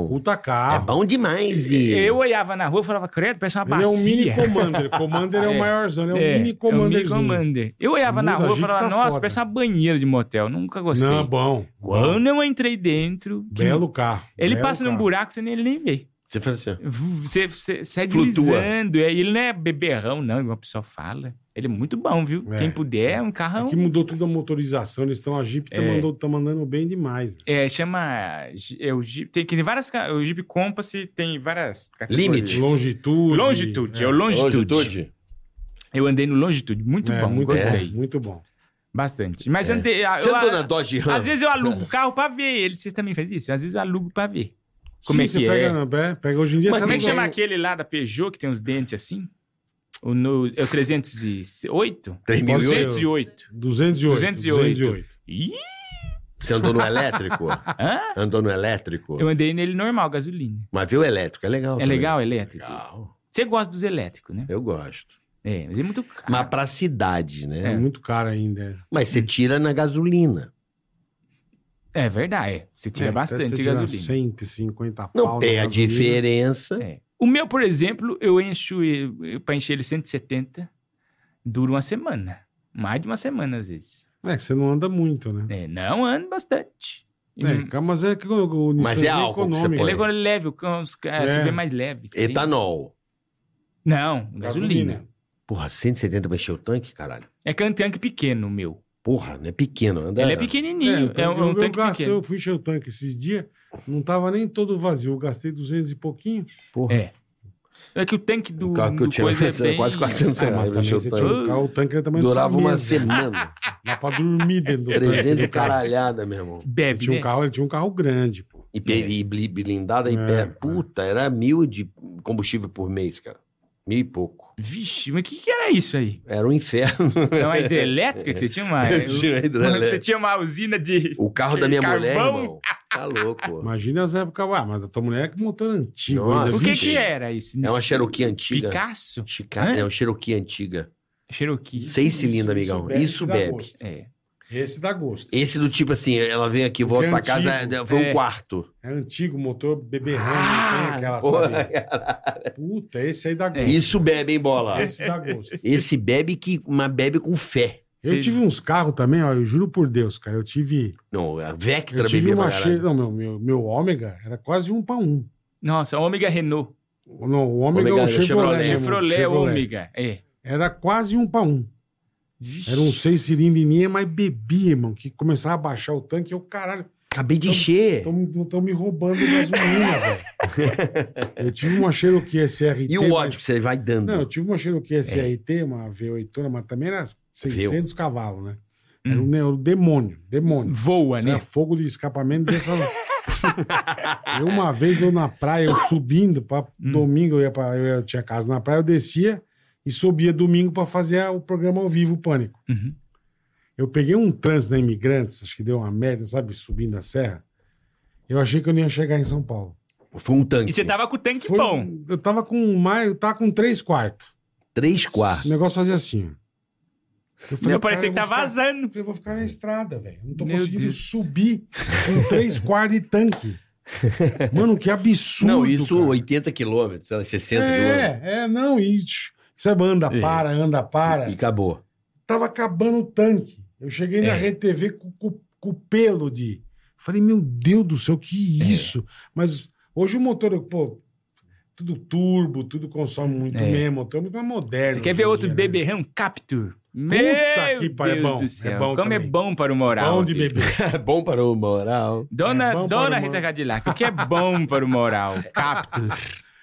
Speaker 2: bom.
Speaker 3: puta
Speaker 2: É
Speaker 3: carro.
Speaker 2: bom demais. E...
Speaker 4: Eu olhava na rua e falava, credo, parece uma
Speaker 3: Ele é um mini
Speaker 4: bacia.
Speaker 3: commander. Commander é,
Speaker 4: É.
Speaker 3: o maiorzão, ele é um
Speaker 4: É,
Speaker 3: mini
Speaker 4: é um mini
Speaker 3: commanderzinho.
Speaker 4: commander. Eu olhava na
Speaker 3: Muda, a
Speaker 4: rua e
Speaker 3: Jeep
Speaker 4: falava,
Speaker 3: tá
Speaker 4: nossa,
Speaker 3: foda."
Speaker 4: parece uma banheira de motel. Nunca gostei.
Speaker 3: Não, bom.
Speaker 4: Quando eu entrei dentro, que-
Speaker 3: Belo carro.
Speaker 4: ele
Speaker 3: belo
Speaker 4: passa num
Speaker 3: carro.
Speaker 4: buraco, você nem, ele nem vê.
Speaker 2: Você fala assim, ó.
Speaker 4: Você, você, você é
Speaker 2: Flutua.
Speaker 4: deslizando. é, Ele não é beberrão, não, igual o pessoal fala. Ele é muito bom, viu?
Speaker 3: É.
Speaker 4: Quem puder, é um carrão.
Speaker 3: É que mudou tudo a motorização, eles estão, a Jeep tá,
Speaker 4: É.
Speaker 3: mandando, tá mandando bem demais. velho.
Speaker 4: É, chama. É, o Jeep, tem, tem várias. ca- O Jeep Compass tem várias. categorias.
Speaker 2: Limite.
Speaker 3: Longitude.
Speaker 4: Longitude, é, o longitude. Eu andei no longitude, muito
Speaker 3: É,
Speaker 4: bom,
Speaker 3: muito
Speaker 4: gostei.
Speaker 3: bom, muito bom.
Speaker 4: Bastante. Mas
Speaker 2: É.
Speaker 4: andei.
Speaker 2: Você
Speaker 4: eu-
Speaker 2: andou na Dodge Ram?
Speaker 4: Às vezes eu
Speaker 3: É.
Speaker 4: alugo o carro pra ver ele. Vocês também fazem isso? Às vezes eu alugo pra ver. Como
Speaker 3: Sim,
Speaker 4: é
Speaker 3: você
Speaker 4: que é?
Speaker 3: pega, é? Pega hoje em dia...
Speaker 2: Mas
Speaker 3: você
Speaker 4: Como é
Speaker 3: não
Speaker 4: que
Speaker 2: Também.
Speaker 4: chama aquele lá da Peugeot que tem os dentes assim? O, no, é o 308?
Speaker 2: 3.008?
Speaker 4: 208.
Speaker 3: 208.
Speaker 4: 208.
Speaker 3: 208.
Speaker 4: Ih,
Speaker 2: Você andou no elétrico?
Speaker 4: hã?
Speaker 2: Andou no elétrico?
Speaker 4: Eu andei nele normal, gasolina.
Speaker 2: Mas viu o elétrico, é legal.
Speaker 4: É
Speaker 3: tá
Speaker 2: também.
Speaker 4: legal, elétrico?
Speaker 2: Legal.
Speaker 4: Você gosta dos elétricos, né?
Speaker 2: Eu gosto.
Speaker 4: É, mas é muito caro.
Speaker 2: Mas pra cidade,
Speaker 3: É.
Speaker 2: né?
Speaker 3: muito caro ainda. é.
Speaker 2: Mas você tira na gasolina.
Speaker 4: É verdade, é. Você tira
Speaker 3: É,
Speaker 4: bastante
Speaker 3: você tira
Speaker 4: gasolina.
Speaker 3: 150 pau.
Speaker 2: Não
Speaker 3: na
Speaker 2: tem a
Speaker 3: gasolina.
Speaker 2: diferença.
Speaker 4: É. O meu, por exemplo, eu encho ele- pra encher ele 170, dura uma semana. Mais de uma semana, às vezes.
Speaker 3: É, que você não anda muito, né?
Speaker 4: É, não ando bastante.
Speaker 3: É, cara, mas é que o, o
Speaker 2: Mas
Speaker 3: Nissan
Speaker 2: é álcool que você
Speaker 3: econômico.
Speaker 2: põe.
Speaker 3: né?
Speaker 4: Hum. Ele agora é leve, o cão- os ca-
Speaker 3: É.
Speaker 4: se vê mais leve. que tem.
Speaker 2: tá Etanol.
Speaker 4: Não, gasolina.
Speaker 2: Porra, 170 pra encher o tanque, caralho.
Speaker 4: É que é um tanque pequeno, o meu.
Speaker 2: Porra, não é pequeno. Anda...
Speaker 4: Ele é
Speaker 3: É,
Speaker 4: pequenininho, é,
Speaker 3: eu,
Speaker 4: um, é um
Speaker 3: eu
Speaker 4: tanque
Speaker 3: gastei,
Speaker 4: pequeno.
Speaker 3: eu fui encher o tanque esses dias, não tava nem todo vazio, eu gastei 200 e pouquinho.
Speaker 2: Porra.
Speaker 4: É. É que o tanque do,
Speaker 2: O carro que eu
Speaker 4: do
Speaker 2: tinha
Speaker 4: coisa é
Speaker 2: antes era
Speaker 4: bem...
Speaker 2: quase 400
Speaker 3: Ah, mas
Speaker 2: reais. pra
Speaker 3: também
Speaker 2: encher
Speaker 3: você
Speaker 2: o
Speaker 3: tinha
Speaker 2: tanque.
Speaker 3: um carro, o tanque era também
Speaker 2: Durava uma
Speaker 3: mesa.
Speaker 2: semana.
Speaker 3: Dá pra dormir dentro do
Speaker 4: é
Speaker 3: tanque.
Speaker 2: 300 e caralhada, meu irmão.
Speaker 3: Ele
Speaker 4: Bebe,
Speaker 3: tinha, um
Speaker 4: né?
Speaker 3: carro, ele tinha um carro grande, pô.
Speaker 2: E,
Speaker 4: É.
Speaker 2: pe- e bli- blindada e
Speaker 3: É,
Speaker 2: pé.
Speaker 3: é.
Speaker 2: Puta, era mil de combustível por mês, cara. Mil e pouco.
Speaker 4: Vixe, mas o que, que era isso aí?
Speaker 2: Era um inferno.
Speaker 4: É uma hidrelétrica que você tinha uma...
Speaker 2: Tinha um hidrelétrica.
Speaker 4: é Você tinha uma usina de...
Speaker 2: né? O carro da minha
Speaker 4: Carvão.
Speaker 2: mulher, irmão. Tá louco.
Speaker 3: Imagina as épocas, ué, mas a tua mulher é que motor antigo.
Speaker 2: Nossa.
Speaker 3: ainda,
Speaker 4: O que
Speaker 3: vixe.
Speaker 4: que era isso?
Speaker 2: É uma Cherokee antiga.
Speaker 4: Picasso?
Speaker 2: Chica...
Speaker 4: Hã?
Speaker 2: É uma Cherokee antiga.
Speaker 4: Cherokee.
Speaker 2: Seis cilindros, amigão. Isso
Speaker 3: dá
Speaker 2: bebe.
Speaker 3: gosto.
Speaker 4: É.
Speaker 3: Esse dá gosto.
Speaker 2: Esse do tipo assim, ela vem aqui, volta pra
Speaker 3: Porque é
Speaker 2: casa,
Speaker 3: antigo.
Speaker 2: foi um
Speaker 4: É. Ah,
Speaker 2: quarto.
Speaker 3: É antigo, motor beberrão, não tem aquela,
Speaker 2: porra,
Speaker 3: sabe? Puta, esse
Speaker 4: É.
Speaker 3: aí dá gosto.
Speaker 2: Ah, Isso bebe, hein, bola?
Speaker 3: Esse dá gosto.
Speaker 2: Esse bebe que, mas bebe com fé.
Speaker 3: Eu tive uns carros também, ó, eu juro por Deus, cara. Eu tive.
Speaker 2: Não, a
Speaker 3: Eu
Speaker 2: Vectra
Speaker 3: tive
Speaker 2: bebia pra
Speaker 3: uma cheia.
Speaker 2: caralho.
Speaker 3: Não, meu, meu, meu ômega era quase um pra um.
Speaker 4: Nossa, Ômega Renault.
Speaker 3: Não, o ômega é
Speaker 2: Ômega
Speaker 3: o
Speaker 2: é Chevrolet.
Speaker 3: Chevrolet. meu irmão,
Speaker 4: Chevrolet Ômega. É.
Speaker 3: Era quase um pra um.
Speaker 4: Vixe.
Speaker 3: Era um seis cilindros em linha, mas bebia, irmão. Que começava a baixar o tanque, eu, caralho,
Speaker 2: Acabei de
Speaker 3: É.
Speaker 2: encher.
Speaker 3: estão me roubando gasolina, velho. Eu tive uma Cherokee SRT.
Speaker 2: E o
Speaker 3: mas-
Speaker 2: ódio É. que você vai dando.
Speaker 3: Não, eu tive uma Cherokee SRT, uma V8, mas também era 600 cavalos, né? Era
Speaker 4: Hum.
Speaker 3: um, ne- um demônio, demônio.
Speaker 4: Voa,
Speaker 3: Isso
Speaker 4: né?
Speaker 3: Era fogo de escapamento dessa... eu, uma vez eu na praia, eu subindo, pra,
Speaker 2: Hum.
Speaker 3: domingo eu, ia pra, eu, ia- eu tinha casa na praia, eu descia e subia domingo pra fazer o programa ao vivo, o Pânico.
Speaker 4: Uhum.
Speaker 3: Eu peguei um trânsito na Imigrantes, acho que deu uma merda, sabe, subindo a serra. Eu achei que eu não ia chegar em São Paulo.
Speaker 2: Foi um tanque.
Speaker 4: E você tava com o tanque
Speaker 3: Foi- um
Speaker 4: bom.
Speaker 3: Eu tava com mais, eu tava com três quartos.
Speaker 2: Três
Speaker 3: O
Speaker 2: quartos.
Speaker 3: negócio fazia assim. ó. Eu
Speaker 4: Meu,
Speaker 3: falei,
Speaker 4: parecia que
Speaker 3: cara, eu
Speaker 4: tá
Speaker 3: vou ficar-
Speaker 4: vazando.
Speaker 3: Eu vou ficar na estrada, velho. Não tô
Speaker 4: Meu
Speaker 3: conseguindo
Speaker 4: Deus.
Speaker 3: subir com três quartos e tanque. Mano, que absurdo.
Speaker 2: não, isso
Speaker 3: cara.
Speaker 2: 80 quilômetros, sei lá, 60 quilômetros.
Speaker 3: É, é, não. E, tch, sabe, anda,
Speaker 4: É.
Speaker 3: para, anda, para.
Speaker 2: E acabou.
Speaker 3: Tava acabando o tanque. Eu cheguei na
Speaker 4: É.
Speaker 3: RTV com, com, com o pelo de.
Speaker 4: É.
Speaker 3: Falei, meu Deus do céu, que isso? Mas hoje o motor, eu, pô, tudo turbo, tudo consome muito
Speaker 4: É.
Speaker 3: mesmo. O turbo é moderno.
Speaker 4: Quer
Speaker 3: hoje
Speaker 4: ver
Speaker 3: em
Speaker 4: outro
Speaker 3: dia, né?
Speaker 4: beberrão? Capture. Meu
Speaker 3: que pariu, é
Speaker 4: Deus
Speaker 3: bom,
Speaker 4: do
Speaker 3: é
Speaker 4: céu.
Speaker 3: bom
Speaker 4: Como é
Speaker 3: também.
Speaker 4: bom para o moral.
Speaker 3: Bom de
Speaker 4: filho.
Speaker 3: bebê.
Speaker 2: É bom para o moral.
Speaker 4: Dona,
Speaker 3: É bom para
Speaker 4: Dona
Speaker 3: o
Speaker 4: Rita
Speaker 3: moral.
Speaker 4: Cadillac, o que é bom para o moral? Capture.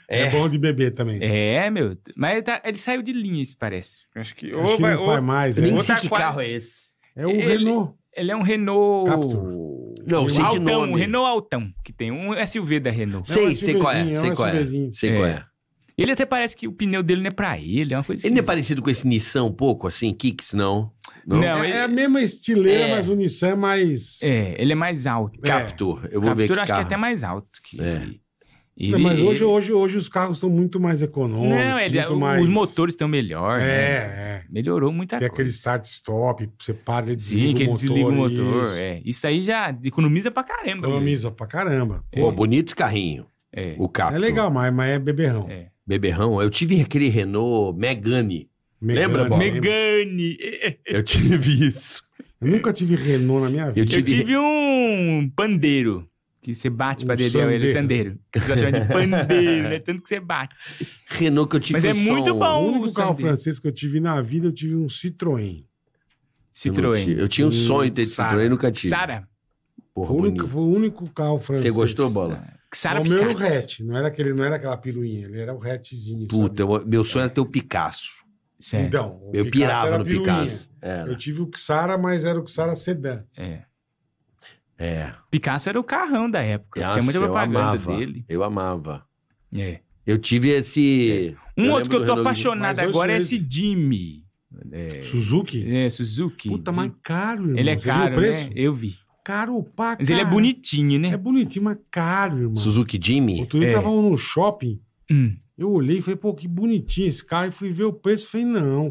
Speaker 3: É. bom de bebê também.
Speaker 4: É, meu. Mas tá- ele saiu de linha, isso parece. Acho que.
Speaker 3: Acho que não faz mais. É,
Speaker 2: Nem
Speaker 4: Ou
Speaker 2: sei
Speaker 4: tá
Speaker 2: que
Speaker 4: quase-
Speaker 2: carro é esse.
Speaker 3: é o
Speaker 4: ele-
Speaker 3: Renault.
Speaker 4: Ele é um Renault.
Speaker 3: Captur.
Speaker 2: Não,
Speaker 4: Um
Speaker 2: sei de
Speaker 4: Altão, um
Speaker 2: nome.
Speaker 4: Renault Altão, que tem um SUV da Renault.
Speaker 2: Sei,
Speaker 3: É um
Speaker 2: sei qual é,
Speaker 3: SUVzinho, é
Speaker 2: sei
Speaker 3: um
Speaker 2: qual é.
Speaker 3: SUVzinho.
Speaker 2: Sei qual é.
Speaker 4: Ele até parece que o pneu dele não é pra ele, é uma coisa
Speaker 2: Ele não é
Speaker 4: esquisita.
Speaker 2: parecido com esse Nissan um pouco, assim? Kicks, não?
Speaker 4: Não,
Speaker 3: É,
Speaker 4: ele,
Speaker 3: é a mesma estileira,
Speaker 2: É.
Speaker 3: mas o Nissan é mais.
Speaker 4: é, ele é mais alto.
Speaker 3: É.
Speaker 2: Captur. Eu vou
Speaker 4: Captura
Speaker 2: ver que carro.
Speaker 4: acho que é até mais alto que
Speaker 2: É.
Speaker 4: ele.
Speaker 3: Não,
Speaker 4: Ele-
Speaker 3: mas hoje,
Speaker 4: ele-
Speaker 3: hoje, hoje os carros estão muito mais econômicos.
Speaker 4: Não, ele- é
Speaker 3: muito
Speaker 4: o-
Speaker 3: mais-
Speaker 4: os motores estão melhor, né?
Speaker 3: É, é.
Speaker 4: Melhorou muita
Speaker 3: Tem
Speaker 4: coisa.
Speaker 3: aquele start-stop, você para, ele desliga
Speaker 4: Sim, que
Speaker 3: o
Speaker 4: ele
Speaker 3: motor.
Speaker 4: desliga o motor.
Speaker 3: isso.
Speaker 4: É. Isso aí já economiza pra caramba.
Speaker 3: Economiza pra caramba.
Speaker 4: É.
Speaker 2: Pô, bonito esse carrinho,
Speaker 4: É.
Speaker 2: o Captur.
Speaker 3: É legal, mas, mas é beberrão.
Speaker 4: É.
Speaker 2: Beberrão. Eu tive aquele Renault Megane.
Speaker 3: Megane,
Speaker 2: Lembra, Bob?
Speaker 3: lembra?
Speaker 4: Megane. É,
Speaker 2: Eu tive isso.
Speaker 3: Eu nunca tive Renault na minha
Speaker 2: Eu
Speaker 3: vida.
Speaker 4: Eu
Speaker 2: tive...
Speaker 4: tive um pandeiro. Que você bate
Speaker 3: Um
Speaker 4: pra dele, ele é sandeiro. Eles estão chamando de pandeiro, né? Tanto que você bate.
Speaker 2: Renault que eu tive
Speaker 4: Mas é
Speaker 2: foi só
Speaker 4: muito
Speaker 2: um-
Speaker 4: bom.
Speaker 3: O
Speaker 4: o
Speaker 3: único carro
Speaker 4: Sandero.
Speaker 3: francês que eu tive na vida, eu tive um Citroën.
Speaker 2: Eu não
Speaker 4: Citroën.
Speaker 2: tive. Eu tinha um
Speaker 3: Hum,
Speaker 2: sonho de ter esse
Speaker 3: Sara.
Speaker 2: Citroën, nunca tive.
Speaker 4: Sara.
Speaker 2: Porra,
Speaker 3: Foi o único,
Speaker 2: bonito.
Speaker 3: foi o único carro francês.
Speaker 2: Você gostou, Bola?
Speaker 4: Sara
Speaker 3: o meu era o
Speaker 4: Picasso.
Speaker 3: hatch, não era, aquele, não era aquela piruinha, ele era o hatchzinho.
Speaker 2: Puta,
Speaker 3: sabe?
Speaker 2: eu- meu sonho era ter o Picasso.
Speaker 4: Sério.
Speaker 3: Então, o
Speaker 2: Eu
Speaker 3: Picasso era
Speaker 2: pirava
Speaker 3: a
Speaker 2: no
Speaker 3: piruinha.
Speaker 2: Picasso. Era.
Speaker 3: Eu tive o Xara, mas era o Xara Sedan.
Speaker 4: É.
Speaker 2: É.
Speaker 4: Picasso era o carrão da época.
Speaker 2: Nossa,
Speaker 4: tinha muita
Speaker 2: eu
Speaker 4: propaganda
Speaker 2: amava.
Speaker 4: dele.
Speaker 2: Eu amava.
Speaker 4: É.
Speaker 2: Eu tive esse.
Speaker 4: Um
Speaker 2: Eu
Speaker 4: outro que eu
Speaker 2: lembro
Speaker 4: tô
Speaker 2: do Renault
Speaker 4: apaixonado
Speaker 3: Mas hoje
Speaker 4: agora é
Speaker 3: eles-
Speaker 4: esse Jimmy.
Speaker 3: Suzuki?
Speaker 4: É, Suzuki.
Speaker 3: Puta,
Speaker 4: Jimmy.
Speaker 3: mas caro, irmão.
Speaker 4: Ele é
Speaker 3: Você
Speaker 4: caro,
Speaker 3: viu o preço?
Speaker 4: né? Eu vi.
Speaker 3: Caro pra
Speaker 4: Mas ele é
Speaker 3: caralho.
Speaker 4: bonitinho,
Speaker 3: É
Speaker 4: né?
Speaker 3: bonitinho, mas caro, irmão.
Speaker 2: Suzuki Jimmy.
Speaker 3: Outro dia
Speaker 4: É.
Speaker 3: eu tava no shopping,
Speaker 4: Hum.
Speaker 3: eu olhei e falei, pô, que bonitinho esse carro. E fui ver o preço e falei, não.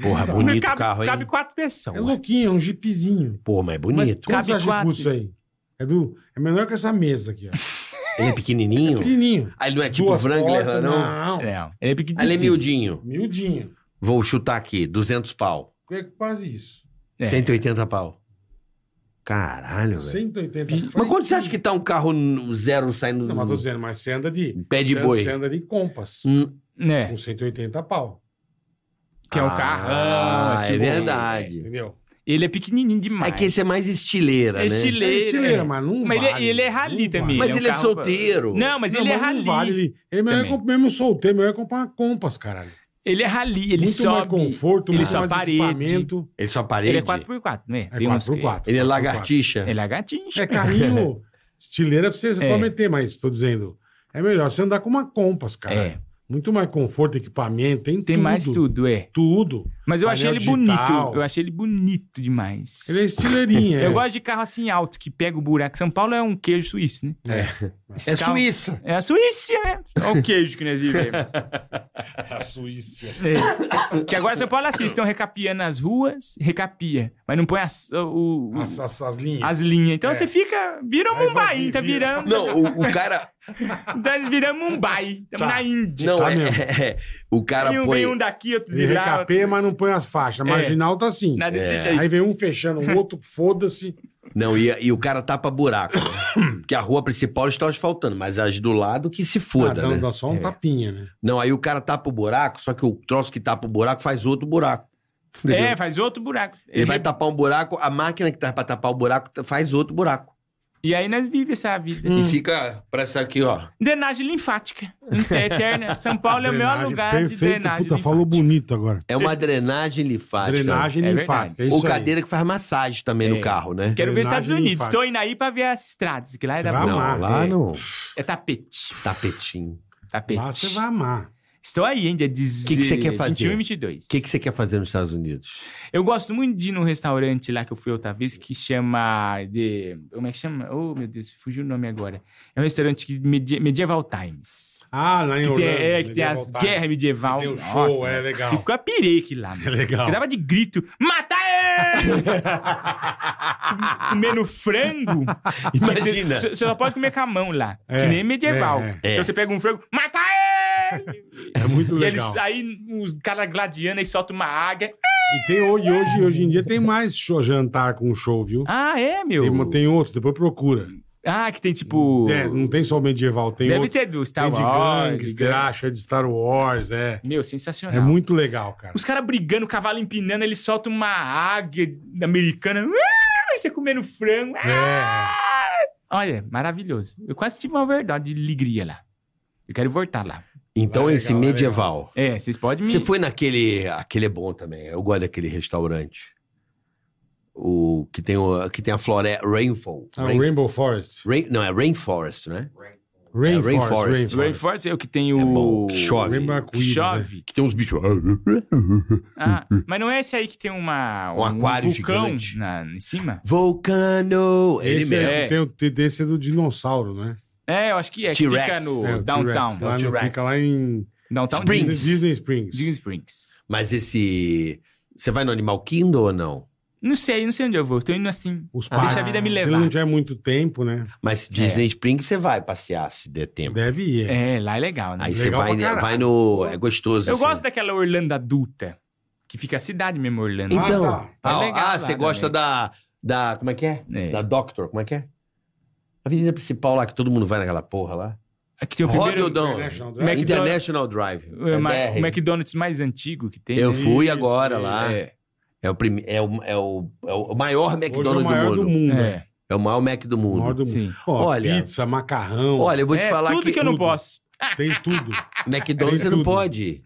Speaker 2: Porra,
Speaker 3: Tá.
Speaker 2: bonito o
Speaker 4: cabe,
Speaker 2: carro, hein?
Speaker 4: cabe quatro pessoas.
Speaker 3: É louquinho, é um jeepzinho.
Speaker 2: Porra, mas é Então, bonito.
Speaker 3: Quantos
Speaker 4: Cabe
Speaker 3: acha que
Speaker 4: quatro,
Speaker 3: custa aí? É, do, é menor que essa mesa aqui, ó.
Speaker 2: Ele é pequenininho.
Speaker 3: Pequenininho.
Speaker 2: Aí não é tipo
Speaker 3: Duas
Speaker 2: Wrangler,
Speaker 3: portas,
Speaker 2: não?
Speaker 3: Não,
Speaker 4: Não, ele é pequenininho.
Speaker 2: Ele é miudinho.
Speaker 3: miudinho.
Speaker 2: Vou chutar aqui, 200 pau.
Speaker 3: É quase isso.
Speaker 4: É.
Speaker 2: 180 pau. Caralho, velho.
Speaker 3: 180.
Speaker 2: Mas quanto você acha que tá um carro n- zero saindo
Speaker 3: Não, mas tô
Speaker 2: do...
Speaker 3: dizendo, mas você anda de...
Speaker 2: Um Pé de
Speaker 3: você-
Speaker 2: boi.
Speaker 3: Você anda de compas.
Speaker 2: Hum,
Speaker 4: É,
Speaker 3: Com 180 pau.
Speaker 4: que é um
Speaker 2: Ah,
Speaker 4: carrão.
Speaker 2: é
Speaker 4: SUV.
Speaker 2: verdade.
Speaker 3: Entendeu?
Speaker 4: Ele é pequenininho demais.
Speaker 2: É que esse é mais estileira, né?
Speaker 4: Estileira,
Speaker 3: É estileira,
Speaker 4: é.
Speaker 3: mas não
Speaker 4: Mas ele-
Speaker 3: vale,
Speaker 4: ele é rally
Speaker 3: não
Speaker 4: também,
Speaker 2: Mas
Speaker 4: Ele é um
Speaker 2: ele é
Speaker 4: carro-
Speaker 2: solteiro.
Speaker 4: Não, mas
Speaker 3: Não,
Speaker 4: ele é
Speaker 3: mas não
Speaker 4: rali.
Speaker 3: vale, ele, ele é melhor
Speaker 4: também.
Speaker 3: comprar mesmo solteiro, melhor é comprar uma compas, caralho.
Speaker 4: Ele é rali, ele
Speaker 3: muito
Speaker 4: sobe.
Speaker 3: mais conforto,
Speaker 4: ele é
Speaker 3: muito
Speaker 4: só
Speaker 3: mais
Speaker 4: parede.
Speaker 3: equipamento.
Speaker 2: Ele só
Speaker 4: Ele
Speaker 2: parede.
Speaker 4: é 4x4, né?
Speaker 3: É
Speaker 4: Tem uns que-
Speaker 3: 4x4.
Speaker 2: Ele é
Speaker 3: 4x4.
Speaker 2: lagartixa.
Speaker 4: Ele é gatinho.
Speaker 3: É carrinho estileira pra você você
Speaker 4: É.
Speaker 3: pode meter, mas tô dizendo, é melhor você andar com uma compas, cara.
Speaker 4: É,
Speaker 3: Muito mais conforto, equipamento, tem,
Speaker 4: tem
Speaker 3: tudo.
Speaker 4: mais tudo, é.
Speaker 3: Tudo.
Speaker 4: Mas eu
Speaker 3: Painel
Speaker 4: achei ele
Speaker 3: digital.
Speaker 4: bonito. Eu achei ele bonito demais.
Speaker 3: Ele é estileirinha.
Speaker 4: Eu
Speaker 3: é.
Speaker 4: gosto de carro assim alto, que pega o buraco. São Paulo é um queijo suíço, né?
Speaker 3: É.
Speaker 4: Esse
Speaker 2: É
Speaker 4: carro-
Speaker 2: Suíça.
Speaker 4: É a Suíça, né? Olha o queijo que nós vivemos.
Speaker 3: A Suíça.
Speaker 4: É. Que agora São Paulo assim, estão recapiando as ruas, recapia, mas não põe as, o- o-
Speaker 3: As, as, as linhas.
Speaker 4: as linhas. Então
Speaker 3: É.
Speaker 4: você fica. Vira um
Speaker 3: Aí
Speaker 4: Mumbai,
Speaker 3: vai,
Speaker 4: tá
Speaker 3: vira.
Speaker 4: virando.
Speaker 2: Não, o, o cara.
Speaker 4: Nós viramos Mumbai. Estamos
Speaker 3: Tá.
Speaker 4: na Índia.
Speaker 2: Não,
Speaker 3: Tá
Speaker 2: é,
Speaker 3: mesmo.
Speaker 2: é- é- O cara
Speaker 4: e um
Speaker 2: põe.
Speaker 4: vem um daqui, outro de
Speaker 3: Ele
Speaker 4: lá.
Speaker 3: recapeia,
Speaker 4: outro-
Speaker 3: mas não põe as faixas.
Speaker 4: É.
Speaker 3: Marginal tá assim.
Speaker 4: Nada desse jeito.
Speaker 3: Aí vem um fechando o outro, foda-se.
Speaker 2: Não, e, e o cara tapa buraco. né? Porque a rua principal está asfaltando, mas as do lado que se foda,
Speaker 3: Ah, dá,
Speaker 2: né?
Speaker 3: dá só um
Speaker 4: É.
Speaker 3: tapinha, né?
Speaker 2: Não, aí o cara tapa o buraco, só que o troço que tapa o buraco faz outro buraco. Entendeu?
Speaker 4: É, faz outro buraco.
Speaker 2: Ele vai tapar um buraco, a máquina que tá pra tapar o buraco t- faz outro buraco.
Speaker 4: E aí nós vivemos essa vida.
Speaker 3: Hum.
Speaker 2: E fica, parece aqui, ó.
Speaker 4: Drenagem linfática. Inte- Eterna. São Paulo é o melhor
Speaker 3: Drenagem
Speaker 4: lugar de
Speaker 3: Perfeito,
Speaker 4: drenagem.
Speaker 3: puta, falou
Speaker 4: linfática.
Speaker 3: bonito agora.
Speaker 2: É uma drenagem linfática.
Speaker 3: Drenagem
Speaker 4: É
Speaker 3: linfática.
Speaker 4: verdade.
Speaker 3: é isso
Speaker 2: Ou
Speaker 3: aí.
Speaker 2: cadeira que faz massagem também
Speaker 4: É.
Speaker 2: no carro, né?
Speaker 4: Quero ver os Estados
Speaker 3: Drenagem
Speaker 4: Unidos.
Speaker 3: linfática.
Speaker 4: Estou indo aí pra ver as estradas, que lá
Speaker 3: Você
Speaker 4: era
Speaker 3: vai
Speaker 4: bom.
Speaker 2: Não,
Speaker 3: amar.
Speaker 2: lá
Speaker 4: É.
Speaker 2: não.
Speaker 4: É tapete.
Speaker 2: Tapetinho.
Speaker 4: Tapete.
Speaker 3: Lá você vai amar.
Speaker 4: Estou aí, hein? Dia 10
Speaker 2: Que que você quer fazer?
Speaker 4: 21 e 22.
Speaker 2: O que, que você quer fazer nos Estados Unidos?
Speaker 4: Eu gosto muito de ir num restaurante lá que eu fui outra vez que chama de... Como é que chama? Oh, meu Deus, fugiu o nome agora. É um restaurante que medi- Medieval Times.
Speaker 3: Ah, lá em
Speaker 4: Que tem,
Speaker 3: Orlando.
Speaker 4: é, que tem as
Speaker 3: Medieval
Speaker 4: guerras
Speaker 3: Times.
Speaker 4: medieval.
Speaker 3: Tem o show,
Speaker 4: Nossa,
Speaker 3: é
Speaker 4: mano.
Speaker 3: legal.
Speaker 4: Ficou a pireque lá,
Speaker 3: É
Speaker 4: mano.
Speaker 3: legal.
Speaker 4: Eu dava de grito, mata ele! Comendo frango.
Speaker 2: Imagina.
Speaker 4: Você só pode comer com a mão lá.
Speaker 3: É,
Speaker 4: que nem medieval.
Speaker 3: é,
Speaker 2: é.
Speaker 4: Então você pega um frango, mata ele!
Speaker 3: É muito
Speaker 4: E
Speaker 3: legal.
Speaker 4: eles, aí os caras gladiando e soltam uma águia.
Speaker 3: E tem hoje, hoje, hoje em dia tem mais show, jantar com show, viu?
Speaker 4: Ah, é, meu?
Speaker 3: Tem, tem outros, depois procura.
Speaker 4: Ah, que tem tipo.
Speaker 3: É, não tem só o medieval, tem
Speaker 4: deve
Speaker 3: outro.
Speaker 4: ter do Star
Speaker 3: Tem de
Speaker 4: Wars. né?
Speaker 3: gangster,
Speaker 4: gang-
Speaker 3: acho, é de Star Wars, é.
Speaker 4: Meu, sensacional.
Speaker 3: É muito legal, cara.
Speaker 4: Os caras brigando, o cavalo empinando, ele solta uma águia americana. Ah, Você comendo frango. Ah!
Speaker 3: É.
Speaker 4: Olha, maravilhoso. Eu quase tive uma verdade de alegria lá. Eu quero voltar lá.
Speaker 2: Então,
Speaker 3: Lá é
Speaker 2: esse
Speaker 3: legal, lá é
Speaker 2: medieval.
Speaker 4: É, vocês podem me.
Speaker 2: Você foi naquele. Aquele é bom também. Eu gosto daquele restaurante. O que tem, o, que tem a floresta. Rainfall.
Speaker 3: Ah, o
Speaker 2: Rain-
Speaker 3: Rainbow Forest.
Speaker 2: Rain- não, é Rainforest, né?
Speaker 3: Rainforest.
Speaker 2: Rainforest.
Speaker 3: Rainforest.
Speaker 4: Rainforest é o que tem o.
Speaker 2: É bom, que chove.
Speaker 3: Rainbow Arco-íris, né?
Speaker 4: Chove.
Speaker 2: Que tem uns bichos.
Speaker 4: Ah, mas não é esse aí que tem uma,
Speaker 2: Um aquário
Speaker 4: vulcão
Speaker 2: gigante.
Speaker 4: na, em cima?
Speaker 2: Vulcano! Ele
Speaker 3: Esse,
Speaker 2: mesmo.
Speaker 3: é, que tem o- tem- esse é do dinossauro, né?
Speaker 4: É, eu acho que é. Que
Speaker 2: T-Rex.
Speaker 4: fica no
Speaker 3: É, o
Speaker 4: downtown.
Speaker 3: T-Rex, Lá
Speaker 2: É o
Speaker 3: no-
Speaker 2: T-Rex.
Speaker 3: fica lá em
Speaker 4: Downtown
Speaker 2: Springs.
Speaker 4: Disney-
Speaker 3: Disney Springs.
Speaker 4: Disney Springs.
Speaker 2: Mas esse. Você vai no Animal Kingdom ou não?
Speaker 4: Não sei, não sei onde eu vou. Tô indo assim.
Speaker 3: Os
Speaker 4: Deixa
Speaker 3: parques.
Speaker 4: a vida me
Speaker 3: Se
Speaker 4: levar.
Speaker 3: não tiver muito tempo, né?
Speaker 2: Mas Disney Springs você vai passear se der tempo.
Speaker 3: Deve ir.
Speaker 4: É, lá é legal, né?
Speaker 2: Aí
Speaker 3: Legal
Speaker 2: você vai,
Speaker 3: pra caralho.
Speaker 2: vai no. É gostoso.
Speaker 4: eu
Speaker 2: assim.
Speaker 4: gosto daquela Orlando adulta. Que fica a cidade mesmo, Orlando.
Speaker 3: Ah,
Speaker 2: Então.
Speaker 3: tá.
Speaker 2: Ah,
Speaker 4: É legal
Speaker 2: ah,
Speaker 4: lá
Speaker 2: você
Speaker 4: também.
Speaker 2: gosta da, da. Como é que é?
Speaker 4: É.
Speaker 2: Da Doctor, como é que é? A avenida principal lá que todo mundo vai naquela porra lá.
Speaker 4: Aqui tem o
Speaker 2: Roda
Speaker 4: primeiro...
Speaker 2: o Dom.
Speaker 3: International Drive.
Speaker 4: Como é que- McDonald's.
Speaker 2: International Drive.
Speaker 4: o Ma-
Speaker 2: É
Speaker 4: o
Speaker 2: BR.
Speaker 4: McDonald's mais antigo que tem.
Speaker 2: Eu
Speaker 4: né?
Speaker 2: fui
Speaker 3: Isso,
Speaker 2: agora
Speaker 3: isso.
Speaker 2: lá. É.
Speaker 4: É,
Speaker 2: o prime... é, o, é, o, é o maior
Speaker 3: Hoje é o
Speaker 2: McDonald's
Speaker 3: maior
Speaker 2: do mundo.
Speaker 3: do mundo. né?
Speaker 4: é,
Speaker 2: É o maior Mac do
Speaker 3: O maior
Speaker 2: mundo.
Speaker 3: do mundo.
Speaker 4: sim.
Speaker 3: Ó,
Speaker 2: Olha.
Speaker 3: Pizza, macarrão,
Speaker 2: Olha, eu vou te
Speaker 4: É,
Speaker 2: falar
Speaker 4: tudo que, eu não
Speaker 3: tudo.
Speaker 4: posso.
Speaker 3: tem tudo.
Speaker 2: McDonald's
Speaker 3: É
Speaker 2: você não
Speaker 3: tudo.
Speaker 2: pode.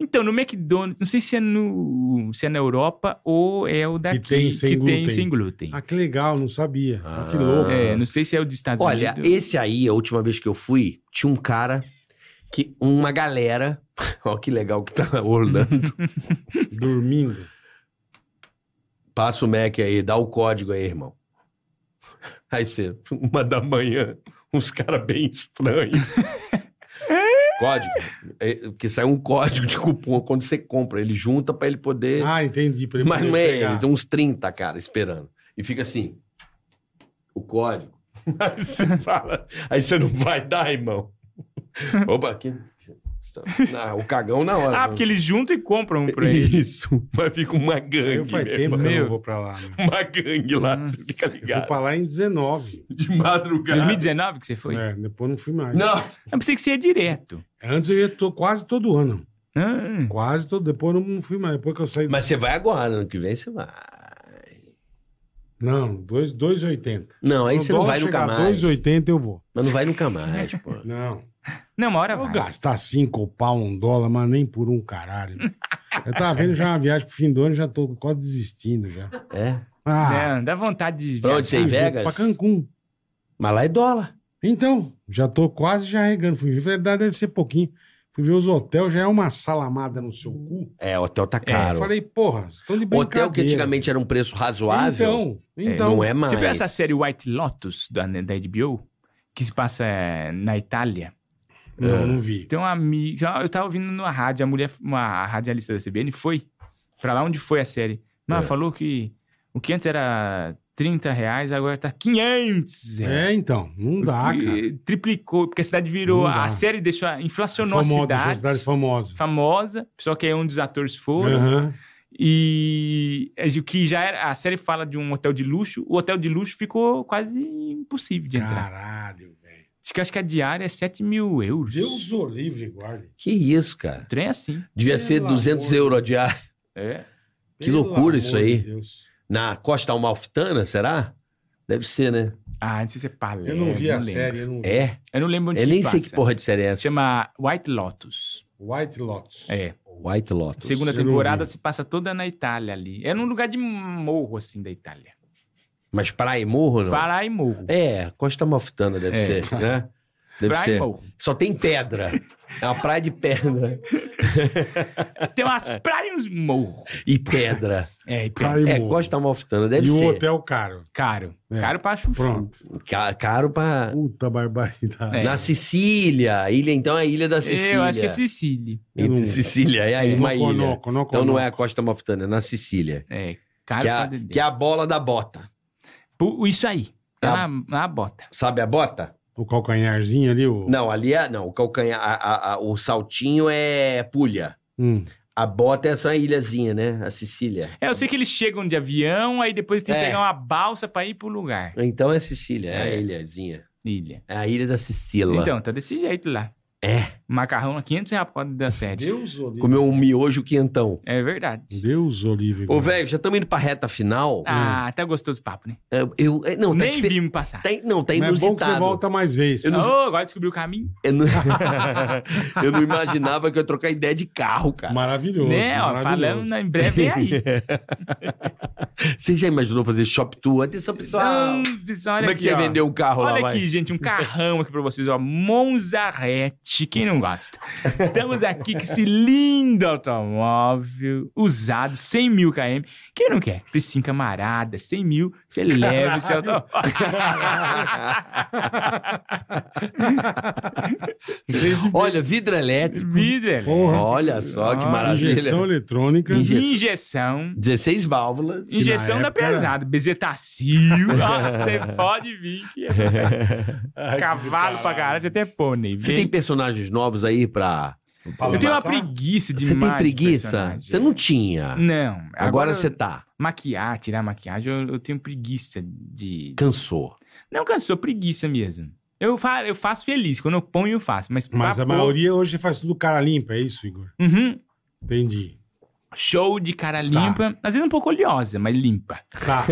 Speaker 4: Então, no McDonald's, não sei se é, no, se é na Europa ou é o daqui
Speaker 3: tem sem glúten.
Speaker 4: sem glúten.
Speaker 3: Ah, que legal, não sabia. Ah, que
Speaker 2: Ah.
Speaker 3: louco.
Speaker 4: É, não sei se é o dos Estados
Speaker 2: Olha,
Speaker 4: Unidos.
Speaker 2: esse aí, a última vez que eu fui, tinha um cara que uma galera, ó que legal que tá Orlando.
Speaker 3: Dormindo.
Speaker 2: Passa o Mac aí, dá o código aí, irmão. Aí você, uma da manhã, uns caras bem estranhos. código. É, Porque sai um código de cupom quando você compra, ele junta pra ele poder
Speaker 3: Ah, entendi. pra ele
Speaker 2: Mas
Speaker 3: poder
Speaker 2: não é
Speaker 3: pegar.
Speaker 2: ele, tem uns 30, cara, esperando. E fica assim, o código. Aí você fala, aí você não vai dar, irmão. Opa, aqui. Ah, o cagão na hora.
Speaker 4: Ah, porque eles juntam e compram um pra ele.
Speaker 2: Isso, mas fica uma gangue.
Speaker 3: Eu faz
Speaker 2: meu
Speaker 3: tempo
Speaker 2: irmão.
Speaker 3: que eu
Speaker 4: Meu.
Speaker 3: não vou pra lá. né?
Speaker 2: Uma gangue lá,
Speaker 4: Nossa.
Speaker 2: você fica
Speaker 3: Eu vou
Speaker 2: ligado.
Speaker 3: pra lá em 19.
Speaker 2: De madrugada.
Speaker 4: 2019 que você foi?
Speaker 3: É, depois não fui mais.
Speaker 2: Não,
Speaker 4: Eu pensei que você ia direto.
Speaker 3: Antes eu ia to- quase todo ano.
Speaker 4: Ah,
Speaker 3: Quase todo. Depois eu não fui mais. Depois que eu saí.
Speaker 2: mas você vai agora, ano que vem você vai.
Speaker 3: Não, dois- 2,80.
Speaker 2: Não, aí
Speaker 3: Quando
Speaker 2: você
Speaker 3: o
Speaker 2: não
Speaker 3: dólar
Speaker 2: vai nunca
Speaker 3: chegar a
Speaker 2: mais.
Speaker 3: 2,80 eu vou.
Speaker 2: Mas não vai nunca mais, pô.
Speaker 3: Não.
Speaker 4: não, uma hora
Speaker 3: Eu
Speaker 4: vai.
Speaker 3: gastar cinco pau, um dólar, mas nem por um caralho. Eu tava vendo já uma viagem pro fim do ano, já tô quase desistindo já.
Speaker 2: É.
Speaker 3: Ah,
Speaker 4: É, dá vontade de
Speaker 2: Pra onde
Speaker 4: viajar.
Speaker 2: você em
Speaker 3: fui
Speaker 2: Vegas?
Speaker 3: Pra Cancún.
Speaker 2: Mas lá é dólar.
Speaker 3: Então, já tô quase já regando. Fui ver, falei, "Dá- deve ser pouquinho. Fui ver os hotéis, já é uma salamada no seu cu.
Speaker 2: É, o hotel tá
Speaker 3: Eu
Speaker 2: caro.
Speaker 3: Falei, porra, vocês estão de brincadeira.
Speaker 2: Hotel que antigamente era um preço razoável,
Speaker 3: Então, então.
Speaker 2: não é mais.
Speaker 4: Você viu essa série White Lotus da, da HBO? Que se passa eh, na Itália.
Speaker 2: Ah.
Speaker 3: Não, não vi.
Speaker 4: Tem uma amiga. Eu tava ouvindo numa rádio, a mulher, uma radialista da CBN foi pra lá onde foi a série. Mas ela
Speaker 2: É.
Speaker 4: falou que o que antes era 30 reais, agora tá 500 reais.
Speaker 3: É, então, não dá,
Speaker 4: O que
Speaker 3: cara.
Speaker 4: Triplicou, porque a cidade virou.
Speaker 3: Não dá. É
Speaker 4: A série deixou, a-
Speaker 2: é
Speaker 4: inflacionou
Speaker 3: Famosa,
Speaker 4: a cidade.
Speaker 3: deixou a cidade famosa.
Speaker 4: famosa, só que aí um dos atores foram.
Speaker 3: Aham.
Speaker 4: E é o que já era. A série fala de um hotel de luxo. O hotel de luxo ficou quase impossível de entrar.
Speaker 3: Caralho, velho.
Speaker 4: Diz que acho que a diária é 7 mil euros.
Speaker 3: Deus o livre, guarde.
Speaker 2: Que isso, cara.
Speaker 4: O trem é assim.
Speaker 2: Devia
Speaker 3: Pelo
Speaker 2: ser 200
Speaker 3: amor.
Speaker 2: euros a diário.
Speaker 4: É.
Speaker 2: Que loucura isso aí. Na Costa Amalfitana, será? Deve ser, né?
Speaker 4: Ah, não sei se é Palermo.
Speaker 3: Eu não vi a
Speaker 4: lembro.
Speaker 3: série, eu não vi.
Speaker 2: É.
Speaker 4: Eu não lembro onde
Speaker 2: Eu
Speaker 4: que
Speaker 2: nem sei
Speaker 4: passa.
Speaker 2: que porra de série é essa.
Speaker 4: Chama White Lotus.
Speaker 3: White Lotus.
Speaker 4: É.
Speaker 2: White Lotus.
Speaker 4: Segunda
Speaker 3: eu não
Speaker 4: temporada
Speaker 3: vi.
Speaker 4: se passa toda na Itália ali. É num lugar de morro, assim, da Itália.
Speaker 2: Mas Praia e Morro, não?
Speaker 4: Pará e morro.
Speaker 2: É, Costa Amalfitana deve
Speaker 4: É.
Speaker 2: ser, né? Deve
Speaker 4: Praia e
Speaker 2: ser.
Speaker 4: morro.
Speaker 2: Só tem pedra. É uma praia de
Speaker 5: é
Speaker 2: pedra.
Speaker 4: Tem umas
Speaker 2: É.
Speaker 4: praias e uns morros.
Speaker 2: E pedra.
Speaker 4: É, e
Speaker 3: Praia
Speaker 4: é
Speaker 3: e
Speaker 2: É,
Speaker 3: morro.
Speaker 2: Costa Amalfitana deve
Speaker 3: e o
Speaker 2: ser.
Speaker 3: hotel caro.
Speaker 4: caro.
Speaker 3: É.
Speaker 4: Caro pra chuchu.
Speaker 3: Pronto.
Speaker 2: Ca- Caro pra...
Speaker 3: Puta barbaridade.
Speaker 4: É.
Speaker 2: Na Sicília. Ilha, então, é a Ilha da Sicília.
Speaker 4: Eu acho que é Sicília.
Speaker 2: Entre Sicília, é aí
Speaker 3: É.
Speaker 2: uma ilha.
Speaker 3: Noconoco,
Speaker 2: Então
Speaker 3: Noconoco.
Speaker 2: não é a Costa Amalfitana, é na Sicília.
Speaker 4: É, caro
Speaker 2: Que é,
Speaker 4: pra
Speaker 2: a,
Speaker 4: dedéu.
Speaker 2: que é a bola da bota.
Speaker 4: Pu- Isso aí. Tá
Speaker 2: Ah.
Speaker 4: na, na bota.
Speaker 2: Sabe a bota?
Speaker 3: O calcanharzinho ali, o...
Speaker 2: Não, ali é. Não, o calcanhar. a- a- a- o saltinho é pulha.
Speaker 3: Hum.
Speaker 2: A bota é essa ilhazinha, né? A Sicília.
Speaker 4: É, eu sei que eles chegam de avião, aí depois tem que
Speaker 2: É.
Speaker 4: pegar uma balsa pra ir pro lugar.
Speaker 2: Então é Sicília, é, a
Speaker 4: É.
Speaker 2: ilhazinha.
Speaker 4: Ilha.
Speaker 2: É a ilha da Sicília.
Speaker 4: Então, tá desse jeito lá.
Speaker 2: É.
Speaker 4: Macarrão a 500 reais pode dar sede.
Speaker 3: Deus o livre.
Speaker 2: Comeu um miojo quentão.
Speaker 4: É verdade.
Speaker 3: Deus o livre.
Speaker 2: Ô, velho, já estamos indo pra reta final.
Speaker 4: Ah, tá gostoso o papo, né?
Speaker 2: Eu, É. eu- é, não, tá
Speaker 4: Nem
Speaker 2: dife-
Speaker 4: vimos passar.
Speaker 2: tá in- Não, tá
Speaker 3: Mas é bom que você
Speaker 2: inusitado.
Speaker 3: volta mais vezes.
Speaker 4: Ô, agora descobriu o caminho.
Speaker 2: Eu não... eu não imaginava que eu ia trocar ideia de carro, cara.
Speaker 3: Maravilhoso.
Speaker 4: né, ó,
Speaker 3: maravilhoso.
Speaker 4: falando né, em breve, vem aí.
Speaker 2: Você já imaginou fazer shop tour? Atenção, pessoal.
Speaker 4: Então, pessoal, olha
Speaker 2: Como é que
Speaker 4: aqui,
Speaker 2: você
Speaker 4: ó.
Speaker 2: vendeu um carro lá,
Speaker 4: Olha
Speaker 2: vai?
Speaker 4: aqui, gente, um carrão aqui pra vocês, ó. Monzarrete, quem não gosta? Estamos aqui com esse lindo automóvel, usado, 100 mil km. Quem não quer? Precinho camarada, 100 mil, você leva esse automóvel.
Speaker 2: Olha, vidro elétrico.
Speaker 4: Vida,
Speaker 3: Porra.
Speaker 2: Olha só que
Speaker 4: Ó,
Speaker 2: maravilha.
Speaker 3: Injeção eletrônica.
Speaker 2: Inje-
Speaker 4: injeção.
Speaker 2: 16 válvulas.
Speaker 4: Injeção
Speaker 3: na
Speaker 4: da
Speaker 3: época-
Speaker 4: pesada, bezetacil. Ó, Você pode vir que é sucesso. Cavalo pra caralho, tem até é pônei.
Speaker 2: Você
Speaker 4: Vem.
Speaker 2: tem personagens novos aí pra.
Speaker 4: Eu tenho uma
Speaker 3: Passar?
Speaker 4: preguiça de
Speaker 2: Você tem
Speaker 4: mais
Speaker 2: preguiça?
Speaker 4: personagem.
Speaker 2: Você não tinha.
Speaker 4: Não.
Speaker 2: Agora
Speaker 4: eu-
Speaker 2: você tá.
Speaker 4: Maquiar, tirar maquiagem, eu, eu tenho preguiça de...
Speaker 2: Cansou.
Speaker 4: Não cansou, preguiça mesmo. Eu, fa... eu faço feliz, quando eu ponho eu faço, mas...
Speaker 3: Mas
Speaker 4: pra
Speaker 3: a
Speaker 4: pôr-
Speaker 3: maioria hoje faz tudo cara limpa, é isso, Igor?
Speaker 4: Uhum.
Speaker 3: Entendi.
Speaker 4: Show de cara limpa, às vezes um pouco oleosa, mas limpa.
Speaker 3: Tá.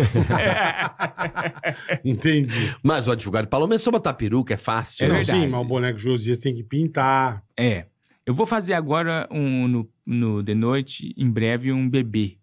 Speaker 3: Entendi.
Speaker 2: Mas o advogado Paulo começou a botar peruca, é fácil.
Speaker 4: É
Speaker 3: Não,
Speaker 2: né?
Speaker 4: verdade.
Speaker 3: sim, mas o boneco Josias tem que pintar.
Speaker 4: É. Eu vou fazer agora um no, no de noite, em breve, um bebê.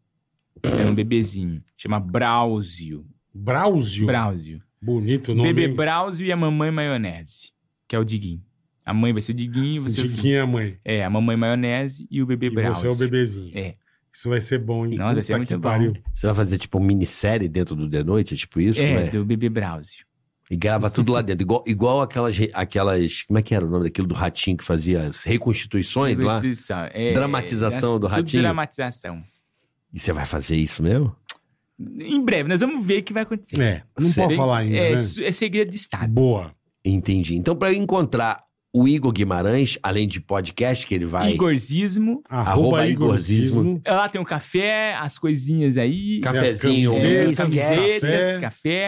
Speaker 4: É um bebezinho. Chama Brauzio.
Speaker 3: Brauzio.
Speaker 4: Brauzio.
Speaker 3: Bonito o nome.
Speaker 4: Bebê
Speaker 3: hein?
Speaker 4: Brauzio e a mamãe maionese, que é o Diguinho. A mãe vai ser o Diguinho e você.
Speaker 3: Chiquinha, mãe.
Speaker 4: É, a mamãe maionese e o bebê
Speaker 3: E você
Speaker 4: Brauzio.
Speaker 3: é o bebezinho.
Speaker 4: É.
Speaker 3: Isso vai ser bom, hein?
Speaker 4: Nossa, vai ser
Speaker 3: Puta que
Speaker 4: muito bom.
Speaker 2: Você vai fazer tipo uma minissérie dentro do The Noite, tipo isso,
Speaker 4: é,
Speaker 2: né?
Speaker 4: do bebê Brauzio.
Speaker 2: E grava tudo lá dentro. Igual, igual aquelas, re- aquelas. Como é que era o nome daquilo do ratinho que fazia as reconstituições lá?
Speaker 4: Reconstituição, é,
Speaker 2: Dramatização
Speaker 4: das-
Speaker 2: do
Speaker 4: tudo
Speaker 2: ratinho?
Speaker 4: Dramatização.
Speaker 2: E você vai fazer isso mesmo?
Speaker 4: Em breve, nós vamos ver o que vai acontecer.
Speaker 3: É, não
Speaker 2: Será-
Speaker 3: pode falar ainda,
Speaker 4: É,
Speaker 3: né?
Speaker 4: su- é segredo de Estado.
Speaker 3: Boa.
Speaker 2: Entendi. Então, pra eu encontrar o Igor Guimarães, além de podcast que ele vai.
Speaker 4: Igorzismo.
Speaker 2: Arroba igorzismo.
Speaker 4: Lá tem um café, as coisinhas aí.
Speaker 2: Cafezinho,
Speaker 3: As camisetas, é.
Speaker 2: esquece.
Speaker 4: É, Camisetas,
Speaker 3: café.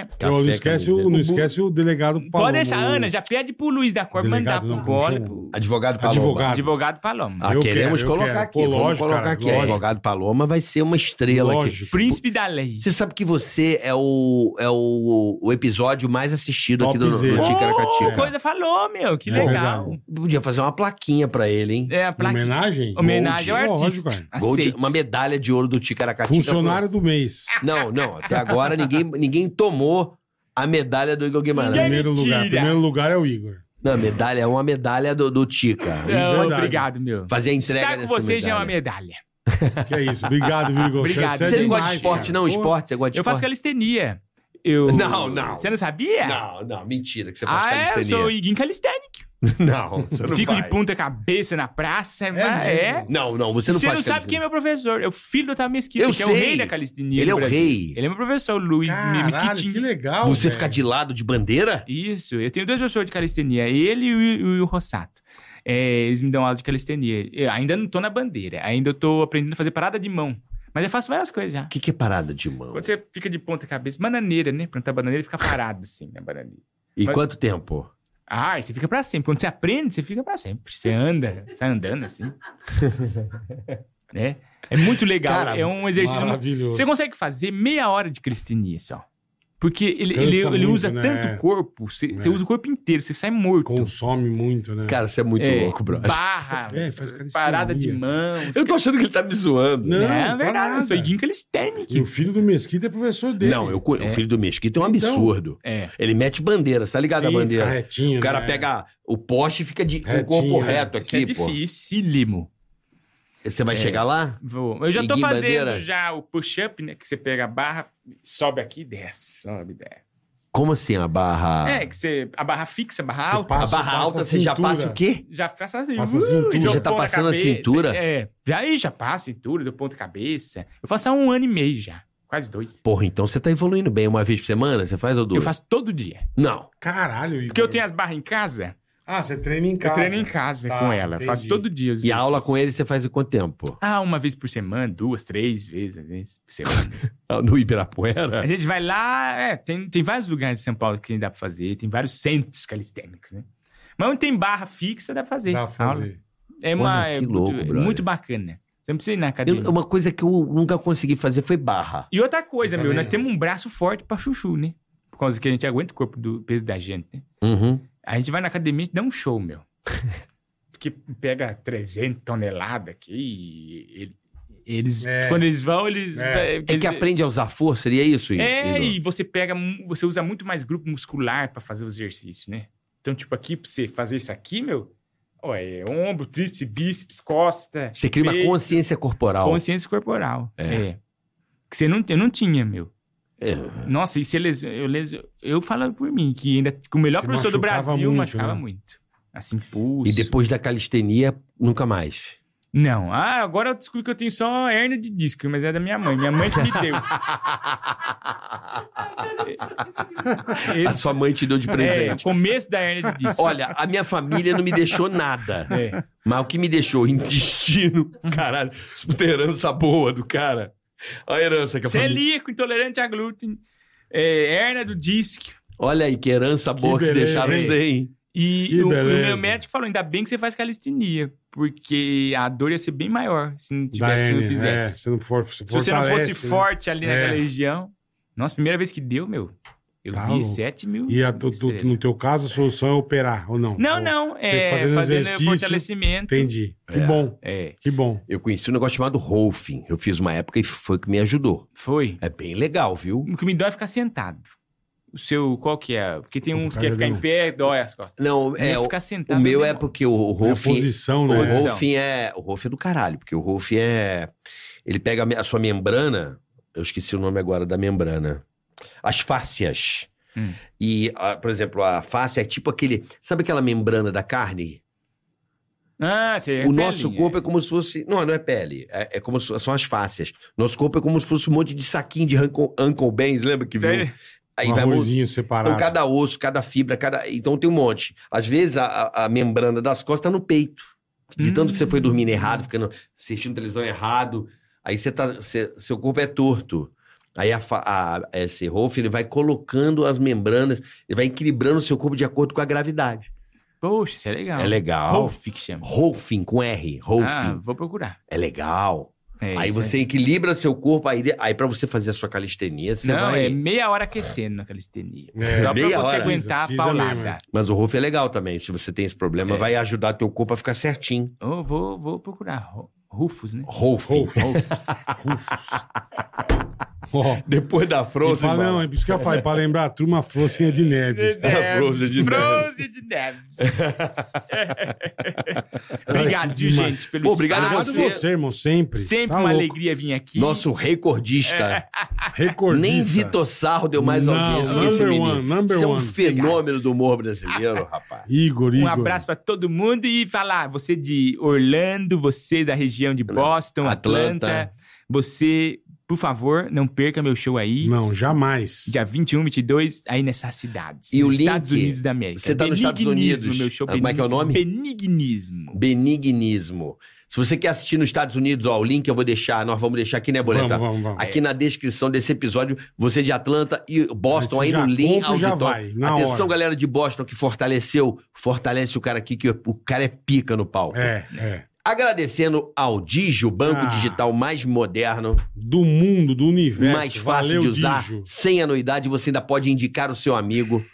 Speaker 4: café.
Speaker 3: Eu não
Speaker 2: Café,
Speaker 3: esquece,
Speaker 2: camiseta.
Speaker 3: o, não esquece o delegado Paulo.
Speaker 4: Pode deixar, Ana, já pede pro Luiz da Cor
Speaker 3: Delegado
Speaker 4: mandar pro
Speaker 3: não,
Speaker 4: Bola,
Speaker 3: como
Speaker 4: pro
Speaker 2: Advogado Paloma.
Speaker 3: Advogado.
Speaker 4: advogado Paloma.
Speaker 2: Ah,
Speaker 3: Eu
Speaker 2: queremos
Speaker 3: quero, eu
Speaker 2: colocar
Speaker 3: quero.
Speaker 2: aqui.
Speaker 3: Pô,
Speaker 2: Vamos
Speaker 3: lógico,
Speaker 2: colocar
Speaker 3: cara,
Speaker 2: aqui.
Speaker 3: lógico.
Speaker 2: Advogado Paloma vai ser uma estrela aqui.
Speaker 3: Lógico.
Speaker 4: Príncipe da Lei.
Speaker 2: Você sabe que você é o, é o, o episódio mais assistido aqui do, do
Speaker 3: Topzera.
Speaker 4: Ô,
Speaker 2: Ticaracatica.
Speaker 4: coisa falou, meu, que
Speaker 3: É,
Speaker 4: legal.
Speaker 2: Podia fazer uma plaquinha pra ele, hein?
Speaker 4: É, a plaquinha.
Speaker 3: Homenagem?
Speaker 4: Homenagem ao
Speaker 3: Lógico,
Speaker 4: artista.
Speaker 3: cara.
Speaker 2: Gold-
Speaker 4: Aceite.
Speaker 2: uma medalha de ouro do Ticaracatica.
Speaker 3: Funcionário do mês.
Speaker 4: Ah,
Speaker 2: Não, não. Até agora ninguém, ninguém tomou a medalha do Igor Guimarães.
Speaker 4: Ninguém-
Speaker 3: Primeiro
Speaker 4: mentira.
Speaker 3: lugar. Primeiro lugar é o Igor.
Speaker 2: Não, medalha é uma medalha do, do Tica.
Speaker 4: Não,
Speaker 3: verdade.
Speaker 4: É, obrigado, meu.
Speaker 2: Fazer a entrega
Speaker 4: Estar com
Speaker 2: dessa
Speaker 4: você já é uma
Speaker 2: medalha.
Speaker 4: medalha.
Speaker 3: Que é isso. Obrigado, viu, Igor.
Speaker 4: Obrigado.
Speaker 3: é
Speaker 2: Você não
Speaker 3: demais,
Speaker 2: gosta de esporte,
Speaker 3: cara.
Speaker 2: não?
Speaker 3: Pô,
Speaker 2: Esporte? Você gosta de
Speaker 4: Eu faço
Speaker 2: esporte?
Speaker 4: calistenia. Eu...
Speaker 2: Não, não.
Speaker 4: Você não sabia?
Speaker 2: Não, não, mentira que você faz
Speaker 4: Ah, é? Eu
Speaker 2: calistenia.
Speaker 4: sou iguinho calistênico.
Speaker 2: Não, você não
Speaker 4: Fico
Speaker 2: faz.
Speaker 4: de ponta cabeça na praça. mas É,
Speaker 3: mesmo?
Speaker 2: Não, não, você
Speaker 4: Você
Speaker 2: não
Speaker 4: não,
Speaker 2: faz
Speaker 4: sabe quem
Speaker 2: calistenia.
Speaker 4: é meu professor. É o filho do Otávio Mesquita,
Speaker 2: Eu
Speaker 4: que é o
Speaker 2: sei.
Speaker 4: rei da calistenia.
Speaker 2: Ele
Speaker 4: no
Speaker 2: é o
Speaker 4: Brasil.
Speaker 2: rei.
Speaker 4: Ele é meu professor, Luiz
Speaker 3: Caralho, que
Speaker 4: Mesquitinho.
Speaker 3: legal.
Speaker 2: Você
Speaker 3: velho.
Speaker 2: ficar de lado de bandeira?
Speaker 4: Isso, eu tenho dois professores de calistenia, ele e o, e o Rossato. É, eles me dão aula de calistenia. Eu ainda não tô na bandeira, ainda eu tô aprendendo a fazer parada de mão. Mas eu faço várias coisas já.
Speaker 2: O que, que é parada de mão?
Speaker 4: Quando você fica de ponta cabeça, bananeira, né? Plantar bananeira e ficar parado assim na bananeira.
Speaker 2: E
Speaker 4: Mas-
Speaker 2: quanto tempo?
Speaker 4: Ah, e você fica pra sempre. Quando você aprende, você fica pra sempre. Você anda, sai andando assim. é, é muito legal.
Speaker 2: Cara,
Speaker 4: é um exercício
Speaker 3: Maravilhoso.
Speaker 4: Você consegue fazer meia hora de calistenia só. Porque ele,
Speaker 3: Cansa
Speaker 4: ele, ele
Speaker 3: muito,
Speaker 4: usa
Speaker 3: né?
Speaker 4: tanto corpo, você, você
Speaker 3: É.
Speaker 4: usa o corpo inteiro, você sai morto.
Speaker 3: Consome muito, né?
Speaker 2: Cara, você é muito
Speaker 4: É,
Speaker 2: louco, brother.
Speaker 4: Barra,
Speaker 3: É, faz calistenia.
Speaker 4: parada de mão.
Speaker 2: Eu tô achando que ele tá me zoando.
Speaker 3: Não,
Speaker 4: Não,
Speaker 3: tá
Speaker 4: é verdade,
Speaker 3: nada.
Speaker 4: eu sou iguinho calistênico.
Speaker 3: E o filho do Mesquita é professor dele.
Speaker 2: Não, eu, co- o filho do Mesquita é um
Speaker 3: Então-
Speaker 2: absurdo.
Speaker 4: É.
Speaker 2: Ele mete bandeira, você tá ligado a
Speaker 3: Sim, fica
Speaker 2: bandeira?
Speaker 3: retinho,
Speaker 2: O cara
Speaker 3: né?
Speaker 2: pega o poste e fica de, com o
Speaker 3: Retinho,
Speaker 2: corpo
Speaker 3: né?
Speaker 2: reto
Speaker 4: Isso é
Speaker 2: aqui, pô.
Speaker 4: dificílimo.
Speaker 2: Você vai
Speaker 4: É.
Speaker 2: chegar lá?
Speaker 4: Vou. Eu já tô
Speaker 2: Iguinho
Speaker 4: fazendo
Speaker 2: bandeira.
Speaker 4: já o push-up, né? Que você pega a barra, sobe aqui e desce. Sobe, e desce.
Speaker 2: Como assim a barra?
Speaker 4: É, que você. A barra fixa, a barra
Speaker 3: Você
Speaker 4: alta.
Speaker 2: a
Speaker 3: passa-
Speaker 2: barra
Speaker 3: passa
Speaker 2: alta,
Speaker 3: a
Speaker 2: você já
Speaker 3: cintura.
Speaker 2: passa o quê?
Speaker 4: Já passa assim.
Speaker 3: Passa a cintura.
Speaker 4: esse é o
Speaker 3: Já
Speaker 2: tá
Speaker 4: ponto da
Speaker 2: passando a
Speaker 4: cabeça,
Speaker 2: cintura?
Speaker 4: É. Já, aí já passa a cintura, do ponto de cabeça. Eu faço há um ano e meio já. Quase dois.
Speaker 2: Porra, então você tá evoluindo bem. Uma vez por semana, você faz ou duas?
Speaker 4: Eu faço todo dia.
Speaker 2: Não.
Speaker 3: Caralho, Igor.
Speaker 4: Porque eu tenho as barras em casa.
Speaker 3: Ah, você treina em casa.
Speaker 4: Eu treino em casa
Speaker 3: Tá,
Speaker 4: com ela. Faço
Speaker 3: entendi.
Speaker 4: todo dia. os
Speaker 2: E a aula com
Speaker 4: exercícios.
Speaker 2: ele você faz em quanto tempo?
Speaker 4: Ah, uma vez por semana, duas, três vezes, às vezes por semana.
Speaker 2: Ah, No Ibirapuera?
Speaker 4: a gente vai lá, é, tem, tem vários lugares de São Paulo que dá pra fazer, tem vários centros calistêmicos, né? Mas não tem barra fixa, dá pra fazer.
Speaker 3: Dá pra
Speaker 4: Aula.
Speaker 3: fazer.
Speaker 4: É, uma,
Speaker 2: Olha,
Speaker 4: é
Speaker 2: que
Speaker 4: muito,
Speaker 2: louco,
Speaker 4: é
Speaker 2: brother.
Speaker 4: muito bacana. Você não precisa ir na academia.
Speaker 2: Eu- uma coisa que eu nunca consegui fazer foi barra.
Speaker 4: E outra coisa,
Speaker 3: Eu
Speaker 4: meu,
Speaker 3: também
Speaker 4: nós
Speaker 3: não.
Speaker 4: temos um braço forte pra chuchu, né? Por causa que a gente aguenta o corpo do peso da gente, né?
Speaker 2: Uhum.
Speaker 4: A gente vai na academia e dá um show, meu. Porque pega 300 toneladas aqui e ele- eles,
Speaker 3: É.
Speaker 4: quando eles vão, eles...
Speaker 3: É.
Speaker 4: quer
Speaker 2: É que
Speaker 4: dizer-
Speaker 2: aprende a usar força, seria isso? Igor?
Speaker 4: É, e você pega, mu- você usa muito mais grupo muscular pra fazer o exercício, né? Então, tipo, aqui, pra você fazer isso aqui, meu, ó, é ombro, tríceps, bíceps, costa,
Speaker 2: Você cria uma
Speaker 4: peito,
Speaker 2: consciência corporal.
Speaker 4: consciência corporal.
Speaker 2: É.
Speaker 4: É. Que você não, eu não tinha, meu.
Speaker 2: É.
Speaker 4: Nossa, e você leso, eu, leso, eu falo por mim, que ainda que o melhor
Speaker 3: Se
Speaker 4: professor do
Speaker 3: machucava
Speaker 4: Brasil
Speaker 3: muito,
Speaker 4: machucava
Speaker 3: né?
Speaker 4: muito. Assim, pulso.
Speaker 2: E depois da calistenia, nunca mais.
Speaker 4: Não, ah, agora eu descobri que eu tenho só hérnia de disco, mas é da minha mãe. Minha mãe que me deu.
Speaker 2: A
Speaker 4: Esse
Speaker 2: sua mãe te deu de
Speaker 4: é, o
Speaker 2: presente.
Speaker 4: começo da hérnia de disco.
Speaker 2: Olha, a minha família não me deixou nada.
Speaker 4: É.
Speaker 2: Mas o que me deixou? Intestino.
Speaker 6: Caralho, puta herança boa do cara. A herança que a
Speaker 4: é
Speaker 6: família...
Speaker 4: Celíaco, intolerante a glúten, é, hernia do disco.
Speaker 2: Olha aí, que herança boa que,
Speaker 3: beleza,
Speaker 2: deixaram
Speaker 3: hein?
Speaker 2: você, hein?
Speaker 4: E
Speaker 3: Que
Speaker 4: o, o
Speaker 3: beleza.
Speaker 4: meu médico falou: ainda bem que você faz calistenia, porque a dor ia ser bem maior se não, tivesse, se não
Speaker 3: Daiane, é,
Speaker 4: fizesse.
Speaker 3: se não for, se,
Speaker 4: se você não fosse
Speaker 3: fortalece, né?
Speaker 4: forte ali naquela
Speaker 3: É.
Speaker 4: região. Nossa, primeira vez que deu, meu, eu
Speaker 3: Tá
Speaker 4: vi
Speaker 3: louco.
Speaker 4: 7 mil.
Speaker 3: E a tu- tu-
Speaker 4: estrelas.
Speaker 3: no teu caso, a solução é operar, ou não?
Speaker 4: Não,
Speaker 3: Ou-
Speaker 4: não.
Speaker 3: Você
Speaker 4: É
Speaker 3: fazendo
Speaker 4: fazendo,
Speaker 3: exercício,
Speaker 4: fortalecimento.
Speaker 3: Entendi. Que
Speaker 2: É.
Speaker 3: bom,
Speaker 4: É,
Speaker 3: que bom.
Speaker 2: Eu conheci um negócio chamado Rolfing. Eu fiz uma época e foi o que me ajudou.
Speaker 4: foi.
Speaker 2: É bem legal, viu?
Speaker 4: O que me dói é ficar sentado. O seu, qual que é? Porque tem
Speaker 3: Puta,
Speaker 4: uns que
Speaker 3: cara,
Speaker 4: é ficar
Speaker 3: não.
Speaker 4: em pé, dói as costas.
Speaker 2: Não,
Speaker 4: É,
Speaker 2: é, o,
Speaker 4: ficar sentado.
Speaker 2: o meu
Speaker 4: não
Speaker 2: é
Speaker 4: dói.
Speaker 2: porque o
Speaker 3: É a
Speaker 2: Rolfing
Speaker 3: posição,
Speaker 2: O
Speaker 3: né?
Speaker 4: Posição.
Speaker 2: Rolfing é. O Rolfing é do caralho, porque o Rolfing é. Ele pega a me- a sua membrana. Eu esqueci o nome agora da membrana. As fáscias.
Speaker 4: Hum.
Speaker 2: E, ah, por exemplo, a fáscia é tipo aquele. Sabe aquela membrana da carne?
Speaker 4: Ah, você é
Speaker 2: o nosso
Speaker 4: pelinha.
Speaker 2: corpo é como se fosse. Não, não é pele. É, é como se- são as fáscias. Nosso corpo é como se fosse um monte de saquinho de Uncle, Uncle Ben's, lembra que viu?
Speaker 4: Sério?
Speaker 2: Aí
Speaker 3: um
Speaker 2: vai mo-
Speaker 3: arrozinho
Speaker 2: então,
Speaker 3: separado.
Speaker 2: cada osso, cada fibra, cada. Então tem um monte. Às vezes a, a- a membrana das costas tá no peito. De tanto que você
Speaker 4: Hum.
Speaker 2: foi dormindo errado, ficando assistindo televisão errado, aí você tá, você- seu corpo é torto. Aí a, fa- a- esse Rolf, ele vai colocando as membranas, ele vai equilibrando o seu corpo de acordo com a gravidade.
Speaker 4: Poxa, isso é legal.
Speaker 2: É legal.
Speaker 4: Rolf que chama.
Speaker 2: Rolfing com R, Rolfing.
Speaker 4: Ah, vou procurar.
Speaker 2: É legal.
Speaker 4: É,
Speaker 2: aí
Speaker 4: isso
Speaker 2: você equilibra seu corpo, aí, de- aí para você fazer a sua calistenia,
Speaker 4: É.
Speaker 2: você
Speaker 4: Não,
Speaker 2: vai.
Speaker 4: é meia hora aquecendo na calistenia.
Speaker 3: É,
Speaker 4: Só pra você
Speaker 2: meia hora.
Speaker 4: aguentar
Speaker 3: Precisa, precisa
Speaker 4: a
Speaker 3: mesmo, é.
Speaker 4: paulada.
Speaker 2: Mas o Rolf é legal também. Se você tem esse problema,
Speaker 4: É.
Speaker 2: vai ajudar teu corpo a ficar certinho.
Speaker 4: Eu vou, vou procurar. Ru- Rufus, né?
Speaker 2: Rolfing.
Speaker 3: Rolfing. Ó, e
Speaker 2: Depois da Frozen.
Speaker 3: fala,
Speaker 2: mano.
Speaker 3: não, é por isso que eu falei, pra lembrar a turma Frozinha de Neves.
Speaker 4: É,
Speaker 3: tá?
Speaker 2: Frozen de
Speaker 4: Frozen de Neves. Obrigado, viu,
Speaker 3: demais.
Speaker 4: gente, pelo
Speaker 2: Pô, obrigado a
Speaker 4: espaço.
Speaker 3: Obrigado a Tá você, irmão, sempre.
Speaker 4: Sempre
Speaker 3: Tá
Speaker 4: uma
Speaker 3: louco.
Speaker 4: alegria vir aqui.
Speaker 2: Nosso recordista.
Speaker 3: É, Recordista.
Speaker 2: Nem Vitor Sarro deu mais
Speaker 3: Não,
Speaker 2: audiência que esse
Speaker 3: number
Speaker 2: menino.
Speaker 3: one, number
Speaker 2: Você é um
Speaker 3: one.
Speaker 2: fenômeno do humor brasileiro, rapaz.
Speaker 3: Igor,
Speaker 4: Um
Speaker 3: Igor.
Speaker 4: abraço pra todo mundo e falar, você de Orlando, você da região de Boston,
Speaker 2: Atlanta.
Speaker 4: Atlanta, você, por favor, não perca meu show aí.
Speaker 3: Não, jamais.
Speaker 4: Dia 21, 22, aí nessas cidades.
Speaker 2: E o
Speaker 4: nos
Speaker 2: link?
Speaker 4: Estados Unidos da América.
Speaker 2: Você tá nos Estados
Speaker 4: Benignismo,
Speaker 2: Unidos.
Speaker 4: Meu show,
Speaker 2: Ah, como é que é o nome?
Speaker 4: Benignismo.
Speaker 2: Benignismo. Se você quer assistir nos Estados Unidos, ó, o link eu vou deixar, nós vamos deixar aqui, né,
Speaker 3: vamos,
Speaker 2: Boleta?
Speaker 3: vamos, vamos.
Speaker 2: Aqui na descrição desse episódio, você de Atlanta e Boston
Speaker 3: Você
Speaker 2: aí no
Speaker 3: já
Speaker 2: link
Speaker 3: compra e já
Speaker 2: auditório.
Speaker 3: vai, na
Speaker 2: Atenção,
Speaker 3: hora.
Speaker 2: galera de Boston que fortaleceu, fortalece o cara aqui, que o cara é pica no palco.
Speaker 3: É, é.
Speaker 2: Agradecendo ao Digio, o banco
Speaker 3: Ah.
Speaker 2: digital mais moderno,
Speaker 3: Do mundo, do universo.
Speaker 2: mais fácil
Speaker 3: Valeu,
Speaker 2: de usar,
Speaker 3: Dijo.
Speaker 2: sem anuidade, você ainda pode indicar o seu amigo.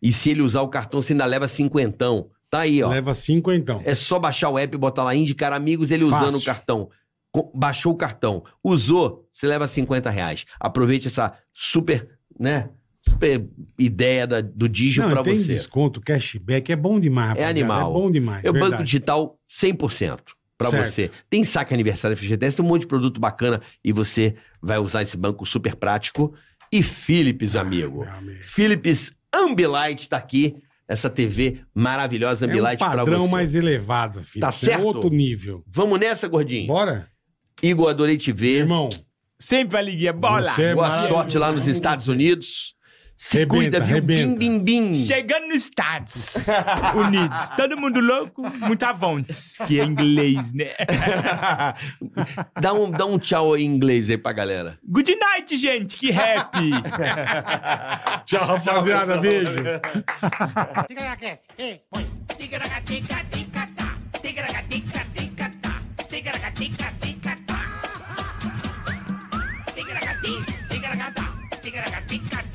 Speaker 2: E se ele usar o cartão, você ainda leva cinquentão. Tá aí, ó.
Speaker 3: Leva cinco, então.
Speaker 2: É só baixar o app, botar lá, indicar amigos, ele
Speaker 3: Fácil.
Speaker 2: usando o cartão. Co- Baixou o cartão, usou, você leva 50 reais. Aproveite essa super, né? Super ideia da- do Digio
Speaker 3: Não,
Speaker 2: pra
Speaker 3: tem
Speaker 2: você.
Speaker 3: desconto, cashback, é bom demais, rapaziada.
Speaker 2: animal.
Speaker 3: É bom demais,
Speaker 2: É o banco
Speaker 3: verdade.
Speaker 2: digital 100% pra
Speaker 3: Certo.
Speaker 2: você. Tem saque aniversário FGTS, tem um monte de produto bacana e você vai usar esse banco super prático. E Philips, amigo.
Speaker 3: Ah, Meu amigo.
Speaker 2: Philips Ambilight tá aqui, essa TV maravilhosa
Speaker 3: É um
Speaker 2: Ambilight pra
Speaker 3: padrão
Speaker 2: você.
Speaker 3: mais elevado, filho.
Speaker 2: Tá
Speaker 3: É
Speaker 2: certo?
Speaker 3: outro nível.
Speaker 2: Vamos nessa, gordinho?
Speaker 3: Bora?
Speaker 2: Igor, adorei te ver.
Speaker 3: Irmão,
Speaker 4: Sempre alegria, bola!
Speaker 3: Você é
Speaker 2: Boa
Speaker 3: maravilhoso.
Speaker 2: sorte lá nos Estados Unidos. Se
Speaker 3: Rebenta,
Speaker 2: cuida, viu?
Speaker 3: rebenta.
Speaker 2: Bim, bim, bim.
Speaker 4: Chegando nos Estados Unidos, todo mundo louco, muito avontes, que é inglês, né?
Speaker 2: dá, um, dá um tchau em inglês aí pra galera.
Speaker 4: Good night, gente, que happy!
Speaker 3: Tchau, rapaziada. Beijo.
Speaker 1: Ticaracast, hey, boy. Ticaracatica, ticatá. Ticaracatica, ticatá. Ticaracatica, ticatá. Ticaracati, ticaracatá. Ticaracatica,